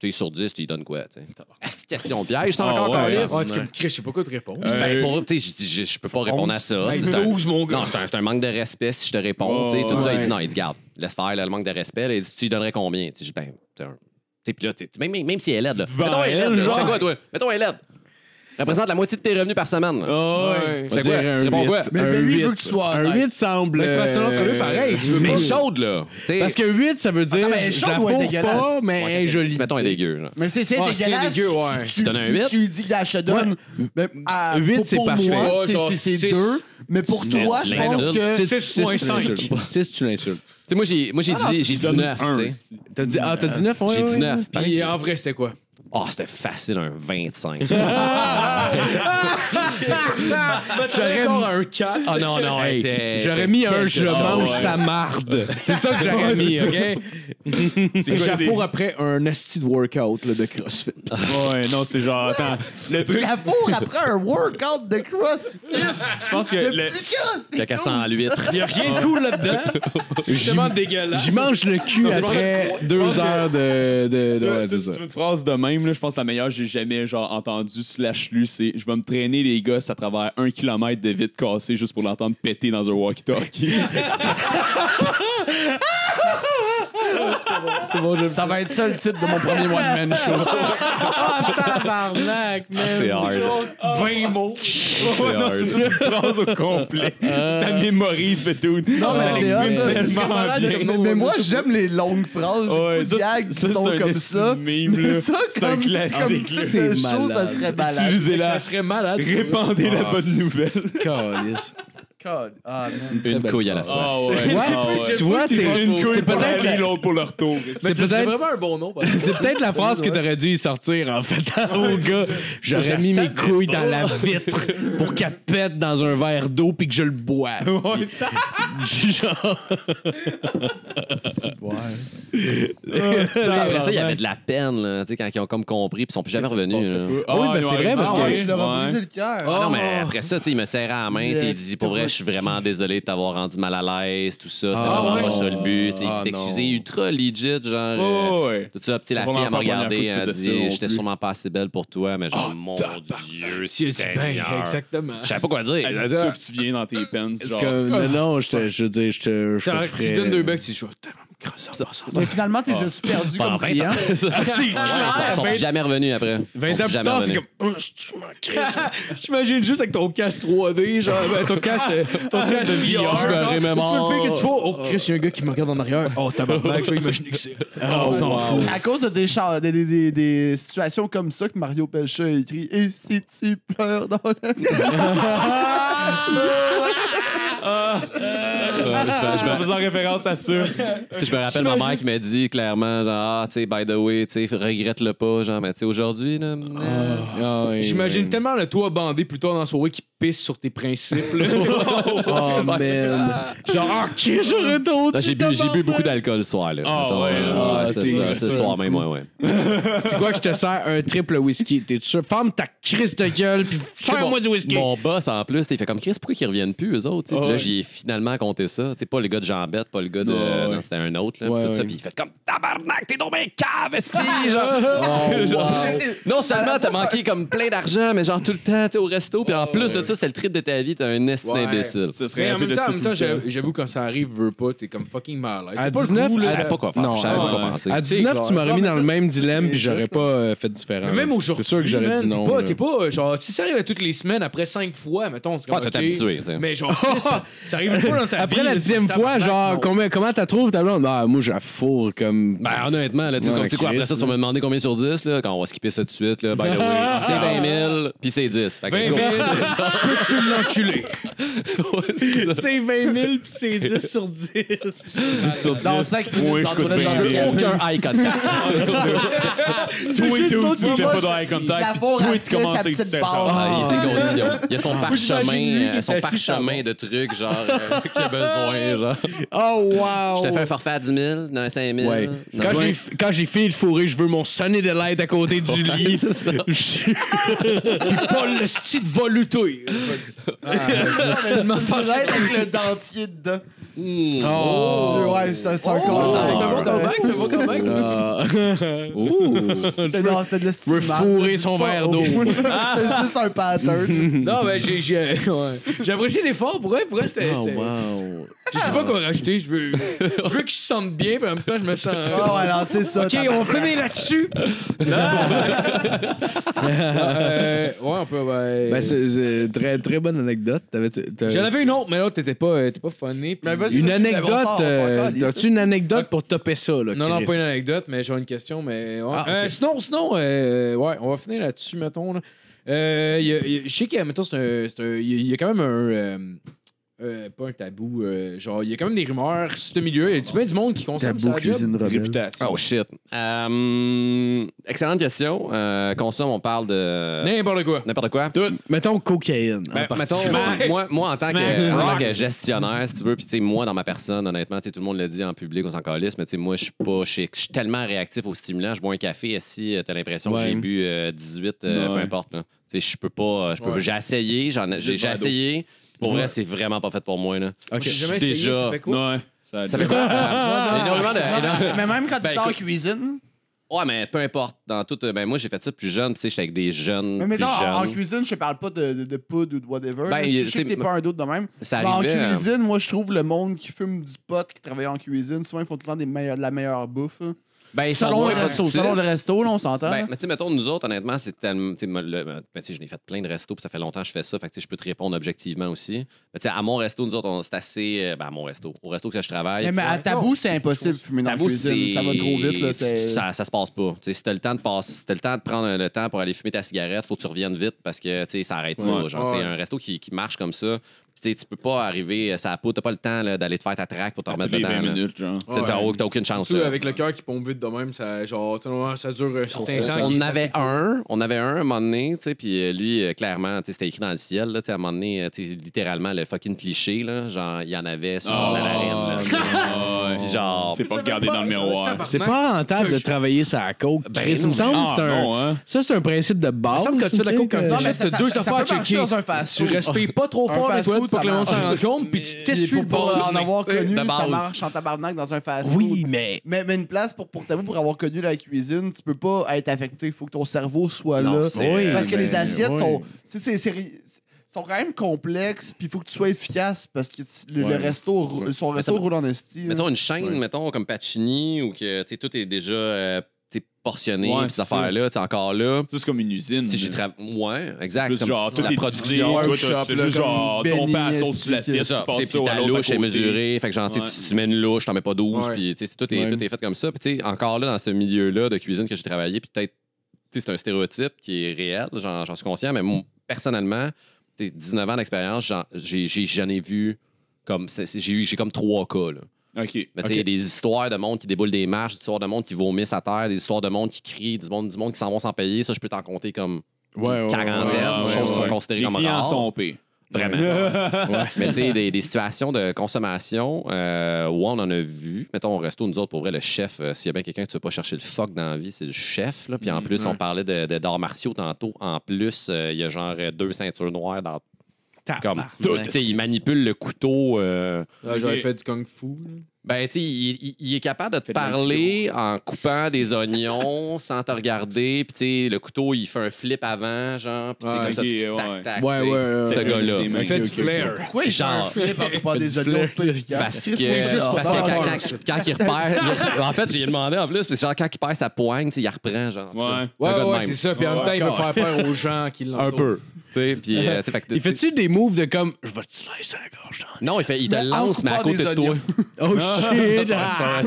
S1: Tu sais, sur 10, tu lui donnes quoi? tu sais? Asti, question piège, c'est encore
S4: Ah, ouais,
S1: caliste.
S3: pas. Ouais, tu comme, Chris, je sais pas quoi te répondre.
S1: Je dis, Ben, pour- tu sais, je dis, je- je peux pas répondre à ça.
S3: Hey,
S1: C'est un-
S3: 12, mon gars.
S1: Non, c'est un, c'est un manque de respect si je te réponds. tu sais, tout ça, il dit non, il dit, garde, laisse faire là, le manque de respect. là. il dit, tu lui donnerais combien? Tu dis, ben, t'es un- tu sais, puis là, tu sais, même, même, même si elle est laide, là. Mettons, elle est laide, là. Tu fais quoi, toi? Mettons, elle est laide. Représente la moitié de tes revenus par semaine. là.
S3: Ouais.
S1: Tu fais quoi?
S7: dire un
S1: Tu réponds quoi?
S7: huit.
S5: Mais
S7: Un
S5: mais lui, il veut
S7: huit.
S5: que tu sois
S7: Un
S5: honnête.
S7: 8 semble.
S3: Mais c'est parce que l'entre deux, pareil, tu veux
S1: Mais
S3: pas-
S1: chaude, là. Tu sais,
S7: Parce que 8, ça veut dire.
S5: Attends, mais
S7: je
S5: chaud
S7: la
S5: ou
S7: fourre
S5: dégueulasse?
S7: pas, mais
S1: ouais,
S7: elle est jolie.
S1: Mettons, elle est dégueu, genre.
S5: Mais c'est c'est
S3: Ah, c'est
S5: dégueulasse.
S3: dégueu, ouais.
S5: Tu,
S1: Tu donnes un
S5: tu-
S1: huit?
S5: tu lui dis, gars, je te donne. Mais, à-
S7: Huit,
S5: pour-
S7: c'est
S5: pour
S7: parfait.
S5: moi,
S3: Ouais,
S5: c'est-
S3: genre
S5: c'est- c'est
S3: six.
S5: deux. Mais pour
S1: Six,
S5: toi,
S1: tu
S5: je pense
S1: l'insultes.
S5: que.
S7: 6, tu l'insultes.
S1: Tu sais, moi, j'ai moi, j'ai
S7: Ah,
S1: dit, j'ai dit 9, tu sais.
S7: T'as dit, ah, t'as 19, ouais.
S1: J'ai
S7: ouais,
S1: dit
S7: ouais.
S1: 9. parce
S3: Puis
S1: que-
S3: en vrai, c'était quoi?
S1: Ah, c'était facile, un 25.
S3: J'aurais genre un 4.
S1: Ah non, non, elle
S7: Hey,
S1: était-
S7: J'aurais mis un
S1: quelque
S7: je le
S1: chose.
S7: mange,
S4: ouais.
S7: ça marde. C'est ça que j'aurais mis, ok?
S4: C'est quoi des-
S3: J'affour après un asti de workout là, de CrossFit.
S4: Ouais, non, c'est genre, attends, le truc,
S5: La fourre après un workout de cross.
S4: je pense que le,
S1: Caca 108.
S3: Il y a rien de cool là-dedans. C'est justement dégueulasse.
S7: J'y mange le cul après deux heures de. de- de-
S4: Ça,
S7: ouais,
S4: ça,
S7: c'est
S4: c'est
S7: ça.
S4: une phrase de même, là, je pense que la meilleure que j'ai jamais genre, entendue slash lu, c'est « Je vais me traîner les gosses à travers un kilomètre de vide cassé juste pour l'entendre péter dans un walkie-talkie.
S5: Ça va être ça le titre de mon premier one-man show.
S7: Tabarnak, man. »
S4: Ah, C'est hard.
S3: 20 mots.
S4: Ouais, non, c'est ça, c'est une phrase au complet. T'as mémorisé, dude.
S5: Non, mais
S4: Ça
S5: c'est
S4: explique
S5: hard, là.
S4: Ah, tellement
S3: malade,
S5: C'est
S4: bien.
S3: comme
S5: Mais, mais moi, j'aime les longues phrases,
S4: Ouais,
S5: les
S4: ça, c'est-
S5: gags qui
S4: ça, c'est
S5: sont
S4: un
S5: comme
S4: esti
S5: ça.
S4: de meme,
S5: Mais
S4: là.
S5: ça,
S4: C'est
S5: comme-
S4: un classique,
S5: Comme
S4: là.
S5: titre de show, ça serait malade.
S3: Ça
S4: Utilisez-la.
S3: serait malade.
S4: Répandez la bonne nouvelle.
S7: Calice.
S5: God. Ah, man.
S1: Une couille à la fois.
S4: Ah ouais. Ah ouais.
S7: Tu vois, c'est
S4: Une couille
S7: c'est
S4: pour
S7: peut-être
S4: aller,
S7: la-
S4: l'autre pour le retour.
S7: c'est
S3: C'est
S7: peut-être-
S3: vraiment un bon nom. par exemple.
S7: c'est peut-être la phrase que t'aurais dû y sortir en fait au gars. J'aurais mis mes couilles dans la vitre pour qu'elle pète dans un verre d'eau puis que je le bois.
S4: Ouais, ça.
S5: Ah,
S7: Genre. Ah,
S1: Après ça, il y avait de la peine, là, tu sais, quand ils ont comme compris, puis ils sont plus jamais revenus. là.
S4: Ah
S7: oui, ben,
S4: ouais,
S7: c'est
S4: ouais,
S7: vrai, parce
S5: Ah
S4: ouais.
S5: ouais, je leur ai
S4: Ouais.
S5: brisé le cœur.
S1: Ah non, mais après ça, tu sais, il me serrait à la main, tu sais, il dit Pour vrai, je suis vraiment désolé de t'avoir rendu mal à l'aise, tout ça. C'était
S7: Ah
S1: vraiment
S7: ouais.
S1: pas ça le but. tu sais, Il
S7: Ah
S1: s'est excusé
S7: non. Oh,
S1: ultra legit, genre.
S4: Ouais,
S1: euh,
S4: Ah, ouais.
S1: Tout ça, petit,
S4: C'est
S1: la fille,
S4: vraiment
S1: elle m'a
S4: pas la première
S1: regardé,
S4: fois qu'il
S1: elle a
S4: faisait ça non
S1: dit J'étais
S4: plus.
S1: sûrement pas assez belle pour toi, mais genre, mon Dieu,
S3: Si, c'est bien,
S1: Seigneur.
S3: exactement.
S1: Je savais pas quoi dire.
S4: Elle a dit ça, puis tu viens dans tes pens.
S7: Parce
S4: genre.
S5: Ah,
S7: que, non, non, je, te, je veux dire, je te. Je te
S3: T'as- Tu
S7: ferais- euh,
S3: donnes deux becs, tu dis, je vais tellement me crosser.
S5: Mais finalement, t'es juste perdu comme
S1: Pendant 20 ans.
S5: client.
S1: Ils sont- Ils sont plus jamais revenus après.
S7: 20 ans plus tard, c'est comme.
S3: J'imagine juste avec ton casque 3D, genre, ben, ton casque, euh, ton casque VR,
S7: je me
S3: genre,
S7: remémore.
S3: Tu veux le faire que tu fais, oh Chris, il y a un gars qui me regarde en arrière. Oh tabarnak, je vais imaginer que c'est.
S7: Oh, on s'en fout.
S5: C'est à cause de des, chars- des, des, des, des situations comme ça que Mario Pelcha a écrit Et si tu pleures dans le.
S1: je me-
S7: faisant référence à ça.
S1: Si je me rappelle ma mère qui m'a dit clairement, genre, ah, tu sais, by the way, tu sais, regrette-le pas, genre, mais tu sais, aujourd'hui, là. euh,
S7: ah,
S3: J'imagine
S1: oui.
S3: tellement le toit bandé plus tard dans la soirée qui pisse sur tes principes. là.
S7: Oh, man. Genre, ok, j'aurais d'autres.
S1: là, J'ai bu, j'ai bu beaucoup d'alcool ce soir, là.
S7: Ah,
S1: mettons,
S7: ouais,
S1: là.
S7: ah,
S1: Ouais,
S7: c'est
S1: c'est ça,
S7: sûr.
S1: ce soir même, ouais, ouais.
S7: C'est quoi, je te sers un triple whisky? T'es sûr? Ferme ta crise de gueule, puis sers-moi du whisky.
S1: Mon boss, en plus, il fait comme Chris, pourquoi qu'ils reviennent plus, eux autres? tu sais? Puis là, j'y ai finalement compté ça. C'est pas le gars de Jambette, pas le gars de.
S4: Ouais.
S1: Non, c'était un autre, là.
S3: Ouais,
S1: tout ça.
S3: ouais.
S1: Puis il fait comme Tabarnak, t'es donc bien cave, esti, genre. Genre, Non seulement t'as manqué comme plein d'argent, mais genre tout le temps, t'es au resto. Puis en plus de ça, c'est le trip de ta vie, t'es un esti
S3: Ouais.
S1: imbécile.
S4: Ce serait
S3: Mais en
S4: rapide
S3: même temps, en
S4: là-dessus
S3: même
S4: tout
S3: temps,
S4: le
S3: j'avoue, j'avoue, quand ça arrive, veux pas, t'es comme fucking mal. à l'aise.
S7: À
S3: T'es pas le
S7: 19,
S3: cool,
S1: Je
S3: là.
S1: savais pas quoi faire.
S7: Non,
S1: Je savais pas
S4: ouais.
S1: quoi penser.
S7: À 19, tu m'aurais mis dans le même dilemme, puis j'aurais pas euh, fait différent.
S3: Mais même aujourd'hui,
S7: C'est sûr que j'aurais
S3: man,
S7: dit non.
S3: T'es pas,
S7: là.
S3: t'es pas, euh, genre, si ça arrive à toutes les semaines après cinq fois, mettons, c'est comme.
S1: Ah, tu
S3: ok,
S1: t'es habitué, tu sais.
S3: Mais genre, Chris, ça, ça arrive une fois dans ta vie.
S7: Après la
S3: là,
S7: dixième
S3: c'est
S7: fois,
S3: tabarnak,
S7: genre,
S3: non.
S7: combien, comment t'as trouvé ta blonde? Ah, moi, je la fourre comme.
S1: Ben, honnêtement, là, tu sais,
S7: Ouais,
S1: comme tu sais quoi,
S7: Chris,
S1: après ça, tu vas me demander combien sur 10, là, quand on va skipper ça tout de suite, là, by the way. C'est 20 000, puis c'est 10. Fait que
S3: 20 000,
S1: go.
S3: peux-tu l'enculer?
S1: Ouais, c'est ça.
S7: C'est 20 000 puis c'est 10 sur 10.
S5: Dans 5 minutes,
S4: Oui, je
S5: dans
S4: coûte
S5: le- dans le-
S4: 20 000.
S1: Aucun eye contact.
S4: Tout et tout, tu fais
S5: Moi,
S4: pas
S5: je-
S4: d'eye
S5: la
S4: contact.
S5: fourre
S4: puis Toi,
S5: à
S4: tu commences
S5: sa
S4: avec
S5: petite
S4: 17
S5: barre.
S4: heures.
S1: Ah, il y a ses conditions. Il y a son
S7: j'imagine lui
S1: parchemin,
S7: qui est
S1: euh, son
S7: assis
S1: parchemin de trucs, genre, euh, qu'il a besoin, genre.
S7: Oh, wow!
S1: Je te fais un forfait à 10 000, dans 5 000.
S7: Ouais.
S1: Non.
S7: Quand j'ai- Quand j'ai fini de fourrer, je veux mon sonnet de l'aide à côté du lit.
S1: c'est ça.
S3: Pas le style de Ah, volutouille.
S7: Ah,
S5: J'aide avec le dentier dedans.
S7: Oh.
S5: Ouais, c'est un c'est
S3: Ça va
S5: un conseil.
S3: quand même, ça va quand
S1: ben,
S3: même.
S5: C'était non, c'était de la
S7: veut
S5: stigmate.
S7: fourrer son verre d'eau.
S5: C'est juste un pattern.
S3: Non, mais j'ai- j'ai ouais. J'ai apprécié l'effort pour elle. Pour elle, c'était. c'était-
S7: Ah, wow.
S3: Je sais pas quoi rajouter. Je veux, je veux qu'ils se sentent bien, puis en même temps, je me sens.
S5: Ah ouais, non, c'est ça.
S3: Ok, on finit là-dessus. Euh, ouais, on peut.
S7: Ah!
S3: ouais. Euh,
S7: Ben, c'est- c'est très, très bonne anecdote. T'avais- t'as-
S3: J'en avais une autre, mais l'autre, t'étais pas, euh, t'étais pas funny. puis-
S5: Mais vas-y,
S7: Une
S5: vas-y,
S7: anecdote.
S5: on sort, on
S7: euh,
S5: sort, on
S7: As-tu une anecdote pour topper ça? Là,
S3: Non, non,
S7: Chris?
S3: pas une anecdote, mais j'ai une question. Mais ouais.
S7: Ah, ok.
S3: Euh, sinon, sinon euh, ouais, on va finir là-dessus, mettons. là. Euh, y a- y a- je sais qu'il y, a quand même un. euh, euh, pas un tabou, euh, genre, il y a quand même des rumeurs sur ce milieu. Il y a bien du monde qui consomme ça. à job?
S1: Oh shit. Euh, excellente question. Euh, consomme, on parle
S5: Ah
S1: de
S3: N'importe quoi.
S1: n'importe quoi.
S7: Mettons cocaïne. en
S1: Ben, mettons,
S7: particulier.
S3: Smack.
S1: moi, moi, en tant
S7: Smack
S1: que, en tant
S7: rocks.
S1: que gestionnaire, si tu veux, puis tu sais, moi, dans ma personne, honnêtement, tu sais, tout le monde le dit en public, on s'en calisse, mais tu sais, moi, je suis pas, je suis je suis tellement réactif au stimulant, je bois un café, et si euh, t'as l'impression
S7: Ouais.
S1: que j'ai bu euh, 18, euh,
S4: Ouais.
S1: peu importe, là. Tu sais, je peux pas, euh, je peux,
S3: Ouais.
S1: j'ai essayé, j'en, ai- j'ai,
S4: 18
S1: j'ai
S4: balado.
S1: essayé, pour
S3: Ouais.
S1: vrai, c'est vraiment pas fait pour moi, là.
S3: J'ai jamais
S1: Déjà.
S3: essayé, ça fait Ah, quoi?
S4: Ouais.
S1: Ça fait quoi? Euh, énormément de-
S3: Ah,
S1: énormément-
S5: sort. Mais même quand
S1: Ben,
S5: t'es en
S1: écoute.
S5: cuisine,
S1: Ouais, mais peu importe. Dans tout, euh, ben moi, j'ai fait ça plus jeune. puis, Tu sais, j'étais avec des jeunes.
S5: mais
S1: plus
S5: mettons, en en
S1: jeunes.
S5: cuisine, je te parle pas de, de, de poudre ou de whatever.
S1: Ben,
S5: là,
S1: il-
S5: je sais que t'es
S1: c'est-
S5: pas un d'autre de même.
S1: ça
S5: Mais en
S1: arrivait. euh,
S5: cuisine, moi, je trouve le monde qui fume du pot, qui travaille en cuisine, souvent, ils font tout le temps des meilleurs- de la meilleure bouffe. hein.
S1: ben, ils sont
S5: selon,
S1: moins
S5: le resto,
S1: productifs.
S5: selon le resto, là, on s'entend.
S1: Ben,
S5: là.
S1: mais tu sais, mettons, nous autres, honnêtement, c'est tellement. tu sais, moi, le- ben, tu sais, je n'ai fait plein de restos, puis ça fait longtemps que je fais ça, fait que tu sais, je peux te répondre objectivement aussi. Mais tu sais, à mon resto, nous autres, on- c'est assez. euh, Ben, à mon resto. Au resto que je travaille.
S5: Mais, mais à tabou, c'est impossible de fumer dans la
S1: Tabou, c'est-
S5: cuisine. Ça va trop vite. Là, c'est-
S1: ça, ça se passe pas. Tu sais, si t'as le temps de passer, si t'as le temps de prendre le temps pour aller fumer ta cigarette, faut que tu reviennes vite parce que tu sais, ça arrête pas. Genre, tu sais,
S3: Ouais.
S1: un resto qui, qui marche comme ça, tu sais, tu peux pas arriver, euh, ça a pas, t'as pas le temps là, d'aller te faire ta traque pour te remettre
S4: Toutes les
S1: dedans.
S4: 20
S1: là.
S4: minutes, genre.
S1: T'as- T'as
S3: Ouais.
S1: t'as aucune chance.
S3: Surtout
S1: là.
S3: avec le cœur qui pompe vite de même, ça, genre, tu sais, ça dure un certain temps.
S1: On
S3: qu'il-
S1: avait un, on avait un à un moment donné, tu sais, puis euh, lui, euh, clairement, tu sais, c'était écrit dans le ciel, là, tu sais, à un moment donné, euh, tu sais, littéralement, le fucking cliché, là, genre, il y en avait sur
S3: Oh.
S1: la narine, là.
S4: Ouais.
S1: Puis genre,
S4: C'est pas regarder dans le miroir.
S7: C'est pas rentable de travailler ça à coke.
S1: Ben
S7: Chris, il me
S1: non,
S7: semble que
S4: Ah,
S7: c'est un.
S4: non, hein.
S7: Ça, c'est un principe de base.
S3: Il me semble que tu fais de la coke quand
S7: Euh,
S5: Non,
S3: tu
S5: mais
S3: juste
S5: ça- ça-
S3: deux
S5: ça- ça
S3: affaires à
S5: peut marcher
S3: checker.
S5: dans un fast
S3: Tu
S5: food.
S3: respires pas trop
S5: Un
S3: fort les
S5: fast
S3: toilettes
S5: food,
S3: pour que
S5: ça
S3: le monde s'en rende
S5: marche.
S3: compte, puis tu
S5: Mais
S3: t'essuies le
S5: pour
S3: bord.
S5: en avoir connu,
S1: de
S5: ça
S1: base.
S5: marche en tabarnak dans un fast food.
S7: Oui, mais.
S5: Mais, mais une place pour, pour t'avouer, pour avoir connu la cuisine, tu peux pas être affecté. Il faut que ton cerveau soit
S1: Non,
S5: là.
S1: c'est-
S7: Oui,
S5: Parce que
S7: mais-
S5: les assiettes
S7: oui.
S5: sont, c'est- c'est- c'est ri- sont quand même complexes, puis il faut que tu sois efficace parce que tu- le, le
S4: Ouais.
S5: resto, rou- son
S1: Mais ça-
S5: resto roule en esti. là.
S1: mettons une chaîne,
S4: Ouais.
S1: mettons, comme Pacini, ou que, tu sais, tout est déjà, euh, tu sais, portionné,
S4: Ouais,
S1: puis ces
S4: c'est ça.
S1: affaires-là, tu sais, encore là.
S4: Ça, c'est comme une usine.
S1: Tu sais, j'ai travaillé. Ouais, exact.
S4: Plus
S1: comme
S4: genre, tout
S1: la
S4: est divisé,
S1: production.
S5: Ouais,
S4: toi,
S5: workshop,
S4: t'as- tu fais
S5: là,
S4: juste genre,
S5: comme
S4: ton pain
S5: Benny,
S4: sauce sur
S5: c'est
S1: C'est
S4: l'assiette, tu
S1: ça.
S4: passes
S1: T'sais,
S4: ça
S1: Puis
S4: ou à
S1: ta
S4: l'autre à
S1: louche est
S4: côté.
S1: mesurée. Fait que genre, t'sais,
S4: Ouais.
S1: tu, tu mets une louche, t'en mets pas 12.
S3: Ouais.
S1: Puis t'sais, c'est- tout, est,
S7: Ouais.
S1: tout est fait comme ça. Puis t'sais, encore là, dans ce milieu-là de cuisine que j'ai travaillé, puis peut-être, t'sais, c'est un stéréotype qui est réel, j'en j'en suis conscient, mais moi, personnellement, t'sais, 19 ans d'expérience, j'en- j'ai- j'ai- j'en ai vu Comme, c'est- c'est- j'ai eu- j'ai comme trois cas, là.
S4: OK.
S1: Mais tu sais, il y a des histoires de monde qui déboulent des marches, des histoires de monde qui vomissent à terre, des histoires de monde qui crient, du monde, du monde qui s'en vont sans payer. Ça, je peux t'en compter comme
S6: Ouais, ouais,
S1: quarantaine,
S4: ouais, ouais,
S1: choses qui sont
S4: ouais.
S1: considérées
S4: Les
S1: comme
S4: clients
S1: rares.
S4: sont pires.
S1: Vraiment. Mais tu sais, des, des situations de consommation euh, où on en a vu. Mettons, au resto, nous autres, pour vrai, le chef, euh, s'il y a bien quelqu'un que tu ne pas chercher le fuck dans la vie, c'est le chef. Là. Puis en plus, on parlait de- de- d'arts martiaux tantôt. En plus, euh, il y a genre euh, deux ceintures noires dans. Comme tout. Tu sais, il manipule le couteau. euh,
S3: Ouais, Ah, J'aurais fait du kung fu. là.
S1: ben, tu sais, il, il- il est capable de te
S3: de la
S1: parler en coupant des oignons sans te regarder. Puis, tu sais, le couteau, il fait un flip avant, genre. Puis, tu sais,
S3: Ouais,
S1: comme ça,
S4: ok,
S1: tu
S4: ouais.
S1: tac, tac.
S3: Ouais,
S1: tu sais.
S3: ouais, ouais,
S1: Ce
S3: ouais.
S1: gars-là.
S4: C'est
S3: Mais
S4: Ok,
S3: fait du
S4: ok, ok.
S3: flair.
S5: Pourquoi il
S1: Genre-
S5: fait un flip en pas des oignons, c'est pas efficace?
S1: Parce
S5: Qu'est-ce
S1: que,
S5: c'est juste pour
S1: parce que
S5: faire
S1: quand,
S5: peur?
S1: quand- quand il repère. en fait, j'ai demandé en plus, puis genre, quand il perd sa poigne, tu sais, il reprend, genre. en tout cas.
S4: Ouais.
S1: un gars
S3: Ouais,
S1: de
S3: ouais,
S1: même.
S3: c'est ça. Puis en même temps, il veut faire peur aux gens qui l'entourent.
S6: Un peu.
S1: Tu sais, puis, euh, tu sais, fait que-
S7: Il fait-tu des moves de comme je vais te slicer la gorge? Jean?
S1: Non, il, fait, il te
S5: Mais en
S1: lance, mais à
S5: coupant
S1: côté
S5: des
S1: de toi.
S5: oignons.
S7: Oh shit! Ah!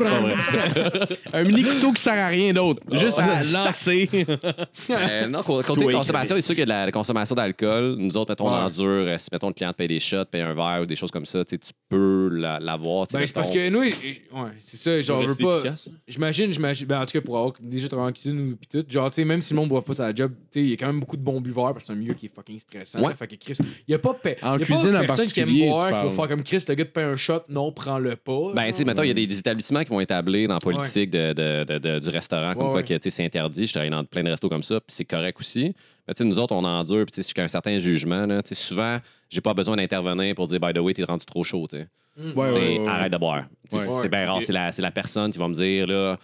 S7: Un mini couteau qui sert à rien d'autre.
S3: Ah,
S7: Juste à lancer.
S1: Euh, non, co- côté consommation, c'est sûr qu'il y a de la consommation d'alcool. Nous autres, mettons, on en dure, euh, si mettons le client te paye des shots, paye un verre ou des choses comme ça, tu sais, tu peux la- l'avoir. tu sais,
S3: Ben, c'est parce
S1: mettons.
S3: que nous, il- il- ouais, c'est ça, genre, on veut
S4: rester
S3: pas.
S4: efficace.
S3: J'imagine, j'imagine. Ben, en tout cas, pour avoir déjà travaillé en cuisine ou pis tout, genre, tu sais, même si le monde ne boit pas sa job, tu sais, il y a quand même beaucoup de bons buveurs parce que c'est un milieu qui est fucking stressant.
S1: Ouais.
S3: là, Fait que Chris, il y a pas, pe...
S6: En
S3: y a pas
S6: cuisine, en
S3: personne qui aime
S6: particulier,
S3: boire,
S6: tu
S3: qui va
S6: parles.
S3: faire comme Chris, le gars te paye un shot, non, prends-le pas.
S1: Ben, tu sais, mettons, il y a des, des établissements qui vont établir dans la politique de, de- de- de- du restaurant, comme
S3: Ouais,
S1: quoi
S3: ouais.
S1: que, tu sais, c'est interdit. Je travaille dans plein de restos comme ça, puis c'est correct aussi. Mais, tu sais, nous autres, on endure, puis, tu sais, jusqu'à un certain jugement, là, tu sais, souvent, j'ai pas besoin d'intervenir pour dire, by the way, t'es rendu trop chaud, tu sais.
S3: Hmm.
S6: Ouais,
S1: Tu sais,
S6: ouais, ouais, ouais.
S1: arrête de boire. Tu sais,
S3: Ouais.
S1: c'est bien rare. C'est la, c'est la personne qui va me dire, là,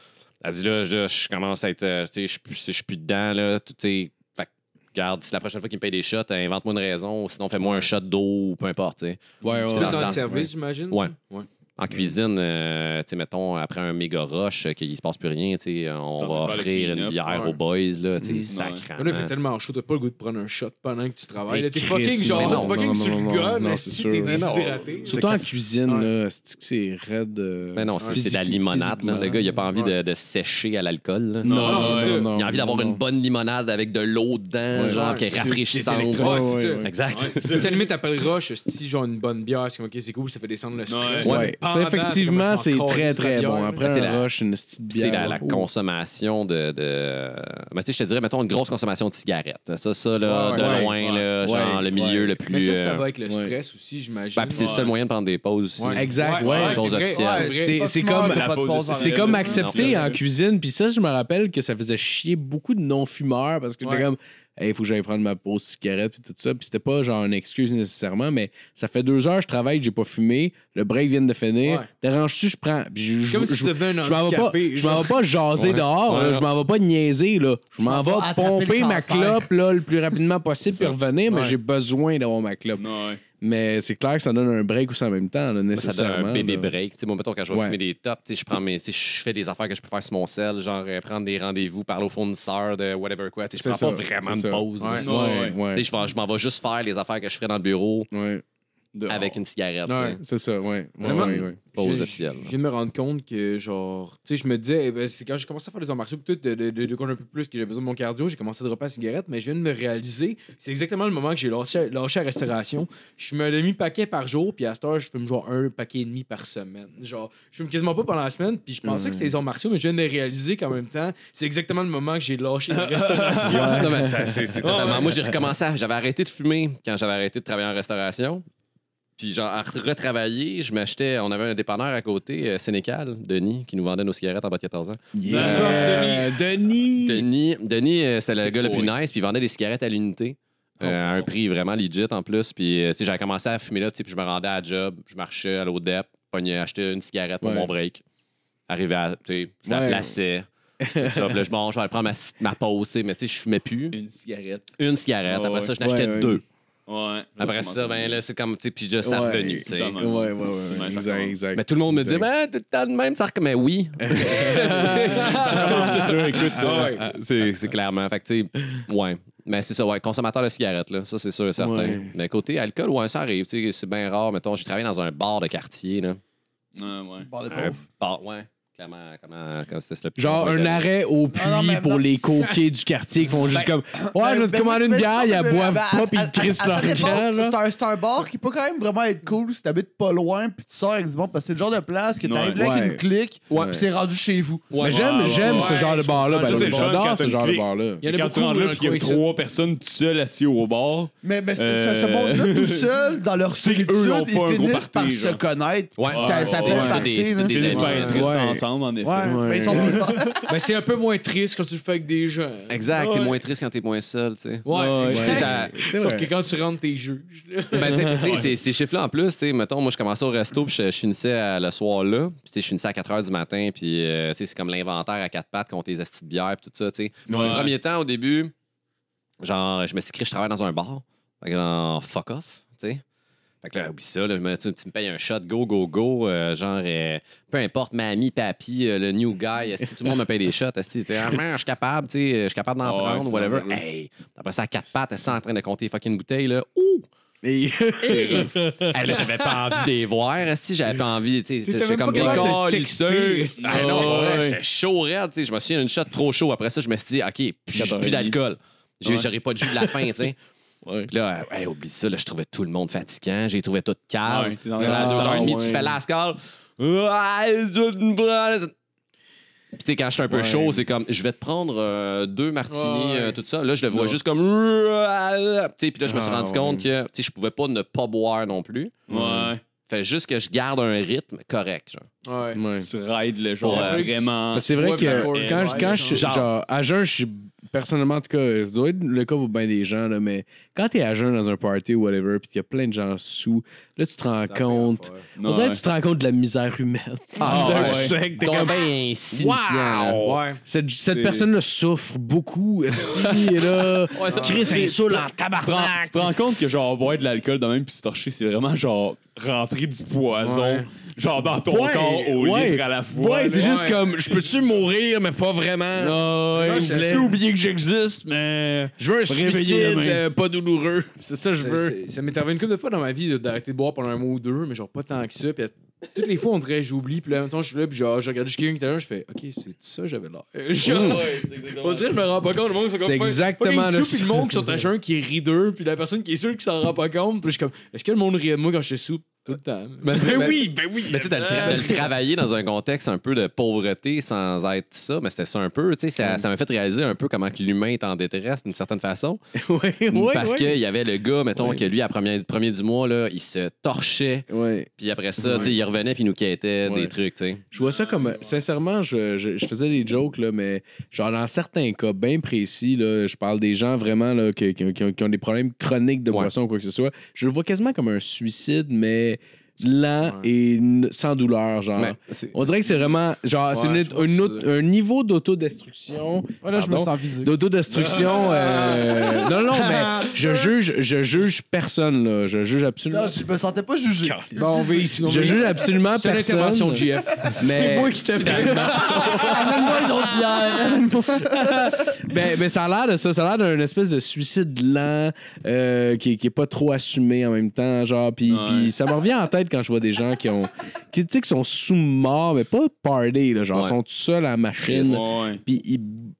S1: elle dit, là, je, je commence à être, euh, tu sais, je suis plus- je suis plus dedans, là, tu sais. Fait que, Regarde, si la prochaine fois qu'il me paye des shots, euh, invente-moi une raison, ou sinon fais-moi un shot d'eau, ou peu importe. tu sais.
S6: Ouais, ouais,
S3: C'est
S1: C'est
S6: ouais.
S3: plus
S1: dans-
S3: dans le
S1: dans-
S3: service, j'imagine.
S1: Ouais.
S3: ça? ouais.
S1: En cuisine, euh, tu sais, mettons, après un méga rush, euh, qu'il ne se passe plus rien, tu sais, euh, on
S4: T'en
S1: va
S4: vas faire le
S1: offrir une
S4: clean-up,
S1: bière
S3: ouais.
S1: aux boys, là, tu sais,
S3: Mm.
S1: sacrément.
S3: Mais Là, il fait tellement chaud, t'as pas le goût de prendre un shot pendant que tu travailles.
S6: Et
S3: là, T'es
S6: Chris,
S3: fucking
S6: mais
S3: genre,
S6: non,
S3: fucking
S6: non,
S3: sur
S6: non,
S3: le
S6: non,
S3: gun,
S6: non,
S3: esti,
S6: c'est
S3: t'es
S6: sûr. Mais non.
S3: déshydraté.
S6: Surtout en cuisine,
S3: Ouais.
S6: là, c'est c'est raide. euh,
S1: Mais Ben non, c'est c'est de la
S6: physique-
S1: limonade, là. Le gars, il a pas envie de, de sécher à l'alcool, là.
S4: Non,
S3: non, c'est sûr.
S1: Il a envie d'avoir
S6: non,
S1: une
S6: non.
S1: bonne limonade avec de l'eau dedans,
S6: Ouais,
S1: genre,
S3: ouais,
S1: qui est
S3: c'est-
S1: rafraîchissante.
S3: c'est électro-
S1: Ouais,
S3: c'est
S1: ouais,
S3: ça.
S1: Exact.
S3: Tu sais, limite, t'appelles Rush, si genre une bonne bière, c'est comme, ok, c'est cool, ça fait descendre le stress.
S4: Ouais.
S6: Ouais,
S3: Pendant,
S6: ça,
S3: comme,
S6: effectivement,
S3: je
S6: c'est
S3: m'en
S6: très
S3: calisse, la
S6: très
S3: bière,
S6: bon.
S3: là.
S1: Mais
S6: Après
S1: Ben, c'est
S6: un
S1: la-
S6: rush, une petite
S1: Puis, tu sais,
S6: bière.
S1: la, la
S6: là. Oh.
S1: consommation de. de... Ben, tu sais, je te dirais, mettons, une grosse consommation de cigarettes. Hein, Ça, ça, là,
S3: Ouais,
S1: de
S6: ouais,
S1: loin, là,
S6: ouais,
S1: genre, le milieu
S6: ouais.
S1: le plus.
S3: Mais ça, ça
S1: euh,
S3: va avec le
S6: ouais.
S3: stress aussi, j'imagine.
S1: ben, puis c'est le seul moyen de prendre des pauses aussi.
S3: Ouais.
S6: Exact,
S3: Ouais,
S6: ouais.
S3: ouais,
S1: Pause
S3: c'est vrai,
S1: officielle.
S3: ouais, c'est
S6: C'est-
S3: vrai.
S6: c'est
S5: Pas de
S6: comme-
S5: merde,
S4: la
S5: pas de
S4: pause
S5: pause en
S6: C'est
S5: règle.
S6: comme
S4: Non,
S6: accepté
S4: non.
S6: en cuisine. Puis ça, je me rappelle que ça faisait chier beaucoup de non-fumeurs parce que j'étais
S3: Ouais.
S6: comme, il faut que j'aille prendre ma pause cigarette puis tout ça. Puis c'était pas genre une excuse nécessairement, mais ça fait deux heures que je travaille, j'ai pas fumé. Le break vient de finir.
S3: Ouais.
S6: Dérange-tu, je prends. Puis je-
S3: C'est comme
S6: je-
S3: si tu devais un
S6: je m'en vais pas,
S3: handicapé.
S6: je m'en vais pas jaser
S1: Ouais.
S6: dehors, là.
S1: Ouais.
S6: je m'en vais pas niaiser là. Je m'en
S5: m'en vais
S6: vais
S5: attraper
S6: pomper
S5: le
S6: ma
S5: cancer.
S6: clope là, le plus rapidement possible
S1: C'est
S6: puis
S1: ça.
S6: revenir, mais
S3: Ouais.
S6: j'ai besoin d'avoir ma clope.
S4: Non, ouais.
S6: Mais c'est clair que ça donne un break aussi en même temps, là,
S1: Ça donne
S6: nécessairement.
S1: un bébé
S6: là.
S1: break. Tu sais, moi, mettons, quand je vais
S6: Ouais.
S1: fumer des tops, tu sais, je prends mes, tu sais, je fais des affaires que je peux faire sur mon sel, genre euh, prendre des rendez-vous, parler au fournisseur de whatever quoi. Tu sais, je prends
S6: C'est
S1: pas
S6: ça,
S1: vraiment
S6: c'est
S1: de
S6: ça.
S1: pause. là.
S3: Ouais.
S4: Non,
S6: Ouais, ouais.
S1: Tu sais, je vais- je m'en vais juste faire les affaires que je ferais dans le bureau
S6: Ouais,
S4: Dehors.
S1: avec une cigarette.
S3: Ouais.
S1: tu
S6: c'est
S1: sais.
S6: ça, ouais. Ouais,
S3: Vraiment?
S6: ouais, ouais.
S1: Pause
S3: Je- je-
S1: officielle.
S3: Je viens de me rendre compte que, genre, tu sais, je me disais, eh ben, c'est quand j'ai commencé à faire des arts martiaux, peut-être de, de, de, de courir un peu plus, que j'ai besoin de mon cardio, j'ai commencé à dropper la cigarette, mais je viens de me réaliser, c'est exactement le moment que j'ai lâché, lâché la restauration. Je fume un demi-paquet par jour, puis à cette heure, je fume genre un paquet et demi par semaine. Genre, je fume quasiment pas pendant la semaine, puis je pensais que c'était
S6: Hmm.
S3: les arts martiaux, mais je viens de réaliser qu'en même temps, c'est exactement le moment que j'ai lâché la restauration.
S1: Non, mais ça, c'est- c'est totalement- Moi, j'ai recommencé. à- J'avais arrêté de fumer quand j'avais arrêté de travailler en restauration. Puis, genre, à retravailler, je m'achetais. On avait un dépanneur à côté, euh, Sénécal, Denis, qui nous vendait nos cigarettes en bas de 14 ans.
S6: Euh, Denis!
S1: Denis, Denis euh, c'était le
S4: C'est
S1: gars le plus
S4: pourri.
S1: nice, puis il vendait des cigarettes à l'unité. euh, à
S6: Oh,
S1: un prix vraiment legit en plus. Puis, euh, tu sais, j'avais commencé à fumer là, tu sais, puis je me rendais à la job, je marchais à l'ODEP, pognais, achetais une cigarette pour
S6: Ouais.
S1: mon break. Arrivé à, tu sais, je la
S6: Ouais.
S1: plaçais. Tout ça, puis là, je mange, je vais aller prendre ma, ma pause, tu sais, mais tu sais, je fumais plus.
S4: Une cigarette.
S1: Une cigarette,
S4: Ah
S1: après ça,
S4: ouais.
S1: je n'achetais
S6: Ouais, ouais.
S1: deux.
S4: Ouais.
S1: Après ça, ben là, c'est comme, tu sais, puis je suis
S6: Ouais.
S1: revenu, tu sais.
S4: Exactement.
S6: Ouais, ouais, ouais. ouais,
S4: Ouais, ça
S6: exact,
S4: commence.
S6: exact.
S1: Mais tout le monde me dit,
S6: Exact.
S1: ben, tout le temps de même, ça recommence. Mais oui,
S4: là, écoute,
S1: Ah,
S4: là,
S1: ouais. c'est c'est clairement. Fait que, tu sais, ouais. Mais c'est ça, ouais. Consommateur de cigarettes, là. Ça, c'est sûr et certain.
S6: Ouais.
S1: Mais côté alcool, ouais, ça arrive.
S6: Oh.
S1: Tu sais, c'est bien rare. Mettons, j'ai travaillé dans un bar de quartier, là.
S4: Ouais, ouais.
S5: Bon, de
S1: Un
S5: pauvre.
S1: bar, ouais. Clairement, comment, comment c'était le petit
S6: Genre un
S1: modèle.
S6: arrêt au puits
S5: Ah, non, mais non.
S6: pour les coquets du quartier qui font juste comme Ouais, je vais te
S5: Ben,
S6: commander
S5: mais-
S6: une
S5: mais
S6: bière,
S5: c'est
S6: ils
S5: pas-
S6: la
S5: mais-
S6: boivent
S5: mais
S6: pas, puis
S5: à-
S6: ils crissent
S5: à- à-
S6: leur
S5: ça dépend,
S6: camp,
S5: C'est
S6: là.
S5: c'est un, c'est un bar qui peut quand même vraiment être cool si t'habites pas loin, puis tu sors avec du monde, parce que c'est le genre de place que t'arrives là avec
S6: Ouais.
S5: une clique, puis c'est rendu chez vous.
S6: Mais j'aime,
S4: ouais,
S6: j'aime
S4: ouais,
S6: ce genre de bar-là.
S4: comprends.
S6: ben,
S4: Ça, c'est le fun quand
S6: J'adore
S4: t'as
S6: ce
S4: une
S6: genre de
S4: clique.
S6: bar-là.
S3: Il y en a
S4: Quand tu
S3: beaucoup
S4: rentres là,
S3: dans le
S4: puis il y a
S3: coin, ça.
S4: trois personnes tout seules assis au bar.
S5: Mais, mais ce-
S4: Euh,
S5: ce, ce monde-là, tout seul, dans leur
S4: c'est
S5: solitude,
S4: qu'eux, ils ont
S5: ils
S4: pas un gros
S5: finissent par
S4: party,
S5: se
S4: genre.
S5: connaître. puis
S1: Ouais.
S5: ça, ça
S1: Ouais,
S5: fait
S1: ouais.
S5: se
S1: C'est
S5: parler,
S1: des-
S5: là.
S1: c'est des
S4: Ils
S1: amis.
S4: finissent par être
S6: Ouais.
S4: restés ensemble, en effet.
S5: Ouais, mais ils sont
S6: Ouais.
S5: ils sont-
S3: Ben, c'est un peu moins triste quand tu le fais avec des gens.
S1: Exact, t'es
S4: Ouais.
S1: moins triste quand t'es moins seul, tu sais.
S3: Ouais,
S4: Ouais,
S3: exact.
S1: ouais. Ça-
S6: c'est
S3: Sauf
S6: vrai.
S3: que quand tu rentres, t'es juge. là.
S1: Ben, tu sais, tu sais, ces- ces chiffres-là, en plus, tu sais, mettons, moi, je commençais au resto, puis je, je finissais à- le soir là. Puis, tu sais, je finissais à 4 h du matin, puis, euh, tu sais, c'est comme l'inventaire à quatre pattes contre les astis de bière, puis tout ça, tu sais. Dans le premier temps, au début, genre, je me suis dit, je travaille dans un bar. Fait que, genre, fuck off, tu sais. Fait que là, oublie ça, là, je me- tu, tu me payes un shot, go, go, go. euh, genre, euh, peu importe, mamie, papy, euh, le new guy, esti, tout le monde me paye des shots. esti, tu sais, Ah, man, je suis capable, tu sais, je suis capable d'en
S4: Ouais,
S1: prendre,
S4: c'est
S1: whatever.
S4: dangereux.
S1: Hey, après ça, à quatre pattes, esti, en train de compter les fucking bouteilles, là. Ouh! Hey, là, j'avais pas envie de les voir. Si j'avais pas envie, tu sais,
S3: T'étais
S1: j'étais
S3: même
S1: comme
S3: pas capable de
S1: des
S3: texter,
S1: câlisseuse.
S3: esti.
S1: Ah non, pour vrai,
S4: Ouais.
S1: j'étais chaud raide, tu sais. Je me souviens d'une shot trop chaud. Après ça, je me suis dit, OK, plus, plus d'alcool. J'ai-
S4: Ouais.
S1: J'aurais pas de jus de la fin, tu sais.
S4: Ouais.
S1: Puis là, hey, oublie ça, là, je trouvais tout le monde fatigant. J'ai trouvé tout calme.
S4: Ouais, t'es dans
S1: Genre,
S4: la-
S1: à deux heures et demie,
S4: ouais.
S1: tu fais la scale. Puis tu sais, quand je suis un peu
S4: Ouais.
S1: chaud, c'est comme, je vais te prendre euh, deux martinis,
S3: Ouais.
S1: euh, tout ça. Là, je le vois
S4: Là.
S1: juste comme... Tu sais, Puis là, je me suis
S6: Ah,
S1: rendu
S6: ouais.
S1: compte que tu sais, je pouvais pas ne pas boire non plus.
S4: Ouais.
S1: Fait juste que je garde un rythme correct. Genre.
S3: Ouais.
S6: Ouais.
S4: Tu rides le genre
S1: Pour, euh,
S4: vraiment.
S6: Parce que c'est vrai
S3: Ouais,
S6: que
S3: mais-
S6: quand, je, quand je
S3: Ouais,
S6: genre, à jeun, je suis personnellement, en tout cas, ça doit être le cas pour bien des gens, là, mais quand t'es à jeun dans un party ou whatever, puis qu'il y a plein de gens sous, là, tu te rends
S3: Ça fait
S6: compte.
S3: affaire.
S6: On dirait que tu te rends compte de la misère humaine.
S1: Ah,
S6: Là,
S1: ouais.
S6: tu sais que t'es
S1: Donc,
S6: comme,
S1: ben,
S6: Wow!
S3: Ouais.
S6: Cette, cette
S4: C'est-
S6: personne-là souffre beaucoup. esti, et là, Chris est saoul en
S4: Tu te rends- tu
S6: tabarnak.
S4: te rends compte que genre boire de l'alcool de même puis se torcher, c'est vraiment genre rentrer du poison genre dans ton
S6: Ouais,
S4: corps au
S6: ouais.
S4: litre à la fois.
S6: Ouais,
S4: là.
S6: c'est juste
S3: Ouais.
S6: comme, je peux-tu mourir, mais pas vraiment.
S4: Ah, ouais,
S6: S'il vous plaît.
S4: J'ai oublié que j'existe, mais.
S6: Je veux un
S4: Réveiller
S6: suicide
S4: demain.
S6: euh, pas douloureux. C'est ça que je
S3: Ça,
S6: veux.
S3: c'est- ça m'est arrivé une couple de fois dans ma vie de- d'arrêter de boire pendant un mois ou deux, mais genre pas tant que ça. Puis à- toutes les fois, on dirait j'oublie. Puis là, maintenant, je suis là, puis genre, je regarde juste quelqu'un qui était là, je fais OK, c'est ça, que j'avais l'air. Euh, genre, on dirait, je me rends pas compte. Le monde, ils sont comme,
S6: C'est
S3: fuck-
S6: exactement
S3: fucking
S6: le-
S3: sous, Puis le monde qui sont à jeun qui est rideux, puis la personne qui est sûre qui s'en rend pas compte. Puis je suis comme, est-ce que le monde rit de moi quand je suis sous tout le temps?
S1: ben oui, Euh, ben oui. Mais tu sais, de, le tra- de le travailler dans un contexte un peu de pauvreté sans être ça, mais c'était ça un peu. Tu sais, ça ça m'a fait réaliser un peu comment que l'humain est en détresse d'une certaine façon.
S6: Ouais, ouais,
S1: parce
S6: ouais.
S1: qu'il y avait le gars, mettons, que lui, à premier, premier du mois, là, il se torchait.
S6: Ouais.
S1: Puis après ça, tu sais, il revenait puis il nous quittait
S6: Ouais.
S1: des trucs. tu sais.
S6: Je vois ça comme. Sincèrement, je, je- je faisais des jokes, là, mais genre dans certains cas bien précis, là, je parle des gens vraiment là, qui, qui ont- qui ont, qui ont des problèmes chroniques de
S1: Ouais.
S6: boisson ou quoi que ce soit. Je le vois quasiment comme un suicide, mais lent et n- sans douleur, genre.
S1: Mais c'est-
S6: On dirait que c'est vraiment. Genre, c'est
S3: Ouais,
S6: une-
S3: je pense
S6: un,
S3: que
S6: autre- un niveau d'autodestruction.
S5: Voilà, je me
S6: Pardon?
S5: sens visé.
S6: D'autodestruction. euh, Non, non, mais je juge, je juge personne, là. Je juge
S5: Non,
S6: absolument.
S5: je me sentais pas jugé.
S3: Bon, on veille sinon.
S6: Je juge absolument
S3: C'est une intervention
S6: personne.
S3: de GF.
S6: mais-
S3: C'est moi qui t'ai fait.
S5: Amène-moi une autre bière. amène-moi-
S6: Ben, ben, ça a l'air de ça. Ça a l'air d'un espèce de suicide lent euh, qui, qui est pas trop assumé en même temps. Genre, puis
S4: Ouais.
S6: puis ça me revient en tête quand je vois des gens qui ont. qui, tu sais, qui sont sous-morts, mais pas party, là, genre,
S1: Ouais.
S6: sont tout seuls à la machine.
S4: Ouais.
S6: Puis ils,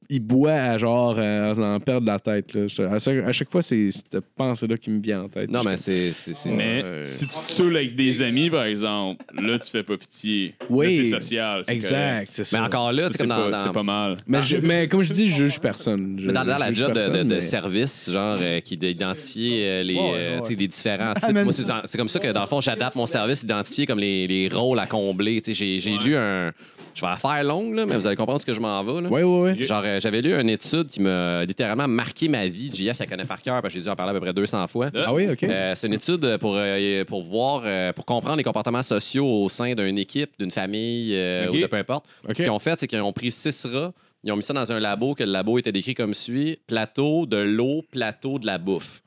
S6: ils boivent à genre. euh, à en perdre la tête. Là. Je- À, chaque, à chaque fois, c'est cette pensée-là qui me vient en tête.
S1: Non,
S6: Je-
S1: mais c'est. c'est- c'est-
S4: Mais
S1: euh,
S4: si tu te saoules avec des amis, par exemple, là, tu fais pas pitié. Là,
S6: Oui.
S4: c'est social. c'est correct.
S6: Exact, c'est ça.
S1: Mais encore là,
S4: Ça,
S1: tu sais,
S4: c'est
S1: comme dans-
S4: pas,
S1: dans,
S4: c'est pas mal.
S6: Mais, je- mais comme je dis, je juge personne. Je-
S1: Mais dans, dans
S6: je
S1: la
S6: juge
S1: job de, de-
S6: personne,
S1: de
S6: mais-
S1: service, genre, euh, qui d'identifier euh, les, euh, tu sais, les différents
S6: Ah,
S1: types.
S5: Amène-
S1: Moi, c'est, dans- c'est comme ça que, dans le fond, j'adapte mon service, identifier comme les, les rôles à combler. Tu sais, j'ai, j'ai lu un. Je vais la faire longue, là, mais vous allez comprendre ce que je m'en vais. là.
S6: Ouais, ouais, ouais.
S1: Genre, euh, j'avais lu une étude qui m'a littéralement marqué ma vie. JF, elle connaît par cœur, parce que j'ai dû en parler à peu près 200 fois.
S6: Ah oui, ok.
S1: Euh, c'est une étude pour, euh, pour voir, euh, pour comprendre les comportements sociaux au sein d'une équipe, d'une famille euh,
S4: Ok.
S1: ou de peu importe.
S6: Ok.
S1: Ce qu'ils ont fait, c'est qu'ils ont pris six rats, ils ont mis ça dans un labo, que le labo était décrit comme suit plateau, de l'eau, plateau, de la bouffe.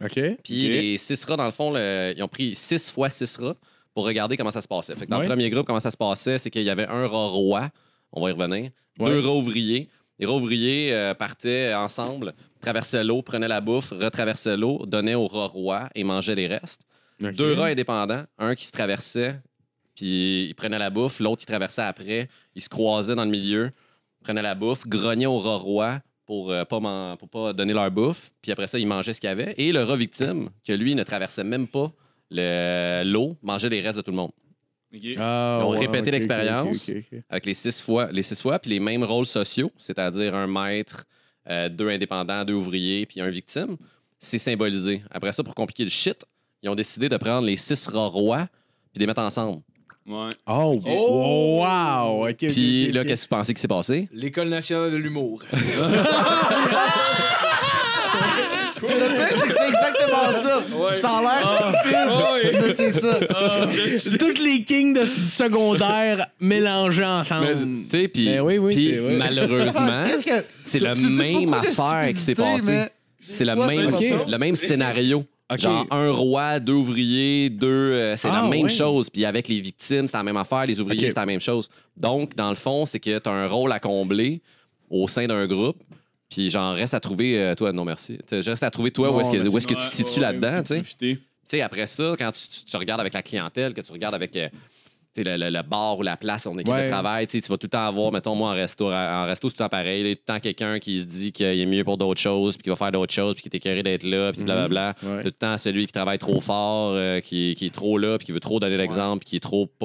S6: Ok.
S1: Puis
S4: Ok.
S1: les six rats, dans le fond, le- ils ont pris six fois six rats pour regarder comment ça se passait. Fait que dans
S6: Ouais.
S1: le premier groupe, comment ça se passait, c'est qu'il y avait un rat roi, on va y revenir,
S6: Ouais.
S1: deux rats ouvriers. Les rats ouvriers euh, partaient ensemble, traversaient l'eau, prenaient la bouffe, retraversaient l'eau, donnaient au rat roi et mangeaient les restes.
S6: Ok.
S1: Deux rats indépendants, un qui se traversait, puis il prenait la bouffe, l'autre il traversait après, il se croisait dans le milieu, prenait la bouffe, grognait au roi pour euh, pas man- pour pas donner leur bouffe, puis après ça il mangeait ce qu'il y avait et le rat victime que lui ne traversait même pas le- l'eau, mangeait les restes de tout le monde.
S6: Ah,
S1: Ils ont
S6: ouais,
S1: répété
S6: ok, ok,
S1: l'expérience.
S6: ok, ok, ok.
S1: Avec les six fois, les six fois, puis les mêmes rôles sociaux, c'est-à-dire un maître, euh, deux indépendants, deux ouvriers, puis un victime, c'est symbolisé. Après ça, pour compliquer le shit, ils ont décidé de prendre les six rats rois puis de les mettre ensemble.
S4: Ouais.
S6: Oh,
S3: Oh!
S6: wow! ok, ok,
S1: Puis
S6: ok,
S1: là,
S6: ok.
S1: qu'est-ce que tu pensais qui s'est passé?
S3: L'école nationale de l'humour.
S5: Le pire, c'est que c'est exactement ça.
S3: Ouais.
S5: Ça a
S1: Ah.
S5: l'air stupide, mais c'est ça.
S7: Toutes les kings de secondaire mélangés ensemble.
S1: Mais, tu sais, puis
S6: Um, Ben oui, oui,
S1: puis
S6: c'est vrai.
S1: malheureusement,
S5: Qu'est-ce que-
S1: c'est
S5: tu-
S1: la
S5: tu dis
S1: même
S5: beaucoup de
S1: affaire qui s'est
S5: stupidité,
S1: passée.
S5: mais-
S1: C'est le
S5: Ouais,
S1: même,
S5: c'est
S6: pas ça.
S1: le même scénario.
S6: Ok.
S1: Genre un roi, deux ouvriers, deux. euh, c'est la
S6: Ah,
S1: même
S6: ouais.
S1: chose. Puis avec les victimes, c'est la même affaire. Les ouvriers,
S6: Ok.
S1: c'est la même chose. Donc, dans le fond, c'est que tu as un rôle à combler au sein d'un groupe. Puis j'en reste à trouver. euh, toi, non, merci. T'as- Je reste à trouver toi où est-ce que, où est-ce que tu te situes
S4: Ah,
S1: là-dedans. tu sais. Tu sais, après ça, quand tu, tu- tu regardes avec la clientèle, que tu regardes avec euh, tu sais, le, le- le bar ou la place, on équipe
S6: Ouais.
S1: de travail, tu sais, tu vas tout le temps avoir, mettons, moi, en resto, en resto c'est tout le temps pareil. là, tout le temps quelqu'un qui se dit qu'il est mieux pour d'autres choses, puis qu'il va faire d'autres choses, puis qui est écœuré d'être là, puis blablabla.
S6: Mhm. Ouais.
S1: Tout le temps, celui qui travaille trop fort, euh, qui, qui est trop là, puis qui veut trop donner l'exemple, puis qui est trop pas-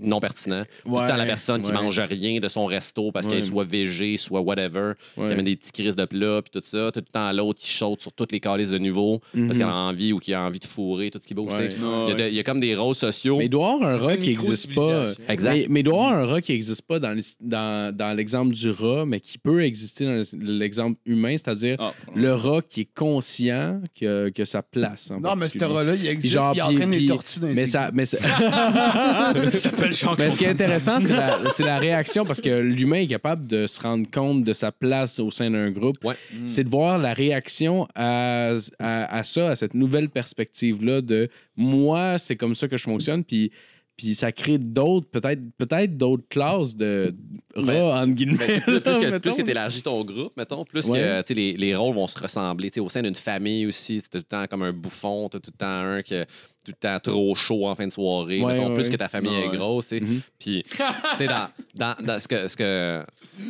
S1: non pertinent. Tout le temps, la
S6: Ouais,
S1: personne qui
S6: ouais.
S1: mange rien de son resto parce
S6: Ouais.
S1: qu'elle soit végé, soit whatever,
S6: Ouais.
S1: qui amène des petits crises de plats, puis tout ça. Tout le temps, l'autre qui saute sur toutes les calices de nouveau parce
S6: Mhm.
S1: qu'elle a envie ou qu'il a envie de fourrer, tout ce qui bouge.
S6: Ouais.
S1: tu sais. Il, y a de- il y a comme des rôles sociaux.
S6: Mais il doit y avoir un
S3: C'est
S6: rat
S3: une
S6: qui n'existe pas. euh,
S3: micro-civilisation.
S1: Exact.
S6: Mais, mais il doit y avoir un rat qui n'existe pas dans l'ex- dans dans l'exemple du rat, mais qui peut exister dans l'exemple humain, c'est-à-dire
S4: Ah,
S6: le rat qui est conscient que, que sa place. en
S5: Non, mais ce
S6: particulier.
S5: rat-là, il existe,
S6: genre,
S5: puis il
S6: puis-
S5: entraîne les
S6: puis-
S5: tortues dans les
S6: Mais
S5: égouts.
S6: ça, mais ça-
S3: s'appelle Jean
S6: mais ce qui est intéressant, c'est la, c'est la réaction parce que l'humain est capable de se rendre compte de sa place au sein d'un groupe.
S1: Ouais.
S6: C'est de voir la réaction à, à- à ça, à cette nouvelle perspective-là de moi, c'est comme ça que je fonctionne. Puis, puis ça crée d'autres, peut-être peut-être d'autres classes de
S1: Mais-
S6: rats, entre guillemets.
S1: Mais c'est plus, plus que,
S6: mettons.
S1: plus que t'élargis ton groupe, mettons, plus
S6: Ouais.
S1: que tu sais, les, les rôles vont se ressembler. Tu sais, au sein d'une famille aussi, t'as tout le temps comme un bouffon, t'as tout le temps un qui est tout le temps trop chaud en fin de soirée,
S6: Ouais,
S1: mettons,
S6: ouais,
S1: plus
S6: ouais.
S1: que ta famille
S4: Ouais.
S1: est grosse. tu sais.
S6: Mhm.
S1: Puis, tu sais, dans, dans, dans ce que. Ce que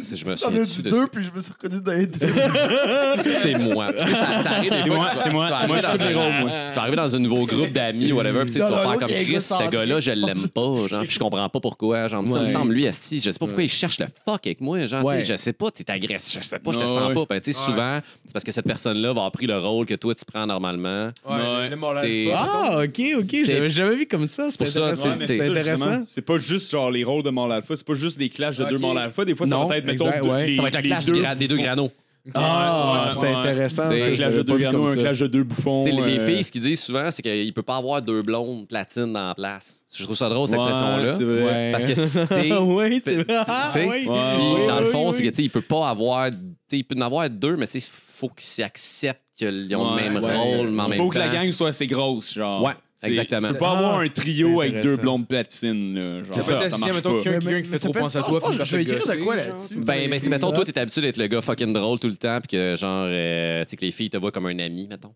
S1: si je me
S5: J'en
S1: souviens
S5: ai
S1: de ce
S5: dit deux, puis je me suis reconnu dans les deux.
S1: c'est moi. Tu sais, ça- ça arrive des fois que tu vas-
S4: c'est moi,
S1: tu vas
S4: c'est moi,
S1: arriver
S4: je suis
S1: dans
S4: Jérôme,
S1: un-
S4: moi.
S1: Tu vas arriver dans un nouveau groupe d'amis, whatever, puis tu sais, tu
S5: Dans
S1: vas
S5: un
S1: faire
S5: autre
S1: comme
S5: qui est
S1: Chris, ce
S5: égocentrique.
S1: gars-là, je l'aime pas, genre, puis je comprends pas pourquoi. Genre, ça me
S6: Ouais.
S1: semble, lui, Asti, je sais pas pourquoi il cherche le fuck avec moi. Genre, tu sais,
S6: Ouais.
S1: je sais pas, t'es agressif, je sais pas, je te
S4: Ouais,
S1: sens
S4: ouais.
S1: pas. Ben, tu sais, souvent, c'est parce que cette personne-là va avoir pris le rôle que toi, tu prends normalement.
S3: Ouais, le moral
S1: C'est-
S3: fort.
S6: Ah, ok, ok. J'avais jamais vu comme ça. C'est
S1: pour ça,
S6: intéressant.
S1: tu sais,
S6: C'est intéressant.
S4: C'est pas juste genre les rôles de mâle alpha, c'est pas juste des clashs de
S3: Ok.
S4: deux mâles alpha. Des fois, ça
S6: Non,
S4: va être, mettons,
S6: exact,
S4: deux-
S6: ouais.
S4: les-
S1: Ça va être le
S4: les
S1: clash
S4: deux-
S1: du gra- des deux granos.
S6: Ah,
S4: Ouais,
S6: c'était
S4: ouais.
S6: intéressant.
S1: C'est
S6: ça,
S4: Un clash
S6: je
S4: de
S6: l'avais pas
S4: deux
S6: vu
S4: granos,
S6: comme
S4: un
S6: ça.
S4: clash de deux bouffons.
S1: Tu sais, les
S4: euh,
S1: filles, ce qu'ils disent souvent, c'est qu'il peut pas avoir deux blondes platines dans la place. Je trouve ça drôle, cette
S4: ouais,
S1: expression-là.
S4: c'est vrai.
S6: Ouais.
S1: Parce que, tu sais,
S6: oui, c'est vrai.
S1: Ah, t'sais,
S6: oui.
S1: puis
S4: Ouais,
S1: Puis,
S4: ouais,
S1: dans le
S6: oui,
S1: fond,
S6: oui,
S1: c'est que
S6: oui.
S1: tu sais, il peut pas avoir. tu sais, il peut en avoir deux, mais tu sais, faut qu'ils s'acceptent qu'ils ont
S4: Ouais,
S1: le même
S4: ouais.
S1: rôle, mais en
S4: Il
S1: même
S4: faut
S1: temps.
S4: que la gang soit assez grosse, genre.
S1: Ouais,
S4: C'est-
S1: exactement.
S4: Tu peux pas
S5: Ah,
S4: avoir un
S6: c'est
S4: trio avec deux
S6: intéressant.
S4: blondes platines, là. Genre,
S3: C'est ça,
S4: ça,
S3: ça
S4: marche
S3: mettons,
S4: pas.
S3: quelqu'un quelqu'un qui
S5: mais
S3: fait
S5: ça
S3: trop penser à
S5: ça,
S3: toi.
S5: je pense
S3: puis
S5: que je vais écrire de quoi là-dessus.
S1: Ben, ben, tu sais, mettons, toi, t'es habitué d'être le gars fucking drôle tout le temps, puis que genre, euh, tu sais, que les filles te voient comme un ami, mettons.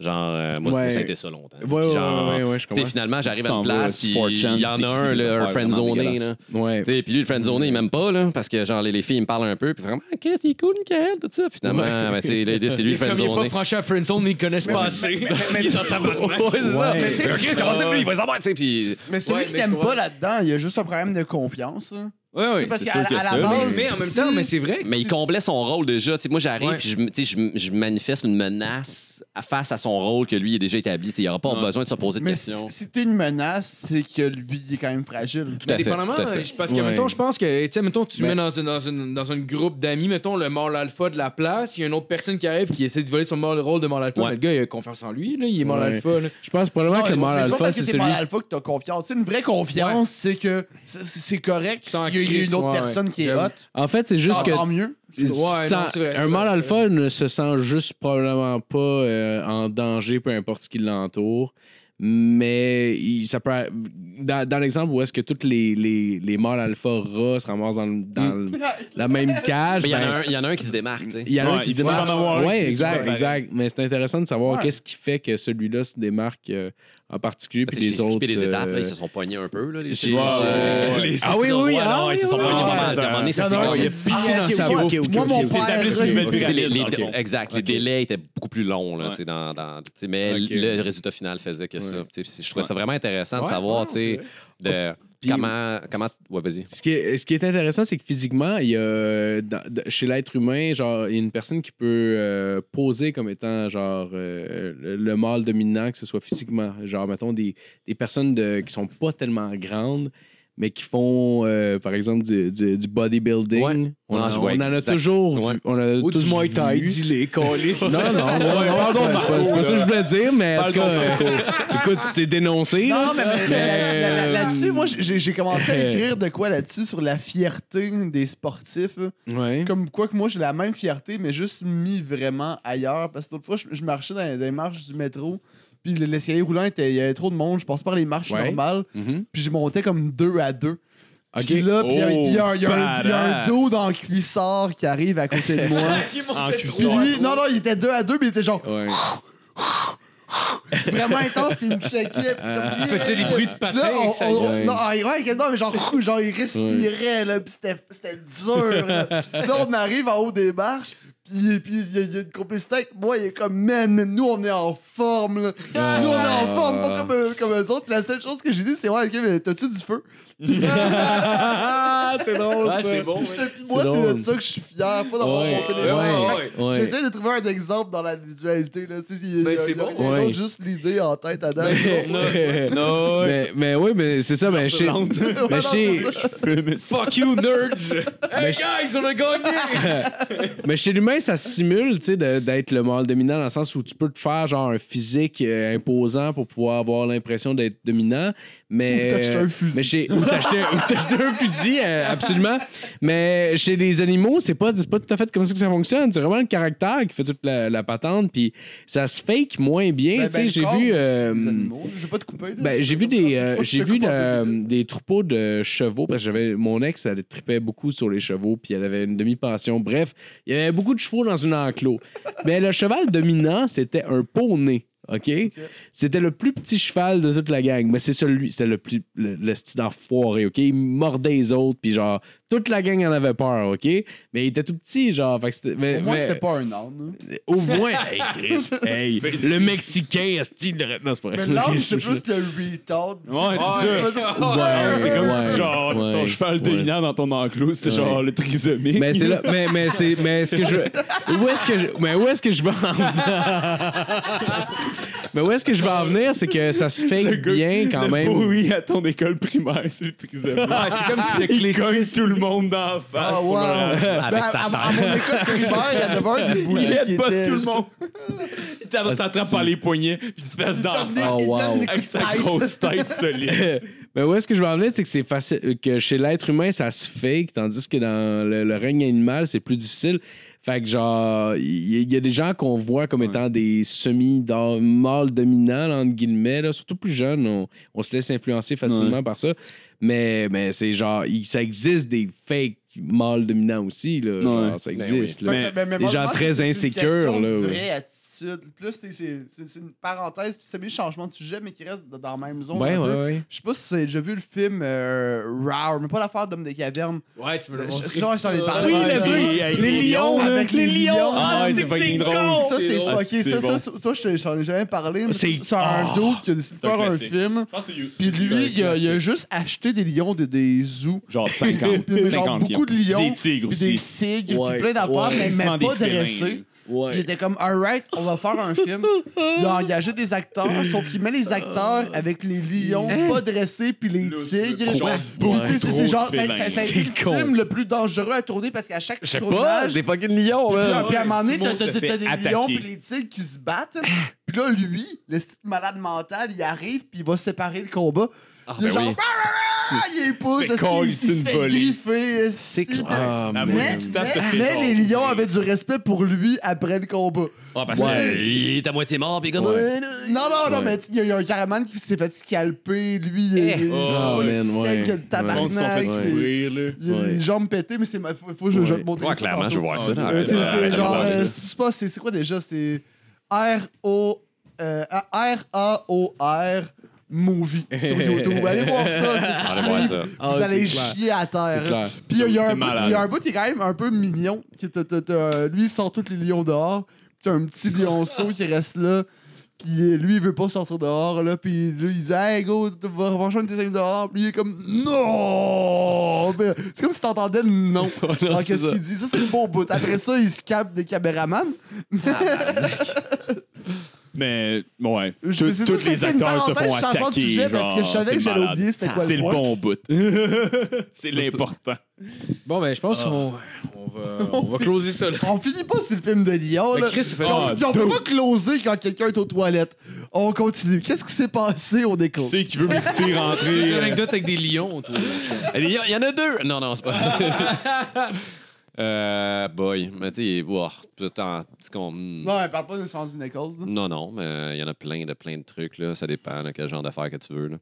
S1: Genre, euh, moi,
S6: Ouais.
S1: ça a été ça longtemps.
S6: Ouais,
S1: Puis
S6: ouais,
S1: genre,
S6: ouais, ouais, ouais, je
S1: tu sais,
S6: comprends.
S1: finalement, j'arrive
S4: Tu
S1: à
S4: t'en
S1: une
S4: vas,
S1: place,
S4: tu
S1: puis
S4: fourchan,
S1: il y en
S4: puis
S1: a
S4: t'écris
S1: un,
S4: des
S1: là, un
S4: affaires vraiment
S1: friendzoné,
S4: dégueulasses.
S1: là.
S6: Ouais.
S1: T'sais, puis lui, le friendzoné, il m'aime pas, là, parce que genre, les, les filles, ils me parlent un peu, puis vraiment, qu'est-ce qu'il est cool, Michael, tout ça. Puis finalement, ben, tu sais, là, c'est
S3: Les
S1: lui
S3: premiers
S1: le friendzoné.
S3: pas franchis à Friendzone, ils le connaissent pas assez. Ils sont tabarnak.
S1: Ouais, c'est ça.
S6: Ouais.
S1: Ah, Mais tu sais,
S5: Ouais.
S1: Chris, comment ça, lui, il va savoir, tu sais, puis-
S5: Mais celui
S3: Ouais,
S5: qui
S3: mais
S5: t'aime
S3: je
S5: pas
S3: vois.
S5: là-dedans, il y a juste un problème de confiance. hein.
S4: Ouais, ouais,
S5: parce
S4: c'est
S5: qu'à
S4: sûr
S5: la-
S4: que
S5: à la
S4: ça,
S5: base,
S4: mais-
S3: Mais en même temps, mais c'est vrai. que
S1: Mais il comblait son rôle déjà. Tu sais, moi, j'arrive
S3: Ouais.
S1: puis je, me- tu sais, je, me- je manifeste une menace à- face à son rôle que lui est déjà établi. Tu sais, Il n'aura pas
S4: Ouais.
S1: besoin de se poser de
S5: Mais
S1: questions.
S5: si, si t'es une menace, c'est que lui, il est quand même fragile.
S1: Tout à fait,
S3: Dépendamment, euh,
S1: tout à fait.
S3: je- parce que,
S6: Ouais.
S3: mettons, je pense que, tu sais, mettons, tu
S6: Ben-
S3: mets dans, une, dans, une, dans un groupe d'amis, mettons, le mâle alpha de la place, il y a une autre personne qui arrive qui essaie de voler son mâle- rôle de mâle alpha,
S1: Ouais.
S3: mais le gars, il a confiance en lui, là, il est mâle
S6: Ouais.
S3: alpha. là.
S6: Je pense probablement que le
S5: Non,
S6: mâle
S5: c'est pas
S6: alpha,
S5: parce
S6: c'est
S5: que t'es
S6: celui.
S5: mal alpha que t'as confiance. C'est une vraie confiance, c'est que c'est- c'est correct
S3: Tu t'en
S5: s'il y a
S3: crisses,
S5: une autre
S3: ouais,
S5: personne qui est
S3: j'aime.
S5: hot.
S6: En fait, c'est juste que.
S5: Encore mieux.
S6: tu te
S3: Ouais, non,
S6: sens-
S3: c'est vrai,
S6: un
S3: c'est
S6: mâle
S3: vrai.
S6: alpha ne se sent juste probablement pas euh, en danger, peu importe ce qui l'entoure. Mais il- ça peut, dans, dans l'exemple où est-ce que tous les, les, les mâles alpha rats se ramassent dans, le- dans le- la même cage.
S1: Mais il y, en a
S6: ben,
S1: un- il y en a un qui se démarque, tu sais.
S6: il y en a un
S7: Ouais,
S6: qui se
S7: il doit en
S6: démarque.
S7: avoir un
S6: Ouais,
S7: qui se
S6: exact,
S7: démarque.
S6: exact. Mais c'est intéressant de savoir
S5: Ouais.
S6: qu'est-ce qui fait que celui-là se démarque euh, en particulier.
S1: Puis
S6: Puis les autres.
S1: les étapes, là,
S6: euh,
S1: ils se sont pognés un peu. Là, les
S6: j'ai-
S1: les-
S4: ouais,
S1: les-
S6: Ah oui, oui,
S7: Ah
S6: ah
S7: non,
S6: oui,
S7: ils se sont
S6: oui,
S1: pognés
S7: pognés
S1: pas
S5: ouais.
S1: mal.
S7: dans
S1: Puis à un moment
S7: un.
S1: donné, ça s'est
S5: un qui
S1: gagné.
S5: dit, Ah, ok, moi- Moi, mon
S7: C'est
S5: père.
S7: établi sur une
S5: Roger-
S7: belle
S1: Puis les- les-
S7: pyramide. dans le fond.
S1: Exact. Les
S7: Ok.
S1: délais étaient beaucoup plus longs. Là,
S4: Ouais.
S1: tu sais, dans, dans- tu sais, mais
S4: Ok.
S1: le résultat final faisait que ça. tu sais, puis Je trouvais ça vraiment intéressant de
S3: Ouais,
S1: savoir
S3: ouais,
S1: tu sais, de
S6: Puis-
S1: comment. comment ouais, vas-y.
S6: Ce qui, est, ce qui est intéressant, c'est que physiquement, il y a, dans- dans- chez l'être humain, genre, il y a une personne qui peut euh, poser comme étant genre euh, le, le mâle dominant, que ce soit physiquement. Genre, mettons, des, des personnes de, qui sont pas tellement grandes, mais qui font, euh, par exemple, du, du- du bodybuilding.
S1: Ouais.
S6: On,
S1: Non,
S6: en-
S1: je
S6: on
S1: vois
S6: en a
S1: exact-
S6: toujours
S1: Ouais.
S6: vu. On a
S3: Ou du
S6: tous
S3: Muay Thai,
S6: vu.
S3: dis-les, câlisse.
S6: Non, non, non, pardon, c'est pas, c'est pas ça que je voulais dire, mais en tout cas, euh, écoute, tu t'es dénoncé.
S5: Non,
S6: là.
S5: non, mais, mais- mais là- là- là- là-dessus,
S6: Euh,
S5: moi, j'ai j'ai commencé à écrire de quoi là-dessus sur la fierté des sportifs. hein.
S6: Ouais.
S5: Comme quoi que moi, j'ai la même fierté, mais juste mis vraiment ailleurs. Parce que l'autre fois, je, je marchais dans, les- dans les marches du métro, puis le- l'escalier roulant, était- il y avait trop de monde. Je passais par les marches
S6: Ouais.
S5: normales,
S6: Mhm.
S5: puis je montais comme deux à deux.
S6: OK. Oh,
S5: Puis là, puis il y a- puis il y a un- il y a un- il y a un
S7: badass.
S5: dos dans le cuissard qui arrive à côté de moi.
S7: En
S5: Puis
S7: cuisson.
S5: lui, non, non, il était deux à deux, mais il était genre
S6: Ouais.
S5: vraiment intense, puis il me checkait. Puis
S6: Euh.
S5: comme,
S3: Il faisait des bruits de patin
S5: Là,
S3: avec sa
S5: on- on-
S6: gueule.
S5: non, ah, ouais, non, mais genre, genre, il respirait, là, pis c'était, c'était dur. Là. Puis là, on arrive en haut des marches, pis, pis il y, a- il y a une complicité avec moi, il est comme, man, nous, on est en forme, là.
S6: Ah.
S5: Nous, on est en forme, pas comme, euh, comme eux autres. Puis la seule chose que j'ai dit, c'est, ouais, ok, mais t'as-tu du feu?
S6: c'est drôle.
S3: Ah, c'est bon.
S5: Puis j'étais- puis moi, c'est
S6: drôle.
S5: de ça que je suis fier, pas d'avoir
S6: Ouais.
S5: monté les
S3: Ouais,
S5: marches.
S3: ouais,
S5: Fait que
S3: ouais.
S6: Ouais.
S5: J'essaie de trouver un exemple dans l'individualité, là. Tu sais, il y a-
S3: Ben,
S5: il y a-
S3: c'est
S5: il y a
S3: bon.
S5: rien d'autre,
S6: Ouais.
S5: juste l'idée en tête à date.
S6: Mais- Mais, mais oui, mais c'est ça, mais chez.
S5: Ouais,
S6: Mais
S5: non,
S6: chez,
S5: c'est ça.
S3: Fuck you, nerds! Hey,
S6: Mais je-
S3: guys, on a gagné!
S6: mais chez l'humain, ça simule, tu sais, de- d'être le mâle dominant dans le sens où tu peux te faire genre un physique euh, imposant pour pouvoir avoir l'impression d'être dominant, mais
S5: Ou t'acheter un fusil.
S6: mais chez ou t'acheter ou t'acheter un fusil euh, absolument, mais chez les animaux, c'est pas c'est pas tout à fait comme ça que ça fonctionne, c'est vraiment le caractère qui fait toute la, la patente puis ça se fake moins bien,
S5: Ben, ben,
S6: tu sais,
S5: le
S6: j'ai
S5: corps
S6: vu
S5: aussi,
S6: euh,
S5: les animaux. Je vais pas te couper. là.
S6: Ben, j'ai vu
S5: Comme ça,
S6: des,
S5: c'est
S6: euh,
S5: pas que je
S6: j'ai
S5: te
S6: vu
S5: coupe en
S6: euh,
S5: deux minutes.
S6: des troupeaux de chevaux parce que j'avais mon ex, elle tripait beaucoup sur les chevaux puis elle avait une demi passion. Bref, il y avait beaucoup de chevaux dans une enclos. Mais le cheval dominant, c'était un poney. OK? C'était le plus petit cheval de toute la gang. Mais c'est celui, c'était le plus. le, le style d'enfoiré, OK? Il mordait les autres, puis genre, toute la gang en avait peur, OK? Mais il était tout petit, genre. Fait que c'était- mais-
S5: Au moins,
S6: mais-
S5: c'était pas un âne. hein.
S6: au moins, hey, Chris, hey, le Mexicain, style de. Non, c'est pas vrai.
S5: Mais l'âne, c'est plus le retard.
S4: Ouais, c'est ça.
S6: Ouais,
S4: C'est comme
S6: ouais,
S4: si, genre, ton
S6: ouais,
S4: cheval
S6: ouais.
S4: dominant dans ton enclos, c'était
S6: Ouais.
S4: genre le trisomique.
S6: Mais c'est là, mais, mais c'est, mais ce que je, où est-ce que je, mais où est-ce que je vais en venir? mais où est-ce que je vais en venir, c'est que ça se fake bien quand même.
S4: Oui, à ton école primaire, c'est le trisomique.
S3: Ah, c'est comme si c'était
S4: Il cogne tout le monde dans la face.
S5: Ah, wow. Ben,
S1: sa
S5: à, à
S1: tête.
S5: mon école primaire, il y en avait un des
S4: Il
S5: bouillets qui
S4: aide
S5: était...
S4: pas tout le monde. Il t'a- t'attrape par les poignets, puis tu fesses
S5: Il
S4: dans la
S5: donne des-
S4: face.
S6: Oh,
S5: il
S6: wow.
S5: donne des
S4: Avec
S5: coups de
S4: sa grosse tête solide.
S6: mais où est-ce Ben que je vais en venir, c'est que c'est facile, que chez l'être humain, ça se fake, tandis que dans le, le règne animal, c'est plus difficile. Fait que genre, il y, il y a des gens qu'on voit comme étant des semi-mâles dominants, là, entre guillemets, là, surtout plus jeunes, on, on se laisse influencer facilement par ça. Mais, mais c'est genre, il- ça existe des fake mâles dominants aussi, là,
S4: Ouais.
S6: Genre, ça
S1: Ben
S6: existe.
S5: Fait
S6: là.
S5: que, ben, mais
S6: les
S5: moi, je
S6: gens
S5: pense que
S6: très
S5: c'est une
S6: insécures,
S5: question de
S6: là, ouais.
S5: vraie attitude. Plus, c'est- c'est c'est- c'est une parenthèse, puis c'est un changement de sujet, mais qui reste dans la même zone.
S6: Ouais,
S5: un peu.
S6: ouais, ouais.
S5: Je sais pas si vous avez déjà vu le film euh, Roar, mais pas l'affaire d'Homme des cavernes.
S3: Ouais, tu me
S5: Je-
S3: le montres.
S5: je- non, j'en ai parlé.
S6: Oui,
S5: Ouais,
S6: le
S5: ouais.
S6: truc, les lions, là,
S5: avec les lions.
S4: Ah,
S7: c'est
S4: c'est
S7: que
S4: fucking
S7: c'est
S4: drôle.
S7: con.
S5: Ça, Ah, c'est
S4: drôle.
S5: fucké.
S4: C'est
S5: Ça,
S4: bon.
S5: ça, toi, je te- j'en ai jamais parlé. mais
S7: C'est-
S5: C'est c'est un dos qui a décidé de
S4: C'est un
S5: faire un
S4: classique.
S5: film.
S4: Je pense que c'est
S5: Puis lui,
S4: C'est un
S5: il a, il a
S4: classique.
S5: juste acheté des lions de des zoos.
S4: Genre
S5: Puis,
S4: 50.
S5: genre,
S4: 50
S5: beaucoup de lions.
S4: Des tigres
S5: Puis
S4: aussi.
S5: des tigres,
S6: Ouais,
S5: puis plein d'affaires,
S6: ouais.
S5: mais
S4: Souvent
S5: même
S4: des
S5: pas
S4: félins,
S5: dressés.
S6: Ouais.
S5: Puis il était comme, alright, on va faire un film. Il a engagé des acteurs, sauf qu'il met les acteurs avec les lions pas dressés, puis les
S4: Ah, Là,
S5: tigres.
S4: c'est
S5: Genre,
S4: beaucoup
S5: tu sais, c'est-
S4: trop
S5: c'est
S4: de
S5: genre, ça,
S4: félins.
S5: ça- ça a été le
S6: con.
S5: film le plus dangereux à tourner parce qu'à chaque
S1: pas,
S5: tournage,
S1: des fucking lions,
S5: puis,
S1: là.
S5: là, puis à un moment donné,
S4: Simon
S5: t'as t'as-
S4: se fait
S5: t'as des
S4: attaquer.
S5: lions puis les tigres qui se battent. Puis là, lui, le petit malade mental, il arrive puis il va séparer le combat. C'est
S1: ben
S5: genre,
S1: oui.
S5: Ah, ah, ah, ah, il est pousse,
S4: fait
S5: esti,
S4: coller
S5: il
S4: une
S5: se fait
S4: volée.
S5: griffer. esti.
S1: C'est clair.
S7: Ah,
S4: La
S7: man.
S5: Mais,
S4: maudite tape se
S5: mais-
S4: fait
S5: mais
S4: genre-
S5: les lions avaient du respect pour lui après le combat.
S1: Ah, parce
S5: Ouais.
S1: que il est à moitié mort, puis comme. euh, là,
S5: Non, non, non, mais il y, a- il y a un caraman qui s'est fait scalper, lui. il est- il est
S4: Oh,
S6: man, ouais.
S5: sec
S4: Le monde se sont
S5: que le
S4: fait
S5: tabarnak. c'est-
S4: courir, là.
S5: Il a les jambes pétées, mais c'est ma... faut, faut que je, je vais te montrer
S1: Ouais,
S5: ça
S1: clairement,
S5: tantôt.
S1: je vais voir ça.
S4: Ah,
S1: là.
S5: Euh, c'est-
S1: Ouais,
S5: c'est
S1: ouais,
S5: genre,
S1: ouais.
S5: euh, c'est pas, c'est c'est quoi déjà? C'est R-O... euh, R-A-O-R Movie sur YouTube. Allez voir ça, c'est
S1: Allez Ah, voir
S5: gratuit.
S1: ça.
S5: Vous allez chier à terre.
S6: Ah, clair.
S5: Puis il y, a
S4: C'est
S5: un bout-
S4: malade.
S5: il y a un bout qui est quand même un peu mignon. Qui, t'as- t'as- t'as- lui, il sort tous les lions dehors. Puis t'as un petit lionceau qui reste là. Puis lui, il veut pas sortir dehors. Là, puis lui, il dit Hey, go, tu vas revancher un de tes amis dehors. Puis il est comme Non Puis, C'est comme si t'entendais le non. Alors,
S6: c'est
S5: qu'est-ce
S6: ça.
S5: qu'il dit Ça, c'est le beau bout. Après ça, il se capte des caméramans.
S4: Ah, ben. Mais, ouais.
S5: Je-
S4: Tous
S5: mais c'est ça,
S4: tous
S5: c'est-
S4: les
S5: c'est une
S4: acteurs se
S5: parenthèse,
S4: font
S5: je change pas de
S4: attaquer.
S5: sujet parce que je
S4: genre,
S5: savais
S4: c'est
S5: que j'allais
S4: malade.
S5: oublier c'était quoi le
S4: C'est le
S5: point.
S4: bon bout. C'est l'important.
S3: Bon, ben, je pense qu'on on va, on va closer ça, là.
S5: On finit pas sur le film de Lyon.
S3: Ben,
S5: là.
S3: Chris, ça fait
S5: Puis on-
S4: Ah,
S5: puis on peut pas closer quand quelqu'un est aux toilettes. On continue. Qu'est-ce qui s'est passé au déclose?
S4: C'est qui veut m'écouter rentrer.
S3: des
S4: euh,
S3: anecdotes avec des lions, toi.
S1: Eh, Il y, a- il y en a deux. Non, non, c'est pas. euh, boy, mais tu sais, wow, putain, tu sais qu'on- hmm.
S5: Non, elle parle pas nécessairement du Nichols. là.
S1: Non, non, mais euh, il y en a plein de plein de trucs là. Ça dépend de quel genre d'affaires que tu veux là.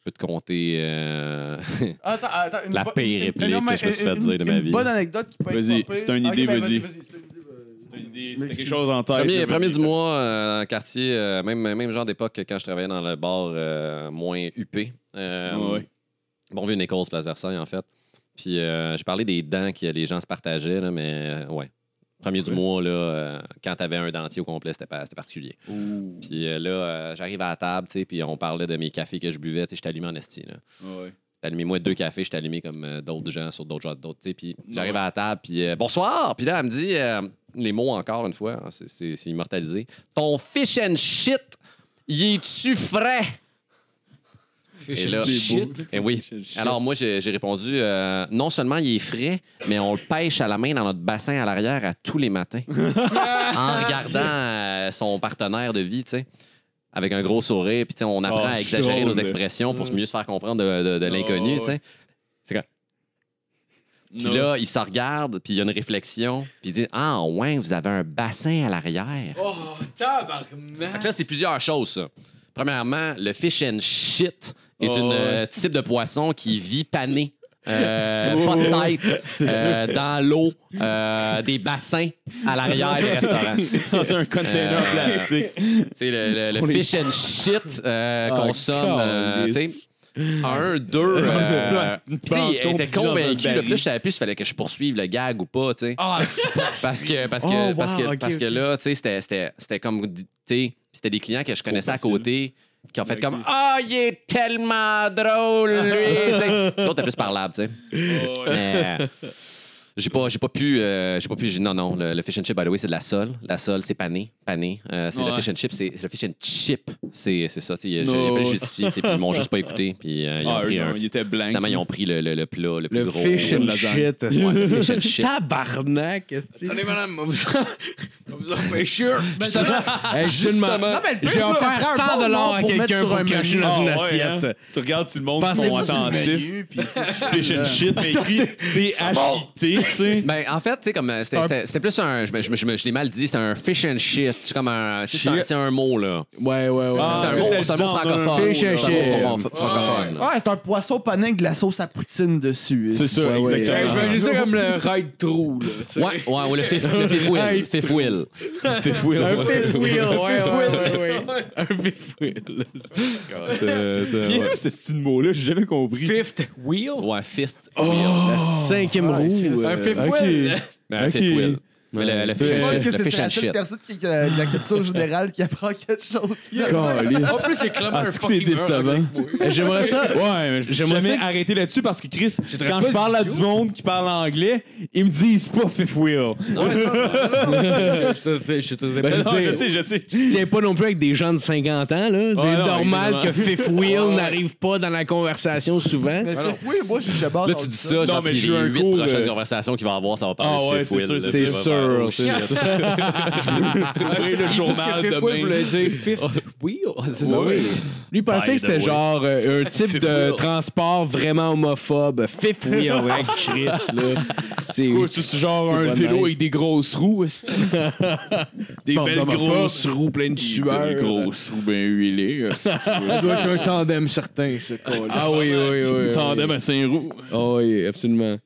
S1: Je peux te compter. euh,
S5: Attends, attends. Une
S1: La
S5: bo-
S1: pire
S5: une-
S1: réplique
S5: non, mais
S1: que je me suis fait
S5: une-
S1: dire de ma
S5: une
S1: vie.
S5: bonne anecdote qui peut être.
S4: Vas-y,
S5: pas pire.
S4: c'est une
S5: Ok,
S4: idée,
S5: ben,
S4: vas-y.
S5: c'est une idée, euh,
S4: C'est une idée,
S5: Mais
S4: c'était
S5: c'est-
S4: quelque chose en tête.
S1: premier
S4: là,
S1: premier
S4: vas-y,
S1: du
S4: ça-
S1: mois, euh, en quartier, euh, même, même genre d'époque quand je travaillais dans le bar euh, moins huppé. Euh,
S4: Ah Ouais.
S1: Bon vieux Nichols, place Versailles, en fait. Puis euh, je parlais des dents que les gens se partageaient, là, mais euh, ouais. Premier du mois, là, euh, quand t'avais un dentier au complet, c'était pas- c'était particulier. Puis euh, là, euh, j'arrive à la table, tu sais, puis on parlait de mes cafés que je buvais, tu sais, je t'allumais en esti, là.
S4: Ah Ouais.
S1: T'as allumé moi deux cafés, je t'ai allumé comme euh, d'autres gens sur d'autres gens d'autres. tu sais, Puis j'arrive à la table, puis euh, bonsoir. Puis là, elle me dit euh, les mots encore une fois, hein, c'est- c'est c'est immortalisé. Ton fish and shit, y est-tu frais? Et là, Eh oui. Alors moi, j'ai j'ai répondu euh, non seulement il est frais, mais on le pêche à la main dans notre bassin à l'arrière à tous les matins. en regardant euh, son partenaire de vie, tu sais. Avec un gros sourire, puis tu sais, on apprend
S4: Oh,
S1: à exagérer
S4: drôle.
S1: nos expressions pour mieux se faire comprendre de, de- de l'inconnu,
S4: Oh,
S1: tu sais. Puis
S4: Non.
S1: là, il se regarde, puis il y a une réflexion, puis il dit Ah, ouais, vous avez un bassin à l'arrière.
S3: Oh,
S1: Fait
S3: tabarnak!
S1: que là, c'est plusieurs choses, ça. Premièrement, le fish and shit est
S4: Oh,
S1: un
S4: ouais.
S1: type de poisson qui vit pané. euh, pas de tête, euh, dans l'eau, euh, des bassins à l'arrière des restaurants.
S4: Dans un container
S1: Euh,
S4: plastique.
S1: Tu sais, le, le- le fish and shit euh,
S4: Ah,
S1: consomme. euh, tu sais,
S4: calice.
S1: un, deux. euh,
S4: Une
S1: Puis tu sais, il
S4: panton
S1: était
S4: pris dans un
S1: convaincu. là,
S4: baril.
S1: Puis là, je savais plus s'il fallait que je poursuive le gag ou pas, tu sais.
S5: Ah,
S1: Parce que, parce que,
S6: Oh, wow,
S1: parce que,
S6: ok,
S1: parce que
S6: ok.
S1: là, tu sais, c'était- c'était c'était comme, tu sais, c'était des clients que je connaissais à
S4: facile.
S1: côté qui ont fait
S4: Ok.
S1: comme Ah, il est tellement drôle, lui! Tu sais, L'autre est plus parlable, tu sais. Mais, J'ai pas, j'ai pas pu. euh, j'ai pas pu. j'ai- Non, non. Le, le fish and chip, by the way, c'est de la sole. La sole, c'est pané. Pané. Euh, c'est le
S4: Ouais.
S1: fish and chip. C'est le fish and chip. C'est c'est ça. tu sais, J'ai j'ai
S4: No.
S1: fallu justifier. tu sais, Puis ils m'ont juste pas écouté. Puis euh, ils ont
S4: Ah,
S1: pris
S4: eux,
S1: un.
S4: non, il était blanc.
S1: Finalement, ils ont pris le, le- le plat le plus
S6: Le
S1: gros.
S6: fish and
S4: la
S6: shit.
S1: Ouais,
S6: esti.
S1: le fish and shit.
S6: Tabarnak, est-ce
S3: Attendez, madame, on va vous- on va vous empêcher.
S5: Non, mais le pire, ça,
S6: J'ai
S5: ça
S6: offert
S5: serait un
S6: 100
S5: bon
S6: dollars
S5: nom
S6: à
S5: pour mettre
S6: quelqu'un
S5: sur
S6: pour
S5: un
S6: que je
S5: menu.
S6: dans une
S4: Ah, ouais, hein.
S6: assiette.
S4: Tu regardes sur le monde qui
S6: Pensez
S4: sont
S6: ça
S5: sur le
S4: attentifs.
S5: menu, puis c'est-
S4: Fish and shit, mais écrit C-H-I-T, tu sais.
S1: Ben, en fait, tu sais, comme euh, c'était- c'était c'était plus un. Je, me- je me- je me- je l'ai mal dit, c'était un fish and shit. C'est comme un. tu sais, C'est un, c'est un mot, là.
S6: Ouais, ouais, ouais.
S4: Ah,
S1: c'est un
S4: c'est
S1: mot,
S4: ça,
S1: c'est un
S4: le
S1: mot
S4: disant,
S1: francophone.
S6: fish and
S1: C'est un
S6: shit.
S1: mot franco- francophone. là.
S5: Ah, c'est un poisson pané avec de la sauce à poutine dessus.
S4: C'est ça, exactement.
S3: Ouais,
S1: Euh,
S3: J'imagine ça comme le ride trou, là. tu sais.
S1: Ouais, ouais, ouais, le fifth, le fifth wheel. le fifth wheel.
S4: Fifth wheel.
S6: Un fifth wheel, ouais, ouais, ouais, ouais.
S3: ouais.
S6: Un fifth wheel.
S4: Euh, ça, ouais. C'est ce petit mot-là, j'ai jamais compris.
S3: Fifth wheel?
S1: Ouais, fifth.
S6: La cinquième roue.
S3: Un fifth
S4: ok.
S3: wheel?
S1: Mais un
S4: Ok.
S1: fifth wheel. Mais le, le fish
S5: Je
S1: and
S5: pense
S1: shit.
S5: que
S1: Le
S5: c'est
S1: fish and
S5: la seule
S1: shit.
S5: personne qui, qui a de la culture générale qui apprend quelque chose.
S3: En plus, c'est clairement
S4: Ah,
S3: un
S4: c'est que c'est
S3: fucking
S4: décevant.
S3: mur.
S6: Euh, J'aimerais ça.
S4: Ouais, mais je vais
S6: J'aimerais
S4: jamais
S6: ça que-
S4: arrêter là-dessus parce que Chris, quand
S3: pas
S4: je
S3: le
S4: parle à
S3: vidéo.
S4: du monde qui parle anglais, ils me disent pas fifth wheel.
S6: Ben,
S4: Non, je
S6: je veux dire,
S4: sais, je sais.
S6: tu tiens pas non plus avec des gens de 50 ans, là. C'est
S4: Ouais, non,
S6: normal
S4: exactement.
S6: que Fifth Wheel n'arrive pas dans la conversation souvent.
S5: Mais fait que oui, moi, j'ai jamais
S1: Là,
S5: entendu
S1: tu dis
S5: ça.
S1: ça, genre,
S4: mais
S1: puis
S4: j'ai eu
S1: les
S4: un
S1: huit
S4: cours,
S1: prochaines
S4: euh,
S1: conversations qu'il va avoir, ça va parler
S4: Ah
S1: de
S4: ouais,
S1: fifth
S4: c'est
S1: wheel.
S4: sûr,
S1: là,
S4: c'est
S6: C'est sûr,
S1: tu vas euh, oh,
S6: Girl, c'est
S1: shit.
S6: ça.
S4: Ouvrez le journal
S3: Fifth Wheel
S4: demain.
S3: voulait dire Fifth Wheel. C'est
S4: Oui.
S3: oui.
S6: Lui il pensait
S7: By
S6: que
S7: the
S6: c'était
S7: way.
S6: genre euh, un type
S4: Fifth
S6: de
S4: wheel.
S6: transport vraiment homophobe. Fifth wheel, hein, Chris, là. C'est
S4: Ouais, C'est genre
S6: c'est
S4: un
S6: pas
S4: vélo
S6: nice.
S4: avec des grosses roues, esti.
S6: des
S4: porte
S6: belles
S4: d'homophobe.
S6: grosses roues pleines de sueur. euh,
S4: Des grosses roues bien huilées. euh, esti.
S3: Ça doit être un tandem certain, ce con
S6: Ah oui, oui, oui. oui.
S4: Tandem à 5 roues.
S6: Ah oui, absolument.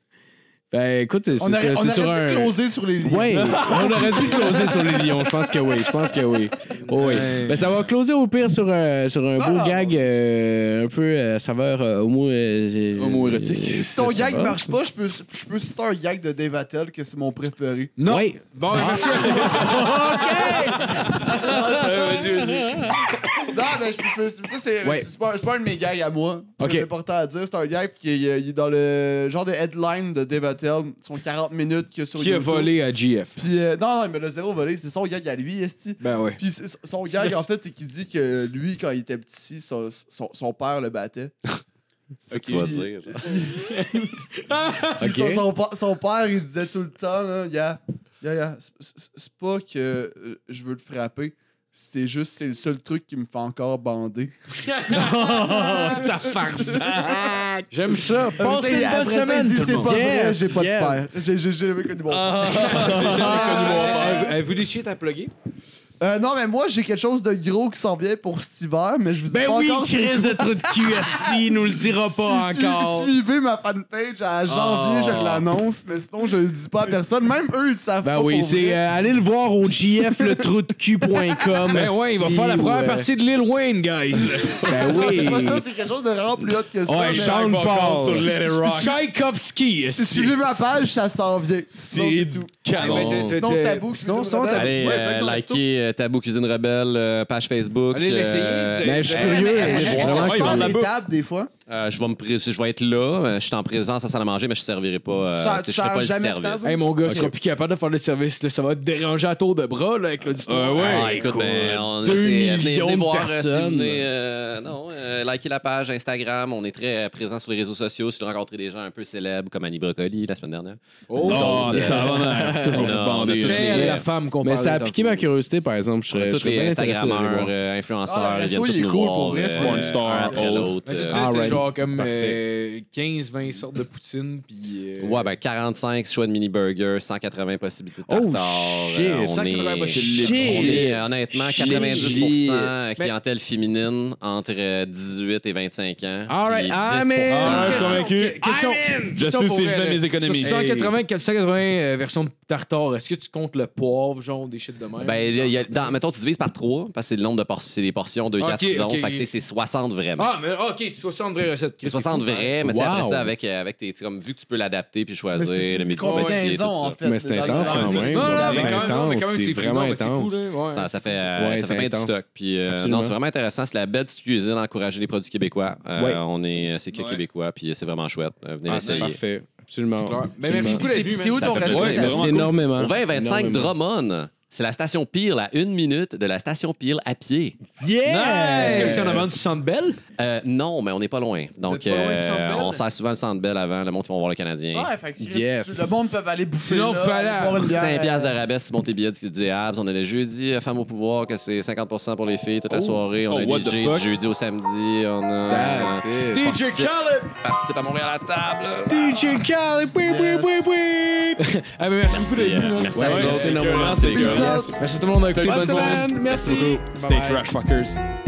S6: Ben écoute, c'est
S5: On aurait,
S6: c'est-
S5: on aurait
S6: c'est sur
S5: dû
S6: un.
S5: closer sur les liens.
S6: Oui, on aurait dû closer sur les lions. Je pense que oui. Je pense que oui. Oh, oui.
S3: Ouais.
S6: Ben, ça va closer au pire sur, un- sur un
S5: Ah,
S6: beau
S5: non.
S6: gag euh, un peu euh, saveur euh, homo. euh,
S4: Homo-érotique.
S6: euh,
S5: Si ton
S6: ça, ça
S5: gag
S6: va.
S5: marche pas, je peux, je peux citer un gag de Dave Attell, que c'est mon préféré.
S3: Non.
S6: Oui.
S3: Bon, ben, merci à toi. euh,
S5: Non, mais je peux. je peux- Ça, c'est
S6: Ouais.
S5: c'est pas, c'est pas un de mes gags à moi.
S6: Ok.
S5: C'est important à dire. C'est un gag qui est, euh, il est dans le genre de headline de Dave Attell, son 40 minutes qu'il y a sur
S3: Qui a
S5: YouTube.
S3: volé à GF?
S5: Puis, euh, non, non, mais le zéro volé, c'est son gag à lui, Esti.
S3: Ben oui.
S5: Puis c'est- son gag, en fait, c'est qu'il dit que lui, quand il était petit, son, son, son père le battait.
S1: C'est ce que tu vas dire. genre.
S5: Puis son, son pa- son père, il disait tout le temps, là, yeah, yeah, yeah, c'est- c'est c'est pas que euh, je veux le frapper, c'est juste, c'est le seul truc qui me fait encore bander.
S3: J'aime ça.
S5: Après
S3: Passez
S5: ça,
S3: une bonne
S5: après ça, il
S3: semaine.
S5: dit,
S3: tout le
S5: C'est
S3: monde.
S5: pas vrai,
S6: Yes,
S5: j'ai pas
S6: yes.
S5: de père. J'ai- J'ai jamais connu mon père.
S3: Ah, Euh, Avez-vous des shit à plugger?
S5: Euh, non, mais moi, j'ai quelque chose de gros qui s'en vient pour cet hiver, mais je vous dis
S7: Ben
S5: pas
S7: oui,
S5: encore.
S7: Chris de trou de cul, esti, il nous le dira pas
S5: Suis- suis-
S7: encore.
S5: Suivez ma fanpage à janvier,
S7: Oh.
S5: je l'annonce, mais sinon, je le dis pas à personne. Même eux, ils le savent
S6: Ben
S5: pas.
S6: oui,
S5: pour vrai.
S6: c'est euh, allez le voir au jfletrou-de-cul.com.
S3: Ben ouais, il va faire la première partie de Lil Wayne, guys.
S6: Ben
S5: Non,
S6: oui.
S5: c'est pas ça, c'est quelque chose de vraiment plus haute que ça.
S6: Ouais,
S5: mais-
S6: Sean
S4: Encore
S6: Paul.
S4: sur Let It Rock.
S3: Tchaïkovski.
S5: Si suivez ma page, ça s'en vient. Sinon,
S4: C'est
S5: c'est tout.
S4: canon.
S5: Sinon, tabou,
S3: Sinon,
S5: cuisine
S3: sinon,
S5: rebelle.
S3: tabou.
S1: Allez,
S3: Ouais,
S1: euh,
S3: maintenant, c'est tout.
S1: likez euh, Tabou Cuisine Rebelle, euh, page Facebook.
S3: Allez l'essayer,
S1: euh,
S3: vous allez-
S6: Mais je suis
S1: euh,
S6: curieux.
S1: euh,
S6: Je suis
S1: voir.
S6: vraiment
S1: Ouais,
S5: Faire
S1: on
S6: curieux.
S5: des tables, des fois.
S1: Euh, je, vais me pré- je vais être là, euh, je suis en présence à la salle à manger, mais je ne servirai pas, euh,
S5: Ça-
S1: tu sais, je
S5: ça
S1: ferai pas le
S5: a jamais de
S1: service.
S5: table?
S3: Hey mon gars, tu seras plus capable de faire le service, là. ça va te déranger à tour de bras là, avec l'auditoire.
S1: Ah, écoute, ben, on
S6: deux
S1: c'est- venez-
S6: millions
S1: venez
S6: de
S1: voir, euh,
S6: personnes.
S1: si vous venez, euh, non, euh, likez la page Instagram. On est très euh, présents sur les réseaux sociaux. Si vous rencontrez des gens un peu célèbres comme Annie Brocoli la semaine dernière.
S3: Oh,
S4: Oh,
S1: Donc, euh,
S4: tabarnak. Tout le monde
S1: on a-
S4: bandé.
S1: on a
S3: Fais
S1: toutes les-
S3: la femme qu'on
S6: Mais
S3: parlait
S6: ça a piqué
S3: tantôt.
S6: ma curiosité, par exemple. Je serais, je
S1: tous
S6: serais
S1: les
S6: bien intéressé d'aller
S1: Instagrammeurs,
S6: voir.
S1: euh, influenceurs,
S5: Ah, le
S1: ils
S5: resto,
S1: viennent tous
S5: il est
S1: nous
S5: cool,
S1: voir,
S5: pour vrai,
S1: euh,
S5: c'est
S4: one star,
S1: un après
S4: autre.
S1: l'autre,
S3: Mais c'est
S1: euh,
S3: ça, t'as
S6: alright.
S3: genre comme
S6: Parfait.
S3: euh, 15-20 sortes de poutine, puis. euh,
S1: Ouais, ben 45 choix de mini burger, 180 possibilités de
S6: Oh,
S1: tartare.
S6: shit,
S1: Euh, on,
S3: 180
S1: est,
S3: possibilités.
S1: on est, euh, honnêtement
S6: Shit.
S1: 90 clientèle féminine entre euh, 18 et 25 ans.
S6: All right,
S1: puis
S6: I'm
S1: 10
S6: in.
S4: Ah, je suis
S3: Question-
S4: convaincu.
S3: question-
S4: Je
S3: question
S4: suis
S3: pour
S4: si
S3: elle,
S4: je mets
S3: là.
S4: mes économies.
S3: Sur 180, 480 euh, versions de tartare, est-ce que tu comptes le poivre, genre des shit de même?
S1: Ben, il y a- dans- mettons, tu divises par 3 parce que c'est le nombre de portions, c'est les portions de 4
S3: Ok,
S1: 6
S3: ok,
S1: 11. fait
S3: ok.
S1: que c'est- c'est 60 vraiment.
S3: Ah, mais ok, 60 vraies recettes.
S1: c'est
S3: Qu'est-ce
S1: 60
S3: que c'est?
S1: vrais, mais tu sais, après
S6: hein. Wow.
S1: ça, avec, euh, avec tes, tu sais, comme, vu que tu peux l'adapter puis choisir le
S5: une
S1: médecin pâtissier, tout
S5: combinaison, en
S1: ça.
S5: fait.
S6: Mais c'est
S5: Dans-
S6: intense,
S5: dans-
S6: quand
S5: dans-
S6: même.
S3: Non, non, mais
S6: C'est
S3: quand même,
S6: intense,
S3: non, mais quand même,
S6: c'est
S3: c'est fou,
S6: vraiment
S3: non, mais c'est fou,
S6: intense.
S3: là, ouais.
S1: Ça, ça fait, euh,
S6: Ouais,
S1: ça
S6: c'est
S1: fait bien du
S6: intense.
S1: stock. Puis, euh,
S6: Absolument.
S1: non, c'est vraiment intéressant. C'est la belle petite cuisine, encourager les produits québécois. Euh,
S6: Ouais.
S1: On est, c'est que
S4: Ouais.
S1: québécois, puis c'est vraiment chouette. Euh, venez
S6: Ah,
S1: l'essayer.
S6: Parfait.
S1: Ah
S6: Absolument.
S3: Clair. Ben,
S6: Absolument.
S3: merci beaucoup
S5: C'est-
S3: d'être venu,
S5: c'est où
S3: man.
S5: ton
S1: Ça fait
S5: restaurant?
S1: plaisir.
S6: Merci énormément.
S1: Au 20-25
S6: Énormément.
S1: Drummond. C'est la station Peel à une minute de la station Peel à pied.
S6: Yeah!
S3: Est-ce que c'est en avant du Centre Belle?
S1: Euh, non, mais on n'est pas loin. Donc,
S3: pas loin du Centre
S1: euh,
S3: Bell? Ah,
S1: on sert souvent le centre Bell avant. Le monde qui va voir le Canadien.
S5: Ouais, fait que si
S6: Yes.
S5: le monde peut aller bouffer.
S3: Sinon,
S5: là,
S3: faut aller à
S5: boire une bière,
S1: 5
S5: euh,
S1: piastres de rabais si tu montes tes billets du du Habs. On a le jeudi euh, Femme au pouvoir, que c'est 50 pour les filles toute la soirée. On
S4: Oh,
S1: a
S4: what
S1: le
S4: the
S1: DJ
S4: fuck?
S1: du jeudi au samedi. On a...
S6: That's it.
S3: DJ
S1: participe-
S3: Khaled!
S1: Participe à Montréal à la table.
S6: DJ Khaled, oui, oui, oui, oui!
S3: Ah, mais merci beaucoup
S1: Merci,
S3: d'être venu. man.
S1: euh, merci
S6: Ouais,
S1: à vous
S6: merci
S1: autres.
S6: énormément.
S4: C'est
S5: Peace
S4: que-
S5: out.
S3: Merci à tout le monde d'avoir écouté.
S6: Bonne
S3: Bonne semaine.
S6: semaine, merci.
S4: Stay trash fuckers.